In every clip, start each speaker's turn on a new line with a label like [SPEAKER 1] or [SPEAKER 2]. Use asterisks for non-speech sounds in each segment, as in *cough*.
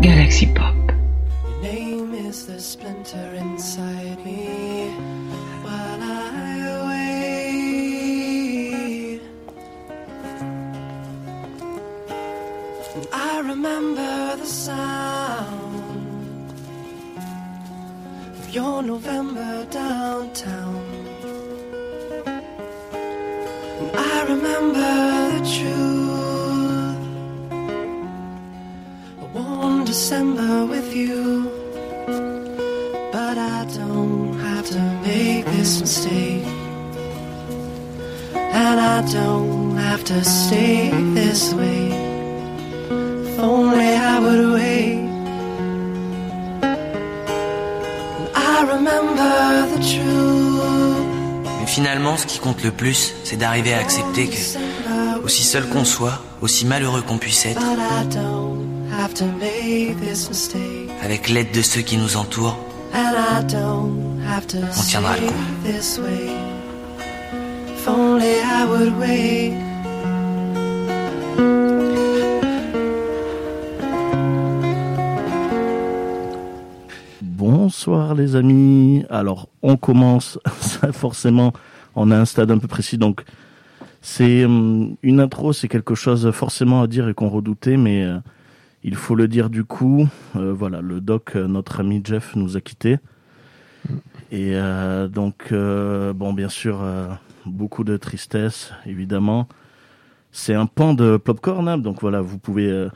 [SPEAKER 1] Galaxy Pop.
[SPEAKER 2] Your name is the splinter inside me while I wait. And I remember the sound of your November downtown. And I remember the truth a warm December with you. But I don't have to make this mistake. And I don't have to stay this way. If only I would wait. And I remember the truth.
[SPEAKER 3] Mais finalement, ce qui compte le plus, c'est d'arriver à accepter que,
[SPEAKER 2] December
[SPEAKER 3] aussi seul qu'on soit, aussi malheureux qu'on puisse être,
[SPEAKER 2] But I don't have to make this mistake.
[SPEAKER 3] avec l'aide de ceux qui nous entourent,
[SPEAKER 2] And I don't have to
[SPEAKER 3] On tiendra le
[SPEAKER 2] stay
[SPEAKER 3] coup.
[SPEAKER 2] this way. If only I would wait.
[SPEAKER 4] Bonsoir les amis. Alors on commence *laughs* ça, forcément. On a un stade un peu précis donc c'est hum, une intro, c'est quelque chose forcément à dire et qu'on redoutait, mais euh, il faut le dire du coup. Euh, voilà, le doc, euh, notre ami Jeff nous a quittés. Et euh, donc euh, bon, bien sûr, euh, beaucoup de tristesse évidemment. C'est un pan de Popcorn, hein, donc voilà, vous pouvez. euh,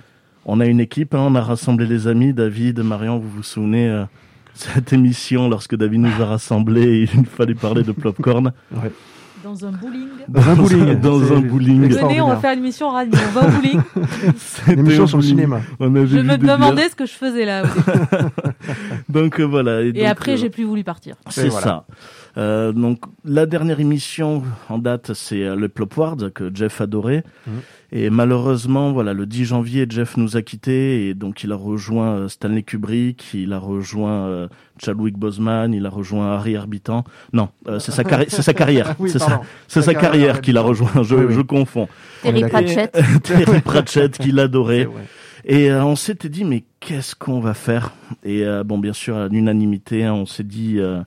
[SPEAKER 4] on a une équipe, hein, on a rassemblé les amis, David, Marion, vous vous souvenez. euh, cette émission lorsque David nous a rassemblés et il fallait parler de popcorn
[SPEAKER 5] Dans un bowling.
[SPEAKER 6] Dans un bowling.
[SPEAKER 4] dans un
[SPEAKER 6] C'est
[SPEAKER 4] bowling.
[SPEAKER 6] extraordinaire.
[SPEAKER 5] Venez, on va faire une émission en radio. On va au
[SPEAKER 4] *laughs*
[SPEAKER 5] bowling.
[SPEAKER 4] C'était
[SPEAKER 6] Une émission sur
[SPEAKER 4] un
[SPEAKER 6] le
[SPEAKER 4] bowling.
[SPEAKER 6] cinéma.
[SPEAKER 4] On avait
[SPEAKER 5] Je
[SPEAKER 4] vu
[SPEAKER 5] me
[SPEAKER 4] des
[SPEAKER 5] demandais ce que je faisais là. au début.
[SPEAKER 4] bières. Donc euh, voilà.
[SPEAKER 5] Et
[SPEAKER 4] donc,
[SPEAKER 5] après,
[SPEAKER 4] euh,
[SPEAKER 5] j'ai plus voulu partir.
[SPEAKER 4] C'est
[SPEAKER 6] Et voilà.
[SPEAKER 4] ça. Euh, donc la dernière émission en date, c'est euh, le Plopward que Jeff adorait.
[SPEAKER 6] Mhm.
[SPEAKER 4] Et malheureusement, voilà, le 10 janvier, Jeff nous a quittés et donc il a rejoint euh, Stanley Kubrick, il a rejoint euh, Chadwick Boseman, il a rejoint Harry Arbitant. Non, euh, c'est sa, carri- c'est sa carrière.
[SPEAKER 6] Ah oui,
[SPEAKER 4] c'est sa,
[SPEAKER 6] pardon.
[SPEAKER 4] c'est
[SPEAKER 6] Sa
[SPEAKER 4] sa
[SPEAKER 6] carrière
[SPEAKER 4] carrière qu'il a rejoint. Je,
[SPEAKER 6] Oui, oui.
[SPEAKER 4] je confonds.
[SPEAKER 6] On est
[SPEAKER 7] Terry
[SPEAKER 6] d'accord.
[SPEAKER 7] Pratchett.
[SPEAKER 4] Terry Pratchett qu'il
[SPEAKER 6] C'est
[SPEAKER 4] adorait.
[SPEAKER 6] vrai.
[SPEAKER 4] Et euh, on s'était dit, mais qu'est-ce qu'on va faire Et euh, bon, bien sûr, à l'unanimité, hein, on s'est dit, euh,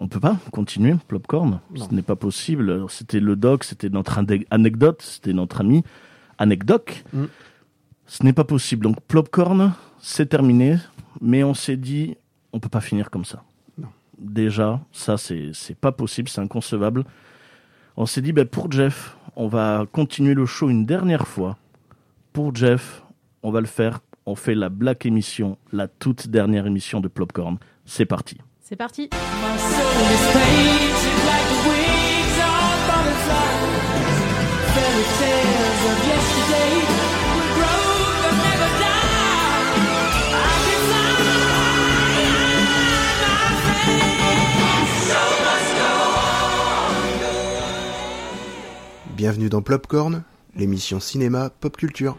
[SPEAKER 4] on peut pas continuer, Plopcorn,
[SPEAKER 6] Non.
[SPEAKER 4] ce n'est pas possible. Alors, C'était le doc, c'était notre inde- anecdote, c'était notre ami, anecdote.
[SPEAKER 6] Mm.
[SPEAKER 4] Ce n'est pas possible. Donc, Plopcorn, c'est terminé, mais on s'est dit, on peut pas finir comme ça.
[SPEAKER 6] Non.
[SPEAKER 4] Déjà, ça, c'est c'est pas possible, c'est inconcevable. On s'est dit, ben, pour Jeff, on va continuer le show une dernière fois. Pour Jeff, on va le faire. On fait la black émission, la toute dernière émission de Plopcorn. C'est parti.
[SPEAKER 5] C'est parti.
[SPEAKER 8] Bienvenue dans Plopcorn, l'émission cinéma pop culture.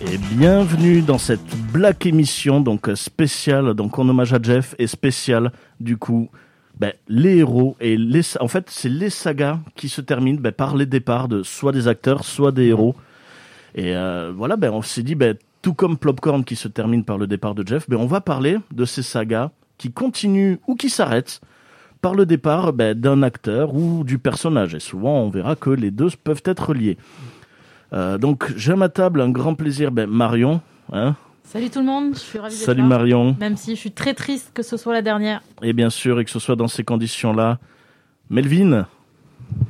[SPEAKER 4] Et bienvenue dans cette black émission, donc euh, spéciale, donc en hommage à Jeff, et spéciale, du coup, ben, les héros et les. En fait, c'est les sagas qui se terminent ben, par les départs de soit des acteurs, soit des héros. Et euh, voilà, ben, on s'est dit, ben, tout comme Plopcorn qui se termine par le départ de Jeff, ben, on va parler de ces sagas qui continuent ou qui s'arrêtent par le départ ben, d'un acteur ou du personnage. Et souvent, on verra que les deux peuvent être liés. Euh, donc, j'ai à ma table un grand plaisir, ben, Marion. hein.
[SPEAKER 5] Salut tout le monde. Je suis ravie d'être
[SPEAKER 4] Salut
[SPEAKER 5] là.
[SPEAKER 4] Marion.
[SPEAKER 5] Même si je suis très triste que ce soit la dernière.
[SPEAKER 4] Et bien sûr, et que ce soit dans ces conditions-là, Melvin.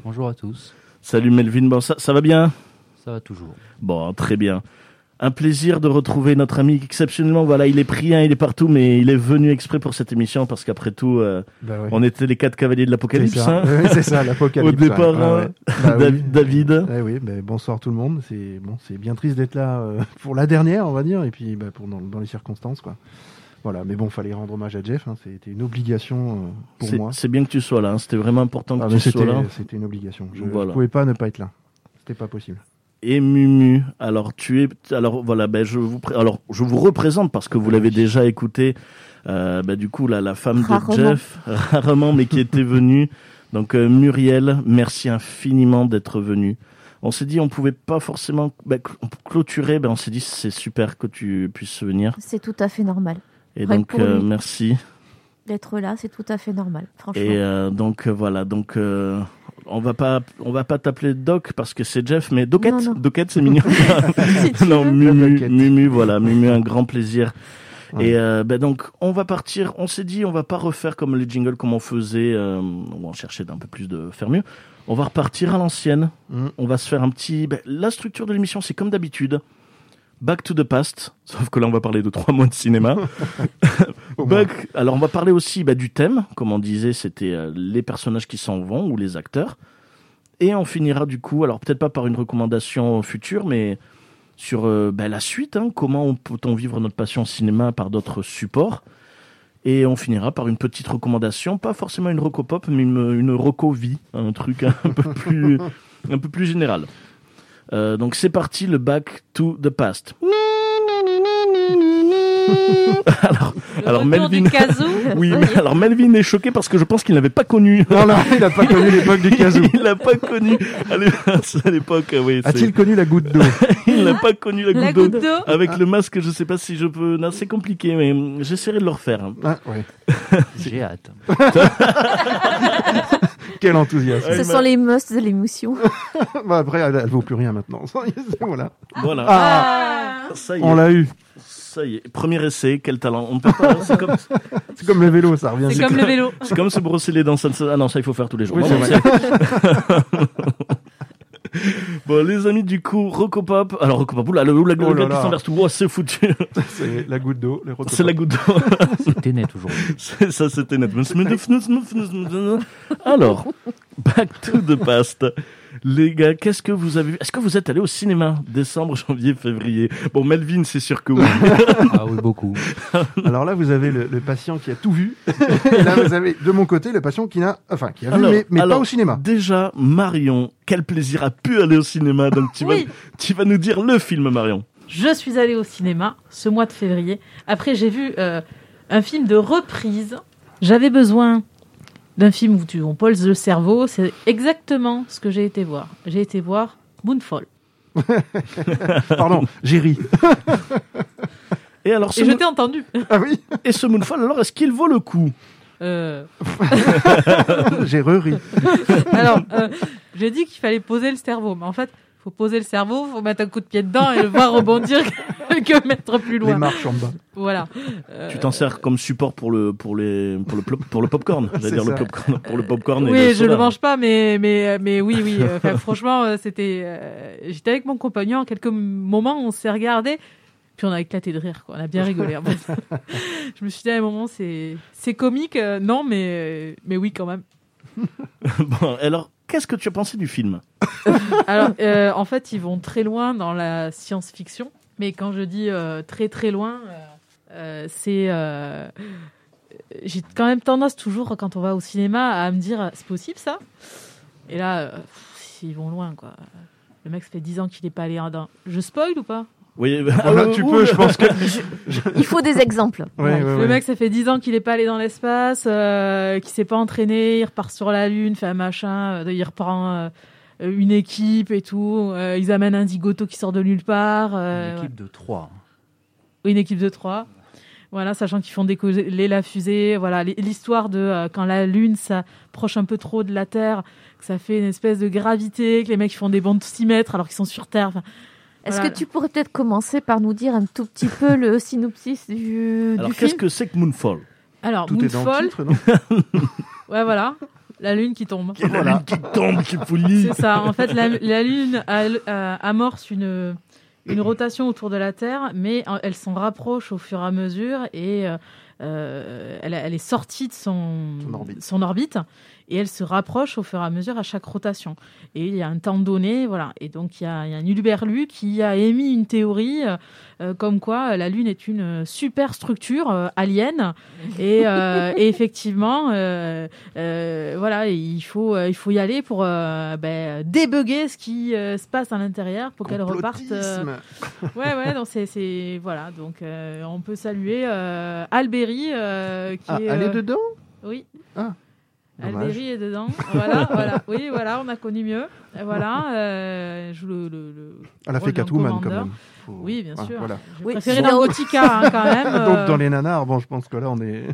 [SPEAKER 9] Bonjour à tous,
[SPEAKER 4] Salut Melvin, bon, ça, ça va bien
[SPEAKER 9] ça va toujours.
[SPEAKER 4] Bon, très bien. Un plaisir de retrouver notre ami exceptionnellement. Voilà, il est pris, hein, il est partout, mais il est venu exprès pour cette émission parce qu'après tout, euh,
[SPEAKER 6] Bah ouais.
[SPEAKER 4] on était les quatre cavaliers de
[SPEAKER 6] C'est
[SPEAKER 4] l'apocalypse.
[SPEAKER 6] ça,
[SPEAKER 4] hein.
[SPEAKER 6] *laughs* Ouais, c'est ça, l'apocalypse.
[SPEAKER 4] Au départ,
[SPEAKER 6] ouais. Ouais,
[SPEAKER 4] hein,
[SPEAKER 6] ouais. Bah oui.
[SPEAKER 4] Davi- David.
[SPEAKER 6] Eh oui, ben, bonsoir tout le monde. C'est bon, c'est bien triste d'être là euh, pour la dernière, on va dire, et puis bah, pour dans, dans les circonstances, quoi. Voilà, mais bon, fallait rendre hommage à Jeff, hein, c'était une obligation euh, pour
[SPEAKER 4] C'est-
[SPEAKER 6] moi.
[SPEAKER 4] C'est bien que tu sois là. hein. C'était vraiment important que
[SPEAKER 6] Ah, mais
[SPEAKER 4] tu sois là.
[SPEAKER 6] c'était c'était une obligation. Je ne
[SPEAKER 4] Voilà.
[SPEAKER 6] pouvais pas ne pas être là. C'était pas possible.
[SPEAKER 4] Et Mumu. Alors tu es. Alors voilà. Ben je vous. pré- Alors je vous représente parce que vous l'avez déjà écouté. Euh, ben, du coup la, la femme
[SPEAKER 1] Rarement.
[SPEAKER 4] de Jeff *laughs* rarement, mais qui était venue. Donc euh, Muriel, merci infiniment d'être venue. On s'est dit on pouvait pas forcément ben, cl- clôturer. Ben on s'est dit c'est super que tu puisses venir.
[SPEAKER 1] C'est tout à fait normal.
[SPEAKER 4] Et
[SPEAKER 1] Ouais,
[SPEAKER 4] donc
[SPEAKER 1] pour
[SPEAKER 4] euh,
[SPEAKER 1] lui.
[SPEAKER 4] merci.
[SPEAKER 1] D'être là, c'est tout à fait normal, franchement.
[SPEAKER 4] Et euh, donc euh, voilà, donc euh, on va pas on va pas t'appeler Doc parce que c'est Jeff, mais Doquette,
[SPEAKER 1] Non, non.
[SPEAKER 4] Doquette c'est
[SPEAKER 1] *laughs*
[SPEAKER 4] mignon.
[SPEAKER 1] Si tu
[SPEAKER 4] non,
[SPEAKER 1] veux.
[SPEAKER 4] Mumu,
[SPEAKER 6] Doquette.
[SPEAKER 4] Mumu, voilà, Mumu, un grand plaisir.
[SPEAKER 6] Ouais.
[SPEAKER 4] Et euh, ben donc on va partir. On s'est dit on va pas refaire comme les jingles comme on faisait, euh, où on cherchait d'un peu plus de faire mieux. On va repartir à l'ancienne.
[SPEAKER 6] Mm.
[SPEAKER 4] On va se faire un petit. ben, la structure de l'émission c'est comme d'habitude. Back to the past, sauf que là on va parler de trois mois de cinéma.
[SPEAKER 6] Au moins.
[SPEAKER 4] Buck, alors on va parler aussi bah, du thème, comme on disait, c'était euh, les personnages qui s'en vont ou les acteurs. Et on finira du coup, alors peut-être pas par une recommandation future, mais sur euh, bah, la suite, hein, comment on- peut-on vivre notre passion au cinéma par d'autres supports. Et on finira par une petite recommandation, pas forcément une roco-pop, mais une, une roco-vie, un truc un peu plus, un peu plus général. Euh, donc c'est parti, le back to the past. alors,
[SPEAKER 5] Le
[SPEAKER 4] alors
[SPEAKER 5] retour
[SPEAKER 4] Melvin,
[SPEAKER 5] du casou.
[SPEAKER 4] *laughs* oui, alors Melvin est choqué parce que je pense qu'il n'avait pas connu.
[SPEAKER 6] Non, non, il n'a pas connu l'époque
[SPEAKER 4] *laughs*
[SPEAKER 6] du casou.
[SPEAKER 4] Il n'a pas connu à l'é- *laughs* à l'époque, oui. c'est-
[SPEAKER 6] A-t-il connu la goutte d'eau
[SPEAKER 4] Il n'a pas connu la
[SPEAKER 5] La
[SPEAKER 4] goutte d'eau.
[SPEAKER 5] goutte d'eau.
[SPEAKER 6] Ah.
[SPEAKER 4] Avec le masque, je sais pas si je peux. Non, c'est compliqué, mais j'essaierai de le refaire. hein.
[SPEAKER 6] Ah, ouais.
[SPEAKER 9] J'ai hâte.
[SPEAKER 6] Quel enthousiasme.
[SPEAKER 1] Ce sont les musts
[SPEAKER 6] *laughs*
[SPEAKER 1] de l'émotion.
[SPEAKER 6] Bah, après, elle ne vaut plus rien maintenant. *laughs* voilà.
[SPEAKER 4] Voilà.
[SPEAKER 6] Ah,
[SPEAKER 5] Ah.
[SPEAKER 4] ça y
[SPEAKER 6] on
[SPEAKER 4] est.
[SPEAKER 6] l'a eu.
[SPEAKER 4] Ça y est. Premier essai, quel talent. On peut pas. C'est comme,
[SPEAKER 6] C'est comme le vélo, ça revient.
[SPEAKER 5] C'est comme le vélo.
[SPEAKER 4] c'est comme se brosser les dents. ça ne se- Ah non, ça il faut faire tous les jours.
[SPEAKER 6] Oui,
[SPEAKER 4] Non,
[SPEAKER 6] c'est
[SPEAKER 4] non,
[SPEAKER 6] vrai.
[SPEAKER 4] c'est- Bon, les amis, du coup, Rocopop. Alors, Rocopop, oula, le- oula, le
[SPEAKER 6] Oh là
[SPEAKER 4] gars qui
[SPEAKER 6] là.
[SPEAKER 4] s'enverse tout. Ouah, c'est foutu.
[SPEAKER 6] C'est la goutte d'eau, le
[SPEAKER 4] C'est la goutte d'eau.
[SPEAKER 9] C'était net aujourd'hui.
[SPEAKER 4] C'est- Ça, c'était net. Alors, back to the past. Les gars, qu'est-ce que vous avez vu Est-ce que vous êtes allé au cinéma décembre, janvier, février Bon, Melvin, c'est sûr que oui.
[SPEAKER 9] Ah oui, beaucoup.
[SPEAKER 6] Alors là, vous avez le, le patient qui a tout vu. *laughs* Et là, vous avez de mon côté le patient qui n'a, enfin, qui a vu,
[SPEAKER 4] Alors,
[SPEAKER 6] mais, mais
[SPEAKER 4] alors,
[SPEAKER 6] pas au cinéma.
[SPEAKER 4] Déjà, Marion, quel plaisir a pu aller au cinéma. Donc, tu,
[SPEAKER 5] Oui.
[SPEAKER 4] vas, tu vas nous dire le film, Marion.
[SPEAKER 5] Je suis allée au cinéma ce mois de février. Après, j'ai vu euh, un film de reprise. J'avais besoin d'un film où tu, on pulse le cerveau. C'est exactement ce que j'ai été voir. J'ai été voir Moonfall.
[SPEAKER 6] Pardon, j'ai ri.
[SPEAKER 4] Et alors, ce,
[SPEAKER 5] Et je
[SPEAKER 4] Moon-
[SPEAKER 5] t'ai entendu.
[SPEAKER 6] Ah oui,
[SPEAKER 4] et ce Moonfall, alors, est-ce qu'il vaut le coup
[SPEAKER 5] Euh,
[SPEAKER 6] j'ai re-ri.
[SPEAKER 5] *laughs* alors, euh, j'ai dit qu'il fallait poser le cerveau. Mais en fait, faut poser le cerveau, faut mettre un coup de pied dedans et le voir rebondir *laughs* que mettre
[SPEAKER 6] Les
[SPEAKER 5] plus loin.
[SPEAKER 6] marches en bas.
[SPEAKER 5] Voilà. Euh,
[SPEAKER 4] Tu t'en sers comme support pour le, pour les, pour le, plop- pour le
[SPEAKER 6] *laughs*
[SPEAKER 4] popcorn. J'allais
[SPEAKER 6] C'est
[SPEAKER 4] dire le
[SPEAKER 6] ça.
[SPEAKER 4] popcorn, pour le popcorn et
[SPEAKER 5] oui, je
[SPEAKER 4] soda.
[SPEAKER 5] le mange pas, mais mais mais oui, oui. euh, enfin, *laughs* franchement, euh, c'était. euh, J'étais avec mon compagnon. En quelques moments, on s'est regardé, puis on a éclaté de rire. Quoi. On a bien rigolé. en
[SPEAKER 4] *laughs*
[SPEAKER 5] fait. je me suis dit à un moment, c'est c'est comique, euh, non, mais euh, mais oui quand même.
[SPEAKER 4] Bon, alors, qu'est-ce que tu as pensé du film
[SPEAKER 5] Alors, euh, en fait, ils vont très loin dans la science-fiction, mais quand je dis euh, très très loin, euh, euh, c'est euh, j'ai quand même tendance toujours quand on va au cinéma à me dire c'est possible ça Et là, euh, pff, ils vont loin quoi. Le mec, ça fait 10 ans qu'il n'est pas allé dans. Je spoil ou pas
[SPEAKER 4] Oui, bah,
[SPEAKER 6] Voilà,
[SPEAKER 4] euh,
[SPEAKER 6] Ah, tu
[SPEAKER 4] ouh,
[SPEAKER 6] peux, je
[SPEAKER 5] *laughs*
[SPEAKER 6] pense que.
[SPEAKER 1] Il faut des exemples.
[SPEAKER 6] Ouais, ouais,
[SPEAKER 5] Le
[SPEAKER 6] ouais.
[SPEAKER 5] mec, ça fait 10 ans qu'il n'est pas allé dans l'espace, euh, qu'il s'est pas entraîné, il repart sur la Lune, fait un machin, euh, il reprend euh, une équipe et tout. euh, ils amènent un zigoto qui sort de nulle part. euh,
[SPEAKER 9] Une équipe de 3.
[SPEAKER 5] Oui, une équipe de trois. Voilà, sachant qu'ils font décoller la fusée. Voilà, l- l'histoire de euh, quand la Lune s'approche un peu trop de la Terre, que ça fait une espèce de gravité, que les mecs font des bandes de 6 mètres alors qu'ils sont sur Terre. Enfin,
[SPEAKER 1] Est-ce
[SPEAKER 5] Voilà.
[SPEAKER 1] que tu pourrais peut-être commencer par nous dire un tout petit peu le synopsis du,
[SPEAKER 4] Alors,
[SPEAKER 1] du
[SPEAKER 4] qu'est-ce
[SPEAKER 1] film
[SPEAKER 4] que c'est que Moonfall
[SPEAKER 5] Alors,
[SPEAKER 6] Tout est dans le
[SPEAKER 5] Moonfall,
[SPEAKER 6] titre, non
[SPEAKER 5] ouais, voilà, la Lune qui tombe.
[SPEAKER 6] Voilà.
[SPEAKER 4] qui tombe, qui poulie
[SPEAKER 5] C'est ça. En fait, la, la Lune a- euh, amorce une,
[SPEAKER 6] Mm-hmm.
[SPEAKER 5] une rotation autour de la Terre, mais euh, elle s'en rapproche au fur et à mesure et euh, euh, elle, elle est sortie de son,
[SPEAKER 6] Son orbite.
[SPEAKER 5] orbite et elle se rapproche au fur et à mesure à chaque rotation. Et il y a un temps donné, voilà. Et donc il y a, il y a un Huluberlu qui a émis une théorie euh, euh, comme quoi euh, la Lune est une euh, superstructure euh, alien.
[SPEAKER 6] *laughs*
[SPEAKER 5] Et, euh, et effectivement, euh, euh, voilà, il faut, euh, il faut y aller pour euh, ben, débugger ce qui euh, se passe à l'intérieur pour qu'elle reparte. euh,
[SPEAKER 6] Complotisme.
[SPEAKER 5] *laughs* Ouais, ouais, donc c'est- c'est. Voilà, donc euh, on peut saluer euh, Alberi. euh, qui
[SPEAKER 6] Ah,
[SPEAKER 5] est,
[SPEAKER 6] elle est
[SPEAKER 5] euh,
[SPEAKER 6] dedans
[SPEAKER 5] Oui.
[SPEAKER 6] Ah, dommage.
[SPEAKER 5] Alberi est dedans.
[SPEAKER 6] *laughs*
[SPEAKER 5] Voilà, voilà. Oui, voilà, on a connu mieux. Voilà, euh, joue le. le, le-
[SPEAKER 6] Elle a fait
[SPEAKER 5] Roland
[SPEAKER 6] Catwoman quand
[SPEAKER 5] Commander.
[SPEAKER 6] même. Faut-
[SPEAKER 5] Oui, bien
[SPEAKER 6] voilà,
[SPEAKER 5] sûr.
[SPEAKER 6] Ah, Voilà.
[SPEAKER 5] J'ai
[SPEAKER 1] Oui,
[SPEAKER 5] préféré
[SPEAKER 1] sinon-
[SPEAKER 5] Narcotica, hein, quand même.
[SPEAKER 6] *laughs* Donc dans
[SPEAKER 5] euh,
[SPEAKER 6] les nanars, bon, je pense que là on est.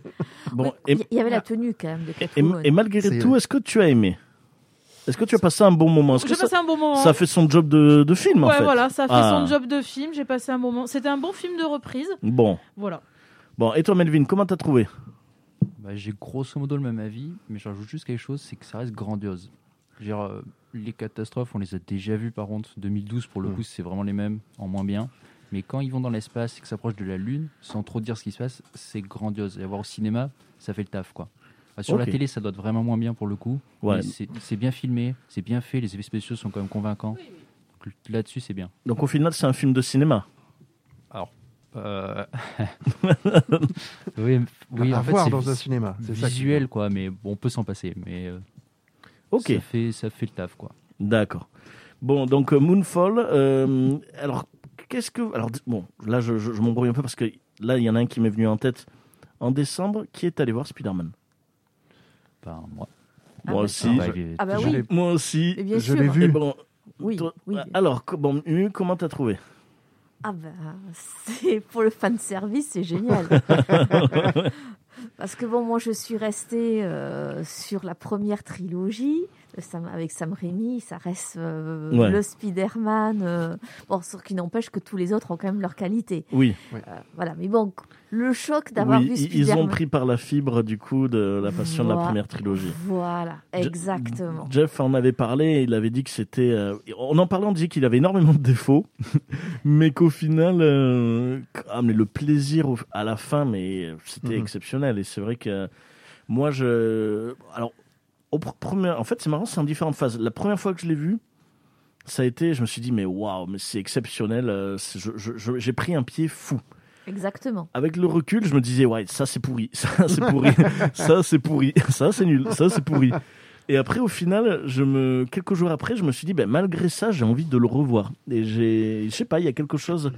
[SPEAKER 4] Bon,
[SPEAKER 1] Il
[SPEAKER 4] et,
[SPEAKER 1] y- il y avait la tenue quand même de
[SPEAKER 4] et-
[SPEAKER 1] Catwoman.
[SPEAKER 4] et malgré
[SPEAKER 6] C'est-
[SPEAKER 4] tout, est-ce que tu as aimé Est-ce que tu as passé un bon moment Est-ce que
[SPEAKER 5] J'ai
[SPEAKER 4] ça,
[SPEAKER 5] passé un bon moment. hein.
[SPEAKER 4] ça fait son job de, de film en
[SPEAKER 5] ouais,
[SPEAKER 4] fait
[SPEAKER 5] voilà, ça a fait
[SPEAKER 4] Ah.
[SPEAKER 5] son job de film. J'ai passé un moment. C'était un bon film de reprise.
[SPEAKER 4] Bon.
[SPEAKER 5] Voilà.
[SPEAKER 4] Bon, et toi Melvin, comment t'as trouvé
[SPEAKER 9] Bah, j'ai grosso modo le même avis, mais je rajoute juste quelque chose, c'est que ça reste grandiose. Je veux dire, euh, les catastrophes, on les a déjà vues par contre. 2012, pour le
[SPEAKER 6] Mm.
[SPEAKER 9] coup, c'est vraiment les mêmes, en moins bien. Mais quand ils vont dans l'espace et que s'approchent de la Lune, sans trop dire ce qui se passe, c'est grandiose. Et avoir au cinéma, ça fait le taf, quoi. Bah, sur
[SPEAKER 4] Ok.
[SPEAKER 9] la télé, ça doit être vraiment moins bien pour le coup.
[SPEAKER 4] Ouais.
[SPEAKER 9] mais C'est c'est bien filmé, c'est bien fait, les effets spéciaux sont quand même convaincants. Donc, Là-dessus, c'est bien.
[SPEAKER 4] Donc au final, c'est un film de cinéma.
[SPEAKER 9] Euh, *laughs* oui, oui,
[SPEAKER 6] à
[SPEAKER 9] en fait,
[SPEAKER 6] voir
[SPEAKER 9] c'est
[SPEAKER 6] dans un cinéma. C'est ça qui-
[SPEAKER 9] visuel, quoi, mais bon, on peut s'en passer. Mais euh,
[SPEAKER 4] Ok,
[SPEAKER 9] ça, fait, ça fait le taf, quoi.
[SPEAKER 4] d'accord. Bon, donc euh, Moonfall. euh, alors, qu'est-ce que. Alors, d- bon, là, je, je, je m'embrouille un peu parce que là, il y en a un qui m'est venu en tête en décembre qui est allé voir Spider-Man.
[SPEAKER 9] Pas moi.
[SPEAKER 1] Ah,
[SPEAKER 4] moi,
[SPEAKER 1] bah,
[SPEAKER 4] aussi,
[SPEAKER 9] Bah,
[SPEAKER 6] je-
[SPEAKER 9] j'ai-
[SPEAKER 1] Ah bah
[SPEAKER 6] Je
[SPEAKER 1] oui,
[SPEAKER 6] l'ai-
[SPEAKER 4] moi aussi.
[SPEAKER 1] mais bien
[SPEAKER 6] je
[SPEAKER 1] sûr.
[SPEAKER 6] l'ai vu.
[SPEAKER 4] Et bon,
[SPEAKER 1] Oui,
[SPEAKER 4] toi- euh,
[SPEAKER 1] oui.
[SPEAKER 4] Alors, co- bon, Mu, comment t'as trouvé
[SPEAKER 1] Ah ben, c'est pour le fan service,
[SPEAKER 4] *laughs*
[SPEAKER 1] c'est génial. Parce que bon, moi, je suis restée euh, sur la première trilogie de Sam- avec Sam Raimi. Ça reste euh,
[SPEAKER 4] Ouais.
[SPEAKER 1] le Spider-Man. euh, bon, ce qui n'empêche que tous les autres ont quand même leur qualité.
[SPEAKER 4] Oui,
[SPEAKER 1] Euh, voilà. Mais bon, le choc d'avoir
[SPEAKER 4] oui
[SPEAKER 1] vu
[SPEAKER 4] ils, ils
[SPEAKER 1] Spider-Man.
[SPEAKER 4] ont pris par la fibre du coup de la passion de la
[SPEAKER 1] Voilà.
[SPEAKER 4] première trilogie.
[SPEAKER 1] Voilà,
[SPEAKER 4] Je-
[SPEAKER 1] exactement.
[SPEAKER 4] Jeff en avait parlé, et il avait dit que c'était. euh, on en parlait, on disait qu'il avait énormément de défauts, *laughs* mais qu'au final, euh, ah, mais le plaisir au- à la fin, mais euh, c'était
[SPEAKER 6] Mhm.
[SPEAKER 4] exceptionnel. Et c'est vrai que euh, moi, je. Alors, au pr- premier, en fait, c'est marrant, c'est en différentes phases. La première fois que je l'ai vu, ça a été, je me suis dit, mais waouh, mais c'est exceptionnel. euh, c'est- je- je- je- J'ai pris un pied fou
[SPEAKER 1] Exactement.
[SPEAKER 4] avec le recul, je me disais, ouais, ça c'est pourri, *laughs* ça c'est pourri, ça c'est pourri, ça c'est nul, ça c'est pourri. Et après, au final, je me, quelques jours après, je me suis dit, ben, malgré ça, j'ai envie de le revoir. Et j'ai, je sais pas, il y a quelque chose,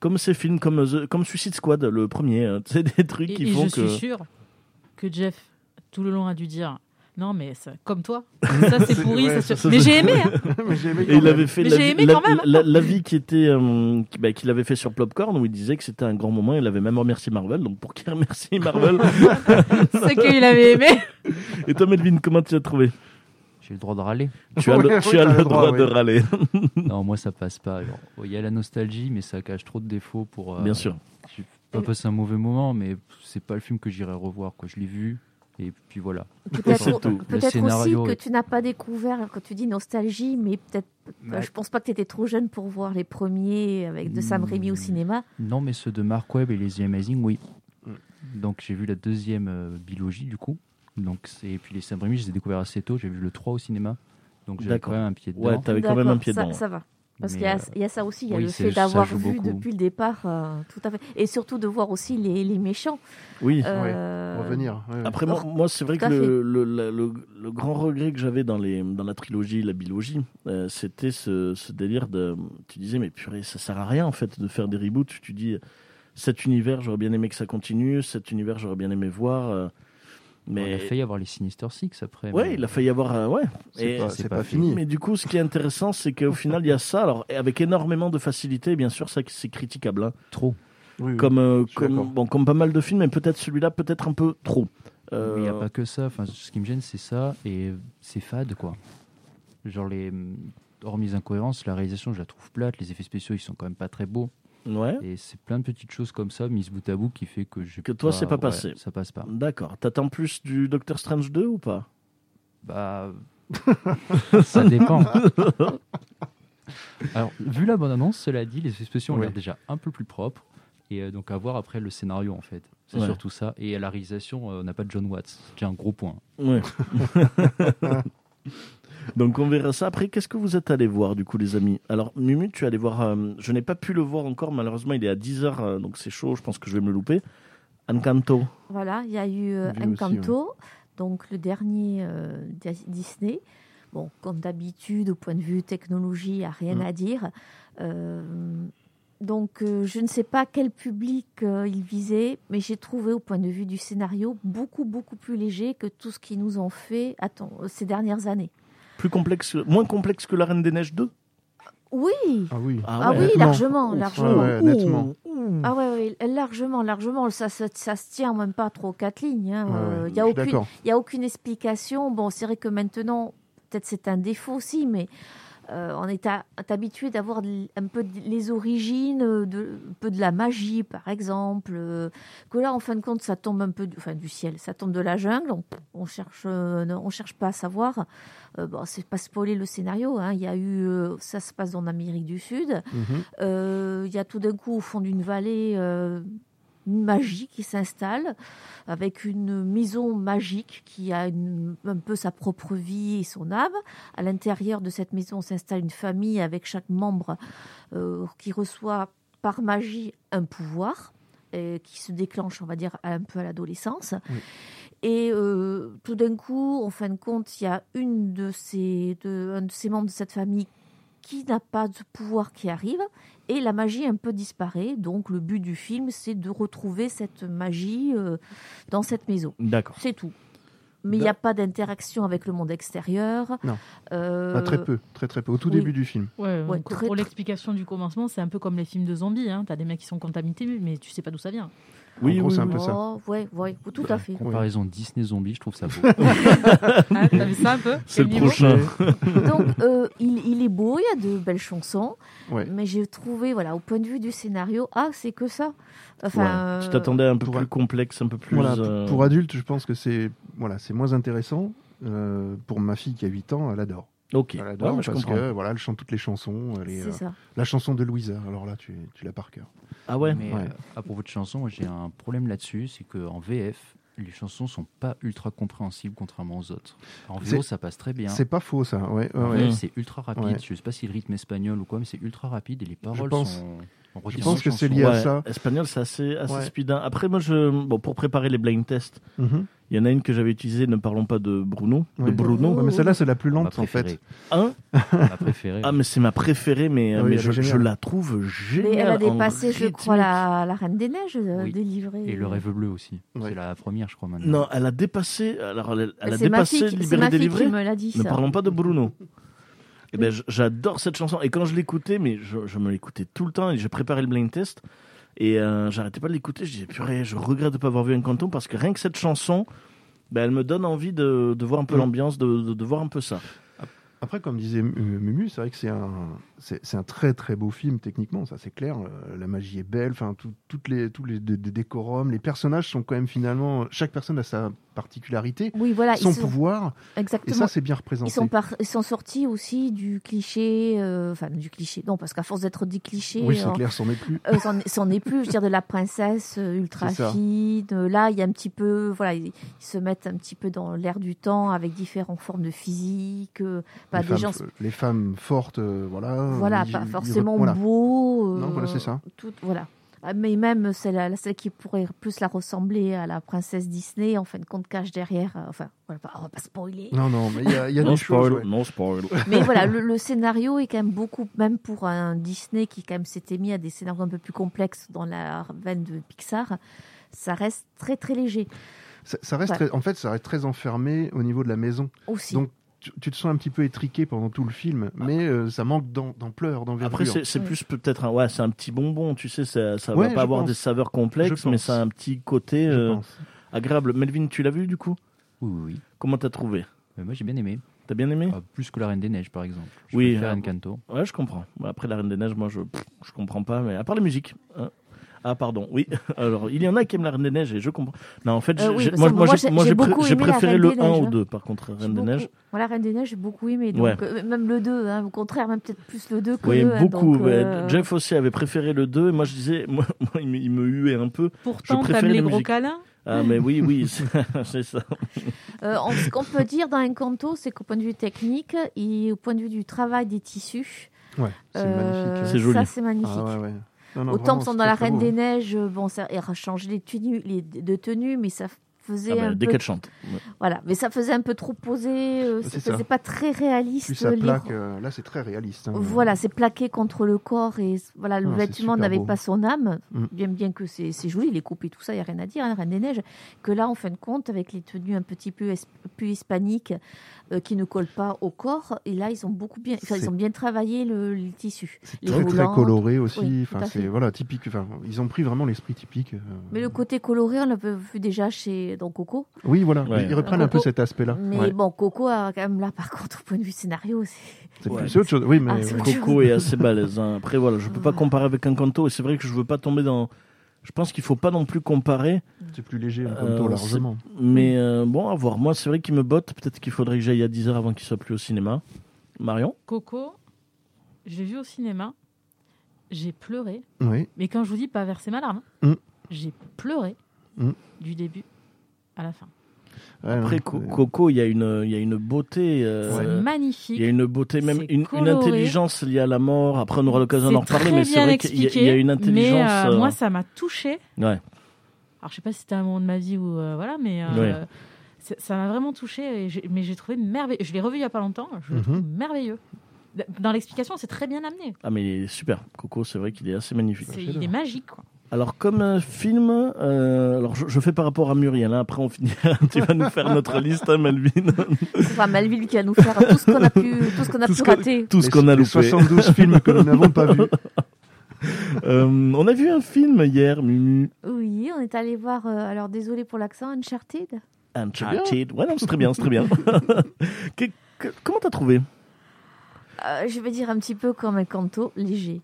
[SPEAKER 4] comme ces films, comme, euh, The- comme Suicide Squad, le premier, hein, *laughs* tu sais, des trucs
[SPEAKER 5] Et,
[SPEAKER 4] qui
[SPEAKER 5] et
[SPEAKER 4] font
[SPEAKER 5] je
[SPEAKER 4] que.
[SPEAKER 5] suis sûr que Jeff, tout le long, a dû dire Non, mais ça- comme toi, ça
[SPEAKER 4] *laughs*
[SPEAKER 5] c'est pourri.
[SPEAKER 6] ouais, ça,
[SPEAKER 5] ça, c'est- mais j'ai aimé. hein.
[SPEAKER 6] *laughs* Mais j'ai aimé
[SPEAKER 4] Et
[SPEAKER 6] quand
[SPEAKER 4] il
[SPEAKER 6] même.
[SPEAKER 4] avait fait
[SPEAKER 5] Mais
[SPEAKER 4] la,
[SPEAKER 5] j'ai
[SPEAKER 4] vie-
[SPEAKER 5] aimé
[SPEAKER 4] la-
[SPEAKER 5] quand même. hein.
[SPEAKER 4] la- la vie qui était, euh, qui- bah, qu'il avait fait sur Popcorn, où il disait que c'était un grand moment, il avait même remercié Marvel, donc pour qui remercier Marvel
[SPEAKER 5] *laughs* hein. C'est qu'il
[SPEAKER 4] *laughs*
[SPEAKER 5] avait aimé.
[SPEAKER 4] Et toi, Melvin, comment tu as trouvé
[SPEAKER 9] J'ai le droit
[SPEAKER 6] *laughs*
[SPEAKER 9] de râler.
[SPEAKER 4] Tu as le,
[SPEAKER 6] Ouais, oui,
[SPEAKER 4] tu as
[SPEAKER 6] t'as
[SPEAKER 4] le droit, de
[SPEAKER 6] oui.
[SPEAKER 4] râler,
[SPEAKER 9] non, moi, ça passe pas. Genre, bon, Il y a la nostalgie, mais ça cache trop de défauts pour. euh,
[SPEAKER 4] bien sûr.
[SPEAKER 9] J'ai pas passé un mauvais moment, mais c'est pas le film que j'irai revoir, quoi. Je l'ai vu, et puis voilà.
[SPEAKER 1] Peut-être
[SPEAKER 4] c'est
[SPEAKER 1] au-
[SPEAKER 4] tout.
[SPEAKER 9] Le
[SPEAKER 1] peut-être aussi
[SPEAKER 9] scénario
[SPEAKER 1] que
[SPEAKER 9] est-
[SPEAKER 1] tu n'as pas découvert, quand tu dis nostalgie, mais peut-être Euh, Je pense pas que tu étais trop jeune pour voir les premiers avec de Sam Raimi au
[SPEAKER 9] Mm.
[SPEAKER 1] cinéma.
[SPEAKER 9] Non, mais ceux de Mark Webb et les The Amazing, oui.
[SPEAKER 4] Mm.
[SPEAKER 9] Donc j'ai vu la deuxième euh, biologie du coup. Donc c'est et puis les Sam Raimi, je les ai découverts assez tôt. J'ai vu le 3 au cinéma. Donc j'avais
[SPEAKER 4] D'accord.
[SPEAKER 9] quand même un pied dedans.
[SPEAKER 4] Ouais, t'avais quand même un
[SPEAKER 1] D'accord,
[SPEAKER 4] pied
[SPEAKER 1] ça,
[SPEAKER 4] dedans.
[SPEAKER 1] Ça va. Parce
[SPEAKER 9] Mais,
[SPEAKER 1] qu'il y, a-
[SPEAKER 9] euh,
[SPEAKER 1] il y a ça aussi, il y a
[SPEAKER 9] oui,
[SPEAKER 1] le
[SPEAKER 9] c'est-
[SPEAKER 1] fait
[SPEAKER 9] ça
[SPEAKER 1] d'avoir
[SPEAKER 9] joue
[SPEAKER 1] vu
[SPEAKER 9] beaucoup.
[SPEAKER 1] depuis le départ, euh, tout à fait. Et surtout de voir aussi les, les méchants.
[SPEAKER 4] Oui.
[SPEAKER 1] euh,
[SPEAKER 6] Revenir. ouais.
[SPEAKER 4] Après, moi,
[SPEAKER 1] Or-
[SPEAKER 4] moi, c'est vrai
[SPEAKER 1] tout
[SPEAKER 4] que
[SPEAKER 1] à
[SPEAKER 4] le, le, la- le- le grand regret que j'avais dans, les, dans la trilogie, la biologie, euh, c'était ce, ce délire de. Tu disais, mais purée, ça sert à rien en fait de faire des reboots. Tu dis, cet univers, j'aurais bien aimé que ça continue, cet univers, j'aurais bien aimé voir. euh,
[SPEAKER 9] Mais...
[SPEAKER 4] mais.
[SPEAKER 9] Il a failli avoir les Sinister Six après.
[SPEAKER 4] Ouais,
[SPEAKER 9] mais
[SPEAKER 4] il a failli avoir. euh, ouais.
[SPEAKER 6] C'est
[SPEAKER 4] Et-
[SPEAKER 6] pas,
[SPEAKER 9] c'est
[SPEAKER 6] c'est
[SPEAKER 9] pas
[SPEAKER 6] pas
[SPEAKER 9] fait.
[SPEAKER 6] fini.
[SPEAKER 4] Mais du coup, ce qui est intéressant, c'est qu'au final, il y a ça. Alors, et avec énormément de facilité, bien sûr, ça c'est critiquable. hein.
[SPEAKER 9] trop.
[SPEAKER 6] Oui, oui.
[SPEAKER 4] Comme, euh,
[SPEAKER 6] suis d'accord.
[SPEAKER 4] comme, bon, comme pas mal de films, mais peut-être celui-là, peut-être un peu trop.
[SPEAKER 9] Mais il n'y a
[SPEAKER 4] Euh,
[SPEAKER 9] pas que ça. Enfin, ce qui me gêne, c'est ça et c'est fade quoi. Genre les hormis les incohérences, la réalisation, je la trouve plate. Les effets spéciaux, ils sont quand même pas très beaux.
[SPEAKER 4] Euh, Ouais.
[SPEAKER 9] Et c'est plein de petites choses comme ça, mises bout à bout, qui fait que j'ai
[SPEAKER 4] Que toi, c'est pas passé.
[SPEAKER 9] Ça passe pas.
[SPEAKER 4] D'accord. T'attends plus du Doctor Strange 2 ou pas
[SPEAKER 9] *laughs* Bah. ça dépend. *laughs* Alors, vu la bonne annonce, cela dit, les effets spéciaux ont
[SPEAKER 6] Oui.
[SPEAKER 9] l'air déjà un peu plus propres. Et euh, donc, à voir après le scénario, en fait. C'est
[SPEAKER 4] Ouais.
[SPEAKER 9] surtout ça. Et à la réalisation, euh, on n'a pas de John Watts. C'est un gros point.
[SPEAKER 4] Ouais. *laughs* Donc on verra ça. Après, qu'est-ce que vous êtes allé voir du coup, les amis Alors Mumu, tu es allé voir. euh, je n'ai pas pu le voir encore, malheureusement, il est à 10h, euh, donc c'est chaud, je pense que je vais me le louper. Encanto.
[SPEAKER 1] Voilà, il y a eu euh,
[SPEAKER 6] Vu aussi,
[SPEAKER 1] Encanto, donc le dernier euh, Di- Disney. Bon, comme d'habitude, au point de vue technologie, il n'y a rien
[SPEAKER 4] Mm.
[SPEAKER 1] à dire. Euh, donc, euh, je ne sais pas quel public euh, il visait, mais j'ai trouvé, au point de vue du scénario, beaucoup, beaucoup plus léger que tout ce qu'ils nous ont fait attends, euh, ces dernières années.
[SPEAKER 4] Plus complexe, moins complexe que La Reine des Neiges 2
[SPEAKER 1] Oui
[SPEAKER 6] Ah oui.
[SPEAKER 1] Ah oui,
[SPEAKER 6] Nettement.
[SPEAKER 1] largement,
[SPEAKER 6] Ouf,
[SPEAKER 1] largement.
[SPEAKER 6] ouais, ouais, nettement.
[SPEAKER 4] Ouh.
[SPEAKER 1] Ah ouais, ouais, largement, largement. Ça, se- ça se tient même pas trop aux quatre lignes. hein.
[SPEAKER 6] Ouais, ouais,
[SPEAKER 1] Euh,
[SPEAKER 6] je
[SPEAKER 1] Il n'y a
[SPEAKER 6] suis
[SPEAKER 1] aucune
[SPEAKER 6] D'accord.
[SPEAKER 1] Il n'y a aucune explication. Bon, c'est vrai que maintenant, peut-être c'est un défaut aussi, mais euh, on est à- habitué d'avoir de- un peu de- les origines, euh, de, un peu de la magie, par exemple. euh, que là, en fin de compte, ça tombe un peu du, enfin, du ciel, ça tombe de la jungle. On, on cherche, euh, non, on cherche pas à savoir. Euh, bon, c'est pas spoiler le scénario. hein, Il y a eu, euh, ça se passe en Amérique du Sud.
[SPEAKER 6] Mhm.
[SPEAKER 1] Euh, Il y a tout d'un coup, au fond d'une vallée, euh, une magie qui s'installe, avec une maison magique qui a une- un peu sa propre vie et son âme. À l'intérieur de cette maison s'installe une famille avec chaque membre euh, qui reçoit par magie un pouvoir. euh, qui se déclenche, on va dire, un peu à l'adolescence.
[SPEAKER 6] Oui.
[SPEAKER 1] Et euh, tout d'un coup, en fin de compte, il y a une de ces, de- un de ces membres de cette famille qui n'a pas de pouvoir qui arrive et la magie un peu disparaît. Donc le but du film, c'est de retrouver cette magie euh, dans cette maison.
[SPEAKER 4] D'accord.
[SPEAKER 1] C'est tout. Mais il n'y a pas d'interaction avec le monde extérieur.
[SPEAKER 6] Non.
[SPEAKER 1] Euh,
[SPEAKER 6] Ah, très peu, très très peu. Au tout
[SPEAKER 1] oui.
[SPEAKER 6] début du film.
[SPEAKER 5] Ouais,
[SPEAKER 1] Ouais,
[SPEAKER 5] donc,
[SPEAKER 1] très,
[SPEAKER 5] pour
[SPEAKER 1] très-
[SPEAKER 5] l'explication du commencement, c'est un peu comme les films de zombies. Hein. T'as des mecs qui sont contaminés, mais tu sais pas d'où
[SPEAKER 4] *laughs*
[SPEAKER 5] ça vient.
[SPEAKER 4] Oui,
[SPEAKER 6] en gros,
[SPEAKER 4] oui,
[SPEAKER 6] c'est un
[SPEAKER 4] oui.
[SPEAKER 6] peu ça.
[SPEAKER 1] oh, ouais, ouais, tout à fait.
[SPEAKER 9] Comparaison Disney zombie, je trouve ça beau.
[SPEAKER 5] Ah, T'as vu ça un peu
[SPEAKER 4] C'est le
[SPEAKER 5] Quel niveau
[SPEAKER 4] prochain.
[SPEAKER 1] Donc, euh, il, il est beau, il y a de belles chansons,
[SPEAKER 6] Ouais.
[SPEAKER 1] mais j'ai trouvé, voilà, au point de vue du scénario, ah, c'est que ça. Enfin,
[SPEAKER 4] Ouais. Tu
[SPEAKER 1] euh,
[SPEAKER 4] t'attendais à un peu
[SPEAKER 6] pour
[SPEAKER 4] plus
[SPEAKER 6] un-
[SPEAKER 4] complexe, un peu plus.
[SPEAKER 6] Voilà,
[SPEAKER 4] euh,
[SPEAKER 6] pour- Pour adultes, je pense que c'est voilà, c'est moins intéressant. Euh, pour ma fille qui a 8 ans, elle adore.
[SPEAKER 4] Ok.
[SPEAKER 6] Elle
[SPEAKER 4] Ouais,
[SPEAKER 6] adore
[SPEAKER 4] mais je
[SPEAKER 6] parce
[SPEAKER 4] comprends.
[SPEAKER 6] que voilà, elle chante toutes les chansons. elle est,
[SPEAKER 1] c'est
[SPEAKER 6] euh,
[SPEAKER 1] ça.
[SPEAKER 6] la chanson de Louisa, alors là, tu, tu l'as par cœur.
[SPEAKER 4] Ah ouais.
[SPEAKER 9] Mais
[SPEAKER 6] *laughs* Ouais.
[SPEAKER 9] euh, à propos de chansons, moi, j'ai un problème là-dessus, c'est qu'en VF, les chansons sont pas ultra compréhensibles contrairement aux autres. En VO,
[SPEAKER 6] C'est-
[SPEAKER 9] ça passe très bien.
[SPEAKER 6] C'est pas faux, ça.
[SPEAKER 4] Ah
[SPEAKER 6] Ouais, ouais,
[SPEAKER 9] En
[SPEAKER 6] ouais.
[SPEAKER 9] VF, c'est ultra rapide.
[SPEAKER 6] Ouais.
[SPEAKER 9] Je sais pas si le rythme espagnol ou quoi, mais c'est ultra rapide et les paroles
[SPEAKER 6] pense-
[SPEAKER 9] sont. on
[SPEAKER 6] Je
[SPEAKER 9] retient
[SPEAKER 6] pense
[SPEAKER 9] la
[SPEAKER 6] que c'est
[SPEAKER 9] chanson.
[SPEAKER 6] lié à ça.
[SPEAKER 4] Espagnol, c'est assez, assez
[SPEAKER 6] Ouais.
[SPEAKER 4] speed. hein. Après, moi, je, bon, pour préparer les blind tests,
[SPEAKER 6] Mhm.
[SPEAKER 4] il y en a une que j'avais utilisée, ne parlons pas de Bruno.
[SPEAKER 6] Ouais.
[SPEAKER 4] De Bruno.
[SPEAKER 6] Ouais, mais celle-là, c'est la plus
[SPEAKER 9] Ma
[SPEAKER 6] lente, en fait.
[SPEAKER 9] préférée.
[SPEAKER 4] Hein
[SPEAKER 9] *laughs* Ma préférée.
[SPEAKER 4] Ah, mais c'est ma préférée, mais,
[SPEAKER 6] Ah oui,
[SPEAKER 4] mais
[SPEAKER 6] elle
[SPEAKER 4] je,
[SPEAKER 6] est géniale.
[SPEAKER 4] je la trouve géniale.
[SPEAKER 1] Mais elle a
[SPEAKER 4] en
[SPEAKER 1] dépassé, je
[SPEAKER 4] rythmique.
[SPEAKER 1] crois, la, la Reine des Neiges euh,
[SPEAKER 9] Oui.
[SPEAKER 1] délivrée.
[SPEAKER 9] Et le rêve bleu aussi.
[SPEAKER 6] Ouais.
[SPEAKER 9] C'est la première, je crois, maintenant.
[SPEAKER 4] Non, elle a dépassé. Alors, elle, elle a
[SPEAKER 1] C'est ma
[SPEAKER 4] dépassé
[SPEAKER 1] fille, qui- c'est
[SPEAKER 4] Libéré
[SPEAKER 1] ma fille
[SPEAKER 4] Délivré.
[SPEAKER 1] qui me l'a dit
[SPEAKER 4] Ne
[SPEAKER 1] ça.
[SPEAKER 4] parlons pas de Bruno. Eh ben, j- j'adore cette chanson. Et quand je l'écoutais, mais je, je me l'écoutais tout le temps et j'ai préparé le blind test. Et euh, j'arrêtais pas de l'écouter. Je disais, purée, je regrette de pas avoir vu un canton parce que rien que cette chanson, ben, elle me donne envie de, de voir un peu
[SPEAKER 6] Mm.
[SPEAKER 4] l'ambiance, de, de, de voir un peu ça.
[SPEAKER 6] Après, comme disait M- euh, Mumu, c'est vrai que c'est un, c'est c'est un très très beau film techniquement, ça c'est clair. Euh, La magie est belle, enfin tout- toutes les tous les dé- dé- décorums, les personnages sont quand même finalement, chaque personne a sa particularité,
[SPEAKER 1] Oui, voilà,
[SPEAKER 6] son
[SPEAKER 1] Ah, ils sont,
[SPEAKER 6] pouvoir, et
[SPEAKER 1] exactement.
[SPEAKER 6] ça c'est bien représenté.
[SPEAKER 1] ils, sont par- ils sont sortis aussi du cliché, euh, enfin du cliché, non, parce qu'à force d'être des clichés,
[SPEAKER 6] oui, c'est
[SPEAKER 1] euh,
[SPEAKER 6] clair, c'en est
[SPEAKER 1] *laughs*
[SPEAKER 6] plus.
[SPEAKER 1] euh, c'en est- c'en est plus, je veux dire, de la princesse euh,
[SPEAKER 6] *laughs*
[SPEAKER 1] ultra
[SPEAKER 6] C'est ça.
[SPEAKER 1] fine. Euh, Là, il y a un petit peu, voilà, ils, ils se mettent un petit peu dans l'air du temps avec différentes formes de physique, euh, pas
[SPEAKER 6] les,
[SPEAKER 1] des
[SPEAKER 6] femmes,
[SPEAKER 1] gens.
[SPEAKER 6] euh, les femmes fortes, euh, voilà.
[SPEAKER 1] Voilà,
[SPEAKER 6] ils-
[SPEAKER 1] pas
[SPEAKER 6] ils-
[SPEAKER 1] forcément
[SPEAKER 6] voilà.
[SPEAKER 1] beau.
[SPEAKER 6] Non, voilà,
[SPEAKER 1] euh,
[SPEAKER 6] c'est ça.
[SPEAKER 1] tout- voilà. Ah, Mais même celle, la celle qui pourrait plus la ressembler à la princesse Disney, en fin de compte, cache derrière. euh, Enfin, voilà, pas- on va pas spoiler.
[SPEAKER 6] Non, non, mais il y a, il y a des choses. ouais.
[SPEAKER 4] non
[SPEAKER 6] *laughs*
[SPEAKER 4] spoil. *laughs*
[SPEAKER 1] Mais voilà, le, le scénario est quand même beaucoup, même pour un Disney qui quand même s'était mis à des scénarios un peu plus complexes dans la veine de Pixar, ça reste très très léger
[SPEAKER 6] Ça, ça reste
[SPEAKER 1] Ouais.
[SPEAKER 6] très- en fait, ça reste très enfermé au niveau de la maison.
[SPEAKER 1] aussi.
[SPEAKER 6] Donc, Tu, tu te sens un petit peu étriqué pendant tout le film, mais euh, ça manque d'am- d'ampleur, d'envergure.
[SPEAKER 4] Après, c'est c'est
[SPEAKER 1] Ouais.
[SPEAKER 4] plus peut-être un, ouais, c'est un petit bonbon, tu sais, ça, ça
[SPEAKER 6] Ouais,
[SPEAKER 4] va
[SPEAKER 6] je
[SPEAKER 4] pas avoir
[SPEAKER 6] pense.
[SPEAKER 4] des saveurs
[SPEAKER 6] Je
[SPEAKER 4] complexes,
[SPEAKER 6] pense.
[SPEAKER 4] mais ça a un petit côté
[SPEAKER 6] je
[SPEAKER 4] euh,
[SPEAKER 6] pense.
[SPEAKER 4] agréable. Melvin, tu l'as vu du coup
[SPEAKER 9] Oui, oui, oui.
[SPEAKER 4] Comment t'as trouvé
[SPEAKER 9] Mais moi, j'ai bien aimé.
[SPEAKER 4] T'as bien aimé
[SPEAKER 9] Ah, plus que la Reine des Neiges, par exemple. Je
[SPEAKER 4] Oui,
[SPEAKER 9] préfère
[SPEAKER 4] euh,
[SPEAKER 9] Encanto.
[SPEAKER 4] Ouais, je comprends. Bah, Après, La Reine des Neiges, moi, je, pff, je comprends pas, mais à part la musique. hein. Ah pardon, oui. *laughs* Alors il y en a qui aiment la Reine des Neiges et je comprends. Non, en fait, j'ai-
[SPEAKER 1] Euh, oui,
[SPEAKER 4] j'ai-
[SPEAKER 1] parce
[SPEAKER 4] moi,
[SPEAKER 1] que
[SPEAKER 4] moi,
[SPEAKER 1] moi,
[SPEAKER 4] j'ai
[SPEAKER 1] j'ai-
[SPEAKER 4] moi,
[SPEAKER 1] j'ai
[SPEAKER 4] j'ai pré-
[SPEAKER 1] beaucoup
[SPEAKER 4] j'ai
[SPEAKER 1] aimé la
[SPEAKER 4] préféré
[SPEAKER 1] Reine
[SPEAKER 4] le
[SPEAKER 1] des
[SPEAKER 4] 1
[SPEAKER 1] Neiges,
[SPEAKER 4] ou
[SPEAKER 1] hein.
[SPEAKER 4] 2 par contre, Reine des
[SPEAKER 1] Beaucoup-
[SPEAKER 4] Neiges.
[SPEAKER 1] Voilà, Reine des Neiges, j'ai beaucoup aimé. Donc,
[SPEAKER 4] Ouais.
[SPEAKER 1] euh, même le 2, hein, au contraire, même peut-être plus le 2 que
[SPEAKER 4] Oui,
[SPEAKER 1] le 1.
[SPEAKER 4] beaucoup.
[SPEAKER 1] donc,
[SPEAKER 4] ouais.
[SPEAKER 1] euh,
[SPEAKER 4] Jeff aussi avait préféré le 2 et moi je disais, *laughs* moi, moi, il, me, il me huait un peu.
[SPEAKER 5] Pourtant,
[SPEAKER 4] préfère
[SPEAKER 5] t'aimes les
[SPEAKER 4] les
[SPEAKER 5] gros
[SPEAKER 4] musiques.
[SPEAKER 5] câlins.
[SPEAKER 4] Ah mais oui, oui, *laughs* c'est c'est ça.
[SPEAKER 1] euh, on- ce qu'on peut dire dans Encanto, c'est qu'au point de vue technique et au point de vue du travail des tissus,
[SPEAKER 6] Ouais, c'est
[SPEAKER 1] euh,
[SPEAKER 6] magnifique. hein.
[SPEAKER 4] C'est joli.
[SPEAKER 1] ça c'est magnifique.
[SPEAKER 6] Ah, ouais, ouais. Non, non,
[SPEAKER 1] Autant
[SPEAKER 6] vraiment,
[SPEAKER 1] sont
[SPEAKER 6] c'est
[SPEAKER 1] dans
[SPEAKER 6] très,
[SPEAKER 1] la
[SPEAKER 6] très
[SPEAKER 1] Reine
[SPEAKER 6] beau.
[SPEAKER 4] hein.
[SPEAKER 1] des Neiges, euh, bon, ça et change les tenues, les de tenues, mais ça faisait
[SPEAKER 4] Ah, bah,
[SPEAKER 1] un
[SPEAKER 4] dès
[SPEAKER 1] peu,
[SPEAKER 4] qu'elle chante. Ouais.
[SPEAKER 1] voilà, mais ça faisait un peu trop posé, euh, ça
[SPEAKER 6] C'est ça.
[SPEAKER 1] faisait pas très réaliste.
[SPEAKER 6] Puis ça
[SPEAKER 1] les-
[SPEAKER 6] plaque, euh, là c'est très réaliste. hein.
[SPEAKER 1] Voilà, c'est plaqué contre le corps et voilà, le
[SPEAKER 6] Ah, c'est
[SPEAKER 1] vêtement
[SPEAKER 6] super
[SPEAKER 1] n'avait
[SPEAKER 6] beau.
[SPEAKER 1] pas son âme.
[SPEAKER 6] Mm.
[SPEAKER 1] Bien, bien que c'est c'est joli, les coupes et tout ça, il n'y a rien à dire, hein, Reine des Neiges. Que là, en fin de compte, avec les tenues un petit peu, es- plus hispaniques euh, qui ne collent pas au corps, et là, ils ont beaucoup bien, enfin,
[SPEAKER 6] C'est-
[SPEAKER 1] ils ont bien travaillé le, le tissu.
[SPEAKER 6] C'est
[SPEAKER 1] Les
[SPEAKER 6] très, très
[SPEAKER 1] roulantes.
[SPEAKER 6] coloré aussi.
[SPEAKER 1] Oui, tout
[SPEAKER 6] enfin,
[SPEAKER 1] à
[SPEAKER 6] c'est
[SPEAKER 1] fait.
[SPEAKER 6] voilà typique. Enfin, ils ont pris vraiment l'esprit typique. euh.
[SPEAKER 1] Mais le côté coloré, on l'avait vu déjà chez dans Coco.
[SPEAKER 6] Oui, voilà.
[SPEAKER 4] Ouais.
[SPEAKER 6] Ils reprennent un peu
[SPEAKER 1] Coco.
[SPEAKER 6] cet aspect-là.
[SPEAKER 1] Mais
[SPEAKER 6] Ah. Ouais.
[SPEAKER 1] bon, Coco a quand même là, par contre, au point de vue scénario, c'est
[SPEAKER 6] C'est
[SPEAKER 4] Ouais.
[SPEAKER 6] plus autre chose. Oui, mais
[SPEAKER 1] Ah,
[SPEAKER 6] ouais.
[SPEAKER 1] c'est autre
[SPEAKER 4] Coco est assez balèze. hein. Après voilà, je peux pas comparer avec Encanto et c'est vrai que je veux pas tomber dans. Je pense qu'il faut pas non plus comparer,
[SPEAKER 6] c'est plus léger un
[SPEAKER 4] Euh,
[SPEAKER 6] peu
[SPEAKER 4] c'est-
[SPEAKER 6] largement.
[SPEAKER 4] mais euh, bon, à voir. Moi, c'est vrai qu'il me botte. Peut-être qu'il faudrait que j'aille à 10h avant qu'il soit plus au cinéma. Marion
[SPEAKER 5] Coco, je l'ai vu au cinéma. J'ai pleuré.
[SPEAKER 6] Oui.
[SPEAKER 5] Mais quand je vous dis pas verser ma larme,
[SPEAKER 6] Mm.
[SPEAKER 5] j'ai pleuré
[SPEAKER 6] Mm.
[SPEAKER 5] du début à la fin.
[SPEAKER 6] Ouais,
[SPEAKER 4] Après,
[SPEAKER 6] Ah,
[SPEAKER 4] Co-
[SPEAKER 6] ouais.
[SPEAKER 4] Coco, il y, a une- il y a une beauté. euh,
[SPEAKER 5] C'est
[SPEAKER 4] Il
[SPEAKER 5] magnifique.
[SPEAKER 4] y a une beauté, même
[SPEAKER 5] C'est
[SPEAKER 4] une, une
[SPEAKER 5] coloré.
[SPEAKER 4] intelligence liée à la mort. Après, on aura l'occasion
[SPEAKER 5] C'est
[SPEAKER 4] d'en reparler,
[SPEAKER 5] très
[SPEAKER 4] mais c'est
[SPEAKER 5] bien
[SPEAKER 4] vrai qu'il y, a- il y a une
[SPEAKER 5] expliqué, mais,
[SPEAKER 4] intelligence.
[SPEAKER 5] euh,
[SPEAKER 4] euh,
[SPEAKER 5] moi, ça m'a touché.
[SPEAKER 4] ouais.
[SPEAKER 5] Alors, je sais pas si c'était un moment de ma vie ou euh, voilà, mais euh, c'est- ça m'a vraiment touché. mais j'ai trouvé merveilleux. Je l'ai revu il y a pas longtemps. Je le
[SPEAKER 6] Mhm.
[SPEAKER 5] trouve merveilleux. D- Dans l'explication, c'est très bien amené.
[SPEAKER 4] Ah, mais il est super. Coco, c'est vrai qu'il est assez magnifique.
[SPEAKER 6] bah,
[SPEAKER 5] C'est- il est magique. Quoi.
[SPEAKER 4] Alors, comme euh, film, euh, alors je, je fais par rapport à Muriel. hein. Après, on finit. *laughs* tu vas nous faire notre liste, hein,
[SPEAKER 5] *laughs*
[SPEAKER 4] Melvin.
[SPEAKER 1] enfin, Malville qui va nous faire tout ce qu'on a pu, tout ce qu'on a
[SPEAKER 4] Tout
[SPEAKER 1] pu
[SPEAKER 4] ce que-
[SPEAKER 1] rater.
[SPEAKER 4] Tout ce qu'on a
[SPEAKER 6] Les
[SPEAKER 4] loupé.
[SPEAKER 6] 72 films que nous n'avons pas
[SPEAKER 4] *laughs*
[SPEAKER 6] vus.
[SPEAKER 4] Euh, on a vu un film hier, Mumu.
[SPEAKER 1] Oui, on est allé voir. euh, alors, désolé pour l'accent, Uncharted.
[SPEAKER 4] Uncharted. Ouais, non, c'est très bien, c'est très *laughs* bien. Que- que- comment t'as trouvé
[SPEAKER 1] Euh, je vais dire un petit peu comme un canto léger.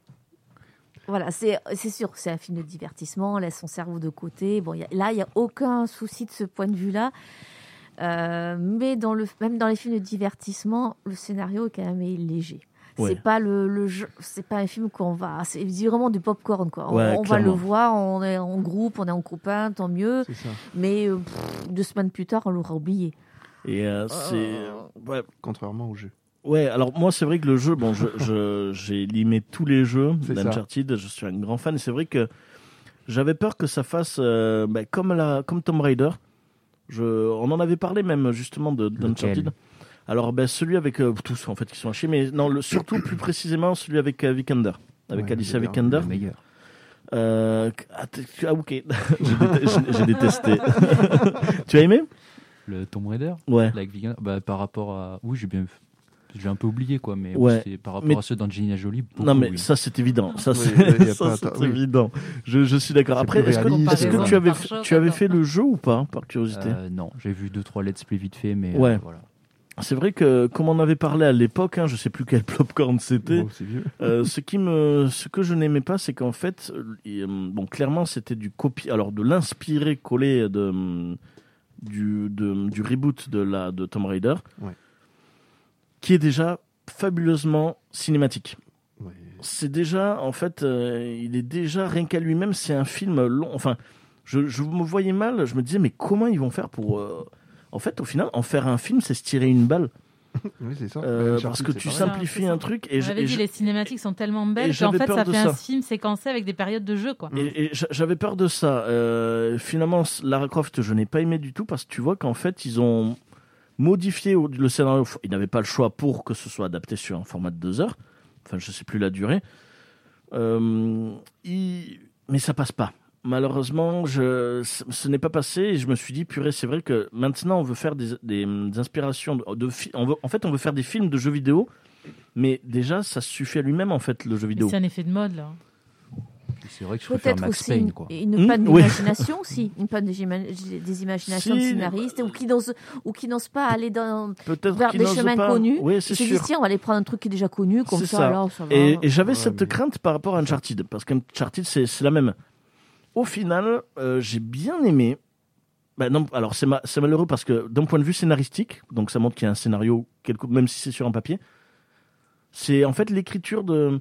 [SPEAKER 1] Voilà, c'est c'est sûr, c'est un film de divertissement, on laisse son cerveau de côté. Bon, il y a- là, il n'y a aucun souci de ce point de vue-là. Euh, mais dans le, même dans les films de divertissement, le scénario est quand même léger.
[SPEAKER 4] Ouais.
[SPEAKER 1] C'est pas le, le jeu- c'est pas un film qu'on va, c'est c'est vraiment du popcorn quoi. On,
[SPEAKER 4] Ouais,
[SPEAKER 1] on va le
[SPEAKER 4] clairement.
[SPEAKER 1] voir, on est en groupe, on est en copain, tant mieux.
[SPEAKER 6] C'est ça.
[SPEAKER 1] Mais euh, pff, deux semaines plus tard, on l'aura oublié.
[SPEAKER 4] Et
[SPEAKER 6] Ah.
[SPEAKER 4] euh, c'est. Ouais,
[SPEAKER 6] Contrairement au jeu.
[SPEAKER 4] Ouais, alors moi c'est vrai que le jeu, bon, je- je j'ai limé tous les jeux
[SPEAKER 6] C'est ça.
[SPEAKER 4] d'Uncharted, je suis un grand fan, et c'est vrai que j'avais peur que ça fasse euh, bah, comme la comme Tomb Raider. Je, on en avait parlé même justement de d'Uncharted.
[SPEAKER 9] Lequel
[SPEAKER 4] Alors bah, celui avec euh, tous en fait qui sont à chier, mais non, le, surtout plus précisément celui avec euh, Vikander, avec
[SPEAKER 6] Ouais,
[SPEAKER 4] Alicia
[SPEAKER 6] le meilleur,
[SPEAKER 4] Vikander.
[SPEAKER 9] Le meilleur.
[SPEAKER 4] Euh, ah, t'es- ah,
[SPEAKER 6] *laughs*
[SPEAKER 4] ok, j'ai déte- j'ai détesté. *laughs* tu as aimé
[SPEAKER 9] Le Tomb Raider
[SPEAKER 4] Ouais.
[SPEAKER 9] Like Vegan, bah, par rapport à. Oui, j'ai bien. Je l'ai un peu oublié, quoi, mais
[SPEAKER 4] Ouais.
[SPEAKER 9] c'est par rapport
[SPEAKER 4] Mais-
[SPEAKER 9] à ceux d'Angelina Jolie. beaucoup,
[SPEAKER 4] Non mais
[SPEAKER 9] oui.
[SPEAKER 4] ça c'est évident, ça
[SPEAKER 6] Oui,
[SPEAKER 4] c'est
[SPEAKER 6] oui, y
[SPEAKER 4] *laughs*
[SPEAKER 6] a
[SPEAKER 4] ça,
[SPEAKER 6] pas à
[SPEAKER 4] c'est
[SPEAKER 6] ta- oui.
[SPEAKER 4] évident. Je, je suis d'accord.
[SPEAKER 6] C'est
[SPEAKER 4] Après,
[SPEAKER 6] plus
[SPEAKER 4] est-ce que,
[SPEAKER 6] réaliste,
[SPEAKER 4] est-ce que
[SPEAKER 6] euh,
[SPEAKER 4] tu avais
[SPEAKER 5] par
[SPEAKER 4] fait,
[SPEAKER 5] chose,
[SPEAKER 4] tu avais
[SPEAKER 5] d'accord.
[SPEAKER 4] fait le jeu ou pas par curiosité
[SPEAKER 9] Euh, non, j'ai vu deux trois let's play vite fait, mais euh,
[SPEAKER 4] Ouais.
[SPEAKER 9] voilà.
[SPEAKER 4] C'est vrai que comme on avait parlé à l'époque, hein, je sais plus quel *laughs* popcorn c'était.
[SPEAKER 6] Bon, c'est vieux.
[SPEAKER 4] euh, ce qui me, ce que je n'aimais pas, c'est qu'en fait, euh, il- euh, bon, clairement c'était du copie, alors de l'inspiré collé de hum, du de- du reboot de la de Tomb Raider,
[SPEAKER 6] Ouais.
[SPEAKER 4] qui est déjà fabuleusement cinématique.
[SPEAKER 6] Ouais.
[SPEAKER 4] C'est déjà, en fait, euh, il est déjà rien qu'à lui-même, c'est un film long. Enfin, je, je me voyais mal, je me disais, mais comment ils vont faire pour. euh, En fait, au final, en faire un film, c'est se tirer une balle.
[SPEAKER 6] Oui, c'est ça.
[SPEAKER 4] Euh,
[SPEAKER 6] Uncharted,
[SPEAKER 4] parce que
[SPEAKER 6] c'est
[SPEAKER 4] tu
[SPEAKER 6] pareil.
[SPEAKER 4] simplifies
[SPEAKER 5] C'est ça.
[SPEAKER 4] un truc et
[SPEAKER 5] On
[SPEAKER 4] je-
[SPEAKER 5] avait
[SPEAKER 4] et
[SPEAKER 5] dit,
[SPEAKER 4] je-
[SPEAKER 5] les cinématiques sont tellement
[SPEAKER 4] et
[SPEAKER 5] belles qu'en
[SPEAKER 4] j'avais
[SPEAKER 5] fait,
[SPEAKER 4] peur
[SPEAKER 5] ça
[SPEAKER 4] de
[SPEAKER 5] fait
[SPEAKER 4] ça.
[SPEAKER 5] un film séquencé avec des périodes de jeu. Quoi.
[SPEAKER 4] et- et j'a- j'avais peur de ça. Euh, finalement, s- Lara Croft, je n'ai pas aimé du tout parce que tu vois qu'en fait, ils ont modifié au- le scénario. Ils n'avaient pas le choix pour que ce soit adapté sur un format de deux heures. Enfin, je sais plus la durée. Euh, il- Mais ça passe pas. Malheureusement, je... ce ce n'est pas passé et je me suis dit, purée, c'est vrai que maintenant on veut faire des, des, des inspirations. De, de fi- on veut- En fait, on veut faire des films de jeux vidéo, mais déjà, ça suffit à lui-même, en fait, le jeu
[SPEAKER 5] Mais
[SPEAKER 4] vidéo.
[SPEAKER 5] C'est un effet de mode. Là.
[SPEAKER 9] C'est vrai que je préfère
[SPEAKER 1] Peut-être
[SPEAKER 9] Max
[SPEAKER 1] aussi
[SPEAKER 9] Payne,
[SPEAKER 1] une,
[SPEAKER 9] quoi.
[SPEAKER 1] une
[SPEAKER 4] Hmm,
[SPEAKER 1] panne
[SPEAKER 4] oui.
[SPEAKER 1] d'imagination aussi, une panne de gima- des imaginations de
[SPEAKER 4] Si.
[SPEAKER 1] scénaristes ou qui n'osent ou qui n'osent pas aller dans
[SPEAKER 4] Peut-être
[SPEAKER 1] vers
[SPEAKER 4] qu'il
[SPEAKER 1] des
[SPEAKER 4] n'ose
[SPEAKER 1] chemins
[SPEAKER 4] pas.
[SPEAKER 1] connus.
[SPEAKER 4] Oui,
[SPEAKER 1] Ils
[SPEAKER 4] c'est
[SPEAKER 1] se
[SPEAKER 4] sûr.
[SPEAKER 1] disent tiens on va aller prendre un truc qui est déjà connu comme
[SPEAKER 4] C'est
[SPEAKER 1] ça,
[SPEAKER 4] ça.
[SPEAKER 1] alors ça va.
[SPEAKER 4] Et, et j'avais
[SPEAKER 6] Ouais,
[SPEAKER 4] cette
[SPEAKER 6] mais-
[SPEAKER 4] crainte par rapport à Uncharted, parce qu'Uncharted, c'est c'est la même. au final, euh, j'ai bien aimé. Bah, non, alors c'est ma- c'est malheureux parce que d'un point de vue scénaristique, donc ça montre qu'il y a un scénario, quelque- même si c'est sur un papier, c'est en fait l'écriture de,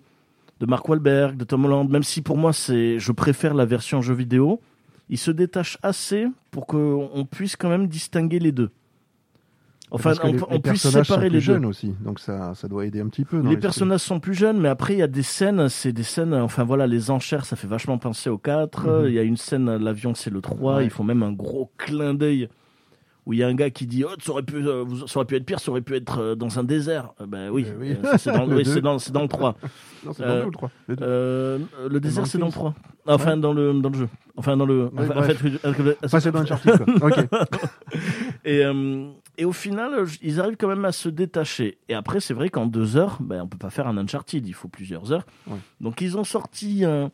[SPEAKER 4] de Mark Wahlberg, de Tom Holland, même si pour moi c'est, je préfère la version jeu vidéo, il se détache assez pour qu'on puisse quand même distinguer les deux. Enfin,
[SPEAKER 6] Parce que
[SPEAKER 4] on,
[SPEAKER 6] les,
[SPEAKER 4] on
[SPEAKER 6] les
[SPEAKER 4] puisse séparer
[SPEAKER 6] personnages sont plus
[SPEAKER 4] les deux.
[SPEAKER 6] jeunes aussi, donc ça, ça doit aider un petit peu. dans
[SPEAKER 4] Les
[SPEAKER 6] les-
[SPEAKER 4] personnages sont plus jeunes, mais après, il y a des scènes, c'est des scènes, enfin voilà, les enchères, ça fait vachement penser au 4.
[SPEAKER 6] Mhm.
[SPEAKER 4] Il y a une scène, l'avion, c'est le 3.
[SPEAKER 6] Ouais.
[SPEAKER 4] Ils font même un gros clin d'œil où il y a un gars qui dit Oh, ça aurait pu, euh, vous- ça aurait pu être pire, ça aurait pu être euh, dans un désert. Euh, ben oui,
[SPEAKER 6] Euh, oui.
[SPEAKER 4] euh, ça, c'est dans,
[SPEAKER 6] *laughs* Le
[SPEAKER 4] oui,
[SPEAKER 6] deux.
[SPEAKER 4] c'est dans, c'est dans le
[SPEAKER 6] *laughs*
[SPEAKER 4] 3.
[SPEAKER 6] Non, c'est dans
[SPEAKER 4] Euh,
[SPEAKER 6] deux ou trois. Les deux.
[SPEAKER 4] Euh, le désert, c'est dans le 3. Enfin,
[SPEAKER 6] Ouais.
[SPEAKER 4] dans, le, dans le jeu. Enfin, dans le.
[SPEAKER 6] Oui,
[SPEAKER 4] enfin, en
[SPEAKER 6] bref.
[SPEAKER 4] fait, euh, euh,
[SPEAKER 6] Enfin, c'est dans Uncharted,
[SPEAKER 4] *laughs*
[SPEAKER 6] quoi. Ok.
[SPEAKER 4] et, euh, et au final, euh, j- ils arrivent quand même à se détacher. Et après, c'est vrai qu'en deux heures, ben, on peut pas faire un Uncharted, il faut plusieurs heures.
[SPEAKER 6] Ouais.
[SPEAKER 4] Donc ils ont sorti un,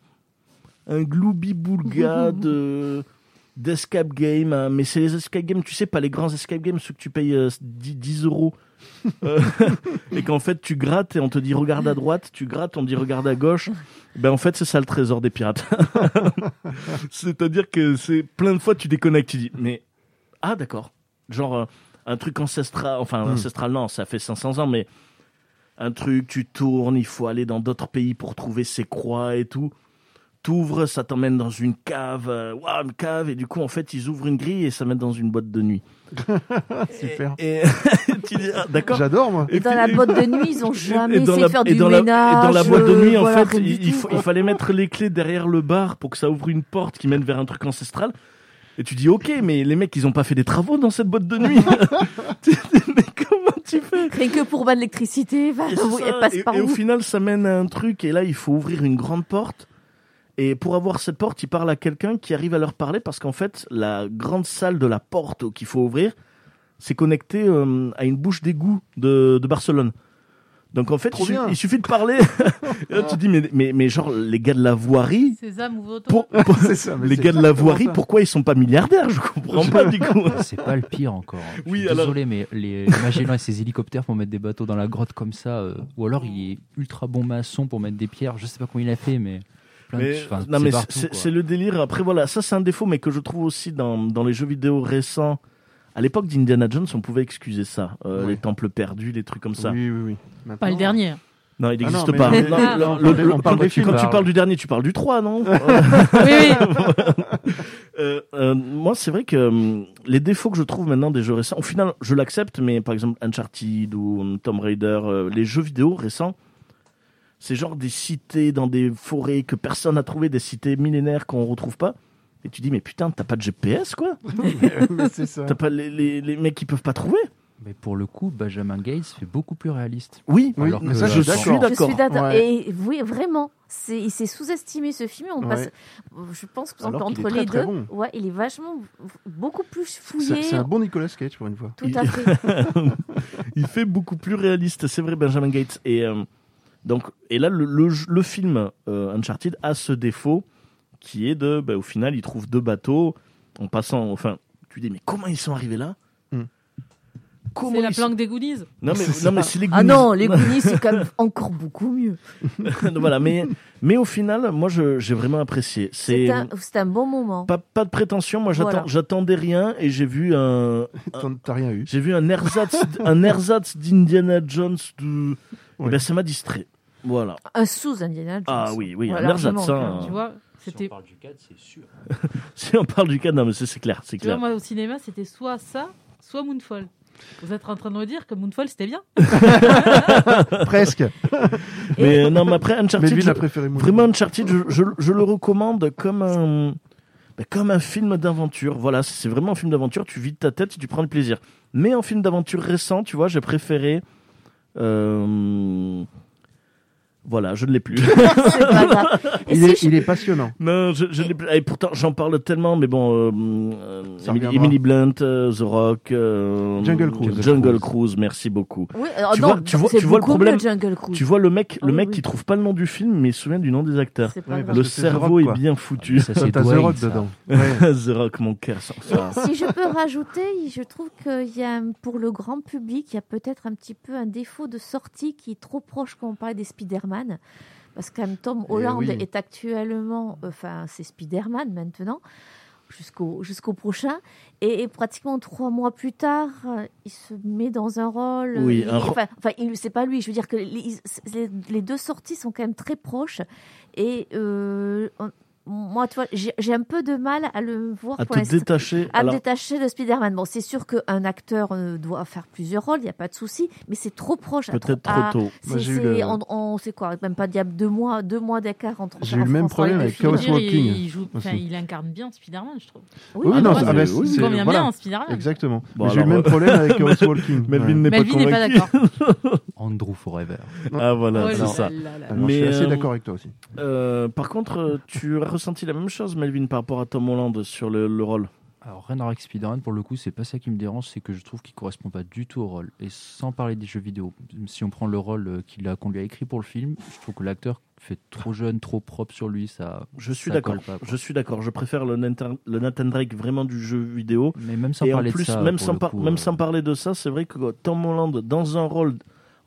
[SPEAKER 4] un gloubi-boulga de d'escape game, hein. mais c'est les escape games, tu sais, pas les grands escape games, ceux que tu payes euh, 10, 10 euros. Euh, *laughs* et qu'en fait, tu grattes et on te dit regarde à droite, tu grattes, on te dit regarde à gauche. Ben en fait, c'est ça le trésor des pirates. *laughs* C'est-à-dire que c'est plein de fois tu déconnectes, tu dis mais ah d'accord, genre euh, un truc ancestral, enfin
[SPEAKER 6] Hmm.
[SPEAKER 4] ancestral non, ça fait 500 ans, mais un truc, tu tournes, il faut aller dans d'autres pays pour trouver ses croix et tout. T'ouvres, ça t'emmène dans une cave, euh, waouh, une cave, et du coup en fait ils ouvrent une grille et ça met dans une boîte de nuit.
[SPEAKER 6] Super.
[SPEAKER 4] Et *laughs* tu dis ah, d'accord. *laughs*
[SPEAKER 6] J'adore, moi.
[SPEAKER 1] Et, dans
[SPEAKER 4] puis-
[SPEAKER 1] la boîte de nuit, ils ont jamais
[SPEAKER 4] et dans
[SPEAKER 1] essayé
[SPEAKER 4] la-
[SPEAKER 1] de faire
[SPEAKER 4] et
[SPEAKER 1] du
[SPEAKER 4] dans la- et
[SPEAKER 1] ménage.
[SPEAKER 4] dans la boîte de
[SPEAKER 1] euh,
[SPEAKER 4] nuit, en
[SPEAKER 1] voilà,
[SPEAKER 4] fait,
[SPEAKER 1] rien du
[SPEAKER 4] il, il
[SPEAKER 1] tout,
[SPEAKER 4] faut-
[SPEAKER 1] quoi.
[SPEAKER 4] il fallait mettre les clés derrière le bar pour que ça ouvre une porte qui mène vers un truc ancestral. Et tu dis, ok, mais les mecs, ils ont pas fait des travaux dans cette boîte de nuit.
[SPEAKER 1] *laughs*
[SPEAKER 4] *laughs* Tu dis, mais comment tu fais
[SPEAKER 1] Rien que pour bas de l'électricité, *laughs* va,
[SPEAKER 4] Et c'est
[SPEAKER 1] oui,
[SPEAKER 4] ça.
[SPEAKER 1] elle passe
[SPEAKER 4] Et-
[SPEAKER 1] par
[SPEAKER 4] et au
[SPEAKER 1] où
[SPEAKER 4] final, ça mène à un truc. Et là, il faut ouvrir une grande porte. Et pour avoir cette porte, il parle à quelqu'un qui arrive à leur parler parce qu'en fait, la grande salle de la porte qu'il faut ouvrir, c'est connecté euh, à une bouche d'égout de, de Barcelone. Donc en fait,
[SPEAKER 6] Trop
[SPEAKER 4] il, su-
[SPEAKER 6] bien.
[SPEAKER 4] il suffit de
[SPEAKER 6] *laughs*
[SPEAKER 4] parler. Et là, tu te dis, mais, mais, mais genre, les gars de la voirie,
[SPEAKER 5] Sésame, ouvre
[SPEAKER 4] pour- pour-
[SPEAKER 6] *laughs* C'est ça, mais
[SPEAKER 4] les
[SPEAKER 6] c'est
[SPEAKER 4] gars de la
[SPEAKER 6] exactement
[SPEAKER 4] voirie,
[SPEAKER 6] ça.
[SPEAKER 4] pourquoi ils sont pas milliardaires Je comprends pas du
[SPEAKER 6] *laughs*
[SPEAKER 4] coup.
[SPEAKER 9] C'est pas le pire encore. hein. Je suis
[SPEAKER 4] Oui, alors-
[SPEAKER 9] désolé, mais les les Magellan et ses hélicoptères pour mettre des bateaux dans la grotte comme ça, euh, ou alors il est ultra bon maçon pour mettre des pierres. Je sais pas comment il a fait, mais. plein de-
[SPEAKER 4] Mais-
[SPEAKER 9] enfin,
[SPEAKER 4] non, mais
[SPEAKER 9] partout,
[SPEAKER 4] c'est- c'est
[SPEAKER 9] quoi.
[SPEAKER 4] c'est le délire. Après, voilà, ça c'est un défaut, mais que je trouve aussi dans, dans les jeux vidéo récents. À l'époque d'Indiana Jones, on pouvait excuser ça. Euh,
[SPEAKER 6] Ouais.
[SPEAKER 4] Les temples perdus, les trucs comme ça.
[SPEAKER 6] Oui, oui, oui.
[SPEAKER 5] Pas le
[SPEAKER 4] *laughs*
[SPEAKER 6] Maintenant,
[SPEAKER 5] dernier.
[SPEAKER 4] Non, il
[SPEAKER 6] Ah non,
[SPEAKER 4] n'existe
[SPEAKER 6] mais-
[SPEAKER 4] pas.
[SPEAKER 6] mais-
[SPEAKER 4] Non,
[SPEAKER 5] Ah.
[SPEAKER 4] le- le-
[SPEAKER 6] On
[SPEAKER 4] le-
[SPEAKER 6] parle
[SPEAKER 4] quand
[SPEAKER 6] des
[SPEAKER 4] tu-
[SPEAKER 6] films,
[SPEAKER 4] quand tu
[SPEAKER 6] alors.
[SPEAKER 4] parles du dernier, tu parles du 3,
[SPEAKER 6] *laughs*
[SPEAKER 4] non
[SPEAKER 5] Oui, oui.
[SPEAKER 4] Euh, euh, moi, c'est vrai que hum, les défauts que je trouve maintenant des jeux récents, au final, je l'accepte, mais par exemple Uncharted ou hum, Tomb Raider, euh, les jeux vidéo récents, c'est genre des cités dans des forêts que personne n'a trouvé, des cités millénaires qu'on retrouve pas. Et tu dis, mais putain, t'as pas de GPS, quoi
[SPEAKER 6] *laughs* mais c'est ça.
[SPEAKER 4] T'as pas les, les, les mecs qui peuvent pas trouver
[SPEAKER 9] Mais pour le coup, Benjamin Gates fait beaucoup plus réaliste.
[SPEAKER 4] Oui,
[SPEAKER 6] Oui,
[SPEAKER 9] Alors
[SPEAKER 6] mais
[SPEAKER 9] que
[SPEAKER 6] ça,
[SPEAKER 9] la
[SPEAKER 6] je
[SPEAKER 4] je
[SPEAKER 6] suis
[SPEAKER 4] suis
[SPEAKER 6] d'accord.
[SPEAKER 1] Je suis
[SPEAKER 4] d'accord.
[SPEAKER 1] d'accord.
[SPEAKER 6] Ouais.
[SPEAKER 1] Et oui, vraiment, c'est, il s'est sous-estimé ce film. On
[SPEAKER 6] Ouais.
[SPEAKER 1] passe, je pense que
[SPEAKER 6] Alors qu'il
[SPEAKER 1] entre
[SPEAKER 6] est très,
[SPEAKER 1] les
[SPEAKER 6] très
[SPEAKER 1] deux,
[SPEAKER 6] bon.
[SPEAKER 1] ouais, il est vachement beaucoup plus
[SPEAKER 6] C'est
[SPEAKER 1] fouillé.
[SPEAKER 6] c'est un bon Nicolas Cage pour une fois.
[SPEAKER 1] Tout
[SPEAKER 6] *laughs*
[SPEAKER 1] à fait.
[SPEAKER 4] Il fait beaucoup plus réaliste, c'est vrai, Benjamin Gates. Et, euh, donc, et là, le, le, le film euh, Uncharted a ce défaut qui est de, bah, au final, il trouve deux bateaux en passant, enfin, tu dis, mais comment ils sont arrivés là
[SPEAKER 6] Hmm.
[SPEAKER 4] Comment
[SPEAKER 5] C'est la
[SPEAKER 4] ils sont-
[SPEAKER 5] planque des goodies.
[SPEAKER 4] Non, mais,
[SPEAKER 6] C'est
[SPEAKER 4] non,
[SPEAKER 6] ça.
[SPEAKER 4] mais c'est les
[SPEAKER 1] Ah
[SPEAKER 4] Goonies.
[SPEAKER 1] non, les Goonies, c'est quand même encore beaucoup mieux.
[SPEAKER 4] *laughs* voilà, mais, mais au final, moi, je- j'ai vraiment apprécié. C'est.
[SPEAKER 1] C'est un, c'est un bon moment.
[SPEAKER 4] Pas, pas de prétention, moi j'attends-
[SPEAKER 1] Voilà.
[SPEAKER 4] j'attendais rien et j'ai vu un,
[SPEAKER 6] T'en- T'as rien eu.
[SPEAKER 4] J'ai vu un ersatz, un ersatz d'Indiana Jones. De... Eh
[SPEAKER 6] Ouais.
[SPEAKER 4] ben, ça m'a distrait. Voilà.
[SPEAKER 1] Un sous Indiana Jones.
[SPEAKER 4] Ah oui, oui,
[SPEAKER 1] Ouais,
[SPEAKER 4] un ersatz.
[SPEAKER 1] largement,
[SPEAKER 4] hein.
[SPEAKER 5] euh, Tu vois, c'était.
[SPEAKER 9] parle du cadre, c'est sûr.
[SPEAKER 4] *laughs* Si on parle du cas, non, mais c'est c'est clair, c'est
[SPEAKER 5] Tu vois,
[SPEAKER 4] clair.
[SPEAKER 5] moi au cinéma, c'était soit ça, soit Moonfall. Vous êtes en train de me dire que Moonfall c'était bien
[SPEAKER 6] Presque.
[SPEAKER 4] Mais euh, non, mais après
[SPEAKER 6] Mais
[SPEAKER 4] Uncharted,
[SPEAKER 6] lui, il
[SPEAKER 4] je-
[SPEAKER 6] a préféré Moulin.
[SPEAKER 4] vraiment Uncharted, je, je, je le recommande comme un, ben, comme un film d'aventure. Voilà, c'est vraiment un film d'aventure. Tu vides ta tête, et tu prends du plaisir. Mais en film d'aventure récent, tu vois, j'ai préféré. euh, Voilà, je ne l'ai plus. *laughs*
[SPEAKER 1] *laughs* C'est pas grave. Et
[SPEAKER 6] Il
[SPEAKER 1] si
[SPEAKER 6] est,
[SPEAKER 1] je-
[SPEAKER 6] il est passionnant.
[SPEAKER 4] Non, je, je l'ai plus. Et pourtant, j'en parle tellement, mais bon, euh, euh,
[SPEAKER 6] Ça
[SPEAKER 4] Emily,
[SPEAKER 6] reviendra.
[SPEAKER 4] Emily Blunt, euh, The Rock, euh,
[SPEAKER 6] Jungle Cruise.
[SPEAKER 4] Jungle Cruise, merci beaucoup.
[SPEAKER 1] Oui, alors
[SPEAKER 4] Tu
[SPEAKER 1] non,
[SPEAKER 4] vois- tu vois-
[SPEAKER 1] c'est
[SPEAKER 4] tu vois le
[SPEAKER 1] beaucoup
[SPEAKER 4] problème
[SPEAKER 1] mieux, Jungle Cruise.
[SPEAKER 4] Tu vois le mec, le
[SPEAKER 1] Ah oui,
[SPEAKER 4] mec
[SPEAKER 1] oui.
[SPEAKER 4] qui trouve pas le nom du film, mais il se souvient du nom des acteurs.
[SPEAKER 1] C'est pas
[SPEAKER 6] Ouais,
[SPEAKER 1] grave.
[SPEAKER 6] parce
[SPEAKER 4] Le
[SPEAKER 6] que c'est The
[SPEAKER 4] cerveau
[SPEAKER 6] Rock,
[SPEAKER 4] est
[SPEAKER 6] quoi.
[SPEAKER 4] bien foutu.
[SPEAKER 9] Ça, c'est
[SPEAKER 6] T'as The
[SPEAKER 9] Dwayne,
[SPEAKER 6] Rock
[SPEAKER 9] ça.
[SPEAKER 6] dedans. Ouais.
[SPEAKER 4] *laughs* The Rock, mon cœur, ça- ça-
[SPEAKER 1] si je peux rajouter, je trouve qu'il y a un- pour le grand public, il y a peut-être un petit peu un défaut de sortie qui est trop proche quand on parle des Spider-Man. Parce qu'un Tom
[SPEAKER 6] Eh
[SPEAKER 1] Holland
[SPEAKER 6] oui.
[SPEAKER 1] est actuellement, enfin, c'est Spider-Man maintenant, jusqu'au jusqu'au prochain. Et, et pratiquement trois mois plus tard, euh, il se met dans un rôle. euh,
[SPEAKER 4] Oui,
[SPEAKER 1] il-
[SPEAKER 4] un ro-
[SPEAKER 1] enfin, enfin, il- c'est pas lui. Je veux dire que les, les- les deux sorties sont quand même très proches. Et euh, on- moi, tu vois, j'ai j'ai un peu de mal à le voir
[SPEAKER 4] à
[SPEAKER 1] pour
[SPEAKER 4] te
[SPEAKER 1] l'instant
[SPEAKER 4] détacher.
[SPEAKER 1] à me
[SPEAKER 4] alors-
[SPEAKER 1] détacher de Spider-Man. Bon, c'est sûr qu'un acteur euh, doit faire plusieurs rôles, il n'y a pas de souci, mais c'est trop proche. à
[SPEAKER 4] Peut-être
[SPEAKER 1] à-
[SPEAKER 4] trop tôt.
[SPEAKER 6] Moi,
[SPEAKER 1] C'est
[SPEAKER 6] j'ai eu
[SPEAKER 1] c'est-
[SPEAKER 6] le-
[SPEAKER 1] on, on- c'est quoi, même pas diable, deux mois, deux mois d'écart entre.
[SPEAKER 6] J'ai eu le même problème avec
[SPEAKER 5] Je veux
[SPEAKER 6] Chaos
[SPEAKER 5] dire, il,
[SPEAKER 6] Walking,
[SPEAKER 5] il joue, enfin,
[SPEAKER 6] aussi.
[SPEAKER 5] il incarne bien Spider-Man, je trouve.
[SPEAKER 1] Oui,
[SPEAKER 6] Oui,
[SPEAKER 4] Ah
[SPEAKER 6] non,
[SPEAKER 4] non,
[SPEAKER 6] c'est-
[SPEAKER 4] mais
[SPEAKER 6] ah bah,
[SPEAKER 4] oui.
[SPEAKER 6] c'est-
[SPEAKER 5] Il convient
[SPEAKER 6] voilà,
[SPEAKER 5] bien en Spider-man.
[SPEAKER 6] Exactement.
[SPEAKER 4] Ah. Bon,
[SPEAKER 6] Mais J'ai eu le
[SPEAKER 4] alors, euh,
[SPEAKER 6] même problème avec House Walking.
[SPEAKER 4] *laughs* Melvin n'est pas
[SPEAKER 5] Melvin n'est
[SPEAKER 4] convaincu.
[SPEAKER 5] pas d'accord.
[SPEAKER 9] Andrew Forever.
[SPEAKER 4] Ah *laughs* voilà,
[SPEAKER 5] Oh
[SPEAKER 4] c'est
[SPEAKER 5] là
[SPEAKER 4] ça.
[SPEAKER 5] là là.
[SPEAKER 6] Ah non, je suis
[SPEAKER 4] Mais,
[SPEAKER 6] assez
[SPEAKER 4] euh,
[SPEAKER 6] d'accord avec toi aussi.
[SPEAKER 4] Euh, par contre, euh, tu as ressenti la même chose, Melvin, par rapport à Tom Holland sur le, le rôle.
[SPEAKER 9] Alors, rien à voir avec Spider-Man, pour le coup, c'est pas ça qui me dérange, c'est que je trouve qu'il correspond pas du tout au rôle. Et sans parler des jeux vidéo, si on prend le rôle euh, qu'il a- qu'on lui a écrit pour le film, je trouve que l'acteur fait trop jeune, trop propre sur lui, ça.
[SPEAKER 4] Je suis
[SPEAKER 9] ça
[SPEAKER 4] d'accord.
[SPEAKER 9] colle pas, quoi.
[SPEAKER 4] Je suis d'accord. Je préfère le Nathan, le Nathan Drake vraiment du jeu vidéo.
[SPEAKER 9] Mais même sans
[SPEAKER 4] et en
[SPEAKER 9] parler
[SPEAKER 4] plus,
[SPEAKER 9] de ça.
[SPEAKER 4] même,
[SPEAKER 9] pour
[SPEAKER 4] sans
[SPEAKER 9] le
[SPEAKER 4] par-
[SPEAKER 9] coup,
[SPEAKER 4] même
[SPEAKER 9] euh,
[SPEAKER 4] sans parler de ça, c'est vrai que euh, Tom Holland, dans un rôle.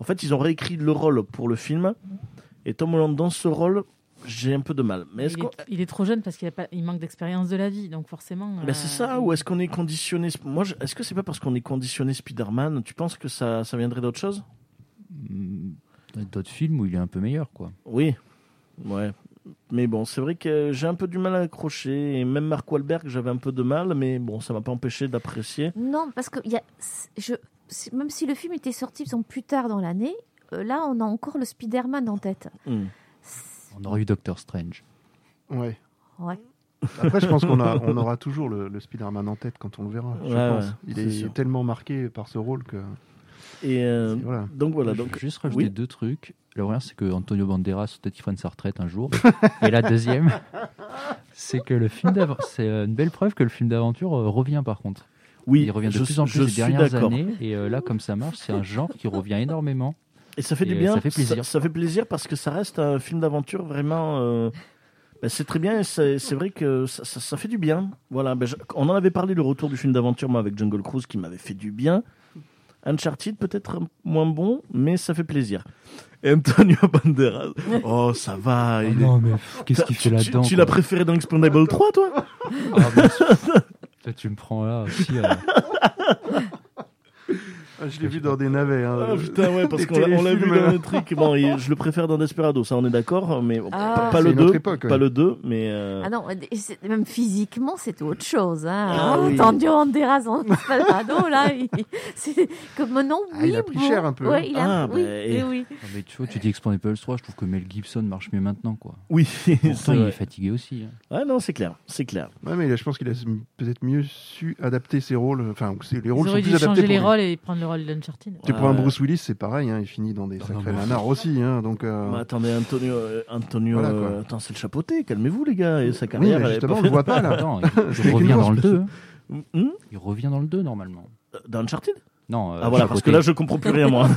[SPEAKER 4] En fait, ils ont réécrit le rôle pour le film. Et Tom Holland, dans ce rôle, j'ai un peu de mal. Mais est-ce
[SPEAKER 5] il,
[SPEAKER 4] qu'on.
[SPEAKER 5] est, il est trop jeune parce qu'il a pas, il manque d'expérience de la vie, donc forcément. euh,
[SPEAKER 4] Ben, c'est ça, ou est-ce qu'on est conditionné Moi, je- est-ce que c'est pas parce qu'on est conditionné Spider-Man Tu penses que ça, ça viendrait d'autre chose
[SPEAKER 9] mm, D'autres films où il est un peu meilleur, quoi.
[SPEAKER 4] Oui, ouais. Mais bon, c'est vrai que j'ai un peu du mal à accrocher. Et même Mark Wahlberg, j'avais un peu de mal, mais bon, ça m'a pas empêché d'apprécier.
[SPEAKER 1] Non, parce que il y a, c'est- je, c'est- même si le film était sorti disons, plus tard dans l'année, euh, là, on a encore le Spider-Man en tête.
[SPEAKER 4] Hmm.
[SPEAKER 1] C'est-
[SPEAKER 9] On aurait eu Doctor Strange.
[SPEAKER 6] Ouais.
[SPEAKER 1] Ouais.
[SPEAKER 6] Après, je pense qu'on a-
[SPEAKER 5] *laughs*
[SPEAKER 6] on aura toujours le, le Spider-Man en tête quand on le verra. je
[SPEAKER 4] Ouais,
[SPEAKER 6] pense.
[SPEAKER 4] ouais,
[SPEAKER 6] Il
[SPEAKER 4] c'est
[SPEAKER 6] est,
[SPEAKER 4] sûr. Euh,
[SPEAKER 6] tellement marqué par ce rôle que.
[SPEAKER 4] Et euh,
[SPEAKER 6] Voilà.
[SPEAKER 4] donc voilà,
[SPEAKER 9] Je
[SPEAKER 4] donc
[SPEAKER 9] vais juste rajouter
[SPEAKER 4] oui.
[SPEAKER 9] deux trucs. La première, c'est que Antonio Banderas, peut-être qu'il fera sa retraite un jour. *laughs* Et la deuxième, *laughs* c'est que le film d'avant, c'est euh, une belle preuve que le film d'aventure euh, revient par contre.
[SPEAKER 4] oui,
[SPEAKER 9] il revient de
[SPEAKER 4] je,
[SPEAKER 9] plus en
[SPEAKER 4] je
[SPEAKER 9] plus ces
[SPEAKER 4] suis
[SPEAKER 9] dernières
[SPEAKER 4] d'accord.
[SPEAKER 9] années. Et euh, là, comme ça marche, c'est un genre qui revient énormément.
[SPEAKER 4] Et euh, ça fait
[SPEAKER 9] Et
[SPEAKER 4] du bien.
[SPEAKER 9] ça fait plaisir.
[SPEAKER 4] Ça, ça fait plaisir parce que ça reste un film d'aventure vraiment. euh, ben, c'est très bien et c'est c'est vrai que ça, ça- ça fait du bien. Voilà, ben, je- on en avait parlé le retour du film d'aventure moi avec Jungle Cruise qui m'avait fait du bien. Uncharted peut-être moins bon, mais ça fait plaisir. Et Antonio *laughs* Banderas, oh ça va. il est-
[SPEAKER 9] Ah mais qu'est-ce
[SPEAKER 4] T'as-
[SPEAKER 9] qu'il fait
[SPEAKER 4] tu-
[SPEAKER 9] là-dedans Ah,
[SPEAKER 4] Tu, l'as préféré dans Expandable 3 toi
[SPEAKER 9] Tu me prends là aussi. euh.
[SPEAKER 6] Ah, je l'ai vu dans des navets. hein.
[SPEAKER 4] *laughs* Ah putain ouais parce
[SPEAKER 6] Les
[SPEAKER 4] qu'on l'a- on l'a vu
[SPEAKER 6] téléfilms,
[SPEAKER 4] dans
[SPEAKER 6] là.
[SPEAKER 4] le truc. Bon, et je le préfère dans Desperado, ça on est d'accord, mais bon,
[SPEAKER 1] Ah.
[SPEAKER 4] pas, pas le
[SPEAKER 6] C'est une autre
[SPEAKER 4] 2,
[SPEAKER 6] époque, ouais.
[SPEAKER 4] pas le 2, mais euh,
[SPEAKER 1] Ah non, et c'est- même physiquement, c'était autre chose. Hein.
[SPEAKER 4] Ah oui.
[SPEAKER 1] Entendu en dérasant, Spider-Man, oh là, il- c'est comme nom.
[SPEAKER 6] Ah, il a
[SPEAKER 1] oui,
[SPEAKER 6] pris
[SPEAKER 1] bon.
[SPEAKER 6] cher un peu, hein.
[SPEAKER 1] Ouais, il a,
[SPEAKER 4] Ah,
[SPEAKER 1] oui,
[SPEAKER 4] bah,
[SPEAKER 1] oui, oui.
[SPEAKER 9] mais tu vois, tu dis Expandables 3, je trouve que Mel Gibson marche mieux maintenant. quoi.
[SPEAKER 4] oui. *laughs* c'est
[SPEAKER 9] Pourtant, il
[SPEAKER 4] vrai.
[SPEAKER 9] est fatigué aussi. hein.
[SPEAKER 4] Ah non, c'est clair, c'est clair.
[SPEAKER 6] Ouais, mais je pense qu'il a peut-être mieux su adapter ses rôles. Enfin, c'est- les
[SPEAKER 5] Ils
[SPEAKER 6] rôles sont
[SPEAKER 5] auraient
[SPEAKER 6] plus
[SPEAKER 5] dû
[SPEAKER 6] adaptés.
[SPEAKER 5] changer
[SPEAKER 6] pour
[SPEAKER 5] les
[SPEAKER 6] lui.
[SPEAKER 5] rôles et prendre le rôle d'Uncharted.
[SPEAKER 6] Tu
[SPEAKER 4] Ah
[SPEAKER 6] prends un
[SPEAKER 4] ouais. Ah,
[SPEAKER 6] Bruce Willis, c'est pareil, hein, il finit dans des
[SPEAKER 9] non,
[SPEAKER 6] sacrés
[SPEAKER 9] mais-
[SPEAKER 6] nanars aussi. hein, donc, euh,
[SPEAKER 4] Mais Bah, attendez, Antonio, euh, Antonio,
[SPEAKER 6] Voilà, quoi.
[SPEAKER 4] euh, attends, c'est le chapeauté. Calmez-vous les gars. Et sa
[SPEAKER 6] oui,
[SPEAKER 4] carrière,
[SPEAKER 6] mais
[SPEAKER 4] elle est
[SPEAKER 6] justement, on
[SPEAKER 4] pas
[SPEAKER 6] le voit
[SPEAKER 4] *laughs*
[SPEAKER 6] pas là.
[SPEAKER 9] Attends, il, il
[SPEAKER 6] C'était
[SPEAKER 9] revient
[SPEAKER 6] une
[SPEAKER 9] dans le
[SPEAKER 6] grosse-
[SPEAKER 9] 2. hein.
[SPEAKER 4] Hmm
[SPEAKER 9] Il revient dans le 2 normalement.
[SPEAKER 4] Dans Uncharted
[SPEAKER 9] Non, euh,
[SPEAKER 4] Ah voilà, parce que là, je comprends plus rien
[SPEAKER 6] *laughs*
[SPEAKER 4] moi.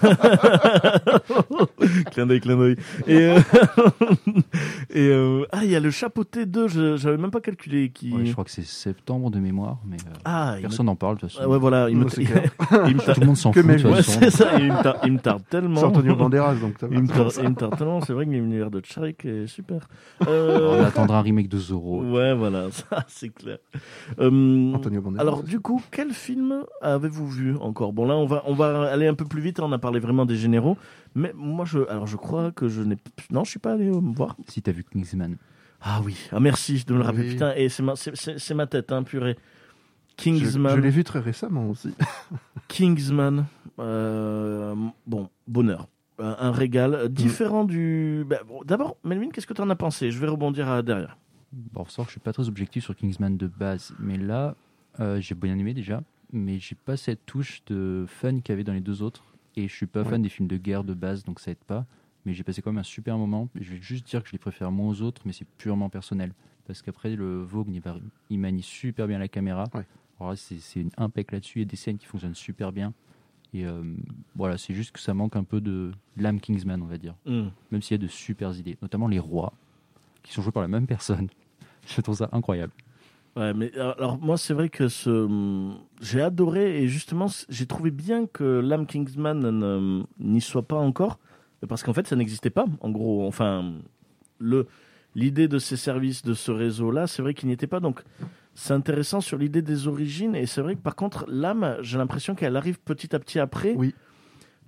[SPEAKER 4] clin d'œil, clin d'œil. Et, euh, *laughs* et euh, ah, il y a le chapeauté 2, je- j'avais même pas calculé qui.
[SPEAKER 9] Ouais, je crois que c'est septembre de mémoire, mais euh,
[SPEAKER 4] Ah, il me-
[SPEAKER 9] personne n'en parle de toute façon.
[SPEAKER 4] Ah ouais, voilà, *laughs* il me,
[SPEAKER 6] Non, c'est clair.
[SPEAKER 4] il
[SPEAKER 6] *laughs*
[SPEAKER 4] me
[SPEAKER 9] Tout
[SPEAKER 4] tarde.
[SPEAKER 9] le monde s'en
[SPEAKER 6] Que
[SPEAKER 9] fout. de
[SPEAKER 6] Mel-
[SPEAKER 9] toute
[SPEAKER 4] Ouais,
[SPEAKER 9] façon.
[SPEAKER 4] c'est ça, il me tarde, il me tarde tellement.
[SPEAKER 6] C'est Antonio Banderas, donc ça va.
[SPEAKER 4] Il me tarde, il me tarde tellement, c'est vrai que l'univers de Tcharik est super.
[SPEAKER 6] Oh,
[SPEAKER 9] On
[SPEAKER 4] Euh,
[SPEAKER 9] attendra un remake de Zorro.
[SPEAKER 4] ouais, voilà, *laughs* ça c'est clair. Euh,
[SPEAKER 6] Antonio Banderas.
[SPEAKER 4] alors du coup, quel film avez-vous vu encore Bon là, on va on va aller un peu plus vite. hein, On a parlé vraiment des généraux, mais moi je alors je crois que je n'ai non, je suis pas allé euh, me voir.
[SPEAKER 9] Si t'as vu Kingsman,
[SPEAKER 4] Ah oui, ah merci de me le rappeler.
[SPEAKER 6] Oui.
[SPEAKER 4] Putain, et c'est ma c'est- c'est c'est ma tête, hein, purée.
[SPEAKER 6] je,
[SPEAKER 4] Kingsman.
[SPEAKER 6] je l'ai vu très récemment aussi. *laughs*
[SPEAKER 4] Kingsman, euh, bon, bonheur. Euh, Un régal
[SPEAKER 6] Mm.
[SPEAKER 4] euh, différent du. bah, bon, D'abord, Melvin, qu'est-ce que tu en as pensé Je vais rebondir à derrière.
[SPEAKER 9] bon, faut savoir que je suis pas très objectif sur Kingsman de base, mais là, euh, j'ai bien aimé déjà, mais j'ai pas cette touche de fun qu'il y avait dans les deux autres, et je suis pas fan des films de guerre de base, donc ça aide pas. Mais j'ai passé quand même un super moment. Je vais juste dire que je les préfère moins aux autres, mais c'est purement personnel. Parce qu'après, le Vogue, il va- il manie super bien la caméra.
[SPEAKER 6] Ouais.
[SPEAKER 9] Alors là, c'est c'est une impec là-dessus. Il y a des scènes qui fonctionnent super bien. Et euh, voilà, c'est juste que ça manque un peu de l'âme Kingsman, on va dire.
[SPEAKER 4] Mm.
[SPEAKER 9] même s'il y a de super idées, notamment les rois, qui sont joués par la même personne. *laughs* Je trouve ça incroyable.
[SPEAKER 4] Ouais, mais euh, alors, moi, c'est vrai que ce... hum, j'ai adoré et justement, c- j'ai trouvé bien que l'âme hum, Kingsman ne- n'y soit pas encore. Parce qu'en fait, ça n'existait pas, en gros. Enfin, le l'idée de ces services, de ce réseau-là, c'est vrai qu'il n'y était pas. Donc, c'est intéressant sur l'idée des origines. Et c'est vrai que par contre, l'âme, j'ai l'impression qu'elle arrive petit à petit après.
[SPEAKER 6] Oui.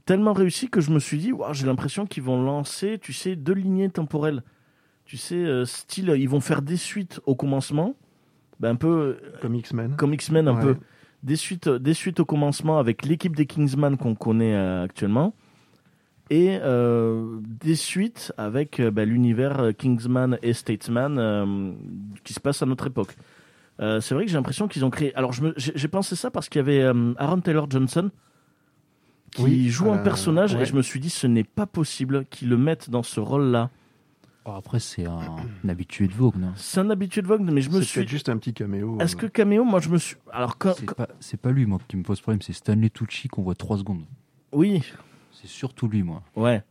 [SPEAKER 4] Tellement réussie que je me suis dit, Waouh, j'ai l'impression qu'ils vont lancer, tu sais, deux lignées temporelles. Tu sais, euh, style, ils vont faire des suites au commencement, ben un peu euh,
[SPEAKER 6] Comme X-Men.
[SPEAKER 4] comme X-Men un
[SPEAKER 6] Ouais.
[SPEAKER 4] peu. Des suites, euh, des suites au commencement avec l'équipe des Kingsman qu'on connaît euh, actuellement. Et euh, des suites avec euh, bah, l'univers euh, Kingsman et Statesman euh, qui se passe à notre époque. Euh, c'est vrai que j'ai l'impression qu'ils ont créé. Alors je me- j'ai j'ai pensé ça parce qu'il y avait euh, Aaron Taylor Johnson qui
[SPEAKER 6] Oui,
[SPEAKER 4] joue un
[SPEAKER 6] euh,
[SPEAKER 4] personnage
[SPEAKER 6] ouais.
[SPEAKER 4] et je me suis dit ce n'est pas possible qu'ils le mettent dans ce rôle-là.
[SPEAKER 9] Oh, après, c'est un, un habitué de Vogue, non
[SPEAKER 4] C'est un habitué de Vogue, mais je me
[SPEAKER 6] C'est
[SPEAKER 4] suis.
[SPEAKER 6] peut-être juste un petit caméo.
[SPEAKER 4] Est-ce
[SPEAKER 6] euh,
[SPEAKER 4] que caméo, moi je me suis. Alors quand-
[SPEAKER 9] C'est
[SPEAKER 4] quand-
[SPEAKER 9] pas, c'est pas lui, moi, qui me pose problème. C'est Stanley Tucci qu'on voit 3 secondes.
[SPEAKER 4] oui,
[SPEAKER 9] C'est surtout lui, moi.
[SPEAKER 4] Ouais.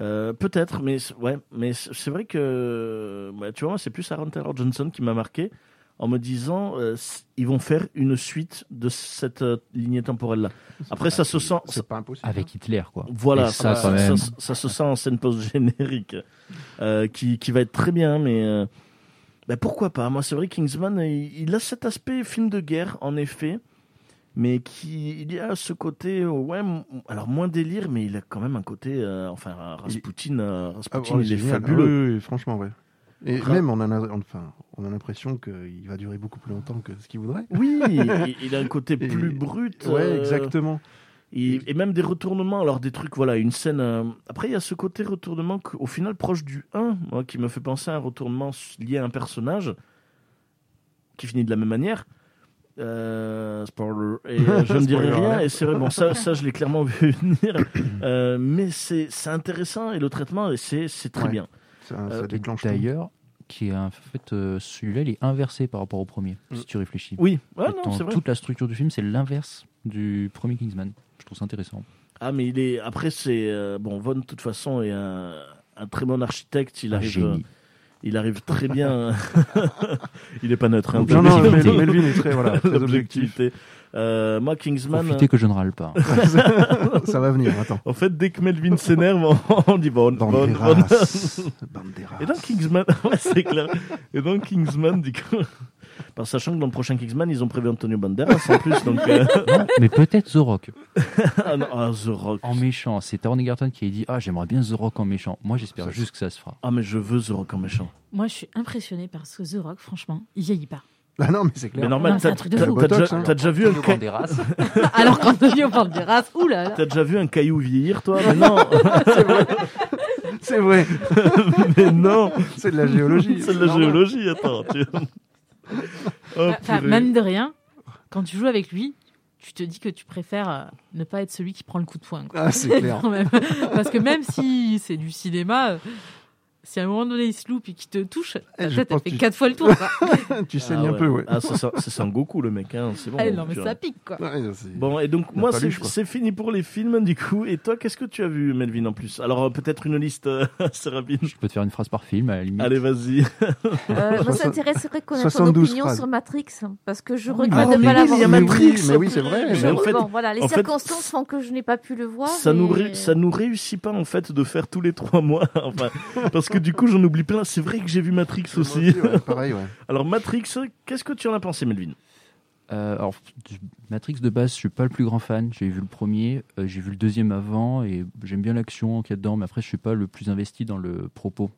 [SPEAKER 4] Euh, Peut-être, mais c- ouais, mais c- c'est vrai que bah, tu vois, moi, c'est plus Aaron Taylor Johnson qui m'a marqué en me disant euh, c- ils vont faire une suite de cette euh, lignée temporelle là.
[SPEAKER 6] c'est
[SPEAKER 4] Après,
[SPEAKER 6] pas-
[SPEAKER 4] ça se sent-
[SPEAKER 6] C'est pas impossible. hein.
[SPEAKER 9] Avec Hitler, quoi.
[SPEAKER 4] Voilà,
[SPEAKER 9] Et ça,
[SPEAKER 4] ça,
[SPEAKER 9] quand
[SPEAKER 4] ça-
[SPEAKER 9] même.
[SPEAKER 4] ça- ça se sent en scène post générique euh, qui qui va être très bien, mais euh, bah, pourquoi pas Moi, c'est vrai, Kingsman, il, il a cet aspect film de guerre en effet. Mais qui, il y a ce côté, euh, ouais, m- alors moins délire, mais il a quand même un côté, euh, enfin, Rasputin, euh,
[SPEAKER 6] Ah,
[SPEAKER 4] Rasputin,
[SPEAKER 6] ouais,
[SPEAKER 4] il est
[SPEAKER 6] génial.
[SPEAKER 4] fabuleux.
[SPEAKER 6] Ah oui, oui, oui, franchement, ouais. Et
[SPEAKER 4] Ra-
[SPEAKER 6] même, on, en a, enfin, on a l'impression qu'il va durer beaucoup plus longtemps que ce qu'il voudrait.
[SPEAKER 4] Oui, il, il a un côté
[SPEAKER 6] *laughs* Et-
[SPEAKER 4] plus brut.
[SPEAKER 6] Ouais,
[SPEAKER 4] euh,
[SPEAKER 6] exactement.
[SPEAKER 4] Et, et même des retournements, alors des trucs, voilà, une scène. euh, Après, il y a ce côté retournement qu- au final proche du 1, moi, qui me fait penser à un retournement s- lié à un personnage qui finit de la même manière. Euh, spoiler. Et euh,
[SPEAKER 9] *laughs*
[SPEAKER 4] je ne dirai
[SPEAKER 6] Spoiler
[SPEAKER 4] rien,
[SPEAKER 6] alert.
[SPEAKER 4] et c'est vrai, bon, ça, ça je l'ai clairement vu venir. Euh, mais c'est c'est intéressant, et le traitement, et c'est c'est très
[SPEAKER 6] Ouais.
[SPEAKER 4] bien.
[SPEAKER 6] Ça, ça
[SPEAKER 4] Euh,
[SPEAKER 6] déclenche tout.
[SPEAKER 9] D'ailleurs, qui est en fait, euh, celui-là, il est inversé par rapport au premier, si tu réfléchis.
[SPEAKER 4] Oui, Mm. ouais,
[SPEAKER 9] Et
[SPEAKER 4] non,
[SPEAKER 9] dans
[SPEAKER 4] c'est vrai.
[SPEAKER 9] Toute la structure du film, c'est l'inverse du premier Kingsman. Je trouve ça intéressant.
[SPEAKER 4] Ah, mais il est. Après, c'est. euh, bon, Von, de toute façon, est un, un très bon architecte. Il
[SPEAKER 9] Un
[SPEAKER 4] arrive. euh,
[SPEAKER 9] génie.
[SPEAKER 4] Il arrive très bien. il n'est pas neutre. hein,
[SPEAKER 6] Non, non, mais
[SPEAKER 4] l'objectivité.
[SPEAKER 6] Melvin est très,
[SPEAKER 4] *laughs*
[SPEAKER 6] voilà, très objectif.
[SPEAKER 4] L'objectivité. Euh, moi, Kingsman.
[SPEAKER 9] Profitez que je ne râle pas.
[SPEAKER 6] ça va venir, attends.
[SPEAKER 4] En fait, dès que Melvin s'énerve, *laughs* on- on dit bon, bon, bon.
[SPEAKER 6] Banderas. Banderas.
[SPEAKER 4] Et dans Kingsman, *laughs* ouais, c'est clair. Et dans Kingsman, du coup. *laughs* Par sachant que dans le prochain Kingsman, ils ont prévu Antonio Banderas en plus. Donc, euh,
[SPEAKER 9] Mais peut-être The Rock.
[SPEAKER 4] ah, non, ah, The Rock.
[SPEAKER 9] En méchant, c'est Taron Egerton qui a dit Ah, j'aimerais bien The Rock en méchant. Moi, j'espère
[SPEAKER 6] Ça,
[SPEAKER 9] juste que ça se fera.
[SPEAKER 4] Ah, mais je veux The Rock en méchant.
[SPEAKER 5] Moi, je suis impressionnée parce que The Rock, franchement, il vieillit pas. *laughs*
[SPEAKER 6] Ah non, mais c'est
[SPEAKER 4] Mais
[SPEAKER 6] clair.
[SPEAKER 4] normal,
[SPEAKER 5] Non, c'est
[SPEAKER 4] t'as
[SPEAKER 5] un truc de
[SPEAKER 4] t'as-
[SPEAKER 5] fou.
[SPEAKER 4] t'as déjà,
[SPEAKER 6] Botox, hein.
[SPEAKER 4] t'as déjà vu un. ca-
[SPEAKER 5] Alors qu'Antonio Banderas, oulala.
[SPEAKER 4] T'as déjà vu un caillou vieillir, toi Mais non
[SPEAKER 6] C'est vrai,
[SPEAKER 4] *laughs* Mais non
[SPEAKER 6] c'est de la géologie.
[SPEAKER 4] C'est de la
[SPEAKER 6] normal.
[SPEAKER 4] géologie, attends.
[SPEAKER 5] *laughs*
[SPEAKER 4] tu- Oh,
[SPEAKER 5] Enfin,
[SPEAKER 4] purée.
[SPEAKER 5] même de rien, quand tu joues avec lui, tu te dis que tu préfères euh, ne pas être celui qui prend le coup de poing. quoi.
[SPEAKER 6] Ah, c'est clair.
[SPEAKER 5] *laughs* Quand même. Parce que même si c'est du cinéma, euh, si à un moment donné il se loupe et qu'il te touche, ta
[SPEAKER 6] Ah, Eh, je
[SPEAKER 5] tête elle
[SPEAKER 6] pense
[SPEAKER 5] fait
[SPEAKER 6] que-
[SPEAKER 5] quatre fois le tour.
[SPEAKER 6] *laughs*
[SPEAKER 5] quoi.
[SPEAKER 6] tu
[SPEAKER 4] Ah
[SPEAKER 6] saignes un
[SPEAKER 4] ouais.
[SPEAKER 6] peu, ouais.
[SPEAKER 4] Ah, ça sent- ça sent Goku, le mec, hein, c'est bon.
[SPEAKER 6] Oh,
[SPEAKER 5] Ah, non, mais
[SPEAKER 4] tu
[SPEAKER 5] ça
[SPEAKER 4] vois.
[SPEAKER 5] pique quoi.
[SPEAKER 6] Ouais, c'est-
[SPEAKER 4] Bon, et donc, moi, c'est
[SPEAKER 6] Napaluche, quoi.
[SPEAKER 4] c'est fini pour les films, du coup. Et toi, qu'est-ce que tu as vu, Melvin, en plus Alors, euh, peut-être une liste euh, *laughs* assez rapide.
[SPEAKER 9] Je peux te faire une phrase par film, à la limite.
[SPEAKER 4] Allez, vas-y.
[SPEAKER 1] Euh, moi,
[SPEAKER 6] Soixante-
[SPEAKER 1] ça m'intéresserait de connaître ton
[SPEAKER 6] 72
[SPEAKER 1] opinion
[SPEAKER 6] phrases.
[SPEAKER 1] sur Matrix, hein, parce que je regrette
[SPEAKER 6] Ah,
[SPEAKER 1] de
[SPEAKER 6] mais
[SPEAKER 1] pas
[SPEAKER 6] oui,
[SPEAKER 1] l'avoir
[SPEAKER 6] il y a
[SPEAKER 1] vu.
[SPEAKER 6] Matrix. Mais oui, c'est vrai,
[SPEAKER 4] mais en fait-
[SPEAKER 1] bon, voilà, les
[SPEAKER 4] en fait,
[SPEAKER 1] circonstances font que je n'ai pas pu le voir.
[SPEAKER 4] Ça nous,
[SPEAKER 1] mais-
[SPEAKER 4] ré- ça nous réussit pas, en fait, de faire tous les trois mois. *laughs* enfin, parce que, du coup, j'en oublie plein. C'est vrai que j'ai vu Matrix
[SPEAKER 6] Moi
[SPEAKER 4] aussi.
[SPEAKER 6] ouais, pareil, ouais.
[SPEAKER 4] *laughs* Alors, Matrix, qu'est-ce que tu en as pensé, Melvin
[SPEAKER 9] Euh, alors, du- Matrix de base, je suis pas le plus grand fan. J'ai vu le premier, euh, j'ai vu le deuxième avant, et j'aime bien l'action qu'il y a dedans, mais après, je suis pas le plus investi dans le propos.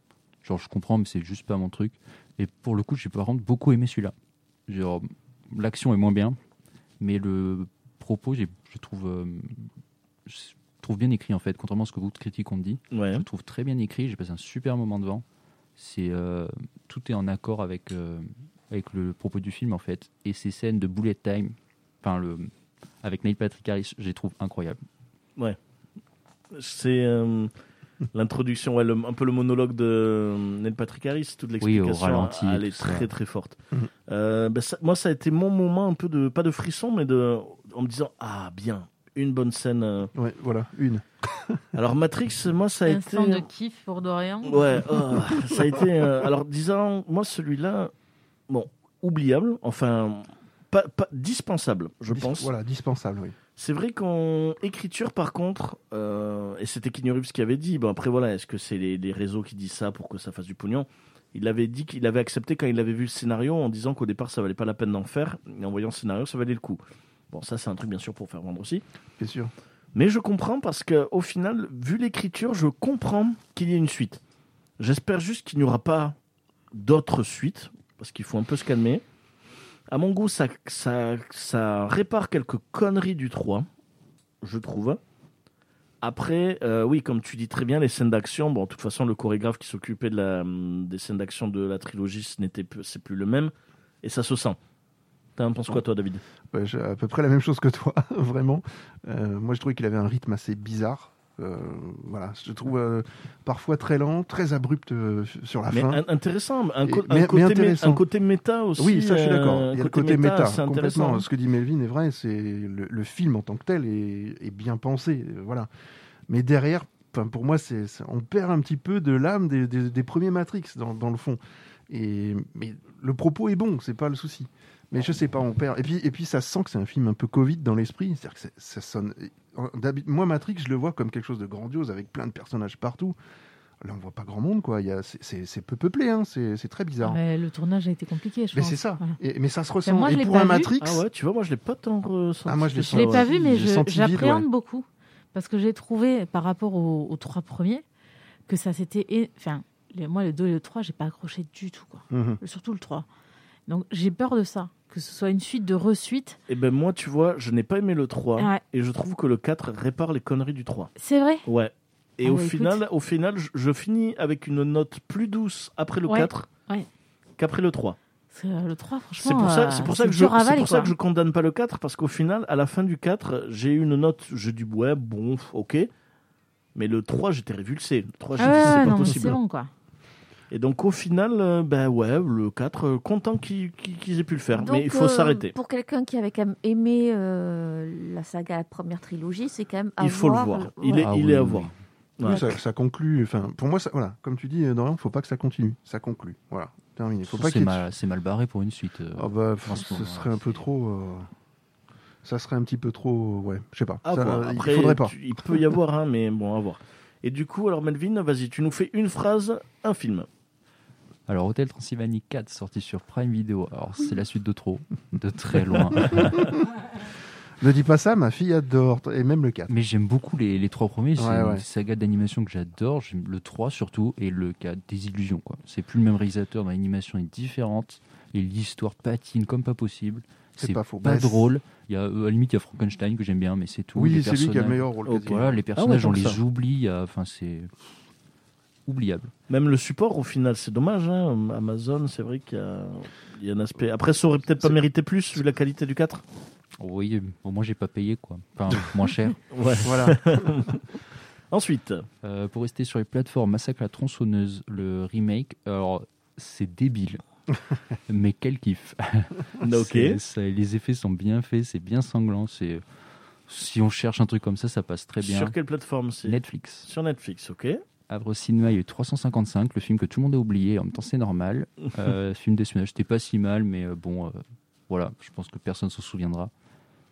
[SPEAKER 9] Genre, je comprends, mais c'est juste pas mon truc. Et pour le coup, j'ai par contre beaucoup aimé celui-là. Genre, l'action est moins bien, mais le propos, j'ai- je trouve, euh, je trouve bien écrit en fait, contrairement à ce que beaucoup de critiques ont dit.
[SPEAKER 4] Ouais.
[SPEAKER 9] Je le trouve très bien écrit, j'ai passé un super moment devant. C'est euh, tout est en accord avec euh, avec le propos du film en fait et ces scènes de bullet time enfin le avec Neil Patrick Harris, je les trouve incroyables.
[SPEAKER 4] C'est euh, l'introduction, ouais, le- un peu le monologue de euh, Neil Patrick Harris, toute l'explication. ah,
[SPEAKER 9] au ralenti,
[SPEAKER 4] Elle est
[SPEAKER 9] tout ça.
[SPEAKER 4] très très forte.
[SPEAKER 6] Mhm.
[SPEAKER 4] Euh, bah, ça- moi, ça a été mon moment un peu de, pas de frisson, mais de, en me disant, ah bien, une bonne scène. euh.
[SPEAKER 6] Ouais, voilà, une.
[SPEAKER 4] Alors Matrix, moi, ça a été... euh,
[SPEAKER 5] Instant de kiff pour Dorian.
[SPEAKER 4] Ouais, oh, ça a été. euh, alors, disons, moi, celui-là, bon, oubliable, enfin, pas, pas dispensable, je
[SPEAKER 6] Dis-
[SPEAKER 4] pense.
[SPEAKER 6] Voilà, dispensable, oui.
[SPEAKER 4] C'est vrai qu'en écriture, par contre, euh, et c'était Kinurus qui avait dit, bon après voilà, est-ce que c'est les, les réseaux qui disent ça pour que ça fasse du pognon Il avait dit qu'il avait accepté quand il avait vu le scénario en disant qu'au départ ça valait pas la peine d'en faire, et en voyant le scénario ça valait le coup. Bon ça c'est un truc bien sûr pour faire vendre aussi.
[SPEAKER 6] bien sûr.
[SPEAKER 4] Mais je comprends parce que au final, vu l'écriture, je comprends qu'il y ait une suite. J'espère juste qu'il n'y aura pas d'autres suites parce qu'il faut un peu se calmer. À mon goût, ça, ça, ça répare quelques conneries du 3, je trouve. Après, euh, oui, comme tu dis très bien, les scènes d'action, bon, de toute façon, le chorégraphe qui s'occupait de la, des scènes d'action de la trilogie, ce n'était plus, c'est plus le même, et ça se sent. T'en penses quoi, toi, David
[SPEAKER 6] Ouais, j'ai à peu près la même chose que toi, *laughs* vraiment. Euh, moi, je trouvais qu'il avait un rythme assez bizarre. Euh, voilà, je le trouve euh, parfois très lent, très abrupt euh, sur la
[SPEAKER 4] Mais
[SPEAKER 6] fin.
[SPEAKER 4] in- intéressant, un, co-
[SPEAKER 6] Et-
[SPEAKER 4] un
[SPEAKER 6] mais- mais
[SPEAKER 4] côté, mé-
[SPEAKER 6] intéressant.
[SPEAKER 4] un côté méta aussi.
[SPEAKER 6] Oui, ça, je suis
[SPEAKER 4] euh,
[SPEAKER 6] d'accord. Il y a le côté méta.
[SPEAKER 4] c'est
[SPEAKER 6] complètement.
[SPEAKER 4] intéressant.
[SPEAKER 6] Ce que dit Melvin est vrai. C'est le, le film en tant que tel est, est bien pensé. euh, Voilà. Mais derrière, enfin, pour moi, c'est c'est- on perd un petit peu de l'âme des, des- des premiers Matrix dans, dans le fond. Et mais le propos est bon, c'est pas le souci. Mais je sais pas, on perd. Et puis, et puis, ça sent que c'est un film un peu Covid dans l'esprit. C'est-à-dire que c'est- ça sonne. d'habi- Moi, Matrix, je le vois comme quelque chose de grandiose avec plein de personnages partout. Là, on voit pas grand monde, quoi. Il y a- c'est- C'est c'est peu peuplé, hein. c'est c'est très bizarre.
[SPEAKER 5] Mais le tournage a été compliqué, je
[SPEAKER 6] Mais
[SPEAKER 5] pense.
[SPEAKER 6] c'est ça.
[SPEAKER 5] Voilà.
[SPEAKER 6] Et- mais ça se ressent.
[SPEAKER 5] moi, je
[SPEAKER 6] et
[SPEAKER 5] l'ai
[SPEAKER 6] pour
[SPEAKER 5] pas
[SPEAKER 6] un
[SPEAKER 5] vu.
[SPEAKER 6] Matrix,
[SPEAKER 4] Ah ouais, tu vois, moi je l'ai pas tant ressenti.
[SPEAKER 6] Ah, moi, je l'ai
[SPEAKER 4] que
[SPEAKER 5] Je
[SPEAKER 4] ça,
[SPEAKER 5] l'ai
[SPEAKER 4] ouais.
[SPEAKER 5] pas vu, mais
[SPEAKER 6] J'ai
[SPEAKER 5] je-
[SPEAKER 6] senti vide,
[SPEAKER 5] j'appréhende
[SPEAKER 6] ouais.
[SPEAKER 5] beaucoup parce que j'ai trouvé par rapport aux, aux trois premiers que ça s'était. é- Enfin, les- moi, le 2 et le 3, j'ai pas accroché du tout, quoi.
[SPEAKER 6] Mhm.
[SPEAKER 5] Surtout le 3. Donc, j'ai peur de ça, que ce soit une suite de resuites.
[SPEAKER 4] Et ben moi, tu vois, je n'ai pas aimé le 3
[SPEAKER 5] Ouais.
[SPEAKER 4] et je trouve que le 4 répare les conneries du 3.
[SPEAKER 5] C'est vrai
[SPEAKER 4] Ouais. Et
[SPEAKER 5] Ah
[SPEAKER 4] au,
[SPEAKER 5] bah, écoute.
[SPEAKER 4] final, au final, je, je finis avec une note plus douce après le
[SPEAKER 5] Ouais,
[SPEAKER 4] 4
[SPEAKER 5] ouais.
[SPEAKER 4] qu'après le 3.
[SPEAKER 5] Parce que le 3, franchement.
[SPEAKER 4] C'est pour, ça,
[SPEAKER 5] euh,
[SPEAKER 4] c'est pour, ça, que je,
[SPEAKER 5] dur à
[SPEAKER 4] c'est
[SPEAKER 5] avaler,
[SPEAKER 4] pour ça
[SPEAKER 5] quoi.
[SPEAKER 4] que je condamne pas le 4, parce qu'au final, à la fin du 4, j'ai eu une note, j'ai dit, ouais, bon, ok. Mais le 3, j'étais révulsé. Le 3, j'ai
[SPEAKER 5] Ah
[SPEAKER 4] dit,
[SPEAKER 5] ouais,
[SPEAKER 4] c'est
[SPEAKER 5] non,
[SPEAKER 4] pas
[SPEAKER 5] mais c'est
[SPEAKER 4] possible. *laughs*
[SPEAKER 5] bon, quoi.
[SPEAKER 4] Et donc, au final, euh, ben ouais, le 4, euh, content qu'ils qu'ils- qu'ils aient pu le faire. mais
[SPEAKER 1] Donc,
[SPEAKER 4] il faut
[SPEAKER 1] euh,
[SPEAKER 4] s'arrêter.
[SPEAKER 1] Pour quelqu'un qui avait quand même aimé euh, la saga, la première trilogie, c'est quand même à
[SPEAKER 4] Il faut le
[SPEAKER 1] voir,
[SPEAKER 4] voir.
[SPEAKER 1] euh,
[SPEAKER 4] Il est,
[SPEAKER 1] ouais.
[SPEAKER 9] Ah
[SPEAKER 4] il
[SPEAKER 9] oui,
[SPEAKER 4] est à
[SPEAKER 9] oui,
[SPEAKER 4] voir.
[SPEAKER 9] oui.
[SPEAKER 4] Ouais.
[SPEAKER 6] Oui, ça, ça conclut. Enfin, pour moi, ça, voilà, comme tu dis, euh, Dorian, faut pas que ça continue. Ça conclut. Voilà, terminé. Faut pas
[SPEAKER 9] C'est
[SPEAKER 6] qu'il y ait-
[SPEAKER 9] mal, c'est mal barré pour une suite. euh.
[SPEAKER 4] Oh.
[SPEAKER 6] Ah bah, pff,
[SPEAKER 9] En ce
[SPEAKER 6] ce
[SPEAKER 9] moment,
[SPEAKER 6] serait
[SPEAKER 9] ouais,
[SPEAKER 6] un peu
[SPEAKER 9] c'est-
[SPEAKER 6] trop. euh, Ça serait un petit peu trop. euh, Ouais, je sais pas.
[SPEAKER 4] À
[SPEAKER 6] Ça,
[SPEAKER 4] voir.
[SPEAKER 6] euh,
[SPEAKER 4] Ah, Après,
[SPEAKER 6] il faudrait pas.
[SPEAKER 4] tu- il peut y avoir, hein, mais bon, à voir. Et du coup, alors Melvin, vas-y, tu nous fais une phrase, un film.
[SPEAKER 9] Alors, Hôtel Transylvanie 4, sorti sur Prime Video. Alors, c'est la suite de trop, de
[SPEAKER 4] *laughs*
[SPEAKER 9] très loin.
[SPEAKER 6] Ne dis pas ça, ma fille adore. Et même le 4.
[SPEAKER 9] Mais j'aime beaucoup les, les trois premiers. C'est
[SPEAKER 6] Ouais, ouais.
[SPEAKER 9] une saga d'animation que j'adore. J'aime le 3 surtout et le 4, des illusions. quoi. C'est plus le même réalisateur, mais l'animation est différente. Et l'histoire patine comme pas possible.
[SPEAKER 6] C'est
[SPEAKER 9] C'est
[SPEAKER 6] pas
[SPEAKER 9] pas,
[SPEAKER 6] faux. Bah, c'est-
[SPEAKER 9] drôle. Il y a, euh, à la limite, il y a Frankenstein que j'aime bien, mais c'est tout.
[SPEAKER 6] Oui,
[SPEAKER 9] Les
[SPEAKER 6] c'est lui qui a le
[SPEAKER 9] personnages-
[SPEAKER 6] meilleur Ah rôle.
[SPEAKER 4] Ok.
[SPEAKER 6] quasiment.
[SPEAKER 9] Voilà, les personnages,
[SPEAKER 4] tant
[SPEAKER 9] on
[SPEAKER 4] que
[SPEAKER 9] les
[SPEAKER 4] ça.
[SPEAKER 9] oublie. euh, Enfin, c'est oubliable.
[SPEAKER 4] Même le support, au final, c'est dommage. hein. Amazon, c'est vrai qu'il y a, il y a un aspect. Après, ça aurait peut-être pas
[SPEAKER 6] C'est-
[SPEAKER 4] mérité plus, vu la qualité du 4.
[SPEAKER 9] Oui, au moins, j'ai pas payé, quoi. Enfin, moins cher.
[SPEAKER 4] Ouais.
[SPEAKER 6] Voilà.
[SPEAKER 4] Ensuite,
[SPEAKER 9] Euh, pour rester sur les plateformes, Massacre à la tronçonneuse, le remake, alors c'est débile. mais quel kiff
[SPEAKER 4] ok.
[SPEAKER 9] C'est- ça- Les effets sont bien faits, c'est bien sanglant. c'est- Si on cherche un truc comme ça, ça passe très bien.
[SPEAKER 4] Sur quelle plateforme c'est
[SPEAKER 9] Netflix.
[SPEAKER 4] Sur Netflix, ok.
[SPEAKER 9] Avre Cinéma, il y a eu 355, le film que tout le monde a oublié, en même temps c'est normal. Euh, film d'espionnage, c'était pas si mal, mais euh, bon, euh, voilà, je pense que personne s'en souviendra.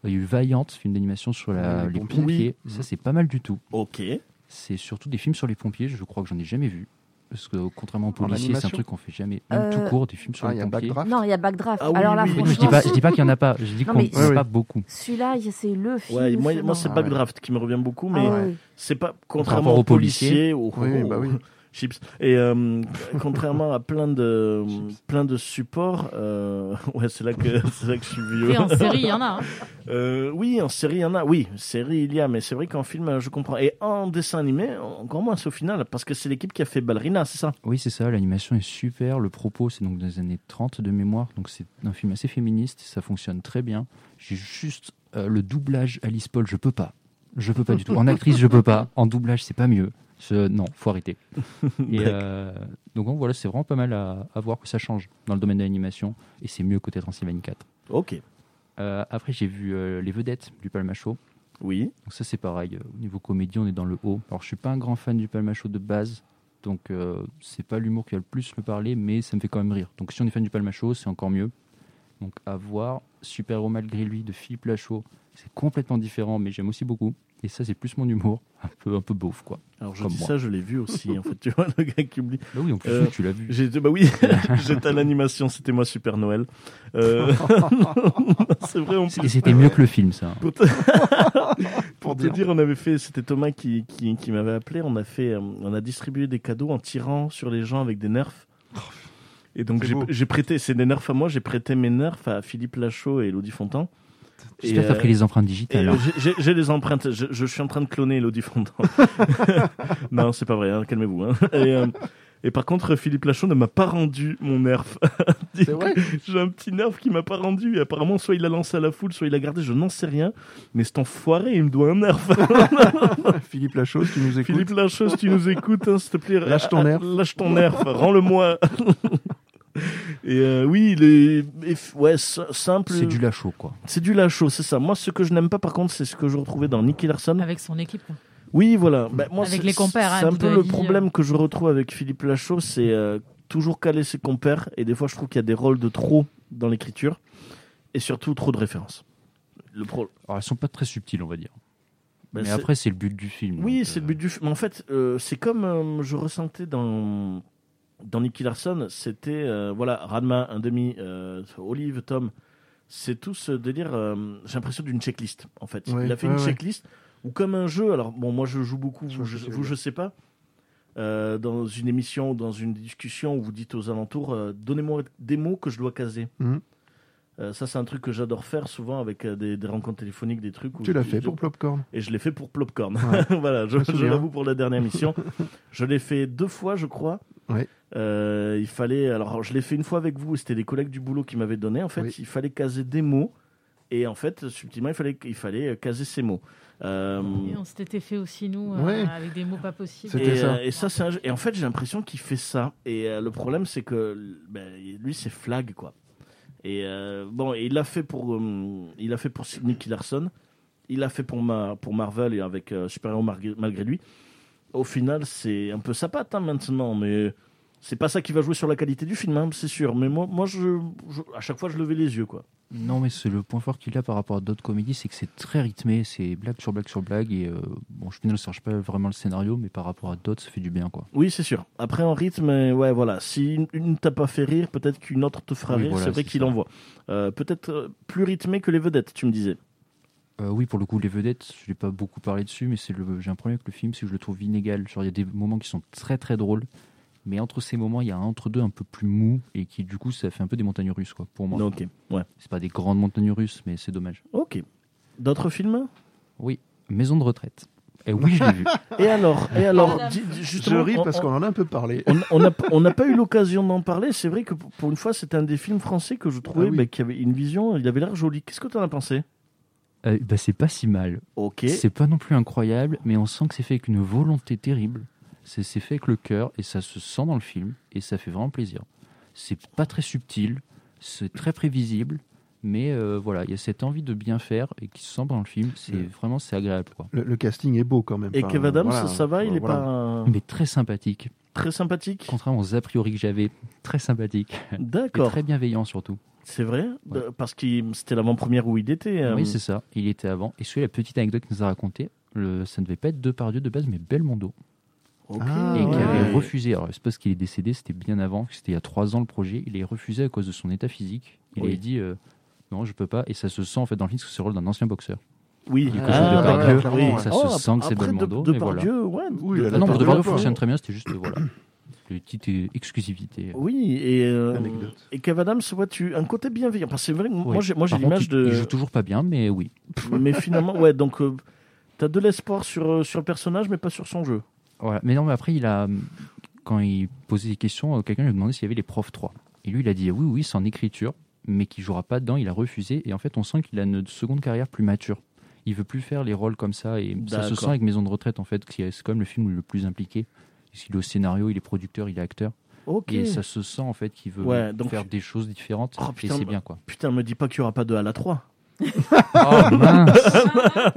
[SPEAKER 9] Euh, Il y a eu Vaillante, film d'animation sur la-
[SPEAKER 6] Les
[SPEAKER 9] les
[SPEAKER 6] pompiers.
[SPEAKER 9] pompiers,
[SPEAKER 6] Mhm.
[SPEAKER 9] ça c'est pas mal du tout.
[SPEAKER 4] Ok.
[SPEAKER 9] C'est surtout des films sur les pompiers, je crois que j'en ai jamais vu. Parce que contrairement aux policiers, c'est un
[SPEAKER 6] animation
[SPEAKER 9] truc qu'on fait jamais. Même
[SPEAKER 1] Euh,
[SPEAKER 9] tout court, des films sur
[SPEAKER 6] Ah, il y
[SPEAKER 9] les
[SPEAKER 6] a
[SPEAKER 9] pompiers.
[SPEAKER 6] Backdraft.
[SPEAKER 1] Non, il y a Backdraft.
[SPEAKER 4] Ah oui,
[SPEAKER 1] Alors là,
[SPEAKER 4] oui, oui.
[SPEAKER 9] Non, mais je dis
[SPEAKER 1] franchement,
[SPEAKER 9] pas, je dis pas qu'il y en a pas. Je dis
[SPEAKER 1] Non,
[SPEAKER 9] qu'on
[SPEAKER 1] mais-
[SPEAKER 9] n'en a
[SPEAKER 6] Ouais, ouais.
[SPEAKER 9] pas beaucoup.
[SPEAKER 1] *laughs* celui-là, il y a- c'est le film.
[SPEAKER 4] Ouais, moi,
[SPEAKER 1] selon-
[SPEAKER 4] moi, c'est
[SPEAKER 6] Ah ouais.
[SPEAKER 4] Backdraft qui me revient beaucoup, mais
[SPEAKER 1] euh, Ah ouais.
[SPEAKER 4] c'est pas
[SPEAKER 9] Par
[SPEAKER 4] contrairement
[SPEAKER 9] rapport
[SPEAKER 4] aux
[SPEAKER 9] aux
[SPEAKER 4] policiers,
[SPEAKER 9] policiers.
[SPEAKER 4] aux
[SPEAKER 6] Oui, bah oui.
[SPEAKER 4] chips et euh, contrairement à plein de
[SPEAKER 6] Chips.
[SPEAKER 4] plein de supports, euh, *laughs* ouais, c'est là que c'est là que je suis vieux.
[SPEAKER 5] Et en série, il y en a. hein.
[SPEAKER 4] *laughs* Euh, oui, en série, il y en a. Oui, série, il y a, mais c'est vrai qu'en film, euh, je comprends. Et en dessin animé, encore moins, c'est au final, parce que c'est l'équipe qui a fait Ballerina, c'est ça
[SPEAKER 9] Oui, c'est ça, l'animation est super. Le propos, c'est donc des années 30 de mémoire. Donc c'est un film assez féministe, ça fonctionne très bien. J'ai juste euh, le doublage Alice Paul, je peux pas. Je peux pas du tout. En actrice, je peux pas. En doublage, c'est pas mieux. Je- Non,
[SPEAKER 6] *laughs*
[SPEAKER 9] faut arrêter. Et, euh, donc voilà, c'est vraiment pas mal à, à voir que ça change dans le domaine de l'animation. Et c'est mieux côté Transylvanie 4.
[SPEAKER 4] Ok.
[SPEAKER 9] Euh, après, j'ai vu euh, Les Vedettes du Palmacho.
[SPEAKER 4] Oui.
[SPEAKER 9] Donc ça, c'est pareil. euh, Au niveau comédie, on est dans le haut. Alors, je suis pas un grand fan du Palmacho de base. Donc, euh, c'est pas l'humour qui va le plus me parler, mais ça me fait quand même rire. Donc, si on est fan du Palmacho, c'est encore mieux. Donc à voir. Super-héros malgré lui de Philippe Lachaud. C'est complètement différent, mais j'aime aussi beaucoup. Et ça, c'est plus mon humour. *laughs* Un peu, un peu beauf, quoi.
[SPEAKER 4] Alors je
[SPEAKER 9] Comme
[SPEAKER 4] dis
[SPEAKER 9] moi.
[SPEAKER 4] ça, je l'ai vu aussi. En fait, tu vois le gars qui oublie.
[SPEAKER 9] Bah oui, en plus,
[SPEAKER 4] Euh,
[SPEAKER 9] tu l'as vu.
[SPEAKER 4] J'ai bah oui, *laughs* j'étais à l'animation, c'était moi Super Noël. Euh, *laughs* c'est vrai. on
[SPEAKER 9] Et c'était mieux que le film, ça.
[SPEAKER 4] Pour te, *laughs* pour te dire, on avait fait, c'était Thomas qui, qui, qui m'avait appelé, on a fait, euh, on a distribué des cadeaux en tirant sur les gens avec des nerfs. Et donc
[SPEAKER 6] Oh, C'est
[SPEAKER 4] j'ai-
[SPEAKER 6] beau.
[SPEAKER 4] j'ai prêté, c'est des nerfs à moi, j'ai prêté mes nerfs à Philippe Lachaud et Elodie Fontan.
[SPEAKER 9] J'espère que t'as
[SPEAKER 4] euh,
[SPEAKER 9] pris les empreintes
[SPEAKER 4] et,
[SPEAKER 9] digitales.
[SPEAKER 4] euh,
[SPEAKER 9] hein.
[SPEAKER 4] j'ai- j'ai- J'ai les empreintes. Je, je suis en train de cloner Elodie
[SPEAKER 9] *laughs*
[SPEAKER 4] Fontan. *laughs* non, c'est pas vrai. hein, Calmez-vous. hein. Et, euh, et par contre, Philippe Lachaud ne m'a pas rendu mon nerf. *laughs* Du
[SPEAKER 6] C'est vrai
[SPEAKER 4] coup, J'ai un petit nerf qui m'a pas rendu. Et apparemment, soit il l'a lancé à la foule, soit il l'a gardé. Je n'en sais rien. Mais cet enfoiré, il me doit un nerf.
[SPEAKER 6] Philippe Lachaud, si tu nous écoutes.
[SPEAKER 4] Philippe Lachaud, si tu nous écoutes, hein, s'il te plaît.
[SPEAKER 6] Lâche ton
[SPEAKER 4] ah, ah,
[SPEAKER 6] nerf.
[SPEAKER 4] Lâche ton nerf. Rends-le-moi. *laughs* Et euh, oui, les, et f- ouais, s- simple.
[SPEAKER 9] C'est du Lachaud, quoi.
[SPEAKER 4] C'est du Lachaud, c'est ça. Moi, ce que je n'aime pas, par contre, c'est ce que je retrouvais dans Nicky Larson.
[SPEAKER 5] Avec son équipe. quoi.
[SPEAKER 4] Oui, voilà. Bah, moi,
[SPEAKER 5] Ah. Avec
[SPEAKER 4] c'est-
[SPEAKER 5] les compères, hein,
[SPEAKER 4] C'est un
[SPEAKER 5] Didou
[SPEAKER 4] peu le
[SPEAKER 5] Ali,
[SPEAKER 4] problème que je retrouve avec Philippe Lachaud, c'est euh, toujours caler ses compères. Et des fois, je trouve qu'il y a des rôles de trop dans l'écriture. Et surtout, trop de références. Le pro...
[SPEAKER 9] Alors, elles sont pas très subtiles, on va dire.
[SPEAKER 4] Bah,
[SPEAKER 9] mais
[SPEAKER 4] c'est-
[SPEAKER 9] après, euh, c'est le but du film.
[SPEAKER 4] Oui,
[SPEAKER 9] donc,
[SPEAKER 4] c'est le
[SPEAKER 9] euh,
[SPEAKER 4] but du film. Mais en fait, euh, c'est comme euh, je ressentais dans, dans Nicky Larson, c'était, euh, voilà, Radma, un demi, euh, Olive, Tom. C'est tout ce délire, euh, j'ai l'impression d'une checklist, en fait.
[SPEAKER 6] Ouais,
[SPEAKER 4] Il a fait
[SPEAKER 6] ouais,
[SPEAKER 4] une
[SPEAKER 6] ouais.
[SPEAKER 4] checklist, ou comme un jeu, alors bon, moi je joue beaucoup,
[SPEAKER 6] Je
[SPEAKER 4] vous,
[SPEAKER 6] vois ce
[SPEAKER 4] je,
[SPEAKER 6] que tu veux
[SPEAKER 4] vous,
[SPEAKER 6] dire.
[SPEAKER 4] je sais pas. Euh, dans une émission ou dans une discussion où vous dites aux alentours, euh, donnez-moi des mots que je dois caser.
[SPEAKER 6] Mhm.
[SPEAKER 4] Euh, ça, c'est un truc que j'adore faire souvent avec euh, des, des rencontres téléphoniques, des trucs. Où
[SPEAKER 6] Tu l'as
[SPEAKER 4] je-
[SPEAKER 6] fait
[SPEAKER 4] je-
[SPEAKER 6] pour Popcorn.
[SPEAKER 4] et je l'ai fait pour Plopcorn.
[SPEAKER 6] Ouais.
[SPEAKER 4] *laughs* voilà, je,
[SPEAKER 6] Je me
[SPEAKER 4] je
[SPEAKER 6] souviens.
[SPEAKER 4] l'avoue pour la dernière
[SPEAKER 6] *laughs*
[SPEAKER 4] mission. je l'ai fait deux fois, je crois.
[SPEAKER 6] Ouais.
[SPEAKER 4] Euh, il fallait, alors je l'ai fait une fois avec vous, c'était des collègues du boulot qui m'avaient donné. En fait,
[SPEAKER 6] Oui.
[SPEAKER 4] il fallait caser des mots. Et en fait, subtilement, il fallait, il fallait caser ces mots. Euh,
[SPEAKER 5] Et on s'était fait aussi, nous, euh,
[SPEAKER 6] Ouais.
[SPEAKER 5] avec des mots pas possibles.
[SPEAKER 6] C'était
[SPEAKER 4] et,
[SPEAKER 6] ça.
[SPEAKER 4] euh, et ça, c'est un jeu- et en fait, j'ai l'impression qu'il fait ça. Et euh, le problème, c'est que ben, lui, c'est flag, quoi. Et euh, bon, et il l'a fait pour, euh, il a fait pour Nicky Larson, il l'a fait pour ma, pour Marvel et avec euh, Super-Héros malgré, malgré lui. Au final, c'est un peu sa patte hein, maintenant, mais c'est pas ça qui va jouer sur la qualité du film, hein, c'est sûr. Mais moi, moi, je, je- à chaque fois, je levais les yeux, quoi.
[SPEAKER 9] Non, mais c'est le point fort qu'il a par rapport à d'autres comédies, c'est que c'est très rythmé, c'est blague sur blague sur blague. Et euh, bon, je ne cherche pas vraiment le scénario, mais par rapport à d'autres, ça fait du bien, quoi.
[SPEAKER 4] Oui, c'est sûr. Après, en rythme, euh, ouais, voilà. Si une, une t'a pas fait rire, peut-être qu'une autre te fera
[SPEAKER 9] Oui,
[SPEAKER 4] rire.
[SPEAKER 9] voilà,
[SPEAKER 4] c'est vrai
[SPEAKER 9] c'est
[SPEAKER 4] qu'il
[SPEAKER 9] ça.
[SPEAKER 4] envoie. Euh, peut-être euh, plus rythmé que les vedettes, tu me disais.
[SPEAKER 9] Euh, oui, pour le coup, les vedettes, je n'ai pas beaucoup parlé dessus, mais c'est le, j'ai un problème avec le film, c'est que je le trouve inégal. Genre, il y a des moments qui sont très très drôles, mais entre ces moments, il y a un entre-deux un peu plus mou, et qui du coup, ça fait un peu des montagnes russes, quoi, pour moi.
[SPEAKER 4] Non, ok. Ouais.
[SPEAKER 9] C'est pas des grandes montagnes russes, mais c'est dommage.
[SPEAKER 4] Ok. D'autres films
[SPEAKER 9] Maison de retraite. Et oui, je l'ai vu.
[SPEAKER 4] Et alors, et alors
[SPEAKER 5] Madame.
[SPEAKER 4] dis- dis-
[SPEAKER 6] Je
[SPEAKER 4] justement,
[SPEAKER 6] ris
[SPEAKER 4] on-
[SPEAKER 6] parce qu'on en a un peu parlé.
[SPEAKER 4] on- on n'a on n'a pas eu l'occasion d'en parler. C'est vrai que pour pour une fois, c'était un des films français que je trouvais
[SPEAKER 6] Ah oui.
[SPEAKER 4] bah, qui avait une vision. Il avait l'air joli. Qu'est-ce que tu en as pensé
[SPEAKER 9] Euh, bah, c'est pas si mal.
[SPEAKER 4] Ok.
[SPEAKER 9] C'est pas non plus incroyable, mais on sent que c'est fait avec une volonté terrible. C'est c'est fait avec le cœur et ça se sent dans le film et ça fait vraiment plaisir. C'est pas très subtil, c'est très prévisible, mais euh, voilà, il y a cette envie de bien faire et qui se sent dans le film. C'est
[SPEAKER 6] Le-
[SPEAKER 9] vraiment c'est agréable quoi.
[SPEAKER 6] Le, le casting est beau quand même.
[SPEAKER 4] Et
[SPEAKER 6] Enfin,
[SPEAKER 4] Kev Adams,
[SPEAKER 6] voilà,
[SPEAKER 4] ça va Il est
[SPEAKER 6] voilà.
[SPEAKER 4] pas euh,
[SPEAKER 9] Mais très sympathique,
[SPEAKER 4] très sympathique
[SPEAKER 9] contrairement aux a priori que j'avais, très sympathique et
[SPEAKER 4] D'accord.
[SPEAKER 9] très bienveillant surtout.
[SPEAKER 4] C'est vrai
[SPEAKER 9] Ouais.
[SPEAKER 4] Euh, Parce que c'était l'avant-première où il était. euh,
[SPEAKER 9] Oui, c'est ça. Il était avant. Et celui la petite anecdote qu'il nous a racontée, le- ça ne devait pas être Depardieu de base, mais Belmondo.
[SPEAKER 4] ok.
[SPEAKER 6] Ah,
[SPEAKER 9] et qui
[SPEAKER 6] ouais.
[SPEAKER 9] avait refusé. Alors, c'est parce qu'il est décédé, c'était bien avant, c'était il y a trois ans le projet. Il est refusé à cause de son état physique. Il
[SPEAKER 4] Oui.
[SPEAKER 9] a dit euh, non, je peux pas. Et ça se sent en fait dans le film, parce que c'est le rôle d'un ancien boxeur.
[SPEAKER 4] Euh, Oui,
[SPEAKER 9] Du coup,
[SPEAKER 6] c'est Depardieu.
[SPEAKER 4] d'accord, oui.
[SPEAKER 6] Donc
[SPEAKER 9] ça se
[SPEAKER 4] Oh,
[SPEAKER 9] sent que c'est
[SPEAKER 4] après,
[SPEAKER 9] Belmondo,
[SPEAKER 4] De,
[SPEAKER 9] mais voilà.
[SPEAKER 4] Depardieu, ouais,
[SPEAKER 6] Oui,
[SPEAKER 4] de-
[SPEAKER 6] elle a
[SPEAKER 9] Ah non,
[SPEAKER 6] Depardieu,
[SPEAKER 9] pour de vrai, le
[SPEAKER 6] quoi.
[SPEAKER 9] fonctionne très bien, c'était juste euh, voilà. Une petite euh, exclusivité.
[SPEAKER 4] Oui, et, euh,
[SPEAKER 6] Anecdote.
[SPEAKER 4] et Kev Adams, vois-tu, un côté bienveillant. Parce que c'est vrai, que moi
[SPEAKER 9] Oui.
[SPEAKER 4] j'ai moi, j'ai
[SPEAKER 9] Par contre,
[SPEAKER 4] l'image
[SPEAKER 9] il- Il
[SPEAKER 4] de.
[SPEAKER 9] joue toujours pas bien, mais oui.
[SPEAKER 4] *laughs* Mais finalement, ouais, donc euh, t'as de l'espoir sur, euh, sur le personnage, mais pas sur son jeu.
[SPEAKER 9] Voilà. Mais non, mais après, il a. hum, Quand il posait des questions, euh, quelqu'un lui a demandé s'il y avait les profs 3. Et lui, il a dit oui, oui, c'est en écriture, mais qu'il jouera pas dedans. Il a refusé. Et en fait, on sent qu'il a une seconde carrière plus mature. Il veut plus faire les rôles comme ça. Et ça se
[SPEAKER 4] D'accord.
[SPEAKER 9] sent avec Maison de retraite, en fait, qui est c'est quand même le film où il est le plus impliqué. Il est au scénario, il est producteur, il est acteur.
[SPEAKER 4] Ok.
[SPEAKER 9] Et ça se sent, en fait, qu'il veut
[SPEAKER 4] Ouais, donc-
[SPEAKER 9] faire des choses différentes.
[SPEAKER 4] Oh, putain,
[SPEAKER 9] et c'est
[SPEAKER 4] bah- *laughs*
[SPEAKER 9] bien, quoi.
[SPEAKER 4] Putain, me dis pas qu'il y aura pas de à la 3.
[SPEAKER 9] Oh mince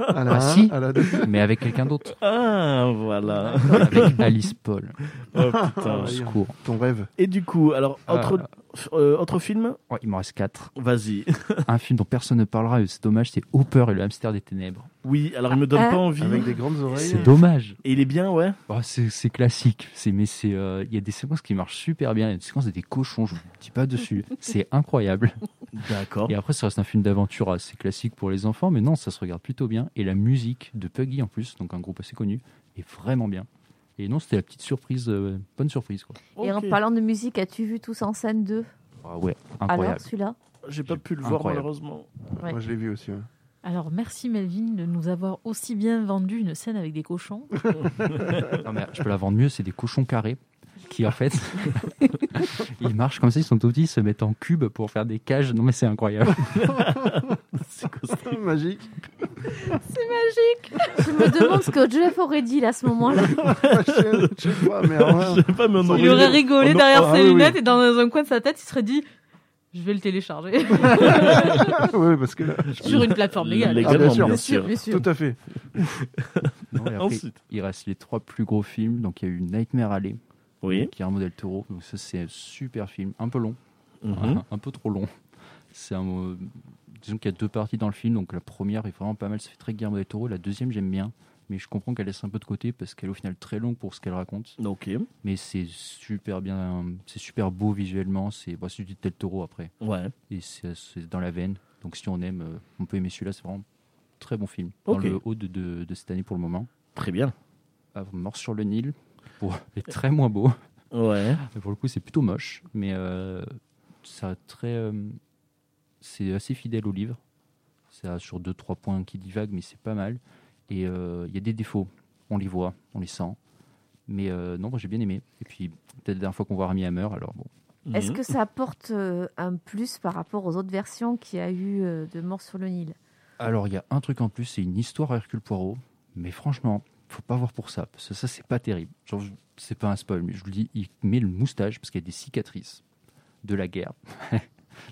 [SPEAKER 6] À la
[SPEAKER 9] Ah,
[SPEAKER 6] un,
[SPEAKER 9] si.
[SPEAKER 6] à la deux.
[SPEAKER 9] Mais avec quelqu'un d'autre.
[SPEAKER 4] Ah, voilà.
[SPEAKER 9] Avec Alice Paul.
[SPEAKER 4] Oh,
[SPEAKER 9] Au
[SPEAKER 4] putain.
[SPEAKER 9] secours.
[SPEAKER 6] Ton rêve.
[SPEAKER 4] *laughs* Et du coup, alors,
[SPEAKER 9] Ah,
[SPEAKER 4] autre, Euh, autre film
[SPEAKER 9] Ouais, il m'en reste quatre.
[SPEAKER 4] Vas-y.
[SPEAKER 9] Un film dont personne ne parlera, et c'est dommage, c'est Hooper et le hamster des ténèbres.
[SPEAKER 4] Oui, alors il me donne
[SPEAKER 1] Ah.
[SPEAKER 4] pas envie.
[SPEAKER 6] Avec des grandes oreilles.
[SPEAKER 9] C'est dommage.
[SPEAKER 4] Et il est bien, ouais.
[SPEAKER 9] Oh, c'est c'est classique, c'est mais c'est euh, il y a des séquences qui marchent super bien, il y a une séquence avec des cochons, je vous dis pas *laughs* dessus, c'est incroyable.
[SPEAKER 4] D'accord.
[SPEAKER 9] Et après ça reste un film d'aventure assez classique pour les enfants, mais non, ça se regarde plutôt bien et la musique de Puggy en plus, donc un groupe assez connu, est vraiment bien. Et non, c'était la petite surprise, euh, bonne surprise quoi.
[SPEAKER 1] Et en
[SPEAKER 4] Ok.
[SPEAKER 1] parlant de musique, as-tu vu Tous en scène 2
[SPEAKER 9] Ah ouais,
[SPEAKER 1] Alors,
[SPEAKER 9] incroyable.
[SPEAKER 1] celui-là
[SPEAKER 4] J'ai pas pu le voir
[SPEAKER 9] Incroyable.
[SPEAKER 4] malheureusement.
[SPEAKER 6] Moi, je l'ai vu aussi. ouais.
[SPEAKER 4] *laughs*
[SPEAKER 5] Alors merci Melvin de nous avoir aussi bien vendu une scène avec des cochons.
[SPEAKER 9] Non, mais je peux la vendre mieux, c'est des cochons carrés qui en *laughs* fait ils marchent comme ça, ils sont tout petits, ils se mettent en cube pour faire des cages. Non mais c'est incroyable.
[SPEAKER 4] C'est costaud.
[SPEAKER 6] Magique.
[SPEAKER 1] Je me demande ce que Jeff aurait dit là, à ce moment-là.
[SPEAKER 6] Je sais pas, mais en vrai,
[SPEAKER 4] *laughs* Je sais pas, mais on
[SPEAKER 6] Il
[SPEAKER 5] Il aurait rigolé
[SPEAKER 4] on-
[SPEAKER 5] derrière
[SPEAKER 4] ah
[SPEAKER 5] ses
[SPEAKER 4] oui, oui.
[SPEAKER 5] lunettes et dans un coin de sa tête, il serait dit je vais le
[SPEAKER 4] *laughs*
[SPEAKER 5] télécharger
[SPEAKER 6] ouais, parce *laughs* que là,
[SPEAKER 5] sur une plateforme légale.
[SPEAKER 4] Légalement,
[SPEAKER 6] Ah, bien sûr.
[SPEAKER 4] bien
[SPEAKER 6] Bien
[SPEAKER 4] sûr.
[SPEAKER 6] tout à fait.
[SPEAKER 9] *laughs* Non, et après,
[SPEAKER 4] Ensuite.
[SPEAKER 9] il reste les trois plus gros films, donc il y a eu Nightmare Alley.
[SPEAKER 4] Oui.
[SPEAKER 9] qui est un modèle taureau. Donc ça, c'est un super film, un peu long,
[SPEAKER 4] Mhm.
[SPEAKER 9] un, peu trop long. C'est un, euh, disons qu'il y a deux parties dans le film. Donc la première est vraiment pas mal, ça fait très Guillermo del Toro. La deuxième, j'aime bien, mais je comprends qu'elle laisse un peu de côté parce qu'elle est au final très longue pour ce qu'elle raconte.
[SPEAKER 4] Ok.
[SPEAKER 9] Mais c'est super bien, c'est super beau visuellement. C'est bah, c'est du del Toro après,
[SPEAKER 4] Ouais.
[SPEAKER 9] et c'est c'est dans la veine. Donc si on aime, euh, on peut aimer celui-là. C'est vraiment un très bon film dans
[SPEAKER 4] Ok.
[SPEAKER 9] le haut de, de- de cette année pour le moment.
[SPEAKER 4] Très bien.
[SPEAKER 9] Ah, Mort sur le Nil pour- *laughs* est très moins beau.
[SPEAKER 4] Ouais.
[SPEAKER 9] Et Pour le coup, c'est plutôt moche, mais euh, ça a très, euh, c'est assez fidèle au livre. Ça a sur deux trois points qui divaguent, mais c'est pas mal. Et euh, il y a des défauts, on les voit, on les sent. Mais euh, non, moi j'ai bien aimé. Et puis peut-être la dernière fois qu'on voit Rami Hammer, alors bon. Mhm.
[SPEAKER 4] Mhm.
[SPEAKER 1] Est-ce que ça apporte euh, un plus par rapport aux autres versions qu'il y a eu euh, de Mort sur le Nil
[SPEAKER 9] Alors il y a un truc en plus, c'est une histoire à Hercule Poirot. Mais franchement, faut pas voir pour ça, parce que ça c'est pas terrible. Genre, je- c'est pas un spoil, mais je vous le dis, il met le moustache parce qu'il y a des cicatrices de la guerre. *laughs*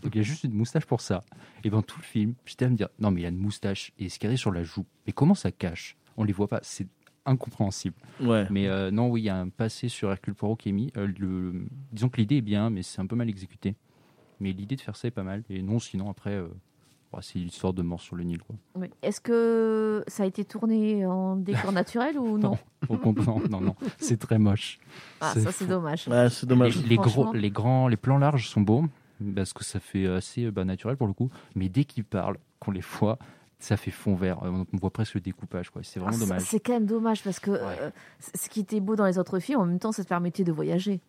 [SPEAKER 9] Donc il y a juste une moustache pour ça. Et dans tout le film, j'étais à me dire, non mais il a une moustache et des cicatrices sur la joue. Mais comment ça cache On les voit pas, c'est incompréhensible.
[SPEAKER 4] Ouais.
[SPEAKER 9] Mais euh, non, oui, il y a un passé sur Hercule Poirot qui est mis. Euh, le- disons que l'idée est bien, mais c'est un peu mal exécuté. Mais l'idée de faire ça est pas mal. Et non, sinon après, euh, bah, c'est l'histoire de mort sur le Nil, quoi.
[SPEAKER 1] Oui. Est-ce que ça a été tourné
[SPEAKER 9] *laughs*
[SPEAKER 1] en décor naturel ou non
[SPEAKER 9] Au comprend. Non, non, c'est très moche.
[SPEAKER 1] Ah,
[SPEAKER 9] C'est
[SPEAKER 1] ça c'est
[SPEAKER 9] fou.
[SPEAKER 1] dommage.
[SPEAKER 4] Ah, c'est
[SPEAKER 9] Les,
[SPEAKER 4] dommage.
[SPEAKER 9] les gros,
[SPEAKER 1] Franchement.
[SPEAKER 9] les grands, les plans larges sont beaux parce que ça fait assez euh, bah, naturel pour le coup. Mais dès qu'ils parlent, qu'on les voit, ça fait fond vert. Euh, On on voit presque le découpage, quoi. C'est
[SPEAKER 1] Ah,
[SPEAKER 9] vraiment
[SPEAKER 1] ça-
[SPEAKER 9] dommage.
[SPEAKER 1] C'est quand même dommage parce que
[SPEAKER 9] Ouais.
[SPEAKER 1] euh, c- ce qui était beau dans les autres films, en même temps, ça te permettait de voyager.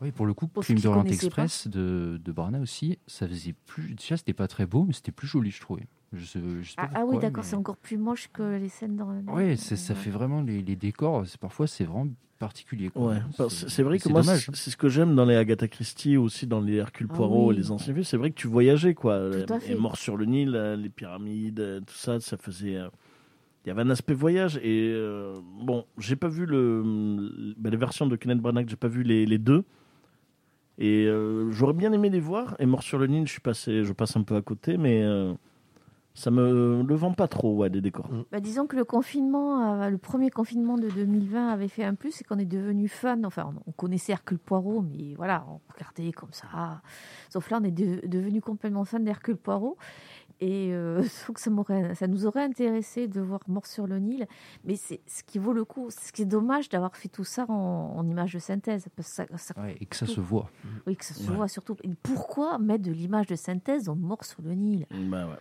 [SPEAKER 9] Oui, pour le coup,
[SPEAKER 1] Pour ceux
[SPEAKER 9] film
[SPEAKER 1] qui
[SPEAKER 9] d'Orient
[SPEAKER 1] connaissaient pas.
[SPEAKER 9] Express de, de Barna aussi, ça faisait plus. Déjà, c'était pas très beau, mais c'était plus joli, je trouvais. Je sais- je sais pas
[SPEAKER 1] Ah, ah oui,
[SPEAKER 9] pourquoi,
[SPEAKER 1] d'accord,
[SPEAKER 9] mais-
[SPEAKER 1] c'est encore plus moche que les scènes dans.
[SPEAKER 9] Ouais, c'est- ça fait vraiment les, les décors. c'est- Parfois, c'est vraiment particulier. quoi.
[SPEAKER 4] Ouais, parce- c'est c'est vrai que
[SPEAKER 9] c'est
[SPEAKER 4] moi,
[SPEAKER 9] dommage.
[SPEAKER 4] c'est c'est ce que j'aime dans les Agatha Christie, aussi dans les Hercule
[SPEAKER 1] Ah
[SPEAKER 4] Poirot,
[SPEAKER 1] oui.
[SPEAKER 4] les anciens films, c'est vrai que tu voyageais, quoi.
[SPEAKER 1] Tout à fait.
[SPEAKER 4] Et Mort sur le Nil, euh, les pyramides, euh, tout ça, ça faisait. euh, Il y avait un aspect voyage. Et euh, bon, j'ai pas vu le, le- ben, les versions de Kenneth Branagh, j'ai pas vu les, les deux. Et euh, j'aurais bien aimé les voir. Et Mort sur le Nil, je, suis passé, je passe un peu à côté, mais euh, ça me le vend pas trop, ouais, des décors.
[SPEAKER 1] Bah, disons que le confinement, euh, le premier confinement de 2020 avait fait un plus, c'est qu'on est devenu fan. Enfin, on, on connaissait Hercule Poirot, mais voilà, on regardait comme ça. Sauf là, on est de- devenu complètement fan d'Hercule Poirot. Et euh, *laughs* je trouve que ça, m'aurait- ça nous aurait intéressé de voir Mort sur le Nil. Mais c'est ce qui vaut le coup. C'est Ce qui est dommage d'avoir fait tout ça en, en image de synthèse. Parce que ça, ça-
[SPEAKER 9] Ouais, et que ça se voit.
[SPEAKER 1] oui, que ça se
[SPEAKER 4] Ouais.
[SPEAKER 1] voit surtout. Et pourquoi mettre de l'image de synthèse dans Mort sur le Nil
[SPEAKER 9] Mm.
[SPEAKER 4] Ben ouais.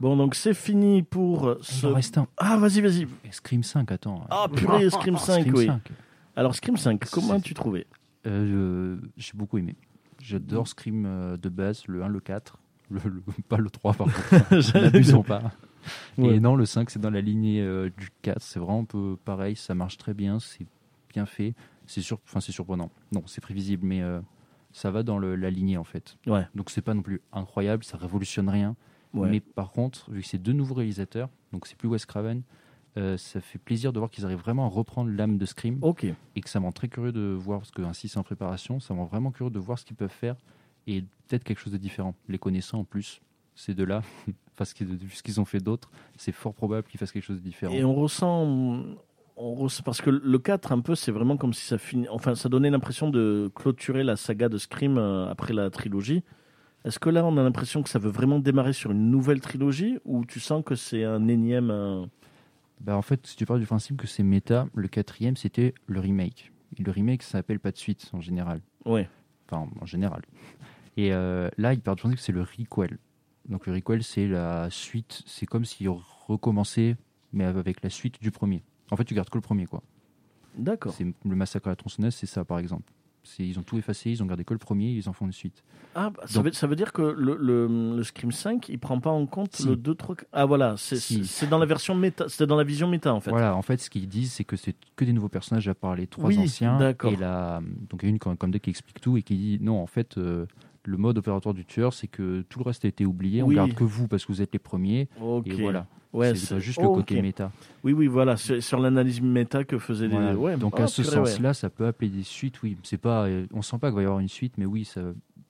[SPEAKER 4] Bon, donc c'est fini pour
[SPEAKER 9] Il
[SPEAKER 4] ce.
[SPEAKER 9] en reste un.
[SPEAKER 4] Ah, vas-y, vas-y.
[SPEAKER 9] Et Scream 5, attends.
[SPEAKER 4] Ah
[SPEAKER 9] *laughs*
[SPEAKER 4] purée, Scream 5,
[SPEAKER 9] Scream
[SPEAKER 4] oui.
[SPEAKER 9] 5.
[SPEAKER 4] Alors Scream 5,
[SPEAKER 9] C'est-
[SPEAKER 4] comment tu trouvais
[SPEAKER 9] Euh, J'ai beaucoup aimé.
[SPEAKER 4] Mm.
[SPEAKER 9] J'adore Scream euh, de base, le 1, le 4. *laughs* Le, le- pas le 3, par contre. *laughs* N'abusons pas.
[SPEAKER 4] *laughs* Ouais.
[SPEAKER 9] Et non, le 5, c'est dans la lignée euh, du 4. C'est vraiment un peu pareil. Ça marche très bien. C'est bien fait. C'est sur... enfin, c'est surprenant. Non, c'est prévisible, mais euh, ça va dans le- la lignée, en fait.
[SPEAKER 4] Ouais.
[SPEAKER 9] Donc, c'est pas non plus incroyable. Ça révolutionne rien.
[SPEAKER 4] Ouais.
[SPEAKER 9] Mais par contre, vu que c'est deux nouveaux réalisateurs, donc c'est plus Wes Craven, euh, ça fait plaisir de voir qu'ils arrivent vraiment à reprendre l'âme de Scream
[SPEAKER 4] Ok.
[SPEAKER 9] et que ça me rend très curieux de voir, parce qu'un 6 en préparation, ça me rend vraiment curieux de voir ce qu'ils peuvent faire et peut-être quelque chose de différent. Les connaissant en plus, ces deux-là, *laughs* parce que vu ce qu'ils ont fait d'autres, c'est fort probable qu'ils fassent quelque chose de différent.
[SPEAKER 4] Et on ressent, on re- parce que le 4, un peu, c'est vraiment comme si ça finit. Enfin, ça donnait l'impression de clôturer la saga de Scream euh, après la trilogie. Est-ce que là, on a l'impression que ça veut vraiment démarrer sur une nouvelle trilogie ou tu sens que c'est un énième. euh,
[SPEAKER 9] Bah, en fait, si tu parles du principe que c'est méta, le quatrième, c'était le remake. Et le remake, ça s'appelle pas de suite, en général.
[SPEAKER 4] Ouais.
[SPEAKER 9] Enfin, en général. Et euh, là, il part du principe que c'est le requel. Donc, le requel, c'est la suite. C'est comme s'il recommençait, mais avec la suite du premier. En fait, tu gardes que le premier, quoi.
[SPEAKER 4] D'accord.
[SPEAKER 9] C'est le massacre à la tronçonneuse, c'est ça, par exemple. C'est- Ils ont tout effacé, ils ont gardé que le premier, ils en font une suite.
[SPEAKER 4] Ah, bah, ça,
[SPEAKER 9] Donc-
[SPEAKER 4] veut, ça veut dire que le, le, le Scream 5, il prend pas en compte
[SPEAKER 9] Si.
[SPEAKER 4] le 2, 3. Ah, voilà, c'est
[SPEAKER 9] Si.
[SPEAKER 4] c'est dans la version méta. C'était dans la vision méta, en fait.
[SPEAKER 9] Voilà, en fait, ce qu'ils disent, c'est que c'est que des nouveaux personnages à part les trois
[SPEAKER 4] Oui,
[SPEAKER 9] anciens.
[SPEAKER 4] d'accord.
[SPEAKER 9] Et la, donc, il y a une comme, comme d'hab qui explique tout et qui dit non, en fait, euh, le mode opératoire du tueur, c'est que tout le reste a été oublié,
[SPEAKER 4] Oui.
[SPEAKER 9] on garde que vous parce que vous êtes les premiers.
[SPEAKER 4] Ok.
[SPEAKER 9] Et voilà,
[SPEAKER 4] Ouais,
[SPEAKER 9] c'est
[SPEAKER 4] c'est-
[SPEAKER 9] juste le
[SPEAKER 4] ok.
[SPEAKER 9] côté méta.
[SPEAKER 4] Oui, oui, voilà, sur, sur l'analyse méta que faisait les.
[SPEAKER 9] Voilà.
[SPEAKER 4] Ouais,
[SPEAKER 9] donc,
[SPEAKER 4] ah,
[SPEAKER 9] à ce
[SPEAKER 4] purée, ouais.
[SPEAKER 9] sens-là, ça peut appeler des suites, oui. C'est pas, euh, on sent pas qu'il va y avoir une suite, mais oui, ça,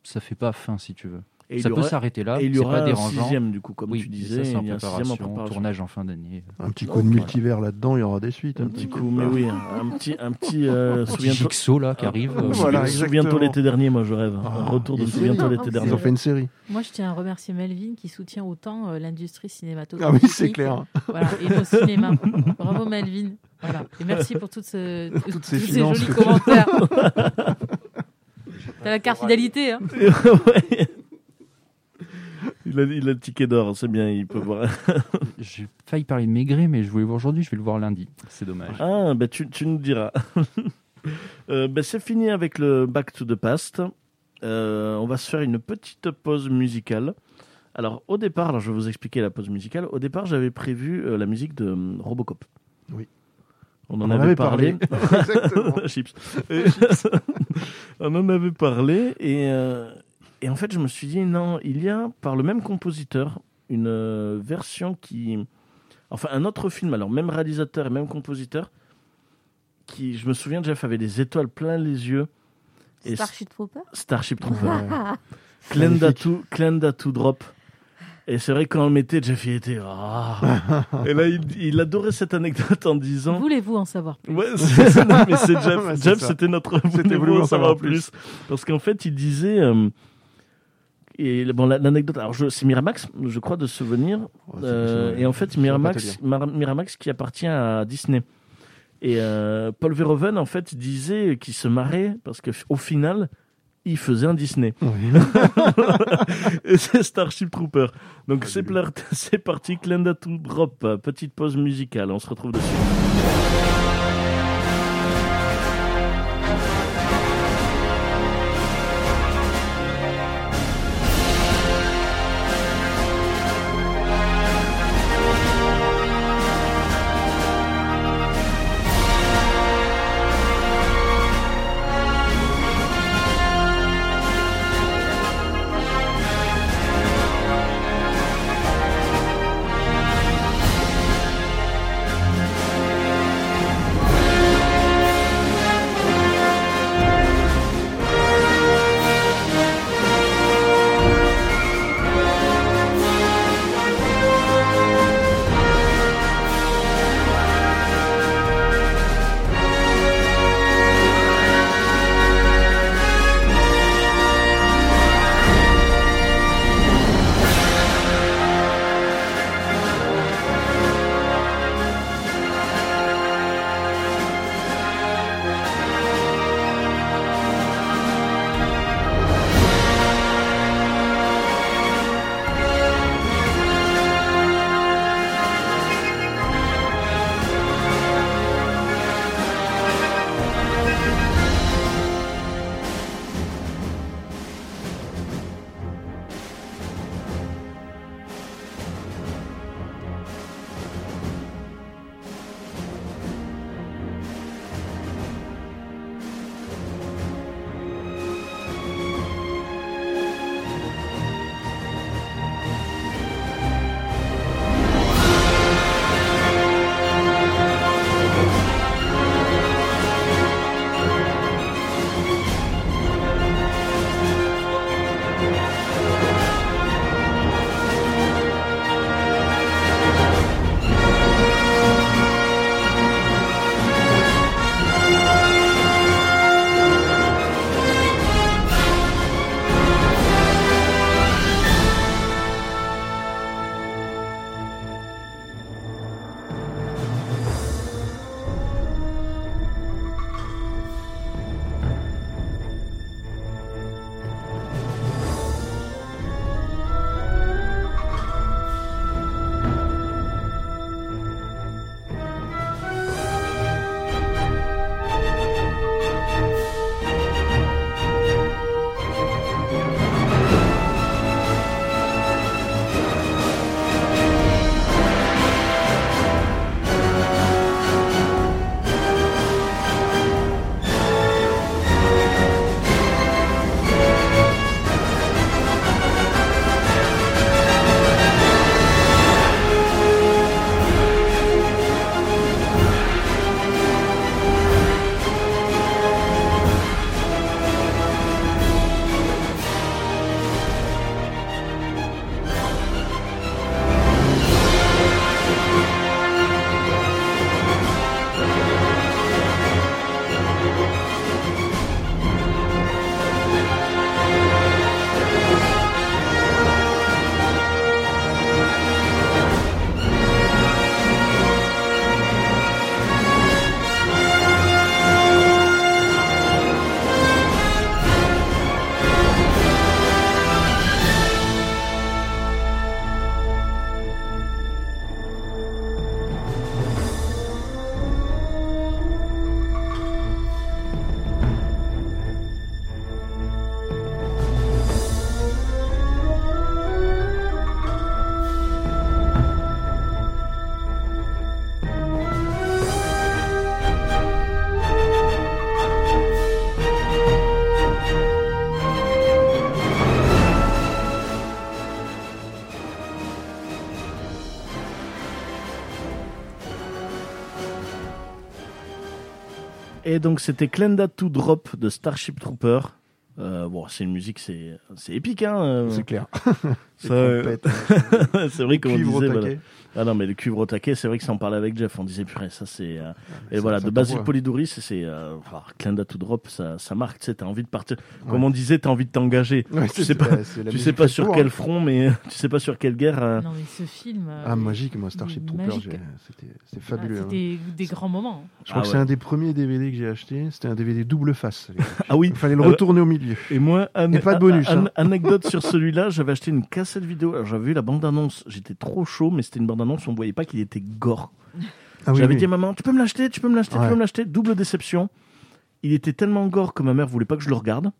[SPEAKER 9] ça fait pas fin si tu veux.
[SPEAKER 4] Et il
[SPEAKER 9] ça
[SPEAKER 4] y
[SPEAKER 9] peut
[SPEAKER 4] aura-
[SPEAKER 9] s'arrêter là,
[SPEAKER 4] Et il y
[SPEAKER 9] c'est
[SPEAKER 4] aura
[SPEAKER 9] pas
[SPEAKER 4] un
[SPEAKER 9] dérangeant.
[SPEAKER 4] sixième, du coup, comme tu disais.
[SPEAKER 9] mais ça, c'est
[SPEAKER 4] il y a un sixième en préparation.
[SPEAKER 9] tournage en fin d'année.
[SPEAKER 6] Un petit coup de
[SPEAKER 9] Ok.
[SPEAKER 6] multivers là-dedans, il y aura des suites. hein.
[SPEAKER 4] Un petit coup, mais oui, un petit, un petit. euh,
[SPEAKER 9] Petit
[SPEAKER 4] souviens-toi.
[SPEAKER 9] Jigsaw là qui arrive. euh,
[SPEAKER 6] Voilà,
[SPEAKER 4] Souviens- Souviens-toi
[SPEAKER 6] exactement.
[SPEAKER 4] l'été dernier, moi je rêve.
[SPEAKER 6] Ah,
[SPEAKER 4] un retour de
[SPEAKER 6] il est
[SPEAKER 4] Souviens-toi
[SPEAKER 5] fini.
[SPEAKER 4] l'été
[SPEAKER 5] Ah,
[SPEAKER 6] Ils
[SPEAKER 4] dernier.
[SPEAKER 6] ont fait
[SPEAKER 4] *laughs*
[SPEAKER 6] une série.
[SPEAKER 5] Moi, je tiens à remercier Melvin qui soutient autant euh, l'industrie
[SPEAKER 6] Ah
[SPEAKER 5] cinématographique.
[SPEAKER 6] oui, c'est clair.
[SPEAKER 5] Voilà, et
[SPEAKER 6] *laughs*
[SPEAKER 5] nos cinémas. Bravo Melvin. Voilà. Et merci pour toutes, ce-
[SPEAKER 6] Toutes ces
[SPEAKER 5] tous ces
[SPEAKER 6] finances. *laughs*
[SPEAKER 5] jolis commentaires. T'as la carte fidélité. Hein.
[SPEAKER 4] Ouais. il, a, il a le ticket d'or, c'est bien,
[SPEAKER 9] *laughs*
[SPEAKER 4] il peut voir.
[SPEAKER 9] J'ai failli parler de Maigret, mais je voulais le voir aujourd'hui, je vais le voir lundi. C'est dommage.
[SPEAKER 4] Ah, ben tu, tu nous diras. *laughs* Euh, ben, c'est fini avec le Back to the Past. Euh, on va se faire une petite pause musicale. Alors, au départ, alors, je vais vous expliquer la pause musicale. Au départ, j'avais prévu euh, la musique de euh, Robocop.
[SPEAKER 6] Oui.
[SPEAKER 4] On en avait parlé.
[SPEAKER 6] *laughs*
[SPEAKER 4] *laughs*
[SPEAKER 6] Exactement.
[SPEAKER 4] Chips. Et- *laughs* on en avait parlé et, euh, et en fait je me suis dit non, il y a par le même compositeur une euh, version qui... Enfin un autre film, alors même réalisateur et même compositeur, qui je me souviens Jeff avait des étoiles plein les yeux. Et
[SPEAKER 1] Starship Trooper.
[SPEAKER 4] Starship Trooper.
[SPEAKER 6] Ouais.
[SPEAKER 4] Clenda to, Clenda to drop. Et c'est vrai que quand on le mettait, Jeff il était... Ah. et là il, il adorait cette anecdote en disant...
[SPEAKER 5] Voulez-vous en savoir plus
[SPEAKER 4] Ouais, c'est
[SPEAKER 6] *laughs*
[SPEAKER 4] ça. Non, mais c'est Jeff.
[SPEAKER 6] Ouais, c'est
[SPEAKER 4] Jeff,
[SPEAKER 6] ça.
[SPEAKER 4] c'était notre
[SPEAKER 6] C'était voulu en
[SPEAKER 4] ça va
[SPEAKER 6] savoir
[SPEAKER 4] plus. Parce qu'en fait, il disait. euh, et bon, la- l'anecdote. Alors, je- c'est Miramax, je crois, de souvenir.
[SPEAKER 6] Ouais, Bah, c'est-
[SPEAKER 4] Euh,
[SPEAKER 6] c'est-
[SPEAKER 4] et en fait,
[SPEAKER 6] je saurais pas te
[SPEAKER 4] Miramax,
[SPEAKER 6] dire.
[SPEAKER 4] Mar- Miramax qui appartient à Disney. Et euh, Paul Verhoeven, en fait, disait qu'il se marrait parce que au final, il faisait un
[SPEAKER 6] *laughs*
[SPEAKER 4] Disney.
[SPEAKER 6] Oui.
[SPEAKER 4] Et c'est Starship Trooper. Donc,
[SPEAKER 6] Ah,
[SPEAKER 4] c'est
[SPEAKER 6] lui.
[SPEAKER 4] plat- *laughs* c'est parti, Clenda to Drop. Petite pause musicale. On se retrouve dessus. Et donc c'était Clenda to Drop de Starship Trooper. Euh, bon, c'est une musique, c'est c'est épique, hein. euh,
[SPEAKER 6] C'est clair. Les
[SPEAKER 4] ça, euh,
[SPEAKER 6] trompettes,
[SPEAKER 4] *laughs* c'est vrai qu'on disait.
[SPEAKER 6] cuivre au
[SPEAKER 4] voilà.
[SPEAKER 6] taquet.
[SPEAKER 4] Ah non, mais le cuivre au taquet, c'est vrai que ça en parlait avec Jeff. On disait purée, ça c'est. euh, et
[SPEAKER 6] Ah, Ça-
[SPEAKER 4] voilà,
[SPEAKER 6] ça
[SPEAKER 4] de Basil
[SPEAKER 6] t'envoie.
[SPEAKER 4] Polidori, c'est c'est, euh, alors, Clinda to Drop, ça ça marque. Tu sais, t'as envie de partir. Comme
[SPEAKER 6] Ouais.
[SPEAKER 4] on disait, t'as envie de t'engager.
[SPEAKER 6] Ouais,
[SPEAKER 4] tu
[SPEAKER 6] c'est-
[SPEAKER 4] sais pas,
[SPEAKER 6] bah, c'est la
[SPEAKER 4] tu sais
[SPEAKER 6] musique
[SPEAKER 4] pas
[SPEAKER 6] du
[SPEAKER 4] sur
[SPEAKER 6] tour.
[SPEAKER 4] quel front, mais euh, tu sais pas sur quelle guerre. euh,
[SPEAKER 5] Non, mais ce film. euh,
[SPEAKER 6] Ah, magique, moi, Starship Trooper,
[SPEAKER 5] Magique.
[SPEAKER 6] j'ai- c'était c'était
[SPEAKER 5] ah,
[SPEAKER 6] fabuleux. hein.
[SPEAKER 5] C'était des grands moments. hein.
[SPEAKER 6] *laughs* Je crois
[SPEAKER 4] Ah
[SPEAKER 6] que
[SPEAKER 4] ouais.
[SPEAKER 6] c'est un des premiers DVD que j'ai acheté. C'était un DVD
[SPEAKER 4] *laughs*
[SPEAKER 6] double face.
[SPEAKER 4] Ah oui.
[SPEAKER 6] Il fallait le
[SPEAKER 4] Ah bah-
[SPEAKER 6] retourner au milieu.
[SPEAKER 4] Et moi, ane-
[SPEAKER 6] Et pas de bonus,
[SPEAKER 4] an-
[SPEAKER 6] hein.
[SPEAKER 4] anecdote sur celui-là, j'avais acheté une cassette vidéo. Alors j'avais vu la bande-annonce, j'étais trop chaud, mais c'était une bande-annonce, on voyait pas qu'il était gore.
[SPEAKER 6] Ah oui,
[SPEAKER 4] j'avais
[SPEAKER 6] oui.
[SPEAKER 4] dit à maman, tu peux me l'acheter, tu peux me l'acheter, tu
[SPEAKER 6] Ouais.
[SPEAKER 4] peux me l'acheter. Double déception. Il était tellement gore que ma mère voulait pas que je le
[SPEAKER 6] *laughs*
[SPEAKER 4] regarde.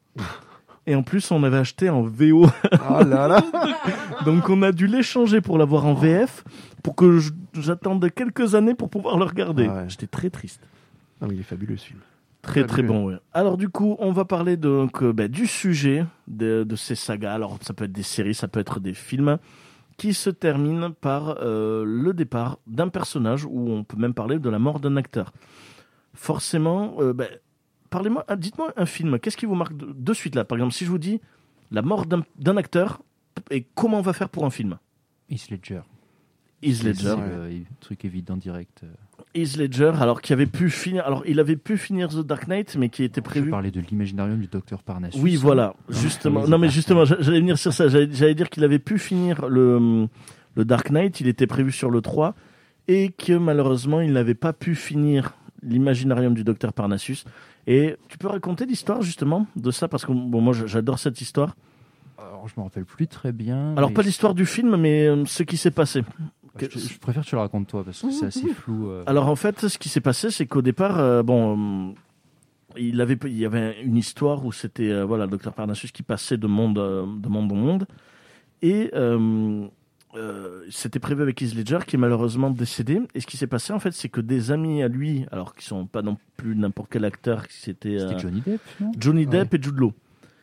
[SPEAKER 4] Et en plus, on avait acheté en VO,
[SPEAKER 6] Ah là là
[SPEAKER 4] *laughs* donc on a dû l'échanger pour l'avoir en VF, pour que je- j'attende quelques années pour pouvoir le regarder.
[SPEAKER 6] Ah ouais.
[SPEAKER 4] J'étais très triste.
[SPEAKER 6] Ah, mais il est fabuleux ce film.
[SPEAKER 4] Très
[SPEAKER 6] Très
[SPEAKER 4] très
[SPEAKER 6] bien.
[SPEAKER 4] bon. ouais. Alors du coup, on va parler donc euh, bah, du sujet de, de ces sagas. Alors ça peut être des séries, ça peut être des films qui se terminent par euh, le départ d'un personnage ou on peut même parler de la mort d'un acteur. Forcément, euh, bah, parlez-moi, ah, dites-moi un film. Qu'est-ce qui vous marque de, de suite là Par exemple, si je vous dis la mort d'un d'un acteur et comment on va faire pour un film
[SPEAKER 9] Heath Ledger.
[SPEAKER 4] Heath
[SPEAKER 9] C'est
[SPEAKER 4] Ledger.
[SPEAKER 9] le truc évident direct. euh.
[SPEAKER 4] Heath Ledger, alors qui avait pu finir, alors il avait pu finir The Dark Knight, mais qui était
[SPEAKER 9] Je
[SPEAKER 4] prévu
[SPEAKER 9] parlais de l'imaginarium du docteur Parnassus.
[SPEAKER 4] Oui, voilà, justement. Non, mais justement, j'a- j'allais venir sur ça. J'allais j'allais dire qu'il avait pu finir le, hum, le Dark Knight, il était prévu sur le 3, et que malheureusement, il n'avait pas pu finir l'imaginarium du docteur Parnassus. Et tu peux raconter l'histoire, justement, de ça Parce que bon, moi, j'a- j'adore cette histoire.
[SPEAKER 9] Alors, je me rappelle plus très bien.
[SPEAKER 4] Alors,
[SPEAKER 9] mais
[SPEAKER 4] pas l'histoire du film, mais hum, ce qui s'est passé.
[SPEAKER 9] Je, te- je préfère que tu le racontes toi parce que c'est assez flou. euh.
[SPEAKER 4] Alors en fait, ce qui s'est passé, c'est qu'au départ, euh, bon, euh, il, avait, il y avait une histoire où c'était euh, voilà, le docteur Parnassus qui passait de monde, euh, de monde en monde. Et euh, euh, c'était prévu avec Heath Ledger qui est malheureusement décédé. Et ce qui s'est passé, en fait, c'est que des amis à lui, alors qu'ils sont pas non plus n'importe quel acteur, qui c'était euh,
[SPEAKER 9] C'était Johnny Depp, non
[SPEAKER 4] Johnny Depp et Jude Law.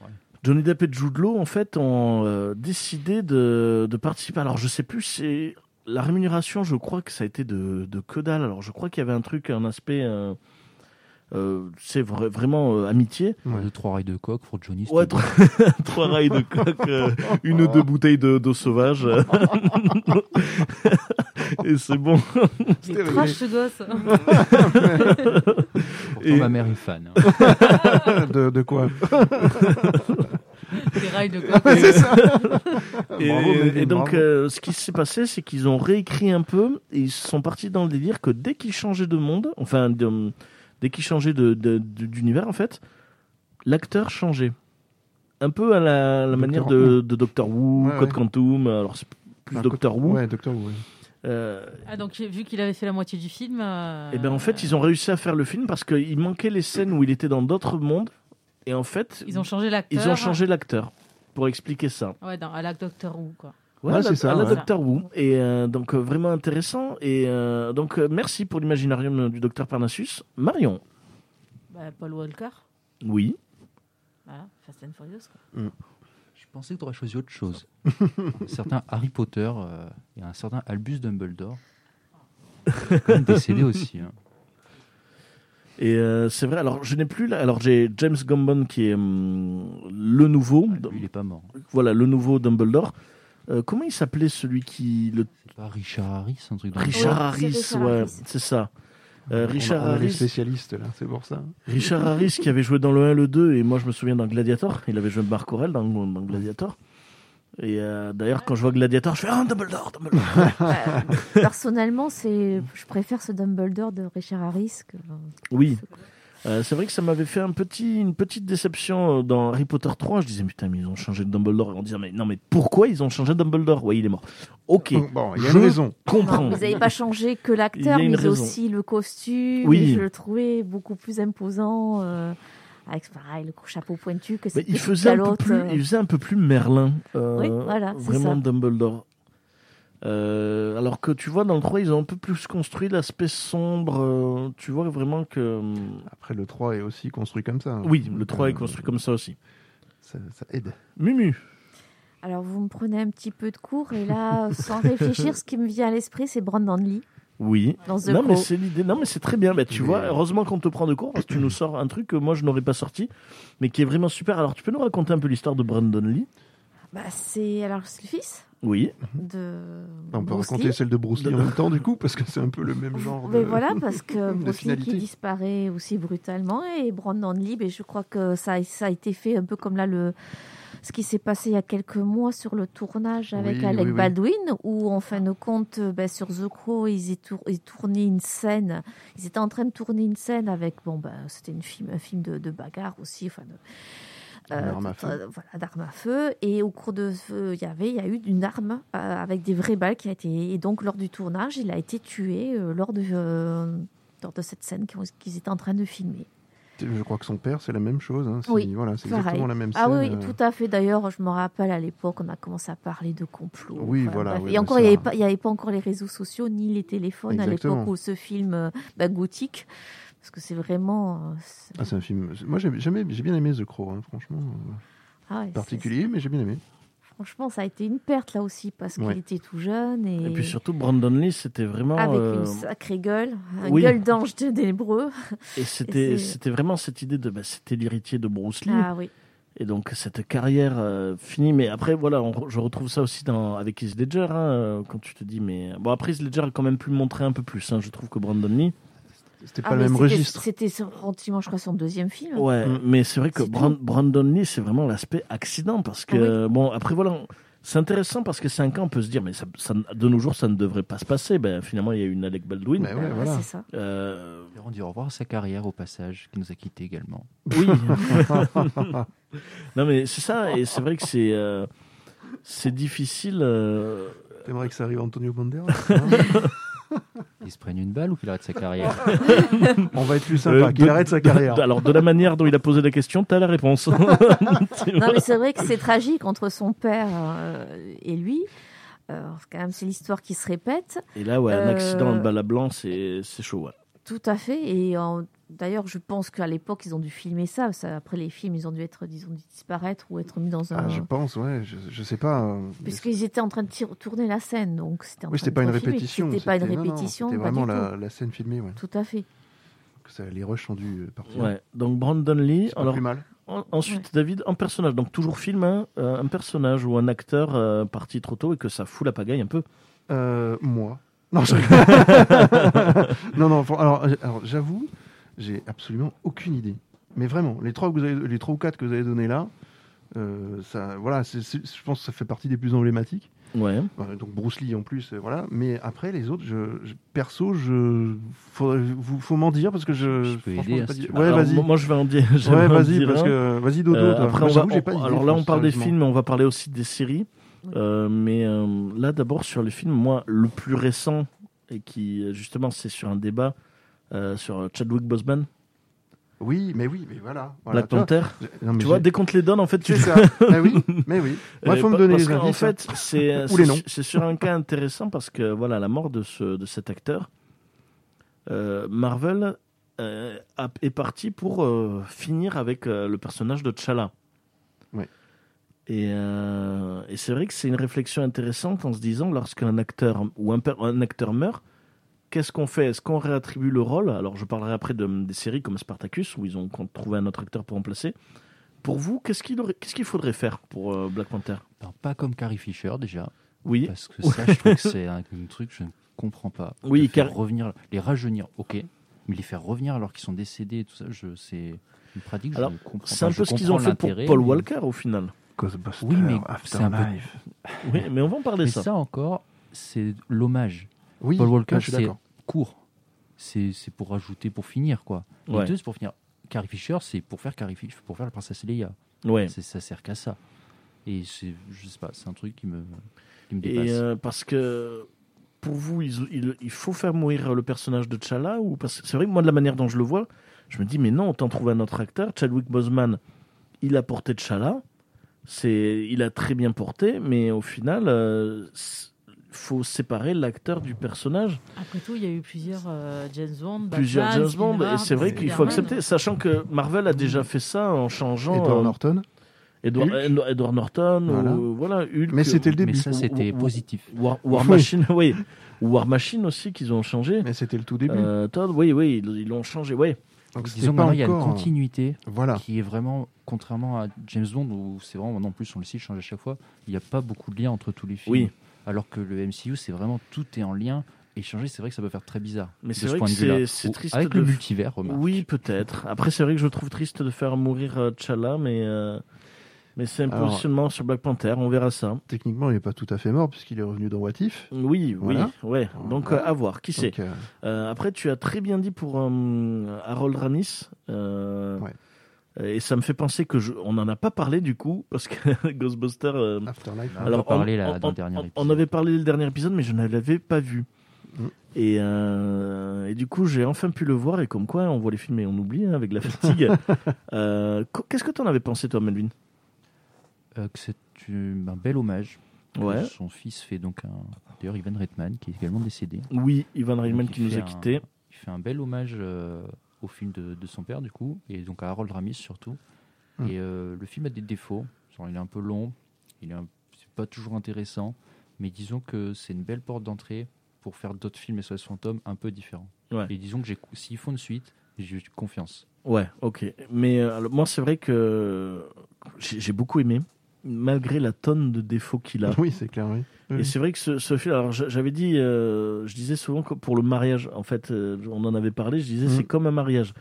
[SPEAKER 9] Ouais.
[SPEAKER 4] Johnny Depp et Jude Law, en fait, ont euh, décidé de, de participer. Alors, je sais plus, c'est la rémunération, je crois que ça a été de, de que dalle. Alors, je crois qu'il y avait un truc, un aspect, euh, euh, c'est vra- vraiment euh, amitié.
[SPEAKER 6] Ouais.
[SPEAKER 9] Deux, trois rails de coq pour Johnny.
[SPEAKER 4] Ouais,
[SPEAKER 9] c'était
[SPEAKER 4] trois, *laughs* trois rails de coque, euh, une ou deux bouteilles de- d'eau
[SPEAKER 9] *laughs*
[SPEAKER 4] sauvage. *laughs* et c'est bon.
[SPEAKER 5] Il est trash hein. ce gosse.
[SPEAKER 6] *laughs*
[SPEAKER 9] bon. Pourtant,
[SPEAKER 4] et-
[SPEAKER 9] ma mère est fan. hein.
[SPEAKER 6] Ah, De,
[SPEAKER 4] *laughs*
[SPEAKER 6] de quoi
[SPEAKER 5] Des rails de
[SPEAKER 6] Ah,
[SPEAKER 5] coq.
[SPEAKER 4] Et,
[SPEAKER 6] Bravo, Melvin,
[SPEAKER 4] et donc,
[SPEAKER 6] bravo.
[SPEAKER 4] euh, ce qui s'est passé, c'est qu'ils ont réécrit un peu et ils sont partis dans le délire que dès qu'ils changeaient de monde, enfin, de- dès qu'ils changeaient de- de- de- d'univers, en fait, l'acteur changeait. Un peu à la, la
[SPEAKER 6] Dr.
[SPEAKER 4] manière de, de Doctor Who,
[SPEAKER 6] Ouais,
[SPEAKER 4] Code
[SPEAKER 6] ouais.
[SPEAKER 4] Quantum, alors c'est plus
[SPEAKER 6] Bah,
[SPEAKER 4] Doctor Who.
[SPEAKER 6] Ouais, Doctor Who. ouais.
[SPEAKER 4] Euh,
[SPEAKER 5] Ah, donc vu qu'il avait fait la moitié du film. euh,
[SPEAKER 4] et bien, Eh ben, en fait, ils ont réussi à faire le film parce qu'il manquait les scènes où il était dans d'autres mondes et en fait,
[SPEAKER 5] Ils ont changé l'acteur.
[SPEAKER 4] ils ont changé l'acteur pour expliquer ça.
[SPEAKER 5] Ouais, dans, à la Doctor Who, quoi.
[SPEAKER 4] Ouais,
[SPEAKER 6] Ouais,
[SPEAKER 4] à la-
[SPEAKER 6] c'est ça,
[SPEAKER 4] à la
[SPEAKER 5] ouais.
[SPEAKER 4] Docteur Wu. Et euh, donc, euh, vraiment intéressant. Et euh, donc, euh, merci pour l'imaginarium euh, du Docteur Parnassus. Marion.
[SPEAKER 5] Bah, Paul Walker.
[SPEAKER 4] Oui.
[SPEAKER 5] Voilà, Fast and Furious, quoi.
[SPEAKER 9] Je pensais que tu aurais choisi autre chose. un certain Harry Potter euh, et un certain Albus Dumbledore. Il est quand même décédé aussi. hein.
[SPEAKER 4] Et euh, c'est vrai, alors je n'ai plus là. Alors j'ai James Gambon qui est hum, le nouveau.
[SPEAKER 9] Ah, Lui, il est pas mort.
[SPEAKER 4] Voilà, le nouveau Dumbledore. Euh, comment il s'appelait celui qui. Le...
[SPEAKER 9] C'est pas Richard Harris, un truc dans le
[SPEAKER 4] Richard
[SPEAKER 1] Ouais, c'est
[SPEAKER 4] Harris,
[SPEAKER 1] Richard
[SPEAKER 4] ouais,
[SPEAKER 1] Harris.
[SPEAKER 4] c'est ça. Euh, Richard
[SPEAKER 6] on a, on a les
[SPEAKER 4] Harris.
[SPEAKER 6] spécialistes, là, c'est pour ça.
[SPEAKER 4] Richard Harris qui avait joué dans le 1, le 2, et moi je me souviens dans Gladiator, il avait joué Marc Aurel dans, dans Gladiator. Et euh, d'ailleurs, quand je vois Gladiator, je fais Ah, Dumbledore, Dumbledore.
[SPEAKER 1] Euh, personnellement, c'est, je préfère ce Dumbledore de Richard Harris. Que...
[SPEAKER 4] Oui. Euh, c'est vrai que ça m'avait fait un petit, une petite déception euh, dans Harry Potter 3. Je disais, putain, mais ils ont changé de Dumbledore. Et on disait, mais non, mais pourquoi ils ont changé de Dumbledore Ouais, il est mort. Ok,
[SPEAKER 6] Bon, Bon, il y a
[SPEAKER 4] Je-
[SPEAKER 6] une raison.
[SPEAKER 4] comprends.
[SPEAKER 1] Non, vous n'avez pas changé que
[SPEAKER 4] Il y a
[SPEAKER 1] l'acteur,
[SPEAKER 4] une
[SPEAKER 1] mais
[SPEAKER 4] raison.
[SPEAKER 1] aussi le costume.
[SPEAKER 4] Oui.
[SPEAKER 1] Et Je le trouvais beaucoup plus imposant. euh, Avec pareil, le chapeau pointu que
[SPEAKER 4] Mais
[SPEAKER 1] c'était
[SPEAKER 4] il faisait, un peu
[SPEAKER 1] l'autre,
[SPEAKER 4] plus,
[SPEAKER 1] euh.
[SPEAKER 4] il faisait un peu plus Merlin. euh,
[SPEAKER 1] Oui, voilà, c'est
[SPEAKER 4] Vraiment
[SPEAKER 1] ça.
[SPEAKER 4] Dumbledore. Euh, alors que tu vois, dans le 3, ils ont un peu plus construit l'aspect sombre. euh, tu vois vraiment que. euh,
[SPEAKER 6] Après, le 3 est aussi construit comme ça.
[SPEAKER 4] Ah Oui, le 3 est
[SPEAKER 6] Euh,
[SPEAKER 4] construit comme ça aussi.
[SPEAKER 6] Ça, ça aide.
[SPEAKER 4] Mumu.
[SPEAKER 1] Alors vous me prenez un petit peu de cours et là, sans réfléchir, ce qui me vient à l'esprit, c'est Brandon Lee.
[SPEAKER 4] Oui.
[SPEAKER 1] dans The
[SPEAKER 4] Non mais
[SPEAKER 1] Crow.
[SPEAKER 4] c'est l'idée. Non mais c'est très bien. Bah, tu
[SPEAKER 6] Mais-
[SPEAKER 4] vois, heureusement qu'on te prend de court parce que tu nous sors un truc que moi je n'aurais pas sorti, mais qui est vraiment super. Alors tu peux nous raconter un peu l'histoire de Brandon Lee
[SPEAKER 1] Bah, c'est alors c'est le fils
[SPEAKER 4] Oui.
[SPEAKER 1] de.
[SPEAKER 6] On peut
[SPEAKER 1] Bruce
[SPEAKER 6] raconter
[SPEAKER 1] Lee.
[SPEAKER 6] celle de Bruce Lee en même temps, du coup, parce que c'est un peu le même genre.
[SPEAKER 1] Mais
[SPEAKER 6] de-
[SPEAKER 1] voilà, parce que
[SPEAKER 6] *laughs* de
[SPEAKER 1] Bruce Lee qui
[SPEAKER 6] finalité.
[SPEAKER 1] disparaît aussi brutalement et Brandon Lee, ben, je crois que ça, a- ça a été fait un peu comme là le ce qui s'est passé il y a quelques mois sur le tournage avec
[SPEAKER 6] Oui,
[SPEAKER 1] Alec
[SPEAKER 6] oui, oui.
[SPEAKER 1] Baldwin, où en fin de compte, ben, sur The Crow, ils, y tour- ils tournaient une scène. Ils étaient en train de tourner une scène avec, bon, ben, c'était une film, un film de, de bagarre aussi, enfin, de-
[SPEAKER 6] Une arme à
[SPEAKER 1] tout-
[SPEAKER 6] feu.
[SPEAKER 1] euh, voilà, d'armes à feu. Et au cours de feu, il y avait, il y a eu une arme euh, avec des vraies balles qui a été. Et donc, lors du tournage, il a été tué euh, lors de. euh, lors de cette scène qu'ils qu'ils étaient en train de filmer.
[SPEAKER 6] Je crois que son père, c'est la même chose. hein. C'est-
[SPEAKER 1] Oui,
[SPEAKER 6] voilà, c'est
[SPEAKER 1] pareil.
[SPEAKER 6] exactement la même scène.
[SPEAKER 1] Ah oui, oui,
[SPEAKER 6] euh,
[SPEAKER 1] tout à fait. D'ailleurs, je me rappelle à l'époque, on a commencé à parler de complot.
[SPEAKER 6] Oui, voilà, oui,
[SPEAKER 1] et
[SPEAKER 6] mais
[SPEAKER 1] encore, il n'y
[SPEAKER 6] ça-
[SPEAKER 1] avait, pas- il y avait pas encore les réseaux sociaux ni les téléphones à
[SPEAKER 6] Exactement.
[SPEAKER 1] l'époque où ce film euh, bah, gothique, parce que c'est vraiment. euh, c'est-
[SPEAKER 6] Ah, c'est un film. Moi, j'ai jamais- j'ai bien aimé The Crow, hein, franchement. euh,
[SPEAKER 1] ah ouais, c'est-
[SPEAKER 6] Particulier, mais j'ai bien aimé.
[SPEAKER 1] Franchement, ça a été une perte là aussi, parce
[SPEAKER 6] Ouais.
[SPEAKER 1] qu'il était tout jeune. Et,
[SPEAKER 4] Et puis surtout Brandon Lee, c'était vraiment
[SPEAKER 1] Avec
[SPEAKER 4] euh,
[SPEAKER 1] une sacrée gueule, une
[SPEAKER 4] oui.
[SPEAKER 1] gueule d'ange de débreux.
[SPEAKER 4] et c'était
[SPEAKER 1] et c'est-
[SPEAKER 4] c'était vraiment cette idée de bah, c'était l'héritier de Bruce Lee.
[SPEAKER 1] Ah oui.
[SPEAKER 4] Et donc cette carrière euh, finie, mais après voilà, on re- je retrouve ça aussi dans, avec Heath Ledger, hein, euh, quand tu te dis mais bon après Heath Ledger a quand même pu le montrer un peu plus, hein, je trouve que Brandon Lee.
[SPEAKER 6] C'était
[SPEAKER 1] Ah,
[SPEAKER 6] pas le
[SPEAKER 1] mais
[SPEAKER 6] même
[SPEAKER 1] c'était-
[SPEAKER 6] registre.
[SPEAKER 1] C'était son- relativement, je crois, son deuxième film.
[SPEAKER 4] Ouais,
[SPEAKER 6] Mm.
[SPEAKER 4] mais c'est vrai que
[SPEAKER 1] C'est
[SPEAKER 4] Bran- Brandon Lee c'est vraiment l'aspect accident parce que
[SPEAKER 1] Ah
[SPEAKER 4] bon après voilà. on- C'est intéressant parce que c'est un cas, on peut se dire, mais ça, ça- de nos jours, ça ne devrait pas se passer. Ben, finalement, il y a eu une Alec Baldwin.
[SPEAKER 6] Bah ouais,
[SPEAKER 1] Ah,
[SPEAKER 6] voilà. *laughs*
[SPEAKER 1] C'est ça.
[SPEAKER 4] Euh,
[SPEAKER 9] D'ailleurs, On dit au revoir à sa carrière au passage, qui nous a quittés également.
[SPEAKER 4] Oui. non, mais c'est ça, et c'est vrai que c'est euh, c'est difficile. euh,
[SPEAKER 6] T'aimerais que ça arrive à Antonio Banderas
[SPEAKER 1] *laughs*
[SPEAKER 9] Il se prenne une balle ou qu'il arrête sa carrière
[SPEAKER 6] On va être plus
[SPEAKER 4] euh,
[SPEAKER 6] sympa, qu'il
[SPEAKER 4] de-
[SPEAKER 6] arrête sa
[SPEAKER 4] de-
[SPEAKER 6] carrière.
[SPEAKER 4] de- *laughs* alors, de la manière dont il a posé la question, t'as la
[SPEAKER 6] *laughs*
[SPEAKER 4] réponse. Tu
[SPEAKER 1] Non,
[SPEAKER 4] vois.
[SPEAKER 1] mais c'est vrai que c'est tragique entre son père euh, et lui. Euh, quand même, c'est l'histoire qui se répète.
[SPEAKER 4] et là, ouais, un
[SPEAKER 1] Euh,
[SPEAKER 4] accident de balle à blanc, c'est c'est chaud. ouais.
[SPEAKER 1] Tout à fait. Et en- d'ailleurs, je pense qu'à l'époque, ils ont dû filmer ça. ça. Après les films, ils ont dû être, ils ont dû disparaître ou être mis dans un.
[SPEAKER 6] Ah, je pense, ouais, je, je sais pas. euh, mais
[SPEAKER 1] Puisqu'ils étaient en train de tir- tourner la scène, donc c'était. en
[SPEAKER 6] Oui,
[SPEAKER 1] train
[SPEAKER 6] c'était
[SPEAKER 1] de
[SPEAKER 6] pas une
[SPEAKER 1] refilmer.
[SPEAKER 6] répétition.
[SPEAKER 1] C'était pas une
[SPEAKER 6] non, non,
[SPEAKER 1] répétition.
[SPEAKER 6] C'était
[SPEAKER 1] pas du
[SPEAKER 6] vraiment
[SPEAKER 1] tout.
[SPEAKER 6] la, la scène filmée, ouais.
[SPEAKER 1] Tout à fait.
[SPEAKER 6] Que ça- les rushs ont dû euh, partir.
[SPEAKER 4] Ouais. Donc, Brandon Lee.
[SPEAKER 6] C'est pas
[SPEAKER 4] Alors,
[SPEAKER 6] plus mal.
[SPEAKER 4] en- ensuite, David, en personnage. Donc, toujours film, hein, euh, un personnage ou un acteur euh, parti trop tôt et que ça fout la pagaille un peu.
[SPEAKER 6] Euh, moi. Non,
[SPEAKER 4] *laughs*
[SPEAKER 6] je rigole. non, non. faut- Alors, euh, alors, j'avoue, j'ai absolument aucune idée. Mais vraiment, les trois, que vous avez- les trois ou quatre que vous avez donnés là, euh, ça, voilà, c'est- c'est- je pense que ça fait partie des plus emblématiques.
[SPEAKER 4] Ouais.
[SPEAKER 6] Ouais, donc Bruce Lee en plus, euh, voilà. Mais après les autres, je, je- perso, je faudrait- vous faut m'en dire parce que je.
[SPEAKER 9] Je peux
[SPEAKER 6] franchement,
[SPEAKER 9] aider,
[SPEAKER 6] j'ai
[SPEAKER 9] hein,
[SPEAKER 6] pas
[SPEAKER 9] si
[SPEAKER 6] d'idée.
[SPEAKER 9] tu veux.
[SPEAKER 6] ouais,
[SPEAKER 4] Alors,
[SPEAKER 6] vas-y.
[SPEAKER 4] Moi, je vais en dire. *laughs* je vais
[SPEAKER 6] Ouais,
[SPEAKER 4] en
[SPEAKER 6] vas-y
[SPEAKER 4] dire
[SPEAKER 6] parce
[SPEAKER 4] un.
[SPEAKER 6] que vas-y Dodo.
[SPEAKER 4] Euh,
[SPEAKER 6] toi.
[SPEAKER 4] après,
[SPEAKER 6] Moi,
[SPEAKER 4] on va-
[SPEAKER 6] j'avoue, j'ai
[SPEAKER 4] on-
[SPEAKER 6] pas d'idée,
[SPEAKER 4] alors là, on parle des
[SPEAKER 6] sérieusement.
[SPEAKER 4] films, mais on va parler aussi des séries.
[SPEAKER 1] Oui.
[SPEAKER 4] Euh, mais euh, là, d'abord, sur les films, moi, le plus récent, et qui, euh, justement, c'est sur un débat euh, sur Chadwick Boseman,
[SPEAKER 6] Oui, mais oui, mais voilà. voilà
[SPEAKER 4] Black Panther.
[SPEAKER 6] tu vois, non, mais
[SPEAKER 4] Tu vois,
[SPEAKER 6] j'ai-
[SPEAKER 4] dès qu'on te les donne, en fait, tu
[SPEAKER 6] c'est *laughs* ça. mais oui, mais oui. Moi,
[SPEAKER 4] Euh,
[SPEAKER 6] faut
[SPEAKER 4] pa-
[SPEAKER 6] me donner
[SPEAKER 4] parce
[SPEAKER 6] les
[SPEAKER 4] qu'en
[SPEAKER 6] indices.
[SPEAKER 4] fait, c'est
[SPEAKER 6] Ou
[SPEAKER 4] c'est
[SPEAKER 6] les
[SPEAKER 4] su-
[SPEAKER 6] noms.
[SPEAKER 4] c'est sur un cas intéressant parce que voilà, la mort de ce de cet acteur, euh, Marvel euh, a- est parti pour euh, finir avec euh, le personnage de T'Challa.
[SPEAKER 6] Ouais.
[SPEAKER 4] Et, euh, et c'est vrai que c'est une réflexion intéressante en se disant lorsqu'un acteur ou un, per- un acteur meurt, qu'est-ce qu'on fait Est-ce qu'on réattribue le rôle Alors je parlerai après de, des séries comme Spartacus où ils ont trouvé un autre acteur pour remplacer. Pour vous, qu'est-ce qu'il aurait- qu'est-ce qu'il faudrait faire pour euh, Black Panther
[SPEAKER 9] Non, Pas comme Carrie Fisher déjà,
[SPEAKER 4] oui,
[SPEAKER 9] parce que ça, je trouve que c'est un, un truc que je ne comprends pas.
[SPEAKER 4] Oui,
[SPEAKER 9] Les faire
[SPEAKER 4] Carrie-
[SPEAKER 9] revenir, les rajeunir, ok, mais les faire revenir alors qu'ils sont décédés et tout ça, je, c'est une pratique que
[SPEAKER 4] Alors,
[SPEAKER 9] je ne comprends pas.
[SPEAKER 4] c'est un
[SPEAKER 9] Je
[SPEAKER 4] peu ce qu'ils ont
[SPEAKER 9] comprends
[SPEAKER 4] fait pour
[SPEAKER 9] l'intérêt,
[SPEAKER 4] Paul
[SPEAKER 9] mais-
[SPEAKER 4] Walker au final.
[SPEAKER 6] Ghostbusters,
[SPEAKER 9] Oui, mais c'est un peu-
[SPEAKER 6] Afterlife.
[SPEAKER 4] Oui, mais on va en parler
[SPEAKER 9] Mais
[SPEAKER 4] ça. Ah,
[SPEAKER 9] ça encore, c'est l'hommage.
[SPEAKER 6] Oui,
[SPEAKER 9] Paul Walker,
[SPEAKER 6] là, je suis
[SPEAKER 9] c'est
[SPEAKER 6] d'accord.
[SPEAKER 9] court. C'est c'est pour rajouter, pour finir, quoi. Les
[SPEAKER 4] Ouais.
[SPEAKER 9] deux, c'est pour finir. Carrie Fisher, c'est pour faire Carrie Fisher, pour faire la princesse Leia.
[SPEAKER 4] Ouais.
[SPEAKER 9] C'est- Ça sert qu'à ça. Et c'est, je sais pas, c'est un truc qui me, qui me dépasse.
[SPEAKER 4] Et euh, parce que pour vous, ils- il, il faut faire mourir le personnage de T'Challa ou parce que c'est vrai que moi de la manière dont je le vois, je me dis mais non, autant trouver un autre acteur. Chadwick Boseman, il a porté T'Challa, c'est il a très bien porté, mais au final, euh, c'est- faut séparer l'acteur du personnage.
[SPEAKER 5] Après tout, il y a eu plusieurs euh, James Bond, Batman,
[SPEAKER 4] Plusieurs James Bond
[SPEAKER 5] Spielberg,
[SPEAKER 4] et c'est vrai qu'il faut
[SPEAKER 5] Spider-Man.
[SPEAKER 4] accepter, sachant que Marvel a déjà fait ça en changeant.
[SPEAKER 6] Edward
[SPEAKER 4] euh,
[SPEAKER 6] Norton.
[SPEAKER 4] Edward, Edward- Edward Norton,
[SPEAKER 6] Voilà.
[SPEAKER 4] ou- voilà, Hulk,
[SPEAKER 6] Mais c'était le
[SPEAKER 9] Mais
[SPEAKER 6] début.
[SPEAKER 9] ça, c'était
[SPEAKER 4] Ou- ou-
[SPEAKER 9] positif.
[SPEAKER 4] War, War
[SPEAKER 6] Oui.
[SPEAKER 4] Machine, oui. War Machine aussi qu'ils ont changé.
[SPEAKER 6] Mais c'était le tout début.
[SPEAKER 4] Euh, Todd, oui, oui, ils ils l'ont changé, oui.
[SPEAKER 6] Donc c'était
[SPEAKER 9] Disons que
[SPEAKER 6] pas
[SPEAKER 9] maintenant, il y a une
[SPEAKER 6] encore- hein.
[SPEAKER 9] continuité
[SPEAKER 4] Ah.
[SPEAKER 6] Voilà.
[SPEAKER 9] qui est vraiment, contrairement à James Bond, où c'est vraiment, non plus, on le sait, il change à chaque fois, il n'y a pas beaucoup de liens entre tous les films.
[SPEAKER 4] Oui.
[SPEAKER 9] Alors que le MCU, c'est vraiment tout est en lien. Et changer, c'est vrai que ça peut faire très bizarre.
[SPEAKER 4] Mais
[SPEAKER 9] de
[SPEAKER 4] c'est
[SPEAKER 9] ce
[SPEAKER 4] vrai
[SPEAKER 9] point
[SPEAKER 4] que
[SPEAKER 9] de vue-là.
[SPEAKER 4] c'est- c'est
[SPEAKER 9] Ou-
[SPEAKER 4] triste
[SPEAKER 9] Avec
[SPEAKER 4] de
[SPEAKER 9] le
[SPEAKER 4] f-
[SPEAKER 9] multivers, remarque.
[SPEAKER 4] Oui, peut-être. Après, c'est vrai que je trouve triste de faire mourir euh, T'Challa, mais, euh, mais c'est un
[SPEAKER 6] Alors-
[SPEAKER 4] positionnement sur Black Panther, on verra ça.
[SPEAKER 6] Techniquement, il n'est pas tout à fait mort puisqu'il est revenu dans What If.
[SPEAKER 4] Oui,
[SPEAKER 6] Voilà.
[SPEAKER 4] oui, ouais. Donc, euh, à voir, qui sait.
[SPEAKER 6] Donc, euh,
[SPEAKER 4] Euh, après, tu as très bien dit pour euh, Harold Ramis. euh,
[SPEAKER 6] Ouais.
[SPEAKER 4] Et ça me fait penser que je- on n'en a pas parlé du coup, parce que *laughs* Ghostbuster. euh,
[SPEAKER 6] Afterlife.
[SPEAKER 9] On en a parlé, là, dans le dernier
[SPEAKER 4] on-
[SPEAKER 9] épisode.
[SPEAKER 4] on avait parlé le dernier épisode, mais je ne l'avais pas vu.
[SPEAKER 6] Mm.
[SPEAKER 4] Et, euh, et du coup, j'ai enfin pu le voir. Et comme quoi, on voit les films et on oublie hein, avec la
[SPEAKER 9] *laughs*
[SPEAKER 4] fatigue. Euh, qu- Qu'est-ce que t'en avais pensé, toi, Melvin
[SPEAKER 9] Euh, que c'est une- un bel hommage. que
[SPEAKER 4] Ouais.
[SPEAKER 9] Son fils fait donc un. D'ailleurs, Ivan Reitman, qui est également décédé.
[SPEAKER 4] Oui, Ivan Reitman
[SPEAKER 9] Donc,
[SPEAKER 4] qui
[SPEAKER 9] il
[SPEAKER 4] nous
[SPEAKER 9] fait
[SPEAKER 4] a
[SPEAKER 9] un-
[SPEAKER 4] quittés.
[SPEAKER 9] Il fait un bel hommage euh, au film de, de son père, du coup, et donc à Harold Ramis surtout.
[SPEAKER 6] Mm.
[SPEAKER 9] Et euh, le film a des défauts. Genre, il est un peu long, il est un- c'est pas toujours intéressant, mais disons que c'est une belle porte d'entrée pour faire d'autres films SOS Fantôme un peu différents.
[SPEAKER 4] Ouais.
[SPEAKER 9] Et disons que j'ai- s'ils font une suite, j'ai confiance.
[SPEAKER 4] Ouais, ok. Mais euh, alors, moi, c'est vrai que j'ai j'ai beaucoup aimé, malgré la tonne de défauts qu'il a.
[SPEAKER 6] hein. Oui, c'est clair, oui.
[SPEAKER 4] Et c'est vrai que ce, ce film, alors j'a- j'avais dit, euh, je disais souvent que pour le mariage, en fait, euh, on en avait parlé, je disais
[SPEAKER 6] Mm.
[SPEAKER 4] c'est comme un mariage.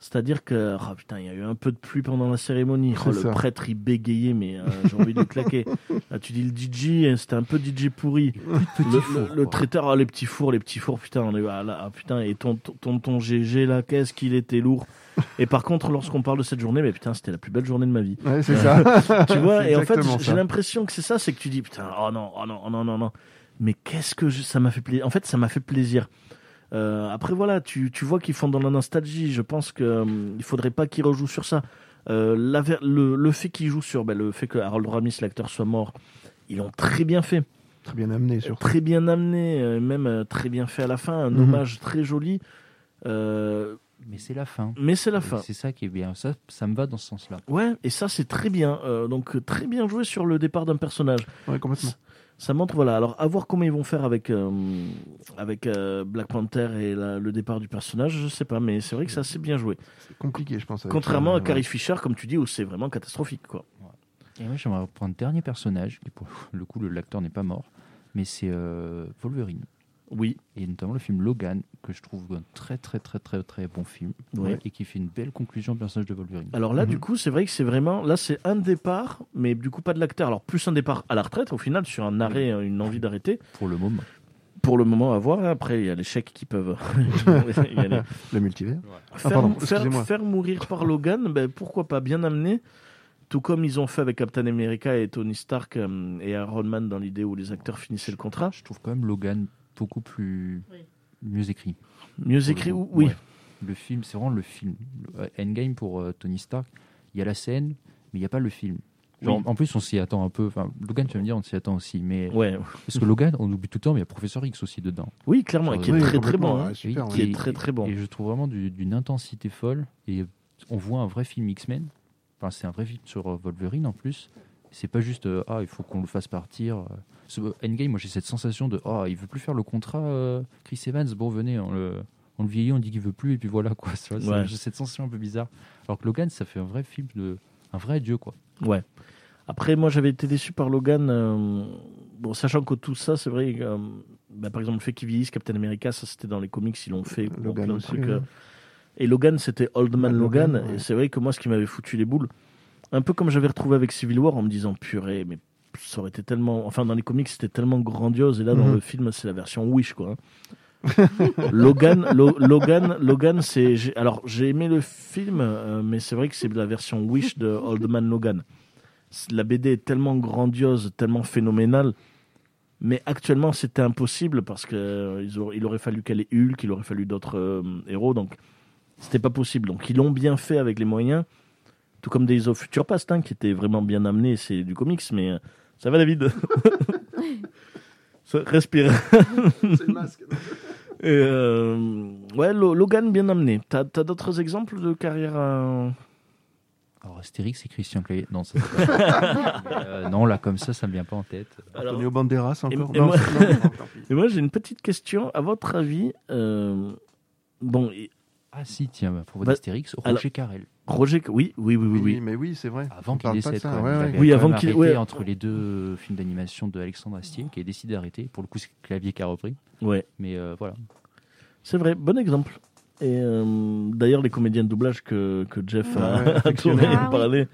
[SPEAKER 4] C'est-à-dire que, oh putain, il y a eu un peu de pluie pendant la cérémonie. Oh,
[SPEAKER 6] C'est
[SPEAKER 4] le
[SPEAKER 6] ça.
[SPEAKER 4] prêtre, il bégayait, mais euh, j'ai envie de le
[SPEAKER 6] *laughs*
[SPEAKER 4] claquer. Là, tu dis le DJ, hein, c'était un peu DJ pourri. Le, le-
[SPEAKER 9] four,
[SPEAKER 4] le
[SPEAKER 9] quoi.
[SPEAKER 4] traiteur, ah, les petits fours, les petits fours, putain, on est, ah, là, ah, putain, et ton, ton, tonton GG, là, qu'est-ce qu'il était lourd. Et par contre, lorsqu'on parle de cette journée, mais putain, c'était la plus belle journée de ma vie
[SPEAKER 6] Ouais, c'est
[SPEAKER 4] Ouais.
[SPEAKER 6] ça.
[SPEAKER 4] Euh,
[SPEAKER 6] *laughs*
[SPEAKER 4] tu vois,
[SPEAKER 6] C'est
[SPEAKER 4] et en fait,
[SPEAKER 6] exactement
[SPEAKER 4] j'ai
[SPEAKER 6] ça.
[SPEAKER 4] l'impression que c'est ça, c'est que tu dis putain, oh non, oh non, oh non, non, non. Mais qu'est-ce que je- ça m'a fait plaisir. En fait, ça m'a fait plaisir. Euh, après, voilà, tu, tu vois qu'ils font dans la nostalgie. Je pense que hum, il faudrait pas qu'ils rejouent sur ça. Euh, la ver- le, le fait qu'ils jouent sur, ben, le fait que Harold Ramis, l'acteur, soit mort, ils l'ont très bien fait,
[SPEAKER 6] Très bien amené, surtout.
[SPEAKER 4] très bien amené, euh, même euh, très bien fait à la fin, un
[SPEAKER 6] Mhm.
[SPEAKER 4] hommage très joli. Euh,
[SPEAKER 9] Mais c'est la fin.
[SPEAKER 4] mais c'est la fin.
[SPEAKER 9] C'est ça qui est bien. Ça, ça me va dans ce sens-là.
[SPEAKER 4] Ouais, et ça c'est très bien. Euh, donc euh, très bien joué sur le départ d'un personnage.
[SPEAKER 6] Ouais, complètement.
[SPEAKER 4] Ça montre, voilà. Alors, à voir comment ils vont faire avec, euh, avec euh, Black Panther et la- le départ du personnage, je sais pas, mais c'est vrai que c'est assez bien joué.
[SPEAKER 6] C'est compliqué, je pense. avec euh,
[SPEAKER 4] Contrairement
[SPEAKER 6] ça,
[SPEAKER 4] à
[SPEAKER 6] ouais.
[SPEAKER 4] Carrie Fisher, comme tu dis, où c'est vraiment catastrophique, quoi.
[SPEAKER 9] Et moi, j'aimerais reprendre un dernier personnage, qui pour le coup, le- l'acteur n'est pas mort, mais c'est euh, Wolverine.
[SPEAKER 4] Oui,
[SPEAKER 9] Et notamment le film Logan, que je trouve un très, très, très, très, très bon film.
[SPEAKER 4] Ouais. Ah.
[SPEAKER 9] Et qui fait une belle conclusion au personnage de Wolverine.
[SPEAKER 4] Alors là,
[SPEAKER 6] Mhm.
[SPEAKER 4] du coup, c'est vrai que c'est vraiment. Là, c'est un départ, mais du coup, pas de l'acteur. Alors, plus un départ à la retraite, au final, sur un arrêt, euh, une envie d'arrêter.
[SPEAKER 9] Pour le moment.
[SPEAKER 4] Pour le moment, à voir. hein. Après, il y a les chèques qui peuvent *laughs* y aller.
[SPEAKER 6] Le multivers.
[SPEAKER 4] Faire,
[SPEAKER 6] Ah, pardon,
[SPEAKER 4] faire-
[SPEAKER 6] excusez-moi.
[SPEAKER 4] faire mourir par Logan, ben, pourquoi pas bien amené, tout comme ils ont fait avec Captain America et Tony Stark euh, et Iron Man dans l'idée où les acteurs finissaient le contrat.
[SPEAKER 9] Je trouve quand même Logan beaucoup plus.
[SPEAKER 5] Oui.
[SPEAKER 9] mieux écrit.
[SPEAKER 4] Mieux écrit, ou-
[SPEAKER 9] Ouais.
[SPEAKER 4] oui.
[SPEAKER 9] Le film, c'est vraiment le film. Le- euh, Endgame pour euh, Tony Stark, il y a la scène, mais il n'y a pas le film. Genre,
[SPEAKER 4] Oui.
[SPEAKER 9] En plus, on s'y attend un peu. Enfin, Logan, tu vas me dire, on s'y attend aussi. Mais
[SPEAKER 4] Ouais.
[SPEAKER 9] parce que Logan, on oublie tout le temps, mais il y a Professeur X aussi dedans.
[SPEAKER 4] Oui, clairement, et qui est
[SPEAKER 6] Oui,
[SPEAKER 4] très très
[SPEAKER 6] complètement,
[SPEAKER 4] bon. hein.
[SPEAKER 6] ouais, super,
[SPEAKER 4] Qui
[SPEAKER 6] ouais.
[SPEAKER 4] est très, très bon.
[SPEAKER 9] Et je trouve vraiment du- d'une intensité folle. Et on voit un vrai film X-Men. Enfin, c'est un vrai film sur euh, Wolverine en plus. C'est pas juste euh, ah il faut qu'on le fasse partir. euh. Ce- euh, Endgame, moi j'ai cette sensation de ah il veut plus faire le contrat. euh, Chris Evans, bon venez on le on le vieillit, on dit qu'il veut plus et puis voilà quoi. *laughs* Tu vois, c'est-
[SPEAKER 4] Ouais.
[SPEAKER 9] J'ai cette sensation un peu bizarre. Alors que Logan, ça fait un vrai film de un vrai adieu quoi.
[SPEAKER 4] Ouais. Après, moi, j'avais été déçu par Logan. euh, bon, sachant que tout ça, c'est vrai. que, euh, bah, par exemple, le fait qu'il vieillisse, Captain America, ça c'était dans les comics, ils l'ont fait. pour
[SPEAKER 6] Logan
[SPEAKER 4] plein de
[SPEAKER 6] aussi,
[SPEAKER 4] trucs,
[SPEAKER 6] ouais.
[SPEAKER 4] euh, Et Logan, c'était Old Man
[SPEAKER 6] Ouais,
[SPEAKER 4] Logan.
[SPEAKER 6] Logan, ouais.
[SPEAKER 4] Et c'est vrai que moi, ce qui m'avait foutu les boules, un peu comme j'avais retrouvé avec Civil War en me disant purée, mais ça aurait été tellement. Enfin, dans les comics, c'était tellement grandiose. Et là, dans
[SPEAKER 6] Mhm.
[SPEAKER 4] le film, c'est la version Wish, quoi. hein. *laughs* Logan, Lo- Logan, Logan, c'est. j'ai- Alors, j'ai aimé le film, euh, mais c'est vrai que c'est la version Wish de Old Man Logan. C'est- La BD est tellement grandiose, tellement phénoménale, mais actuellement, c'était impossible parce que euh, ils auraient- il aurait fallu qu'elle ait Hulk, il aurait fallu d'autres euh, héros, donc c'était pas possible. Donc, ils l'ont bien fait avec les moyens, tout comme Days of Future Past, hein, qui était vraiment bien amené, c'est du comics, mais euh, ça va, David *laughs* Ça- Respire. Et, euh, ouais, Lo- Logan bien amené. T'as as, d'autres exemples de carrière euh,
[SPEAKER 9] Alors Astérix, c'est Christian Clavier. Non, ça, c'est pas-
[SPEAKER 4] *laughs*
[SPEAKER 9] Mais, euh, non, là, comme ça, ça me vient pas en tête.
[SPEAKER 4] Alors-
[SPEAKER 6] Antonio Banderas
[SPEAKER 4] Et-
[SPEAKER 6] encore.
[SPEAKER 4] et
[SPEAKER 6] Non,
[SPEAKER 4] moi-
[SPEAKER 6] c'est- non, non, tant pis.
[SPEAKER 4] Et moi, j'ai une petite question. À votre avis, euh, bon, et-
[SPEAKER 9] Ah si, tiens, bah, pour
[SPEAKER 4] Bah,
[SPEAKER 9] Astérix, Roger
[SPEAKER 4] alors-
[SPEAKER 9] Carrel.
[SPEAKER 4] Roger, oui, oui, oui, oui,
[SPEAKER 6] Oui,
[SPEAKER 4] oui.
[SPEAKER 6] mais oui, c'est vrai.
[SPEAKER 9] Avant
[SPEAKER 6] On
[SPEAKER 9] qu'il
[SPEAKER 6] parle pas de
[SPEAKER 9] décède,
[SPEAKER 6] ça,
[SPEAKER 9] quand même.
[SPEAKER 6] ouais,
[SPEAKER 9] Il
[SPEAKER 6] ouais.
[SPEAKER 9] avait
[SPEAKER 4] Oui,
[SPEAKER 9] quand
[SPEAKER 4] avant
[SPEAKER 9] même
[SPEAKER 4] qu'il-
[SPEAKER 9] arrêté
[SPEAKER 4] ouais.
[SPEAKER 9] entre les deux films d'animation de Alexandre Astier, qui a décidé d'arrêter. Pour le coup, c'est Clavier qui a repris.
[SPEAKER 4] Ouais,
[SPEAKER 9] Mais euh, voilà.
[SPEAKER 4] c'est vrai. Bon exemple. Et euh, d'ailleurs, les comédiens de doublage que, que Jeff a, *laughs*
[SPEAKER 6] Ouais,
[SPEAKER 4] a tourné
[SPEAKER 1] Ah
[SPEAKER 4] et
[SPEAKER 1] oui. Ah,
[SPEAKER 4] parlé,
[SPEAKER 1] Ouais,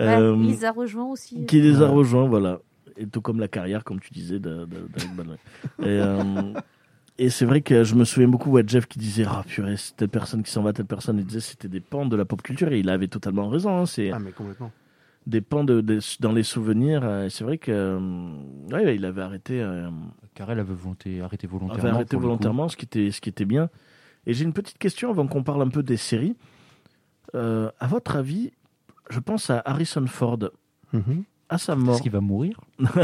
[SPEAKER 4] euh,
[SPEAKER 1] il les a rejoints Bah, aussi.
[SPEAKER 4] qui les a
[SPEAKER 9] Ouais.
[SPEAKER 4] rejoints, voilà. Et tout comme la carrière, comme tu disais, de- de- d'Alec Baldwin. Et, euh, et c'est vrai que je me souviens beaucoup ouais, de Jeff qui disait Ah purée, c'est telle personne qui s'en va, telle personne. Il disait C'était des pans de la pop culture. Et il avait totalement raison. hein, c'est
[SPEAKER 6] Ah, mais complètement.
[SPEAKER 4] des pans de, de- dans les souvenirs. euh, et c'est vrai que. euh, ouais, ouais, il avait arrêté. euh,
[SPEAKER 9] Carrel avait volonté, arrêté volontairement.
[SPEAKER 4] avait arrêté
[SPEAKER 9] pour le coup.
[SPEAKER 4] volontairement, ce qui, était, ce qui était bien. Et j'ai une petite question avant qu'on parle un peu des séries. Euh, à votre avis, je pense à Harrison Ford, à sa mort. *laughs*
[SPEAKER 9] Est-ce qu'il va mourir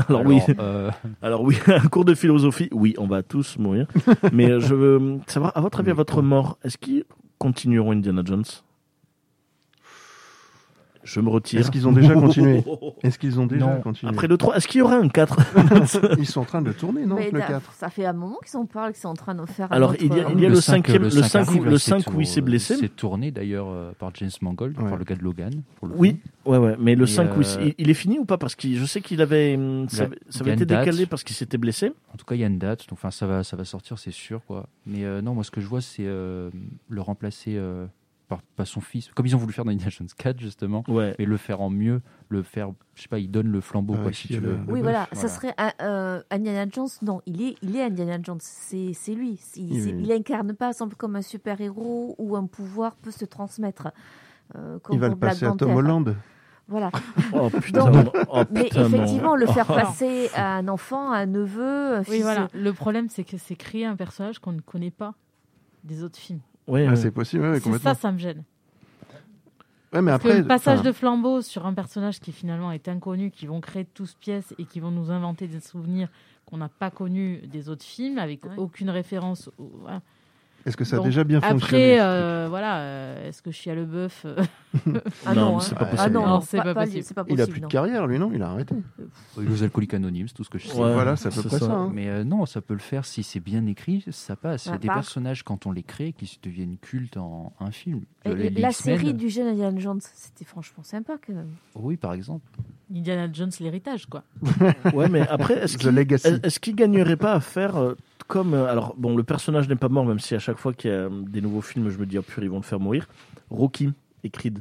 [SPEAKER 4] Alors, oui,
[SPEAKER 9] euh,
[SPEAKER 4] alors oui, un cours de philosophie, oui, on va tous mourir. Mais euh, je veux savoir, à votre avis, à votre mort, est-ce qu'ils continueront Indiana Jones Je me retire.
[SPEAKER 6] Est-ce qu'ils ont déjà continué Est-ce qu'ils ont déjà
[SPEAKER 9] Non.
[SPEAKER 6] continué
[SPEAKER 4] *laughs* Après le 3, est-ce qu'il y aura un 4
[SPEAKER 6] Ils sont en train de tourner, non
[SPEAKER 1] Mais
[SPEAKER 6] Le
[SPEAKER 1] t'as-
[SPEAKER 6] 4.
[SPEAKER 1] ça fait un moment qu'ils en parlent, qu'ils sont en train de faire. un
[SPEAKER 4] Alors,
[SPEAKER 1] autre- euh,
[SPEAKER 4] il y a- *laughs* il y a- le cinquième- le cinq où-
[SPEAKER 9] arrive,
[SPEAKER 4] le
[SPEAKER 9] là,
[SPEAKER 4] cinq
[SPEAKER 9] c'est
[SPEAKER 4] où il s'est
[SPEAKER 9] tour-
[SPEAKER 4] blessé.
[SPEAKER 9] C'est tourné d'ailleurs euh, par James Mangold,
[SPEAKER 6] Ouais.
[SPEAKER 9] par le gars de Logan. Pour le
[SPEAKER 4] Oui,
[SPEAKER 9] coup.
[SPEAKER 4] ouais, ouais. Mais le
[SPEAKER 9] Et,
[SPEAKER 4] 5, oui,
[SPEAKER 9] euh,
[SPEAKER 4] il, il est fini ou pas Parce que je sais qu'il avait. hum,
[SPEAKER 9] Il
[SPEAKER 4] Ça,
[SPEAKER 9] a-
[SPEAKER 4] ça
[SPEAKER 9] il
[SPEAKER 4] avait
[SPEAKER 9] y a
[SPEAKER 4] été
[SPEAKER 9] une date.
[SPEAKER 4] décalé parce qu'il s'était blessé.
[SPEAKER 9] En tout cas, il y a une date, donc enfin ça va, ça va sortir, c'est sûr quoi. Mais euh, non, moi ce que je vois, c'est euh, le remplacer euh, par, par son fils, comme ils ont voulu faire dans Indiana Jones 4 justement, *laughs*
[SPEAKER 4] Ouais.
[SPEAKER 9] mais le faire en mieux, le faire, je sais pas, il donne le flambeau
[SPEAKER 6] Ah,
[SPEAKER 9] quoi,
[SPEAKER 6] et
[SPEAKER 9] si
[SPEAKER 6] puis,
[SPEAKER 9] tu
[SPEAKER 6] euh,
[SPEAKER 9] veux.
[SPEAKER 1] Oui,
[SPEAKER 6] Le
[SPEAKER 1] voilà,
[SPEAKER 9] bœuf,
[SPEAKER 1] ça
[SPEAKER 9] voilà.
[SPEAKER 1] serait un- euh, Indiana Jones. Non, il est, il est Indiana Jones. C'est, c'est lui. C'est-
[SPEAKER 6] Il
[SPEAKER 1] c'est-
[SPEAKER 6] est-
[SPEAKER 1] Il, incarne pas, semble comme un super héros où un pouvoir peut se transmettre. euh, comme
[SPEAKER 6] Ils va
[SPEAKER 1] pour
[SPEAKER 6] le
[SPEAKER 1] Black
[SPEAKER 6] passer à Tom
[SPEAKER 1] Panther.
[SPEAKER 6] Holland. Ah,
[SPEAKER 1] Voilà.
[SPEAKER 4] Oh putain.
[SPEAKER 1] Donc,
[SPEAKER 4] oh, oh,
[SPEAKER 1] Mais
[SPEAKER 4] putain, non.
[SPEAKER 6] *laughs*
[SPEAKER 1] effectivement, le faire
[SPEAKER 4] Oh.
[SPEAKER 1] passer à un enfant, à un neveu, un
[SPEAKER 5] Oui,
[SPEAKER 1] fils,
[SPEAKER 5] voilà. Le problème, c'est que c'est créer un personnage qu'on ne connaît pas des autres films.
[SPEAKER 4] Ouais,
[SPEAKER 6] Ah,
[SPEAKER 4] ouais.
[SPEAKER 6] c'est possible, ouais,
[SPEAKER 5] c'est
[SPEAKER 6] complètement.
[SPEAKER 5] ça, ça me gêne.
[SPEAKER 6] Ouais, mais
[SPEAKER 5] Parce que
[SPEAKER 6] après,
[SPEAKER 5] le passage
[SPEAKER 6] enfin,
[SPEAKER 5] de flambeau sur un personnage qui finalement est inconnu, qui vont créer tous pièces et qui vont nous inventer des souvenirs qu'on n'a pas connus des autres films, avec aucune référence. au- voilà.
[SPEAKER 6] est-ce que ça a
[SPEAKER 5] Bon,
[SPEAKER 6] déjà bien fonctionné
[SPEAKER 5] Après,
[SPEAKER 6] ce
[SPEAKER 5] euh, voilà, euh, est-ce que euh, je suis à le bœuf
[SPEAKER 1] Ah
[SPEAKER 4] Non,
[SPEAKER 1] non,
[SPEAKER 4] mais
[SPEAKER 1] hein.
[SPEAKER 4] c'est pas
[SPEAKER 6] Ah,
[SPEAKER 1] Ah
[SPEAKER 4] possible.
[SPEAKER 1] non,
[SPEAKER 5] Non, c'est pas possible.
[SPEAKER 1] c'est pas
[SPEAKER 6] truc Il a plus
[SPEAKER 1] non.
[SPEAKER 6] de carrière, lui, non Il a arrêté.
[SPEAKER 9] Les alcooliques anonymes, c'est tout ce que je sais.
[SPEAKER 4] Ouais,
[SPEAKER 6] voilà, c'est à peu près ça. hein.
[SPEAKER 9] Mais euh, non, ça peut le faire si c'est bien écrit, ça passe. Il y a
[SPEAKER 1] Ouais,
[SPEAKER 9] des
[SPEAKER 1] par-
[SPEAKER 9] personnages, quand on les crée, qui deviennent cultes en un film.
[SPEAKER 1] Et
[SPEAKER 9] Les
[SPEAKER 1] la
[SPEAKER 9] X-Men,
[SPEAKER 1] série du jeune Indiana Jones, c'était franchement sympa quand même.
[SPEAKER 9] Oui, par exemple.
[SPEAKER 5] *laughs* Indiana Jones, l'héritage, quoi.
[SPEAKER 4] Ouais, mais après,
[SPEAKER 6] *laughs*
[SPEAKER 4] est-ce
[SPEAKER 6] The
[SPEAKER 4] qu'il
[SPEAKER 6] Legacy.
[SPEAKER 4] est- Euh, est-ce qu'il gagnerait pas à faire euh, comme. euh, alors, bon, le personnage n'est pas mort, même si à chaque fois qu'il y a euh, des nouveaux films, je me dis, oh purée, ils vont le faire mourir. Rocky et Creed.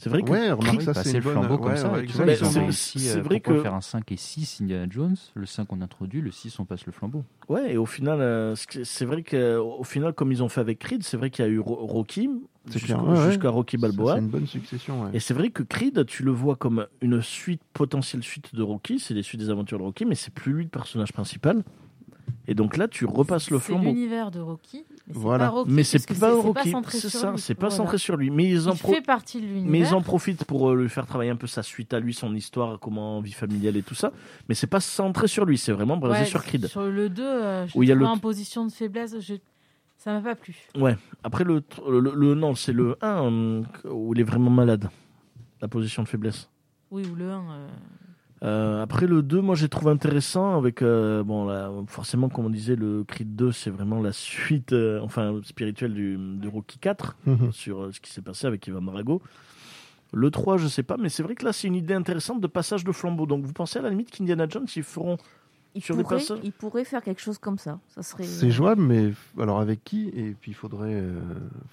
[SPEAKER 4] C'est vrai que.
[SPEAKER 6] Ouais, remarque,
[SPEAKER 9] Oui,
[SPEAKER 6] ça,
[SPEAKER 9] passer
[SPEAKER 6] c'est une
[SPEAKER 9] le
[SPEAKER 6] bonne...
[SPEAKER 9] flambeau comme
[SPEAKER 6] ouais,
[SPEAKER 9] ça.
[SPEAKER 6] ouais,
[SPEAKER 9] tu
[SPEAKER 6] exact,
[SPEAKER 9] vois,
[SPEAKER 4] Mais
[SPEAKER 9] ils en
[SPEAKER 6] ils
[SPEAKER 4] c'est-
[SPEAKER 9] ont
[SPEAKER 6] ont-
[SPEAKER 9] réussi,
[SPEAKER 4] c'est
[SPEAKER 9] euh,
[SPEAKER 4] vrai
[SPEAKER 9] pourquoi
[SPEAKER 4] que-
[SPEAKER 9] faire un 5 et 6 Indiana Jones Le 5 on introduit, le 6 on passe le flambeau.
[SPEAKER 4] Ouais, et au final, euh, ce qui- c'est vrai qu'au final, comme ils ont fait avec Creed, c'est vrai qu'il y a eu Ro- Rocky
[SPEAKER 6] C'est
[SPEAKER 4] jusqu'à
[SPEAKER 6] clair, ouais, ouais.
[SPEAKER 4] jusqu'à Rocky
[SPEAKER 6] ça,
[SPEAKER 4] Balboa.
[SPEAKER 6] C'est une bonne succession, ouais.
[SPEAKER 4] Et c'est vrai que Creed, tu le vois comme une suite, potentielle suite de Rocky, c'est les suites des aventures de Rocky, mais c'est plus lui le personnage principal. Et donc là, tu repasses le
[SPEAKER 5] C'est
[SPEAKER 4] flambeau.
[SPEAKER 5] l'univers de Rocky, mais c'est
[SPEAKER 6] Voilà.
[SPEAKER 5] pas Rocky.
[SPEAKER 4] Mais c'est
[SPEAKER 5] puisque
[SPEAKER 4] pas
[SPEAKER 5] C'est
[SPEAKER 4] Rocky,
[SPEAKER 5] pas centré
[SPEAKER 4] c'est
[SPEAKER 5] sur
[SPEAKER 4] ça,
[SPEAKER 5] lui.
[SPEAKER 4] c'est pas
[SPEAKER 5] Voilà.
[SPEAKER 4] centré sur lui. Mais ils en,
[SPEAKER 5] Il
[SPEAKER 4] pro-
[SPEAKER 5] fait partie de l'univers.
[SPEAKER 4] mais ils en profitent pour euh, lui faire travailler un peu sa suite à lui, son histoire, comment vie familiale et tout ça. Mais c'est pas centré sur lui, c'est vraiment basé
[SPEAKER 5] Ouais,
[SPEAKER 4] sur Creed.
[SPEAKER 5] Sur le 2, euh, je
[SPEAKER 4] Où il y a
[SPEAKER 5] le
[SPEAKER 4] le-
[SPEAKER 5] trouve en position de faiblesse, je... ça m'a pas plu.
[SPEAKER 4] Après, le, tr- le, le- non, c'est le 1 euh, où il est vraiment malade, la position de faiblesse.
[SPEAKER 5] Oui, ou le 1.
[SPEAKER 4] Euh, après le 2, moi j'ai trouvé intéressant avec euh, bon là, forcément comme on disait le Creed 2 c'est vraiment la suite euh, enfin spirituelle du, de Rocky 4
[SPEAKER 6] Mhm.
[SPEAKER 4] sur euh, ce qui s'est passé avec Ivan Drago. Le 3 je sais pas mais c'est vrai que là c'est une idée intéressante de passage de flambeau donc vous pensez à la limite qu'Indiana Jones ils feront
[SPEAKER 1] Il
[SPEAKER 4] Sur des
[SPEAKER 1] pourrait,
[SPEAKER 4] personnes-
[SPEAKER 1] il pourrait faire quelque chose comme ça. Ça serait.
[SPEAKER 6] C'est jouable, mais f- alors avec qui Et puis il faudrait, euh,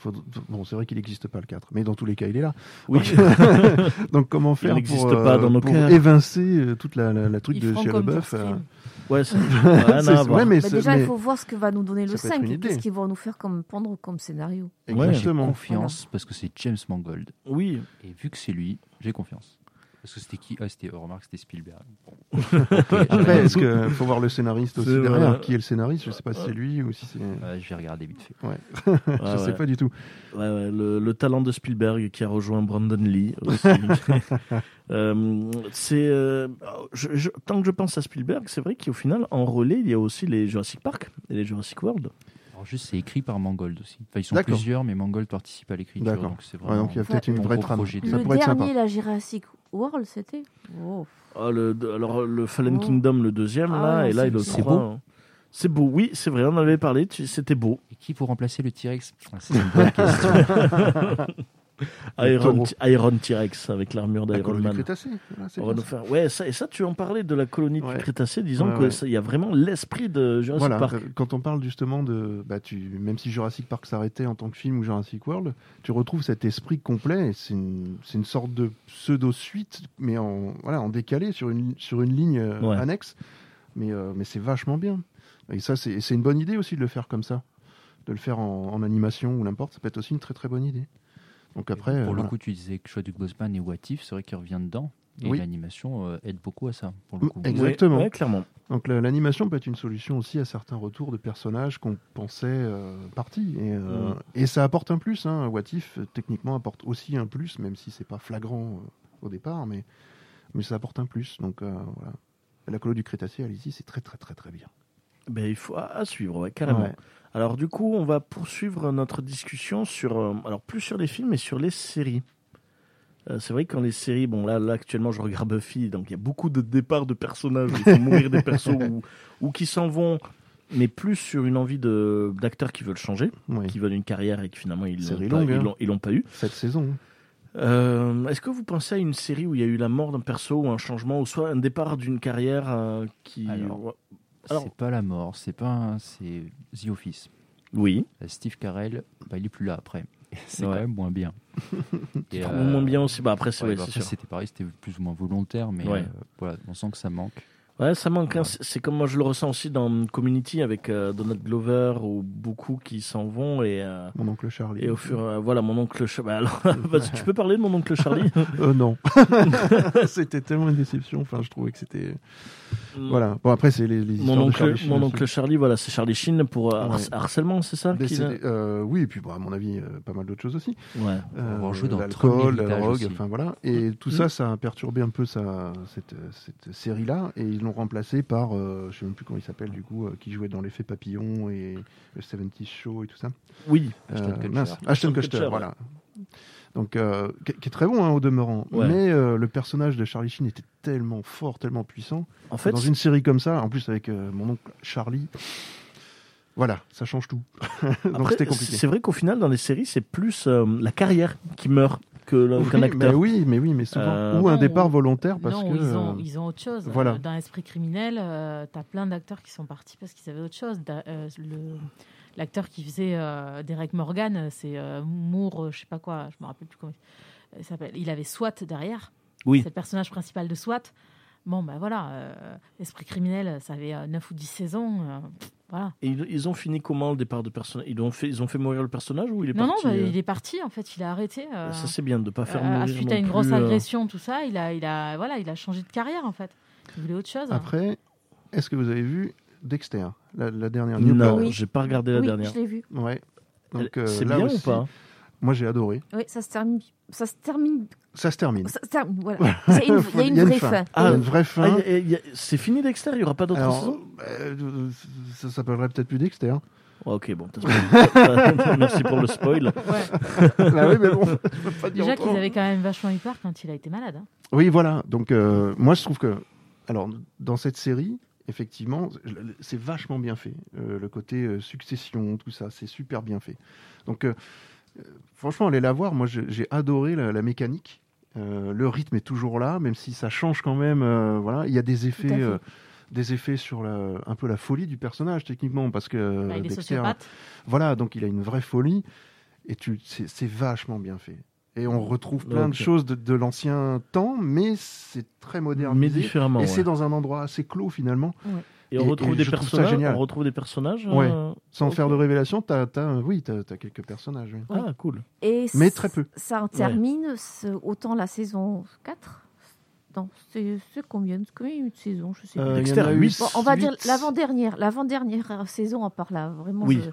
[SPEAKER 6] faudr- Bon, c'est vrai qu'il n'existe pas le 4, mais dans tous les cas, il est là. *laughs*
[SPEAKER 4] oui *laughs*
[SPEAKER 6] Donc comment faire
[SPEAKER 4] n'existe
[SPEAKER 6] pour, euh,
[SPEAKER 4] pas dans nos
[SPEAKER 6] pour
[SPEAKER 4] cœurs.
[SPEAKER 6] évincer euh, toute la, la, la truc de chez
[SPEAKER 5] comme
[SPEAKER 6] Leboeuf euh,
[SPEAKER 4] ouais c'est rien
[SPEAKER 6] *laughs* c'est-
[SPEAKER 4] à voir.
[SPEAKER 6] ouais, mais
[SPEAKER 1] Bah,
[SPEAKER 6] c'est-
[SPEAKER 1] déjà,
[SPEAKER 6] mais-
[SPEAKER 1] il faut voir ce que va nous donner
[SPEAKER 6] ça
[SPEAKER 1] le
[SPEAKER 6] peut être
[SPEAKER 1] 5
[SPEAKER 6] une
[SPEAKER 1] et qu'est-ce
[SPEAKER 6] idée.
[SPEAKER 1] qu'ils vont nous faire comme prendre comme scénario.
[SPEAKER 4] Ouais.
[SPEAKER 9] Moi, j'ai
[SPEAKER 6] Exactement.
[SPEAKER 9] confiance parce que c'est James Mangold.
[SPEAKER 6] *laughs*
[SPEAKER 4] oui
[SPEAKER 9] Et vu que c'est lui, j'ai confiance. Parce que c'était qui Ah, c'était, oh, remarque, c'était Spielberg.
[SPEAKER 6] *laughs*
[SPEAKER 9] Bon. Ok, j'ai
[SPEAKER 6] Après,
[SPEAKER 9] rien
[SPEAKER 6] est-ce que faut voir le scénariste aussi
[SPEAKER 4] C'est
[SPEAKER 6] derrière
[SPEAKER 4] vrai.
[SPEAKER 6] Qui est le scénariste Je sais pas si c'est lui ou si c'est.
[SPEAKER 9] dit. Euh, je vais regarder vite fait.
[SPEAKER 4] Ouais,
[SPEAKER 6] je sais
[SPEAKER 4] ouais.
[SPEAKER 6] pas du tout.
[SPEAKER 4] Ouais, ouais, le, le talent de Spielberg qui a rejoint Brandon
[SPEAKER 6] *laughs*
[SPEAKER 4] Lee aussi. *laughs* Euh, c'est euh, je- je- tant que je pense à Spielberg, c'est vrai qu'au final en relais il y a aussi les Jurassic Park et les Jurassic World.
[SPEAKER 9] Oh, Alors juste, c'est écrit par Mangold aussi. Enfin, ils sont
[SPEAKER 6] D'accord.
[SPEAKER 9] plusieurs, mais Mangold participe à l'écriture.
[SPEAKER 6] D'accord.
[SPEAKER 9] Donc c'est
[SPEAKER 6] Ouais,
[SPEAKER 9] vraiment.
[SPEAKER 6] donc il y a peut-être une
[SPEAKER 9] Ton
[SPEAKER 6] vraie
[SPEAKER 9] gros
[SPEAKER 6] trame.
[SPEAKER 9] projet de-
[SPEAKER 6] Ça
[SPEAKER 1] le
[SPEAKER 6] pourrait être sympa.
[SPEAKER 1] dernier, la Jurassic World, c'était. Oh.
[SPEAKER 4] Ah, le, de- alors, le Fallen
[SPEAKER 1] Oh.
[SPEAKER 4] Kingdom, le deuxième,
[SPEAKER 1] Ah
[SPEAKER 4] là,
[SPEAKER 1] ouais,
[SPEAKER 4] et là,
[SPEAKER 1] c'est-
[SPEAKER 4] et le
[SPEAKER 9] c'est
[SPEAKER 4] trois,
[SPEAKER 9] beau.
[SPEAKER 4] hein. C'est beau, oui, c'est vrai, on en avait parlé, tu- c'était beau.
[SPEAKER 9] Et qui pour remplacer
[SPEAKER 6] *laughs*
[SPEAKER 9] le T-Rex Ah, C'est une bonne question.
[SPEAKER 6] Le
[SPEAKER 4] Iron,
[SPEAKER 6] taureau.
[SPEAKER 4] T- Iron T-Rex avec l'armure
[SPEAKER 6] La
[SPEAKER 4] d'Iron
[SPEAKER 6] colonie
[SPEAKER 4] Man.
[SPEAKER 6] Crétacée. voilà, c'est
[SPEAKER 4] On va
[SPEAKER 6] bien
[SPEAKER 4] nous faire- Ouais, ça, et ça, tu en parlais de la colonie
[SPEAKER 6] Ouais.
[SPEAKER 4] du Crétacé, disons
[SPEAKER 6] Ouais,
[SPEAKER 4] que
[SPEAKER 6] ouais.
[SPEAKER 4] ça- il y a vraiment l'esprit de Jurassic
[SPEAKER 6] Voilà,
[SPEAKER 4] Park.
[SPEAKER 6] euh, quand on parle justement de. Bah, tu, même si Jurassic Park s'arrêtait en tant que film ou Jurassic World, tu retrouves cet esprit complet. et C'est une, c'est une sorte de pseudo-suite, mais en, voilà, en décalé sur une, sur une ligne euh,
[SPEAKER 4] Ouais.
[SPEAKER 6] annexe. Mais, euh, mais c'est vachement bien. Et ça, c'est c'est une bonne idée aussi de le faire comme ça. De le faire en, en animation ou n'importe, ça peut être aussi une très très bonne idée. Donc après. euh,
[SPEAKER 9] pour le
[SPEAKER 6] voilà.
[SPEAKER 9] coup, tu disais que Choix du Boseman et What If, c'est vrai qu'il revient dedans. Et
[SPEAKER 6] Oui.
[SPEAKER 9] l'animation euh, aide beaucoup à ça, pour le
[SPEAKER 6] Mm,
[SPEAKER 9] coup.
[SPEAKER 6] exact. exactement.
[SPEAKER 4] Ouais, ouais, clairement.
[SPEAKER 6] Donc la- l'animation peut être une solution aussi à certains retours de personnages qu'on pensait euh, partis. Et, euh,
[SPEAKER 4] Mm.
[SPEAKER 6] et ça apporte un plus. Hein. What If, euh, techniquement, apporte aussi un plus, même si c'est pas flagrant euh, au départ, mais, mais ça apporte un plus. Donc euh, voilà. La colo du Crétacé, allez-y, c'est très très très très bien.
[SPEAKER 4] Ben, il faut à, à suivre, ouais, carrément.
[SPEAKER 6] Ouais.
[SPEAKER 4] Alors du coup, on va poursuivre notre discussion sur, euh, alors plus sur les films, mais sur les séries. Euh, c'est vrai que quand les séries, bon là, là actuellement, je regarde Buffy, donc il y a beaucoup de départs de personnages, qui font mourir des
[SPEAKER 6] *laughs*
[SPEAKER 4] persos ou, ou qui s'en vont, mais plus sur une envie de d'acteurs qui veulent changer,
[SPEAKER 6] Ouais.
[SPEAKER 4] qui veulent une carrière et qui finalement ils l'ont
[SPEAKER 6] Série
[SPEAKER 4] pas,
[SPEAKER 6] longue,
[SPEAKER 4] ils
[SPEAKER 6] hein.
[SPEAKER 4] l'ont- ils l'ont pas eu.
[SPEAKER 6] Cette saison.
[SPEAKER 4] Euh, Est-ce que vous pensez à une série où il y a eu la mort d'un perso ou un changement ou soit un départ d'une carrière euh, qui
[SPEAKER 9] Alors.
[SPEAKER 4] Alors-
[SPEAKER 9] C'est pas la mort, c'est pas un- c'est The Office. Euh,
[SPEAKER 4] oui
[SPEAKER 9] Steve Carell, bah, il est plus là après. *laughs* Et C'est
[SPEAKER 4] Ouais.
[SPEAKER 9] quand même
[SPEAKER 4] *laughs*
[SPEAKER 9] moins bien. Et,
[SPEAKER 4] Trouve
[SPEAKER 9] euh,
[SPEAKER 4] moins bien aussi bah après c'est
[SPEAKER 9] ouais,
[SPEAKER 4] ouais,
[SPEAKER 9] bah,
[SPEAKER 4] c'est
[SPEAKER 9] après,
[SPEAKER 4] sûr.
[SPEAKER 9] c'était pareil, c'était plus ou moins volontaire, mais
[SPEAKER 4] Ouais.
[SPEAKER 9] euh, voilà, on sent que ça manque.
[SPEAKER 4] Ouais, ça manque. hein.
[SPEAKER 9] Ouais.
[SPEAKER 4] C'est c'est comme moi je le ressens aussi dans Community avec euh, Donald Glover ou beaucoup qui s'en vont et, euh,
[SPEAKER 6] Mon oncle Charlie.
[SPEAKER 4] et au fur euh, voilà mon oncle Charlie. *laughs* tu peux parler de mon oncle Charlie
[SPEAKER 6] Euh, non. *laughs* c'était tellement une déception. Enfin, je trouvais que c'était. Voilà. Bon, après, c'est les, les
[SPEAKER 4] Mon
[SPEAKER 6] histoires de
[SPEAKER 4] oncle,
[SPEAKER 6] Charlie Sheen
[SPEAKER 4] mon
[SPEAKER 6] aussi.
[SPEAKER 4] oncle Charlie, voilà, c'est Charlie Sheen pour euh, har-
[SPEAKER 6] Ouais.
[SPEAKER 4] harcèlement, c'est ça
[SPEAKER 6] Mais
[SPEAKER 4] qu'il a
[SPEAKER 6] c'était- euh, oui, et puis bon, à mon avis, euh, pas mal d'autres choses aussi.
[SPEAKER 4] Ouais.
[SPEAKER 9] avoir joué dans Trône
[SPEAKER 6] Euh, l'alcool, la
[SPEAKER 9] d'Héritage
[SPEAKER 6] drogue,
[SPEAKER 9] aussi. Mm.
[SPEAKER 6] enfin voilà. Et tout ça, ça a perturbé un peu sa, cette, cette série-là. Et ils l'ont remplacé par, euh, je sais même plus comment il s'appelle du coup, euh, qui jouait dans l'effet papillon et le 70 Show et tout ça.
[SPEAKER 4] Oui.
[SPEAKER 9] Ashton
[SPEAKER 6] Euh,
[SPEAKER 9] Kutcher.
[SPEAKER 6] mince, Ashton Kutcher,
[SPEAKER 4] Kutcher,
[SPEAKER 6] voilà. Donc, euh, qui qui est très bon hein, au demeurant.
[SPEAKER 4] Ouais.
[SPEAKER 6] Mais euh, le personnage de Charlie Sheen était tellement fort, tellement puissant.
[SPEAKER 4] En fait,
[SPEAKER 6] dans une série comme ça, en plus avec euh, mon oncle Charlie, voilà, ça change tout. *laughs* Donc
[SPEAKER 4] après,
[SPEAKER 6] c'était compliqué.
[SPEAKER 4] c'est vrai qu'au final, dans les séries, c'est plus euh, la carrière qui meurt que le-
[SPEAKER 6] Oui,
[SPEAKER 4] qu'un
[SPEAKER 6] mais
[SPEAKER 4] Euh, acteur.
[SPEAKER 6] oui, mais oui, mais souvent.
[SPEAKER 4] Euh,
[SPEAKER 6] Ou un
[SPEAKER 5] Non,
[SPEAKER 6] départ volontaire parce
[SPEAKER 5] Non,
[SPEAKER 6] que.
[SPEAKER 5] ils, ont,
[SPEAKER 6] euh,
[SPEAKER 5] ils ont autre chose.
[SPEAKER 6] voilà.
[SPEAKER 5] Euh, Dans Esprit criminel, euh, t'as plein d'acteurs qui sont partis parce qu'ils avaient autre chose. Da- euh, le- L'acteur qui faisait euh, Derek Morgan, c'est euh, Moore, euh, je sais pas quoi, je me rappelle plus comment il il s'appelle. Il avait SWAT derrière.
[SPEAKER 4] Oui.
[SPEAKER 5] C'est le personnage principal de SWAT. Bon, ben voilà, euh, Esprit criminel, ça avait 9 ou 10 saisons. euh, pff, voilà.
[SPEAKER 4] Et ils, ils ont fini comment le départ de personnage ils ont, fait, ils ont fait mourir le personnage ou il est
[SPEAKER 5] non,
[SPEAKER 4] parti
[SPEAKER 5] non, bah,
[SPEAKER 4] euh,
[SPEAKER 5] il est parti en fait, il a arrêté. euh,
[SPEAKER 4] Ça, c'est bien de pas faire
[SPEAKER 5] euh,
[SPEAKER 4] mourir.
[SPEAKER 5] suite
[SPEAKER 4] non
[SPEAKER 5] à une grosse
[SPEAKER 4] plus, euh,
[SPEAKER 5] agression, tout ça, il a, il a, voilà, il a changé de carrière en fait. Il voulait autre chose. hein.
[SPEAKER 6] Après, est-ce que vous avez vu Dexter, la, la dernière New
[SPEAKER 4] Non,
[SPEAKER 6] Blood
[SPEAKER 4] j'ai pas regardé la
[SPEAKER 1] Oui,
[SPEAKER 4] dernière.
[SPEAKER 1] je l'ai vu.
[SPEAKER 6] Ouais. Donc, euh,
[SPEAKER 4] c'est
[SPEAKER 6] là
[SPEAKER 4] bien
[SPEAKER 6] aussi,
[SPEAKER 4] ou pas
[SPEAKER 6] Moi, j'ai adoré.
[SPEAKER 1] Oui, ça se termine. Ça se termine.
[SPEAKER 6] Ça se termine.
[SPEAKER 1] Ça se termine
[SPEAKER 6] *laughs*
[SPEAKER 1] voilà. C'est une- Il y a une vraie fin.
[SPEAKER 6] Il y a
[SPEAKER 4] Ah,
[SPEAKER 6] une vraie
[SPEAKER 4] Ah,
[SPEAKER 6] fin.
[SPEAKER 4] y a- y a- C'est fini Dexter, il y aura pas d'autres
[SPEAKER 6] Alors,
[SPEAKER 4] saison
[SPEAKER 6] euh, ça s'appellerait peut-être plus Dexter. *laughs* euh,
[SPEAKER 4] Ok, bon. t'as spoilé. Merci pour le spoil.
[SPEAKER 5] Ouais.
[SPEAKER 6] Ah oui, mais bon, *laughs* je peux pas dire
[SPEAKER 5] Déjà
[SPEAKER 6] autrement.
[SPEAKER 5] qu'ils avaient quand même vachement eu peur quand il a été malade.
[SPEAKER 4] Euh,
[SPEAKER 5] hein.
[SPEAKER 6] Oui, voilà. Donc, euh, moi, je trouve que. Alors, dans cette série, effectivement, c'est vachement bien fait. Euh, le côté euh, succession, tout ça, c'est super bien fait. Donc, euh, euh, franchement, allez la voir. Moi, je- j'ai adoré la, la mécanique. Euh, le rythme est toujours là, même si ça change quand même. euh, voilà, il y a des
[SPEAKER 1] Tout à
[SPEAKER 6] effets.
[SPEAKER 1] fait.
[SPEAKER 6] euh, des effets sur la- un peu la folie du personnage techniquement parce que euh,
[SPEAKER 5] Bah, il est
[SPEAKER 6] Dexter,
[SPEAKER 5] sociopathe.
[SPEAKER 6] voilà, donc il a une vraie folie et tu, c'est, c'est vachement bien fait. Et on retrouve plein
[SPEAKER 4] Ok.
[SPEAKER 6] de choses de, de l'ancien temps, mais c'est très
[SPEAKER 4] Mais
[SPEAKER 6] modernisé.
[SPEAKER 4] différemment.
[SPEAKER 6] et
[SPEAKER 4] ouais.
[SPEAKER 6] c'est dans un endroit assez clos finalement,
[SPEAKER 4] Et on
[SPEAKER 6] et-
[SPEAKER 4] retrouve
[SPEAKER 6] et
[SPEAKER 4] des
[SPEAKER 6] je trouve ça
[SPEAKER 4] personnages.
[SPEAKER 6] génial.
[SPEAKER 4] On retrouve des personnages.
[SPEAKER 6] Ouais.
[SPEAKER 4] euh,
[SPEAKER 6] sans
[SPEAKER 4] Ok.
[SPEAKER 6] faire de révélation. T'as, t'as- oui, t'as, t'as quelques personnages. oui.
[SPEAKER 4] Ah, cool.
[SPEAKER 1] Et
[SPEAKER 6] Mais
[SPEAKER 1] c-
[SPEAKER 6] très peu.
[SPEAKER 1] Ça en termine ce- autant la saison 4. Non, c'est c'est combien de combien de saisons Je sais
[SPEAKER 6] Euh,
[SPEAKER 1] plus.
[SPEAKER 6] il y en
[SPEAKER 4] Dexter,
[SPEAKER 6] a eu
[SPEAKER 4] huit.
[SPEAKER 1] Bon, on va dire
[SPEAKER 6] huit.
[SPEAKER 1] l'avant-dernière, l'avant-dernière saison, à part là, vraiment.
[SPEAKER 4] Oui.
[SPEAKER 1] je-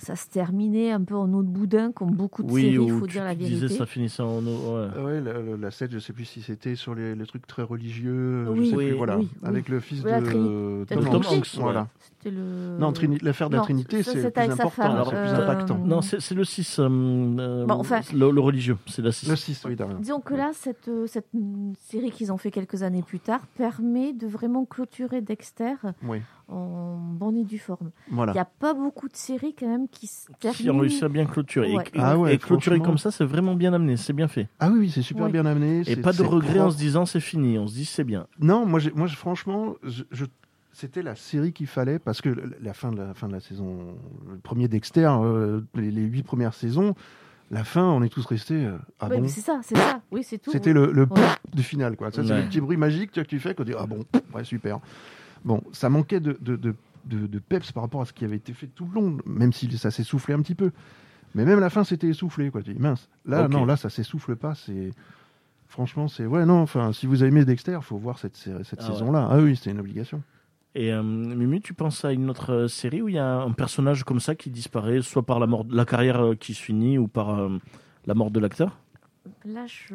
[SPEAKER 1] ça se terminait un peu en eau de boudin, comme beaucoup de
[SPEAKER 4] Oui,
[SPEAKER 1] séries, il
[SPEAKER 4] où
[SPEAKER 1] faut
[SPEAKER 4] tu
[SPEAKER 1] dire la
[SPEAKER 4] tu disais
[SPEAKER 1] vérité.
[SPEAKER 4] ça finissait en. ouais.
[SPEAKER 6] Ah ouais, la, la- la 7, je sais plus si c'était sur les, les trucs très religieux,
[SPEAKER 1] Oui.
[SPEAKER 6] je sais
[SPEAKER 4] Oui,
[SPEAKER 6] plus, voilà,
[SPEAKER 1] oui, oui.
[SPEAKER 6] avec le fils
[SPEAKER 1] Oui, la
[SPEAKER 6] de
[SPEAKER 1] tri-
[SPEAKER 6] euh,
[SPEAKER 1] la
[SPEAKER 6] Tom
[SPEAKER 1] trilogie.
[SPEAKER 6] Hanks.
[SPEAKER 4] Ouais.
[SPEAKER 6] Voilà.
[SPEAKER 1] C'était c'est le.
[SPEAKER 6] Non, Trini- l'affaire de la
[SPEAKER 1] Non,
[SPEAKER 6] Trinité,
[SPEAKER 1] ça,
[SPEAKER 6] c'est le
[SPEAKER 1] c'est
[SPEAKER 6] plus
[SPEAKER 1] avec sa
[SPEAKER 6] important,
[SPEAKER 1] femme,
[SPEAKER 6] c'est le plus
[SPEAKER 1] euh,
[SPEAKER 6] impactant.
[SPEAKER 4] Non, c'est c'est le 6, euh, euh,
[SPEAKER 1] Bon, enfin-
[SPEAKER 4] le, le religieux, c'est la 6.
[SPEAKER 6] Le 6, oui, Darien.
[SPEAKER 1] Disons que là, cette, euh, cette mm, série qu'ils ont fait quelques années plus tard permet de vraiment clôturer Dexter
[SPEAKER 6] Oui.
[SPEAKER 1] en bonne et due forme. Il
[SPEAKER 6] Voilà.
[SPEAKER 1] n'y a pas beaucoup de séries quand même qui se
[SPEAKER 4] Qui ont
[SPEAKER 1] terminent.
[SPEAKER 4] réussi à bien clôturer. Et-
[SPEAKER 1] Ouais.
[SPEAKER 4] Et,
[SPEAKER 6] Ah ouais,
[SPEAKER 4] et clôturer
[SPEAKER 6] franchement.
[SPEAKER 4] comme ça, c'est vraiment bien amené, c'est bien fait.
[SPEAKER 6] Ah oui, oui, c'est super
[SPEAKER 1] Oui.
[SPEAKER 6] bien amené.
[SPEAKER 4] Et
[SPEAKER 6] c'est-
[SPEAKER 4] pas de
[SPEAKER 6] c'est
[SPEAKER 4] regret en
[SPEAKER 6] propre.
[SPEAKER 4] se disant c'est fini, on se dit c'est bien.
[SPEAKER 6] Non, moi, j'ai- moi j'ai- franchement, je- je- c'était la série qu'il fallait parce que le- la fin de la, fin de la saison, le premier Dexter, euh, les, les huit premières saisons, la fin, on est tous restés. euh, ah
[SPEAKER 1] Oui,
[SPEAKER 6] bon
[SPEAKER 1] mais c'est ça, c'est ça. Oui, c'est tout. hein.
[SPEAKER 6] C'était le, le
[SPEAKER 1] Ouais.
[SPEAKER 6] du final, quoi. Ça, c'est
[SPEAKER 4] Ouais.
[SPEAKER 6] le petit bruit magique tu vois, que tu fais, qu'on dit ah bon, ouais, super. Bon, ça manquait de, de, de, de- de peps par rapport à ce qui avait été fait tout le long, même si ça s'est soufflé un petit peu. Mais même la fin, c'était essoufflé, quoi. Tu dis mince. Là,
[SPEAKER 4] Ok.
[SPEAKER 6] non, là, ça s'essouffle pas. C'est franchement, c'est ouais, non. Enfin, si vous aimez Dexter, faut voir cette, série- cette
[SPEAKER 4] Ah ouais.
[SPEAKER 6] saison-là. Ah oui, c'était une obligation.
[SPEAKER 4] Et euh, Mimi, tu penses à une autre euh, série où il y a un personnage comme ça qui disparaît, soit par la, mort, la carrière euh, qui se finit ou par euh, la mort de l'acteur
[SPEAKER 1] Là, je.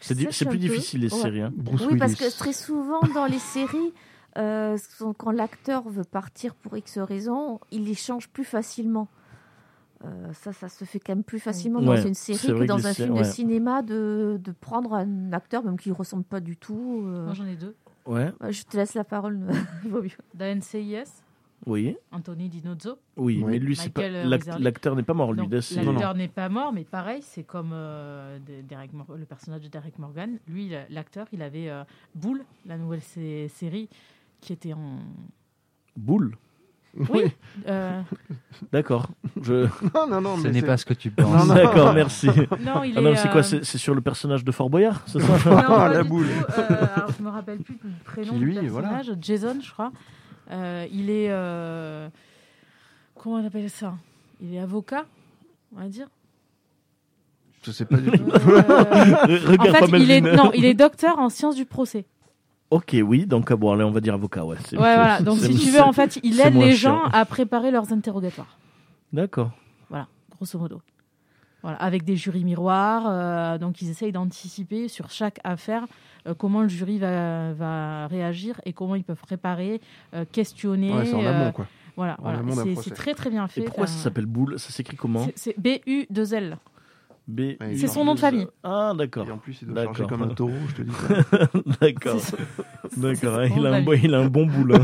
[SPEAKER 4] C'est di-
[SPEAKER 1] sèche
[SPEAKER 4] c'est
[SPEAKER 1] un
[SPEAKER 4] plus
[SPEAKER 1] peu.
[SPEAKER 4] difficile les
[SPEAKER 1] Ouais.
[SPEAKER 4] séries. hein.
[SPEAKER 6] Bruce
[SPEAKER 1] oui, parce
[SPEAKER 6] Willis.
[SPEAKER 1] que très souvent dans
[SPEAKER 4] *laughs*
[SPEAKER 1] les séries, euh, son- quand l'acteur veut partir pour X raison, il les change plus facilement. Euh, ça, ça se fait quand même plus facilement
[SPEAKER 4] Ouais,
[SPEAKER 1] dans une
[SPEAKER 4] c'est
[SPEAKER 1] série
[SPEAKER 4] vrai
[SPEAKER 1] que
[SPEAKER 4] que
[SPEAKER 1] dans
[SPEAKER 4] les
[SPEAKER 1] un
[SPEAKER 4] sé-
[SPEAKER 1] film
[SPEAKER 4] ouais.
[SPEAKER 1] de cinéma de, de prendre un acteur même qui ne ressemble pas du tout. euh.
[SPEAKER 5] Moi, j'en ai deux.
[SPEAKER 4] Ouais.
[SPEAKER 1] Bah, Je te laisse la parole. *laughs* il vaut mieux.
[SPEAKER 5] D'ANCIS,
[SPEAKER 4] Oui.
[SPEAKER 5] Anthony Dinozzo.
[SPEAKER 4] Oui,
[SPEAKER 6] Oui.
[SPEAKER 4] mais lui, c'est pas
[SPEAKER 5] Michael, euh,
[SPEAKER 4] l'ac-
[SPEAKER 5] Rizzardi.
[SPEAKER 4] l'acteur n'est pas mort, Oh, lui.
[SPEAKER 5] Donc,
[SPEAKER 4] là, c'est-
[SPEAKER 5] L'acteur n'est pas mort, mais pareil, c'est comme euh, de- Derek Mor- le personnage de Derek Morgan. Lui, la- l'acteur, il avait euh, Boule, la nouvelle sé- série qui était en.
[SPEAKER 4] Boule.
[SPEAKER 5] Oui.
[SPEAKER 4] *laughs*
[SPEAKER 5] euh,
[SPEAKER 4] D'accord. Je...
[SPEAKER 6] *laughs* non, non, non.
[SPEAKER 9] Ce
[SPEAKER 6] mais
[SPEAKER 9] n'est
[SPEAKER 6] c'est-
[SPEAKER 9] pas ce que tu penses.
[SPEAKER 4] *laughs* D'accord, merci.
[SPEAKER 5] non, il
[SPEAKER 4] Ah
[SPEAKER 5] est.
[SPEAKER 4] non, c'est quoi
[SPEAKER 5] euh,
[SPEAKER 4] C'est c'est sur le personnage de Fort Boyard, c'est
[SPEAKER 6] *laughs*
[SPEAKER 4] ça
[SPEAKER 5] non, pas
[SPEAKER 6] la
[SPEAKER 5] du
[SPEAKER 6] boule.
[SPEAKER 5] tout, euh, alors, je me rappelle plus du prénom
[SPEAKER 6] Puis
[SPEAKER 5] du
[SPEAKER 6] lui,
[SPEAKER 5] personnage. Jason, je crois. Euh, il est. euh, comment on appelle ça Il est avocat, on va dire.
[SPEAKER 6] Je sais pas
[SPEAKER 4] *laughs*
[SPEAKER 6] du *laughs* tout.
[SPEAKER 5] Euh, en
[SPEAKER 4] Regarde pas
[SPEAKER 5] fait, il est,
[SPEAKER 4] Melvin.
[SPEAKER 5] non, il est docteur en sciences du procès.
[SPEAKER 4] *laughs* Ok, oui, donc ah, bon, allez, on va dire avocat, ouais. c'est-
[SPEAKER 5] Ouais, voilà. Donc,
[SPEAKER 4] c'est-
[SPEAKER 5] si tu
[SPEAKER 4] c'est-
[SPEAKER 5] veux, en fait, il
[SPEAKER 4] c'est
[SPEAKER 5] aide
[SPEAKER 4] moins
[SPEAKER 5] les
[SPEAKER 4] chiant.
[SPEAKER 5] gens à préparer leurs interrogatoires.
[SPEAKER 4] D'accord.
[SPEAKER 5] Voilà, grosso modo. Voilà, avec des jurys miroirs. euh, donc, ils essayent d'anticiper sur chaque affaire euh, comment le jury va, va réagir et comment ils peuvent préparer, euh, questionner.
[SPEAKER 6] Ouais, c'est en
[SPEAKER 5] euh,
[SPEAKER 6] amont, quoi.
[SPEAKER 5] voilà,
[SPEAKER 6] En
[SPEAKER 5] voilà.
[SPEAKER 6] amont d'un
[SPEAKER 5] C'est-
[SPEAKER 6] procès.
[SPEAKER 5] c'est très très bien fait.
[SPEAKER 4] Et pourquoi
[SPEAKER 5] Euh,
[SPEAKER 4] ça s'appelle boule Ça s'écrit comment
[SPEAKER 5] c'est- C'est B-U-2-L.
[SPEAKER 4] B.
[SPEAKER 6] Ouais,
[SPEAKER 5] C'est son nom de famille.
[SPEAKER 4] Ah, d'accord.
[SPEAKER 6] Et en plus, il doit
[SPEAKER 4] D'accord.
[SPEAKER 6] charger comme un taureau, je te dis.
[SPEAKER 4] *laughs* D'accord.
[SPEAKER 5] C'est
[SPEAKER 4] D'accord, hein,
[SPEAKER 5] c'est
[SPEAKER 4] il, a un
[SPEAKER 5] bon,
[SPEAKER 4] bon- il a un bon
[SPEAKER 5] *laughs*
[SPEAKER 4] boulot.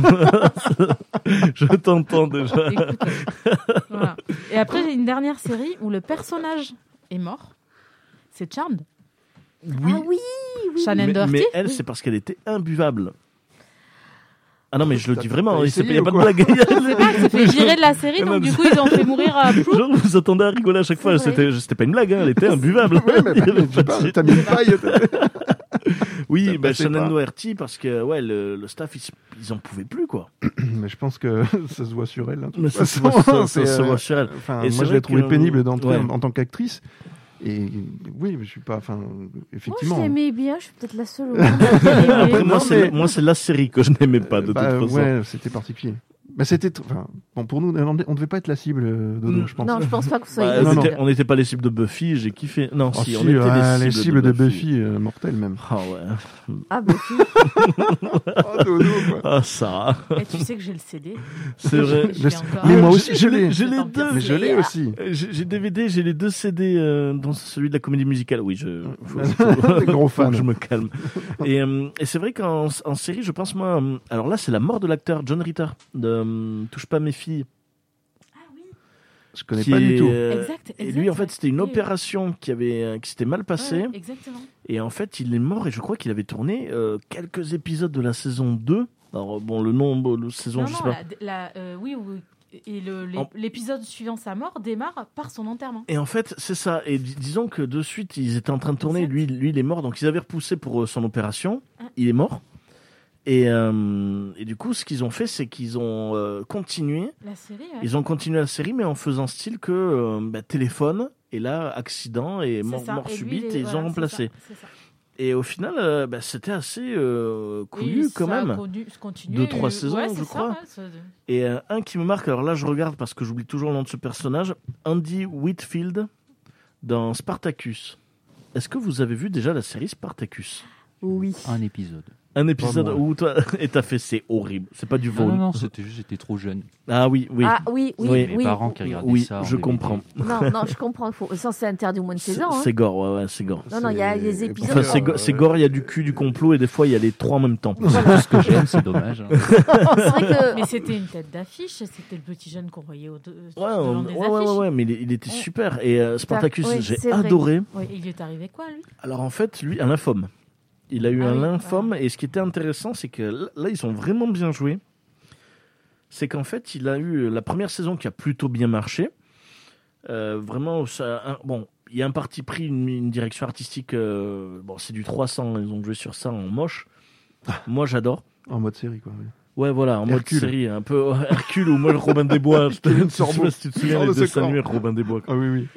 [SPEAKER 4] Je t'entends déjà.
[SPEAKER 5] Écoute, euh, voilà. Et après, j'ai une dernière série où le personnage est mort. C'est Charmed.
[SPEAKER 4] Oui,
[SPEAKER 1] Ah oui, oui.
[SPEAKER 5] Chanel
[SPEAKER 4] mais,
[SPEAKER 5] Doherty.
[SPEAKER 4] mais elle,
[SPEAKER 5] oui.
[SPEAKER 4] c'est parce qu'elle était imbuvable. Ah non, mais je le
[SPEAKER 6] T'as-
[SPEAKER 4] dis vraiment,
[SPEAKER 6] t'as
[SPEAKER 4] il n'y
[SPEAKER 6] essayé
[SPEAKER 4] a
[SPEAKER 6] ou
[SPEAKER 4] pas de
[SPEAKER 6] quoi
[SPEAKER 4] blague. *laughs*
[SPEAKER 5] *laughs* C'est pas, elle s'est fait virer de la série, donc du coup, ils ont fait mourir à Prue.
[SPEAKER 4] Genre, vous vous attendez à rigoler à chaque fois.
[SPEAKER 5] C'est vrai.
[SPEAKER 4] C'était c'était pas une blague, hein, elle
[SPEAKER 6] *laughs*
[SPEAKER 4] était imbuvable. *laughs*
[SPEAKER 6] oui, mais bah,
[SPEAKER 4] Il y avait pas
[SPEAKER 6] je sais
[SPEAKER 4] de
[SPEAKER 6] pas,
[SPEAKER 4] suite.
[SPEAKER 6] t'as mis
[SPEAKER 4] *laughs*
[SPEAKER 6] une paille. t'as-
[SPEAKER 4] Oui,
[SPEAKER 6] Ça
[SPEAKER 4] bah,
[SPEAKER 6] passait
[SPEAKER 4] Shannon
[SPEAKER 6] pas.
[SPEAKER 4] Doherty, parce que ouais, le, le staff, ils, s- ils en pouvaient plus, quoi.
[SPEAKER 6] Mais je pense que *laughs* ça se voit sur elle. hein, de
[SPEAKER 4] Mais
[SPEAKER 6] toute
[SPEAKER 4] ça se
[SPEAKER 6] façon,
[SPEAKER 4] voit, ça-
[SPEAKER 6] c'est,
[SPEAKER 4] ça se
[SPEAKER 6] euh,
[SPEAKER 4] voit
[SPEAKER 6] *laughs*
[SPEAKER 4] chez elle.
[SPEAKER 6] Enfin,
[SPEAKER 4] Et c'est
[SPEAKER 6] moi, je
[SPEAKER 4] vrai
[SPEAKER 6] l'ai trouvé
[SPEAKER 4] que-
[SPEAKER 6] pénible d'entrer
[SPEAKER 4] ouais.
[SPEAKER 6] en, en tant qu'actrice. Et oui, mais je suis pas. Enfin,
[SPEAKER 1] Moi, je
[SPEAKER 6] effectivement.
[SPEAKER 1] l'aimais bien, je suis peut-être
[SPEAKER 4] *laughs*
[SPEAKER 1] la seule. au monde.
[SPEAKER 4] Après, moi,
[SPEAKER 6] Non,
[SPEAKER 4] c'est
[SPEAKER 6] mais-
[SPEAKER 4] moi, c'est la série que je n'aimais pas, de
[SPEAKER 6] Bah,
[SPEAKER 4] toute façon.
[SPEAKER 6] ouais, c'était particulier. Mais c'était. tr- Enfin, bon, pour nous, on ne devait pas être la cible, euh, Dodo,
[SPEAKER 4] Mm.
[SPEAKER 6] je pense.
[SPEAKER 1] non, je pense pas que vous soyez
[SPEAKER 4] Bah,
[SPEAKER 1] la
[SPEAKER 6] non,
[SPEAKER 4] on
[SPEAKER 6] non.
[SPEAKER 1] seule.
[SPEAKER 4] était- on n'était pas les cibles de Buffy, j'ai kiffé. Non,
[SPEAKER 6] Ah,
[SPEAKER 4] si, on
[SPEAKER 6] si,
[SPEAKER 4] était
[SPEAKER 6] ah,
[SPEAKER 4] les,
[SPEAKER 6] les cibles de Buffy, euh, mortelles même.
[SPEAKER 4] Ah ouais.
[SPEAKER 1] Ah, bah, si.
[SPEAKER 6] *laughs* Oh, Dodo, quoi.
[SPEAKER 4] Ah, ça.
[SPEAKER 5] Et tu sais que j'ai le CD.
[SPEAKER 4] C'est vrai.
[SPEAKER 5] Je
[SPEAKER 6] Le-
[SPEAKER 5] l'ai encore.
[SPEAKER 6] Mais moi aussi, je l'ai.
[SPEAKER 4] J'ai les
[SPEAKER 5] Tant pis.
[SPEAKER 4] deux.
[SPEAKER 6] Mais je l'ai aussi.
[SPEAKER 4] Euh, J'ai j'ai DVD, j'ai les deux CD, euh, dont celui de la comédie musicale. Oui, je. faut-
[SPEAKER 6] *laughs* T'es gros
[SPEAKER 4] faut
[SPEAKER 6] fan.
[SPEAKER 4] que je me calme. Et, euh, et c'est vrai qu'en en série, je pense, moi. euh, Alors là, c'est la mort de l'acteur John Ritter de euh, Touche pas mes filles.
[SPEAKER 6] Je connais
[SPEAKER 4] qui
[SPEAKER 6] pas
[SPEAKER 4] est,
[SPEAKER 6] du tout.
[SPEAKER 4] euh,
[SPEAKER 5] Exact,
[SPEAKER 4] Et
[SPEAKER 5] exact,
[SPEAKER 4] lui, en
[SPEAKER 5] ouais.
[SPEAKER 4] fait, c'était une
[SPEAKER 5] Oui, oui.
[SPEAKER 4] opération qui, avait, euh, qui s'était mal passée.
[SPEAKER 5] Ouais, exactement.
[SPEAKER 4] Et en fait, il est mort et je crois qu'il avait tourné euh, quelques épisodes de la saison 2. Alors, euh, bon, le nombre, la saison,
[SPEAKER 5] Non,
[SPEAKER 4] je sais
[SPEAKER 5] non,
[SPEAKER 4] pas.
[SPEAKER 5] la, la- euh, oui, oui. Et le- l'ép-
[SPEAKER 4] En-
[SPEAKER 5] l'épisode suivant sa mort démarre par son enterrement.
[SPEAKER 4] Et en fait, c'est ça. Et dis- disons que de suite, ils étaient en train de tourner.
[SPEAKER 5] Exact.
[SPEAKER 4] Lui, lui, il est mort. Donc, ils avaient repoussé pour euh, son opération.
[SPEAKER 5] Ah.
[SPEAKER 4] Il est mort. Et, euh, et du coup, ce qu'ils ont fait, c'est qu'ils ont euh, continué.
[SPEAKER 5] La série, ouais.
[SPEAKER 4] Ils ont continué la série, mais en faisant style que euh, bah, téléphone. Et là, accident et
[SPEAKER 5] C'est
[SPEAKER 4] mort,
[SPEAKER 5] ça.
[SPEAKER 4] mort
[SPEAKER 5] Et lui,
[SPEAKER 4] subite.
[SPEAKER 5] il est-
[SPEAKER 4] et ils
[SPEAKER 5] voilà,
[SPEAKER 4] ont
[SPEAKER 5] c'est
[SPEAKER 4] remplacé.
[SPEAKER 5] ça, c'est ça.
[SPEAKER 4] Et au final, euh, bah, c'était assez euh,
[SPEAKER 5] Et
[SPEAKER 4] connu quand
[SPEAKER 5] ça a
[SPEAKER 4] même.
[SPEAKER 5] connu- continué,
[SPEAKER 4] Deux, trois
[SPEAKER 5] euh,
[SPEAKER 4] saisons,
[SPEAKER 5] ouais,
[SPEAKER 4] je
[SPEAKER 5] c'est ça,
[SPEAKER 4] crois.
[SPEAKER 5] ouais, ça-
[SPEAKER 4] Et euh, un qui me marque, alors là je regarde parce que j'oublie toujours le nom de ce personnage, Andy Whitfield dans Spartacus. Est-ce que vous avez vu déjà la série Spartacus
[SPEAKER 1] Oui.
[SPEAKER 9] *laughs* Un épisode.
[SPEAKER 4] Un épisode
[SPEAKER 6] moi.
[SPEAKER 4] où toi, *laughs* et t'as fait c'est horrible, c'est pas du
[SPEAKER 9] Non,
[SPEAKER 4] vol. *laughs*
[SPEAKER 9] non, non, c'était juste j'étais trop jeune.
[SPEAKER 4] Ah oui, oui.
[SPEAKER 1] Ah oui, oui,
[SPEAKER 4] Oui,
[SPEAKER 1] oui.
[SPEAKER 9] Mes parents qui regardaient
[SPEAKER 4] Oui,
[SPEAKER 9] ça. en
[SPEAKER 4] je
[SPEAKER 9] DVD.
[SPEAKER 4] comprends.
[SPEAKER 1] Non, non, je comprends. il Faut... Ça, c'est interdit au moins de 16 ans. hein.
[SPEAKER 4] C'est gore, ouais, ouais, c'est gore.
[SPEAKER 1] Non, non, il y a les épisodes.
[SPEAKER 4] Enfin, c'est
[SPEAKER 1] Bizarre,
[SPEAKER 4] go- c'est gore, il y a du cul, du complot, et des fois, il y a les trois en même temps.
[SPEAKER 9] Ce que j'aime, c'est
[SPEAKER 4] *laughs*
[SPEAKER 9] dommage. hein.
[SPEAKER 1] *laughs* C'est vrai que
[SPEAKER 5] Mais c'était une tête d'affiche, c'était le petit jeune qu'on voyait au de,
[SPEAKER 4] Ouais,
[SPEAKER 5] devant des
[SPEAKER 4] ouais, ouais, ouais,
[SPEAKER 5] affiches.
[SPEAKER 4] ouais, mais il, il était
[SPEAKER 5] Ouais.
[SPEAKER 4] super. Et euh, Spartacus,
[SPEAKER 1] Ouais,
[SPEAKER 4] j'ai
[SPEAKER 1] c'est vrai.
[SPEAKER 4] adoré.
[SPEAKER 5] Ouais, il lui est arrivé quoi, lui
[SPEAKER 4] Alors en fait, lui, un lymphome. Il a eu
[SPEAKER 5] Ah
[SPEAKER 4] un
[SPEAKER 5] oui,
[SPEAKER 4] lymphome et ce qui était intéressant, c'est que l- là, ils ont vraiment bien joué. C'est qu'en fait, il a eu la première saison qui a plutôt bien marché. Euh, vraiment, ça, un- bon, il y a un parti pris, une, une direction artistique. euh, bon, c'est du 300, ils ont joué sur ça en
[SPEAKER 6] *laughs*
[SPEAKER 4] moche. Moi, j'adore.
[SPEAKER 6] En mode série, quoi. oui.
[SPEAKER 4] Ouais, voilà, en mode
[SPEAKER 6] Hercule.
[SPEAKER 4] série, un peu Hercule ou moi, le Robin des
[SPEAKER 6] *laughs*
[SPEAKER 4] Bois. Je te-
[SPEAKER 6] Kevin
[SPEAKER 4] je sais
[SPEAKER 6] Sorbo.
[SPEAKER 4] pas si tu te souviens
[SPEAKER 6] Sors de
[SPEAKER 4] des
[SPEAKER 6] ce
[SPEAKER 4] dessins
[SPEAKER 6] corps.
[SPEAKER 4] animés Robin des Bois.
[SPEAKER 6] Ah oui, oui.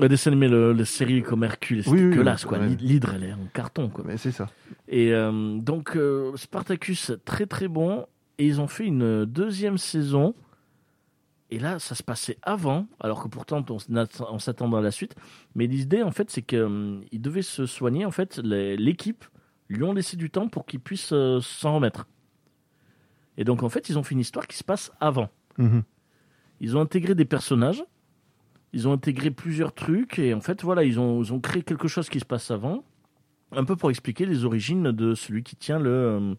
[SPEAKER 4] Le dessin animé, le, le série comme Hercule, c'était
[SPEAKER 6] Oui, oui,
[SPEAKER 4] dégueulasse,
[SPEAKER 6] oui,
[SPEAKER 4] quoi.
[SPEAKER 6] ouais.
[SPEAKER 4] L'hydre, elle est en carton, quoi.
[SPEAKER 6] Mais c'est ça.
[SPEAKER 4] Et euh, donc, euh, Spartacus, très très bon. Et ils ont fait une deuxième saison. Et là, ça se passait avant, alors que pourtant on, s'att- on s'attendait à la suite. Mais l'idée, en fait, c'est qu'ils devaient se soigner. En fait, les- l'équipe lui ont laissé du temps pour qu'ils puissent euh, s'en remettre. Et donc, en fait, ils ont fait une histoire qui se passe avant.
[SPEAKER 6] Mhm.
[SPEAKER 4] Ils ont intégré des personnages, ils ont intégré plusieurs trucs, et en fait, voilà, ils ont, ils ont créé quelque chose qui se passe avant, un peu pour expliquer les origines de celui qui tient le, euh,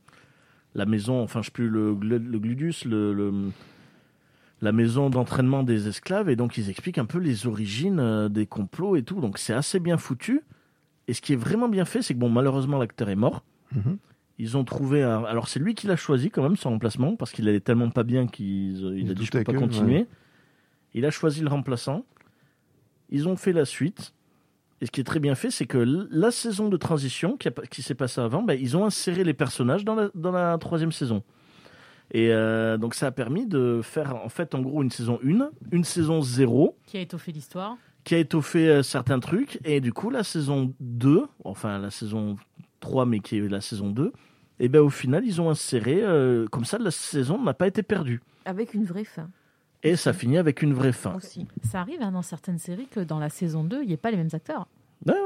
[SPEAKER 4] la maison, enfin, je sais plus, le, gl- le Gludus, le, le- la maison d'entraînement des esclaves, et donc ils expliquent un peu les origines euh, des complots et tout, donc c'est assez bien foutu. Et ce qui est vraiment bien fait, c'est que, bon, malheureusement, l'acteur est mort.
[SPEAKER 6] Mhm.
[SPEAKER 4] Ils ont trouvé un... Alors, c'est lui qui l'a choisi quand même, son remplacement, parce qu'il allait tellement pas bien qu'il euh, il
[SPEAKER 6] Il
[SPEAKER 4] a
[SPEAKER 6] se
[SPEAKER 4] dit je
[SPEAKER 6] doutait
[SPEAKER 4] peux pas
[SPEAKER 6] que,
[SPEAKER 4] continuer. Il a choisi le remplaçant. Ils ont fait la suite. Et ce qui est très bien fait, c'est que l- la saison de transition qui, a pas- qui s'est passée avant, ben, ils ont inséré les personnages dans la, dans la troisième saison. Et euh, donc ça a permis de faire en fait en gros une saison 1, une saison 0,
[SPEAKER 5] Qui a étoffé l'histoire
[SPEAKER 4] qui a étoffé euh, certains trucs. Et du coup, la saison 2, enfin la saison 3, mais qui est la saison 2, et ben, au final, ils ont inséré, euh, comme ça, la saison n'a pas été perdue.
[SPEAKER 1] avec une vraie fin
[SPEAKER 4] Et ça finit avec une vraie fin.
[SPEAKER 1] aussi.
[SPEAKER 5] Ça arrive hein, dans certaines séries que dans la saison 2, il n'y ait pas les mêmes acteurs.
[SPEAKER 4] Ouais, ouais.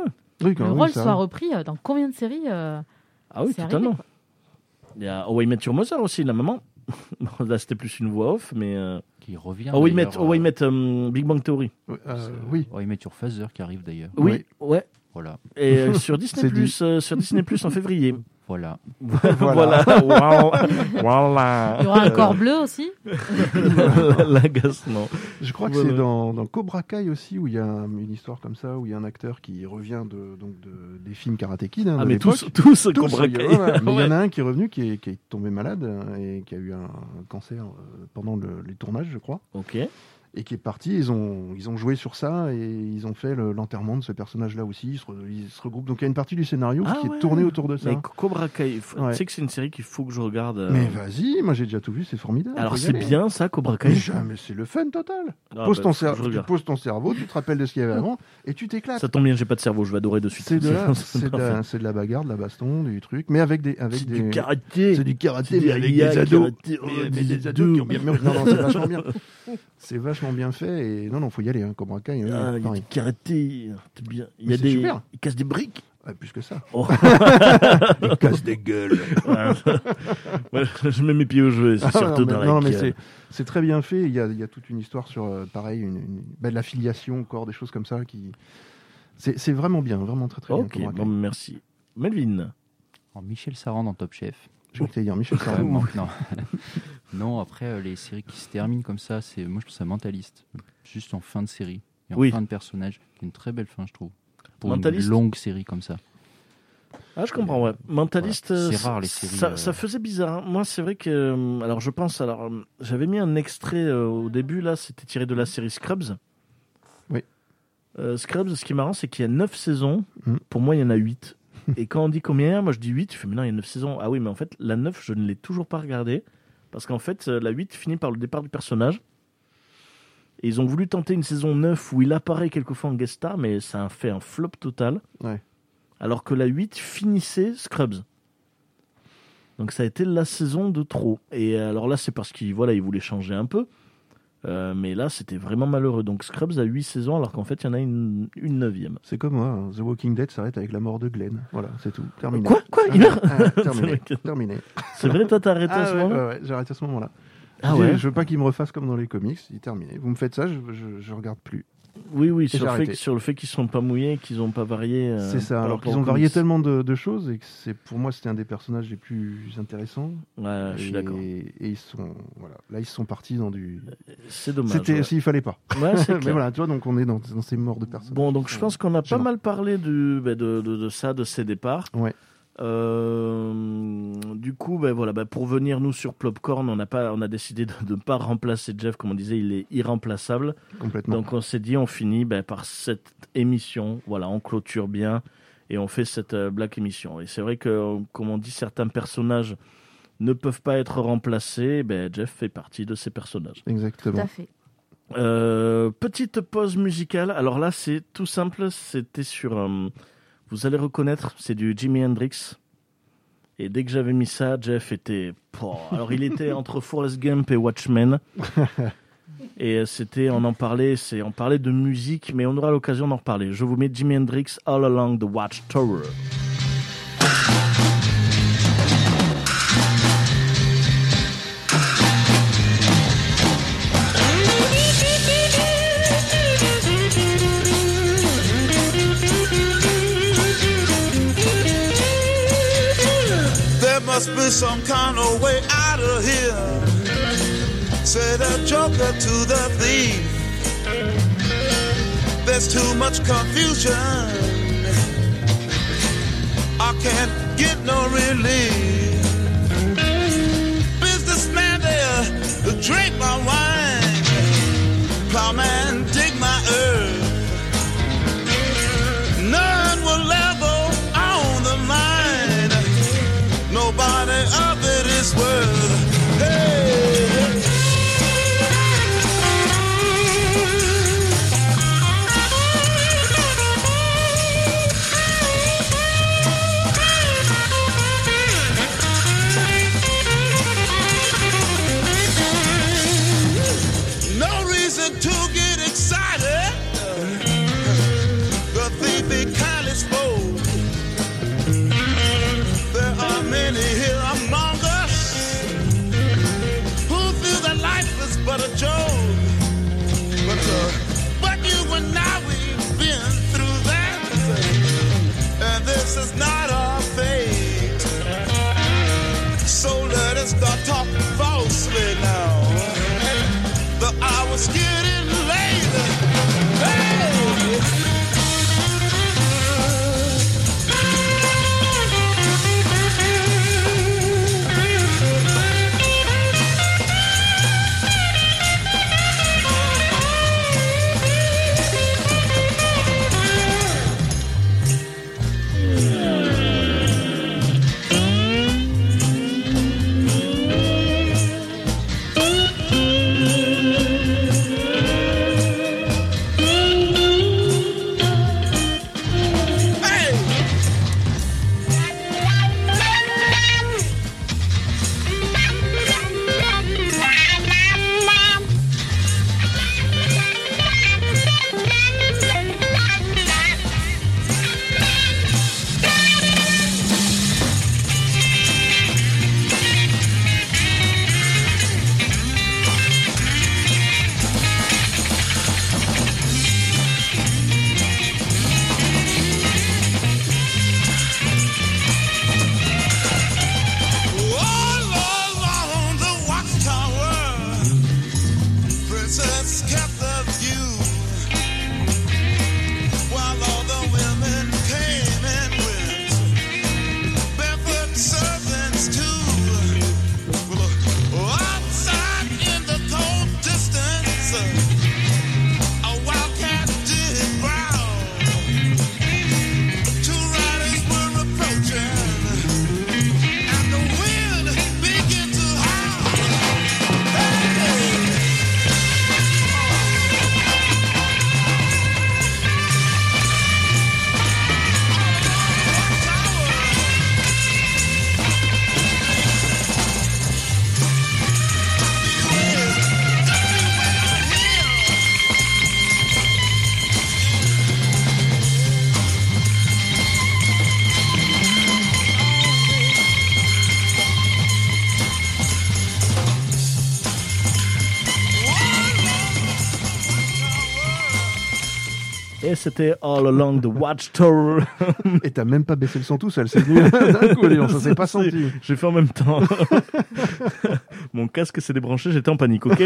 [SPEAKER 6] Oui,
[SPEAKER 5] Le
[SPEAKER 6] quand même,
[SPEAKER 5] rôle
[SPEAKER 6] oui, ça
[SPEAKER 5] soit repris euh, dans combien de séries euh,
[SPEAKER 4] Ah oui,
[SPEAKER 5] c'est
[SPEAKER 4] totalement.
[SPEAKER 5] arrivé, quoi.
[SPEAKER 4] Il y a How I Met Your Mother aussi, la maman. *laughs* Bon, Là, c'était plus une voix off, mais. euh,
[SPEAKER 9] Qui revient.
[SPEAKER 4] How I Met,
[SPEAKER 9] d'ailleurs,
[SPEAKER 4] How I
[SPEAKER 9] euh,
[SPEAKER 4] Met, euh, Big Bang Theory.
[SPEAKER 6] Oui.
[SPEAKER 9] euh,
[SPEAKER 6] Euh, oui.
[SPEAKER 9] How I Met Your Father qui arrive d'ailleurs.
[SPEAKER 4] Oui, ouais.
[SPEAKER 9] Voilà.
[SPEAKER 4] Et
[SPEAKER 6] *laughs*
[SPEAKER 4] euh, sur Disney,
[SPEAKER 6] C'est dit.
[SPEAKER 4] Plus, euh, sur Disney Plus en
[SPEAKER 6] *laughs*
[SPEAKER 4] février.
[SPEAKER 9] Voilà.
[SPEAKER 4] voilà. Ah.
[SPEAKER 5] Il y aura un corps bleu aussi
[SPEAKER 4] *laughs* L'agacement.
[SPEAKER 6] Je crois que
[SPEAKER 4] Voilà.
[SPEAKER 6] c'est dans, dans Cobra Kai aussi où il y a un- une histoire comme ça où il y a un acteur qui revient de, donc de- des films Karate Kid. hein,
[SPEAKER 4] Ah,
[SPEAKER 6] de
[SPEAKER 4] mais
[SPEAKER 6] l'époque.
[SPEAKER 4] tous, tous,
[SPEAKER 6] Tous,
[SPEAKER 4] Cobra
[SPEAKER 6] il y a-
[SPEAKER 4] Kai. *laughs*
[SPEAKER 6] ouais, ouais. Mais il y
[SPEAKER 4] Ouais.
[SPEAKER 6] en a un qui est revenu, qui est, qui est tombé malade hein, et qui a eu un cancer euh, pendant le, les tournages, je crois,
[SPEAKER 4] Ok.
[SPEAKER 6] et qui est parti. Ils ont, ils ont joué sur ça et ils ont fait le- l'enterrement de ce personnage-là aussi. Ils se, re- ils se regroupent. Donc il y a une partie du scénario
[SPEAKER 4] Ah
[SPEAKER 6] qui
[SPEAKER 4] ouais.
[SPEAKER 6] est tournée autour de ça.
[SPEAKER 4] Mais Cobra Kai, faut-
[SPEAKER 6] Ouais.
[SPEAKER 4] tu sais que c'est une série qu'il faut que je regarde. euh.
[SPEAKER 6] Mais vas-y, moi j'ai déjà tout vu, c'est formidable. faut
[SPEAKER 4] Alors
[SPEAKER 6] y
[SPEAKER 4] c'est
[SPEAKER 6] aller. hein.
[SPEAKER 4] bien ça, Cobra
[SPEAKER 6] Mais
[SPEAKER 4] Kai.
[SPEAKER 6] jamais, c'est le fun total.
[SPEAKER 4] Ah,
[SPEAKER 6] pose
[SPEAKER 4] bah,
[SPEAKER 6] ton
[SPEAKER 4] faut que
[SPEAKER 6] cerveau,
[SPEAKER 4] je
[SPEAKER 6] tu
[SPEAKER 4] regarde.
[SPEAKER 6] poses ton cerveau, tu te rappelles de
[SPEAKER 4] *laughs*
[SPEAKER 6] ce qu'il y avait avant et tu t'éclates.
[SPEAKER 4] Ça tombe bien, j'ai pas de cerveau, je vais adorer de suite. *laughs*
[SPEAKER 6] C'est de, la-
[SPEAKER 4] C'est
[SPEAKER 6] c'est de
[SPEAKER 4] parfait.
[SPEAKER 6] la- c'est de la bagarre, de la baston, du truc, mais avec des. avec
[SPEAKER 4] C'est
[SPEAKER 6] des-
[SPEAKER 4] du karaté.
[SPEAKER 6] C'est du
[SPEAKER 4] C'est
[SPEAKER 6] karaté,
[SPEAKER 4] des
[SPEAKER 6] mais avec
[SPEAKER 4] IA
[SPEAKER 6] des ados.
[SPEAKER 4] karaté,
[SPEAKER 6] Mais-
[SPEAKER 4] oh,
[SPEAKER 6] mais
[SPEAKER 4] des
[SPEAKER 6] des
[SPEAKER 4] ados.
[SPEAKER 6] ados qui ont bien mûri. Non, non, c'est
[SPEAKER 4] *laughs*
[SPEAKER 6] vachement bien. C'est vachement bien fait et non, non, faut y aller, hein, Cobra Kai. hein,
[SPEAKER 4] Ah, il y a du
[SPEAKER 6] pareil.
[SPEAKER 4] karaté. C'est bien. Il y
[SPEAKER 6] Mais
[SPEAKER 4] a
[SPEAKER 6] c'est
[SPEAKER 4] des.
[SPEAKER 6] super.
[SPEAKER 4] Il casse des
[SPEAKER 6] *laughs*
[SPEAKER 4] briques.
[SPEAKER 6] Ah, plus
[SPEAKER 4] *laughs*
[SPEAKER 6] que ça.
[SPEAKER 4] Oh.
[SPEAKER 6] Il casse des gueules.
[SPEAKER 4] Ouais. *laughs* Ouais, je mets mes pieds au jeu, c'est
[SPEAKER 6] Ah,
[SPEAKER 4] surtout
[SPEAKER 6] non, mais,
[SPEAKER 4] dans la
[SPEAKER 6] non, mais
[SPEAKER 4] gueule.
[SPEAKER 6] c'est- c'est très bien fait. Il y a, il y a toute une histoire sur, euh, pareil, une, une- bah, de la filiation encore, des choses comme ça qui. C'est c'est vraiment bien, vraiment très très
[SPEAKER 4] Ok,
[SPEAKER 6] bien. Cobra Kai.
[SPEAKER 4] bon, merci. Melvin.
[SPEAKER 9] En Oh, Michel Saran dans
[SPEAKER 4] *laughs*
[SPEAKER 9] Top Chef.
[SPEAKER 4] bah,
[SPEAKER 6] Je vais te dire, Michel
[SPEAKER 9] Quand
[SPEAKER 6] Sarraud.
[SPEAKER 9] même,
[SPEAKER 4] hein.
[SPEAKER 9] non. *laughs* non. Non, après, euh, les séries qui se terminent comme ça, c'est moi je trouve ça mentaliste. Juste en fin de série. Et en
[SPEAKER 4] Oui.
[SPEAKER 9] fin de personnage. Une très belle fin, je trouve. Pour
[SPEAKER 4] Mentaliste.
[SPEAKER 9] une longue série comme ça.
[SPEAKER 4] Ah, je comprends, ouais. Mentaliste,
[SPEAKER 9] Voilà. C'est
[SPEAKER 4] euh,
[SPEAKER 9] rare, les
[SPEAKER 4] ça-
[SPEAKER 9] séries,
[SPEAKER 4] Ça,
[SPEAKER 9] euh.
[SPEAKER 4] ça faisait bizarre. hein. Moi, c'est vrai que. euh, Alors, je pense. Alors, euh, j'avais mis un extrait euh, au début, là, c'était tiré de la série Scrubs.
[SPEAKER 6] Oui.
[SPEAKER 4] Euh, Scrubs, ce qui est marrant, c'est qu'il y a 9 saisons.
[SPEAKER 6] Mhm.
[SPEAKER 4] Pour moi, il y en a 8. Et quand on dit combien, moi je dis 8, tu fais mais non, il y a 9 saisons. Ah oui, mais en fait, la 9, je ne l'ai toujours pas regardée. Parce qu'en fait, euh, la 8 finit par le départ du personnage. Et ils ont voulu tenter une saison 9 où il apparaît quelquefois en guest star, mais ça a fait un flop total.
[SPEAKER 6] Ouais.
[SPEAKER 4] Alors que la 8 finissait Scrubs. Donc ça a été la saison de trop. Et alors là, c'est parce qu'ils voilà, ils voulaient changer un peu. Euh, mais là, c'était vraiment malheureux. Donc Scrubs a 8 saisons, alors qu'en fait, il y en a une, une neuvième.
[SPEAKER 6] C'est comme moi, hein, The Walking Dead s'arrête avec la mort de Glenn. Voilà, c'est tout. Terminé.
[SPEAKER 4] Quoi Quoi Une heure
[SPEAKER 6] Ah,
[SPEAKER 4] C'est vrai
[SPEAKER 6] Terminé.
[SPEAKER 4] que-
[SPEAKER 6] Terminé.
[SPEAKER 4] *laughs*
[SPEAKER 6] Ah,
[SPEAKER 4] C'est vrai, toi, t'as arrêté à ce
[SPEAKER 6] ouais,
[SPEAKER 4] moment-là
[SPEAKER 6] ouais, ouais, J'ai arrêté à ce moment-là.
[SPEAKER 4] Ah
[SPEAKER 6] Je dis,
[SPEAKER 4] ouais
[SPEAKER 6] Je veux pas qu'il me refasse comme dans les comics. Il est terminé. Vous me faites ça, je, je, je regarde plus.
[SPEAKER 4] Oui, oui,
[SPEAKER 6] j'ai
[SPEAKER 4] sur le, fait,
[SPEAKER 6] arrêté.
[SPEAKER 4] que- sur le fait qu'ils ne sont pas mouillés, qu'ils n'ont pas varié. euh,
[SPEAKER 6] c'est ça.
[SPEAKER 4] par
[SPEAKER 6] Alors
[SPEAKER 4] rapport
[SPEAKER 6] qu'ils
[SPEAKER 4] aux
[SPEAKER 6] ont varié
[SPEAKER 4] comics.
[SPEAKER 6] tellement de, de choses et que c'est pour moi c'était un des personnages les plus intéressants.
[SPEAKER 4] Ouais, Ah, je suis
[SPEAKER 6] Et-
[SPEAKER 4] d'accord.
[SPEAKER 6] Et ils sont voilà. Là ils sont partis dans du.
[SPEAKER 4] C'est dommage.
[SPEAKER 6] C'était
[SPEAKER 4] ouais.
[SPEAKER 6] s'il fallait pas.
[SPEAKER 4] Ouais, c'est
[SPEAKER 6] *laughs* Mais
[SPEAKER 4] clair.
[SPEAKER 6] voilà, tu vois donc on est dans, dans ces morts de personnages.
[SPEAKER 4] Bon, donc je pense qu'on a pas
[SPEAKER 6] Gênant.
[SPEAKER 4] mal parlé du, ben, de, de, de ça, de ces départs.
[SPEAKER 6] Ouais.
[SPEAKER 4] Euh, du coup, ben, voilà, ben, pour venir nous sur Plopcorn, on a, pas, on a décidé de ne pas remplacer Jeff, comme on disait, il est irremplaçable.
[SPEAKER 6] complètement.
[SPEAKER 4] Donc on s'est dit, on finit ben, par cette émission. Voilà, on clôture bien et on fait cette euh, black émission. Et c'est vrai que, comme on dit, certains personnages ne peuvent pas être remplacés. Ben, Jeff fait partie de ces personnages.
[SPEAKER 10] Tout à
[SPEAKER 6] Exactement.
[SPEAKER 10] fait.
[SPEAKER 4] Euh, petite pause musicale. Alors là, c'est tout simple. C'était sur. euh, vous allez reconnaître, c'est du Jimi Hendrix. Et dès que j'avais mis ça, Jeff était. Pouah. alors il était entre Forrest Gump et Watchmen. Et euh, c'était, on en parlait, c'est, on parlait de musique, mais on aura l'occasion d'en reparler. Je vous mets Jimi Hendrix All Along the Watchtower.
[SPEAKER 1] There must be some kind of way out of here. Said the joker to the thief. There's too much confusion. I can't get no relief. Businessman there, drink my wine. Plowman, dig my earth. None will level on the mind nobody of it is worth. Hey. No reason to get excited. The thief he kindly spoke. There are many here among us who feel that life is but a joke. But, uh, but you and I, we've been through that. And this is not our fate. So let us start talking falsely now. The hour's getting late. Hey!
[SPEAKER 4] Et c'était All Along the Watchtower. *laughs*
[SPEAKER 6] Et t'as même pas baissé le son tout seul, c'est venu *laughs* d'un coup, dis donc, ça s'est
[SPEAKER 4] *laughs*
[SPEAKER 6] pas senti.
[SPEAKER 4] J'ai fait en même temps. *laughs* Mon casque s'est débranché, j'étais en panique, ok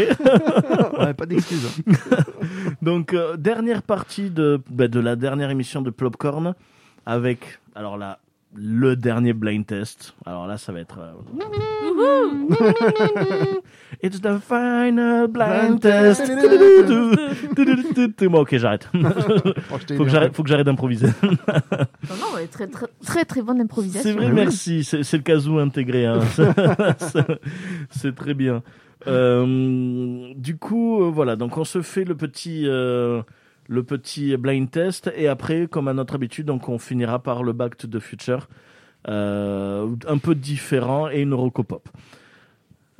[SPEAKER 6] Ouais, pas d'excuses.
[SPEAKER 4] Donc, euh, dernière partie de, bah, de la dernière émission de Plopcorn avec, alors là, le dernier blind test. Alors là, ça va être. euh, It's the final blind test. Bon, ok, j'arrête.
[SPEAKER 6] Oh, je t'ai
[SPEAKER 4] Faut que
[SPEAKER 6] aidé,
[SPEAKER 4] j'arrête, faut que j'arrête d'improviser.
[SPEAKER 1] Non, non, elle est très, très, très, très bonne improvisation.
[SPEAKER 4] C'est vrai, merci. C'est c'est le casou intégré.
[SPEAKER 6] *laughs*
[SPEAKER 4] hein. *laughs* C'est- C'est très bien. Euh, du coup, euh, voilà. Donc, on se fait le petit, euh, le petit blind test. Et après, comme à notre habitude, donc on finira par le Back to the Future. euh, un peu différent et une rocopop.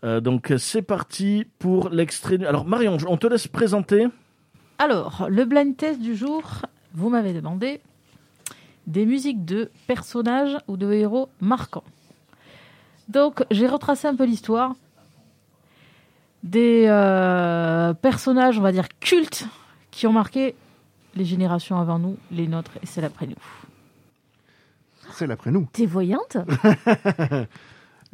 [SPEAKER 4] Euh, donc, c'est parti pour l'extrait. Alors, Marion, on te laisse présenter.
[SPEAKER 5] Alors, le blind test du jour, vous m'avez demandé des musiques de personnages ou de héros marquants. Donc, j'ai retracé un peu l'histoire des euh, personnages, on va dire, cultes qui ont marqué les générations avant nous, les nôtres et celles après nous.
[SPEAKER 6] C'est l'après nous. *laughs*
[SPEAKER 1] T'es voyante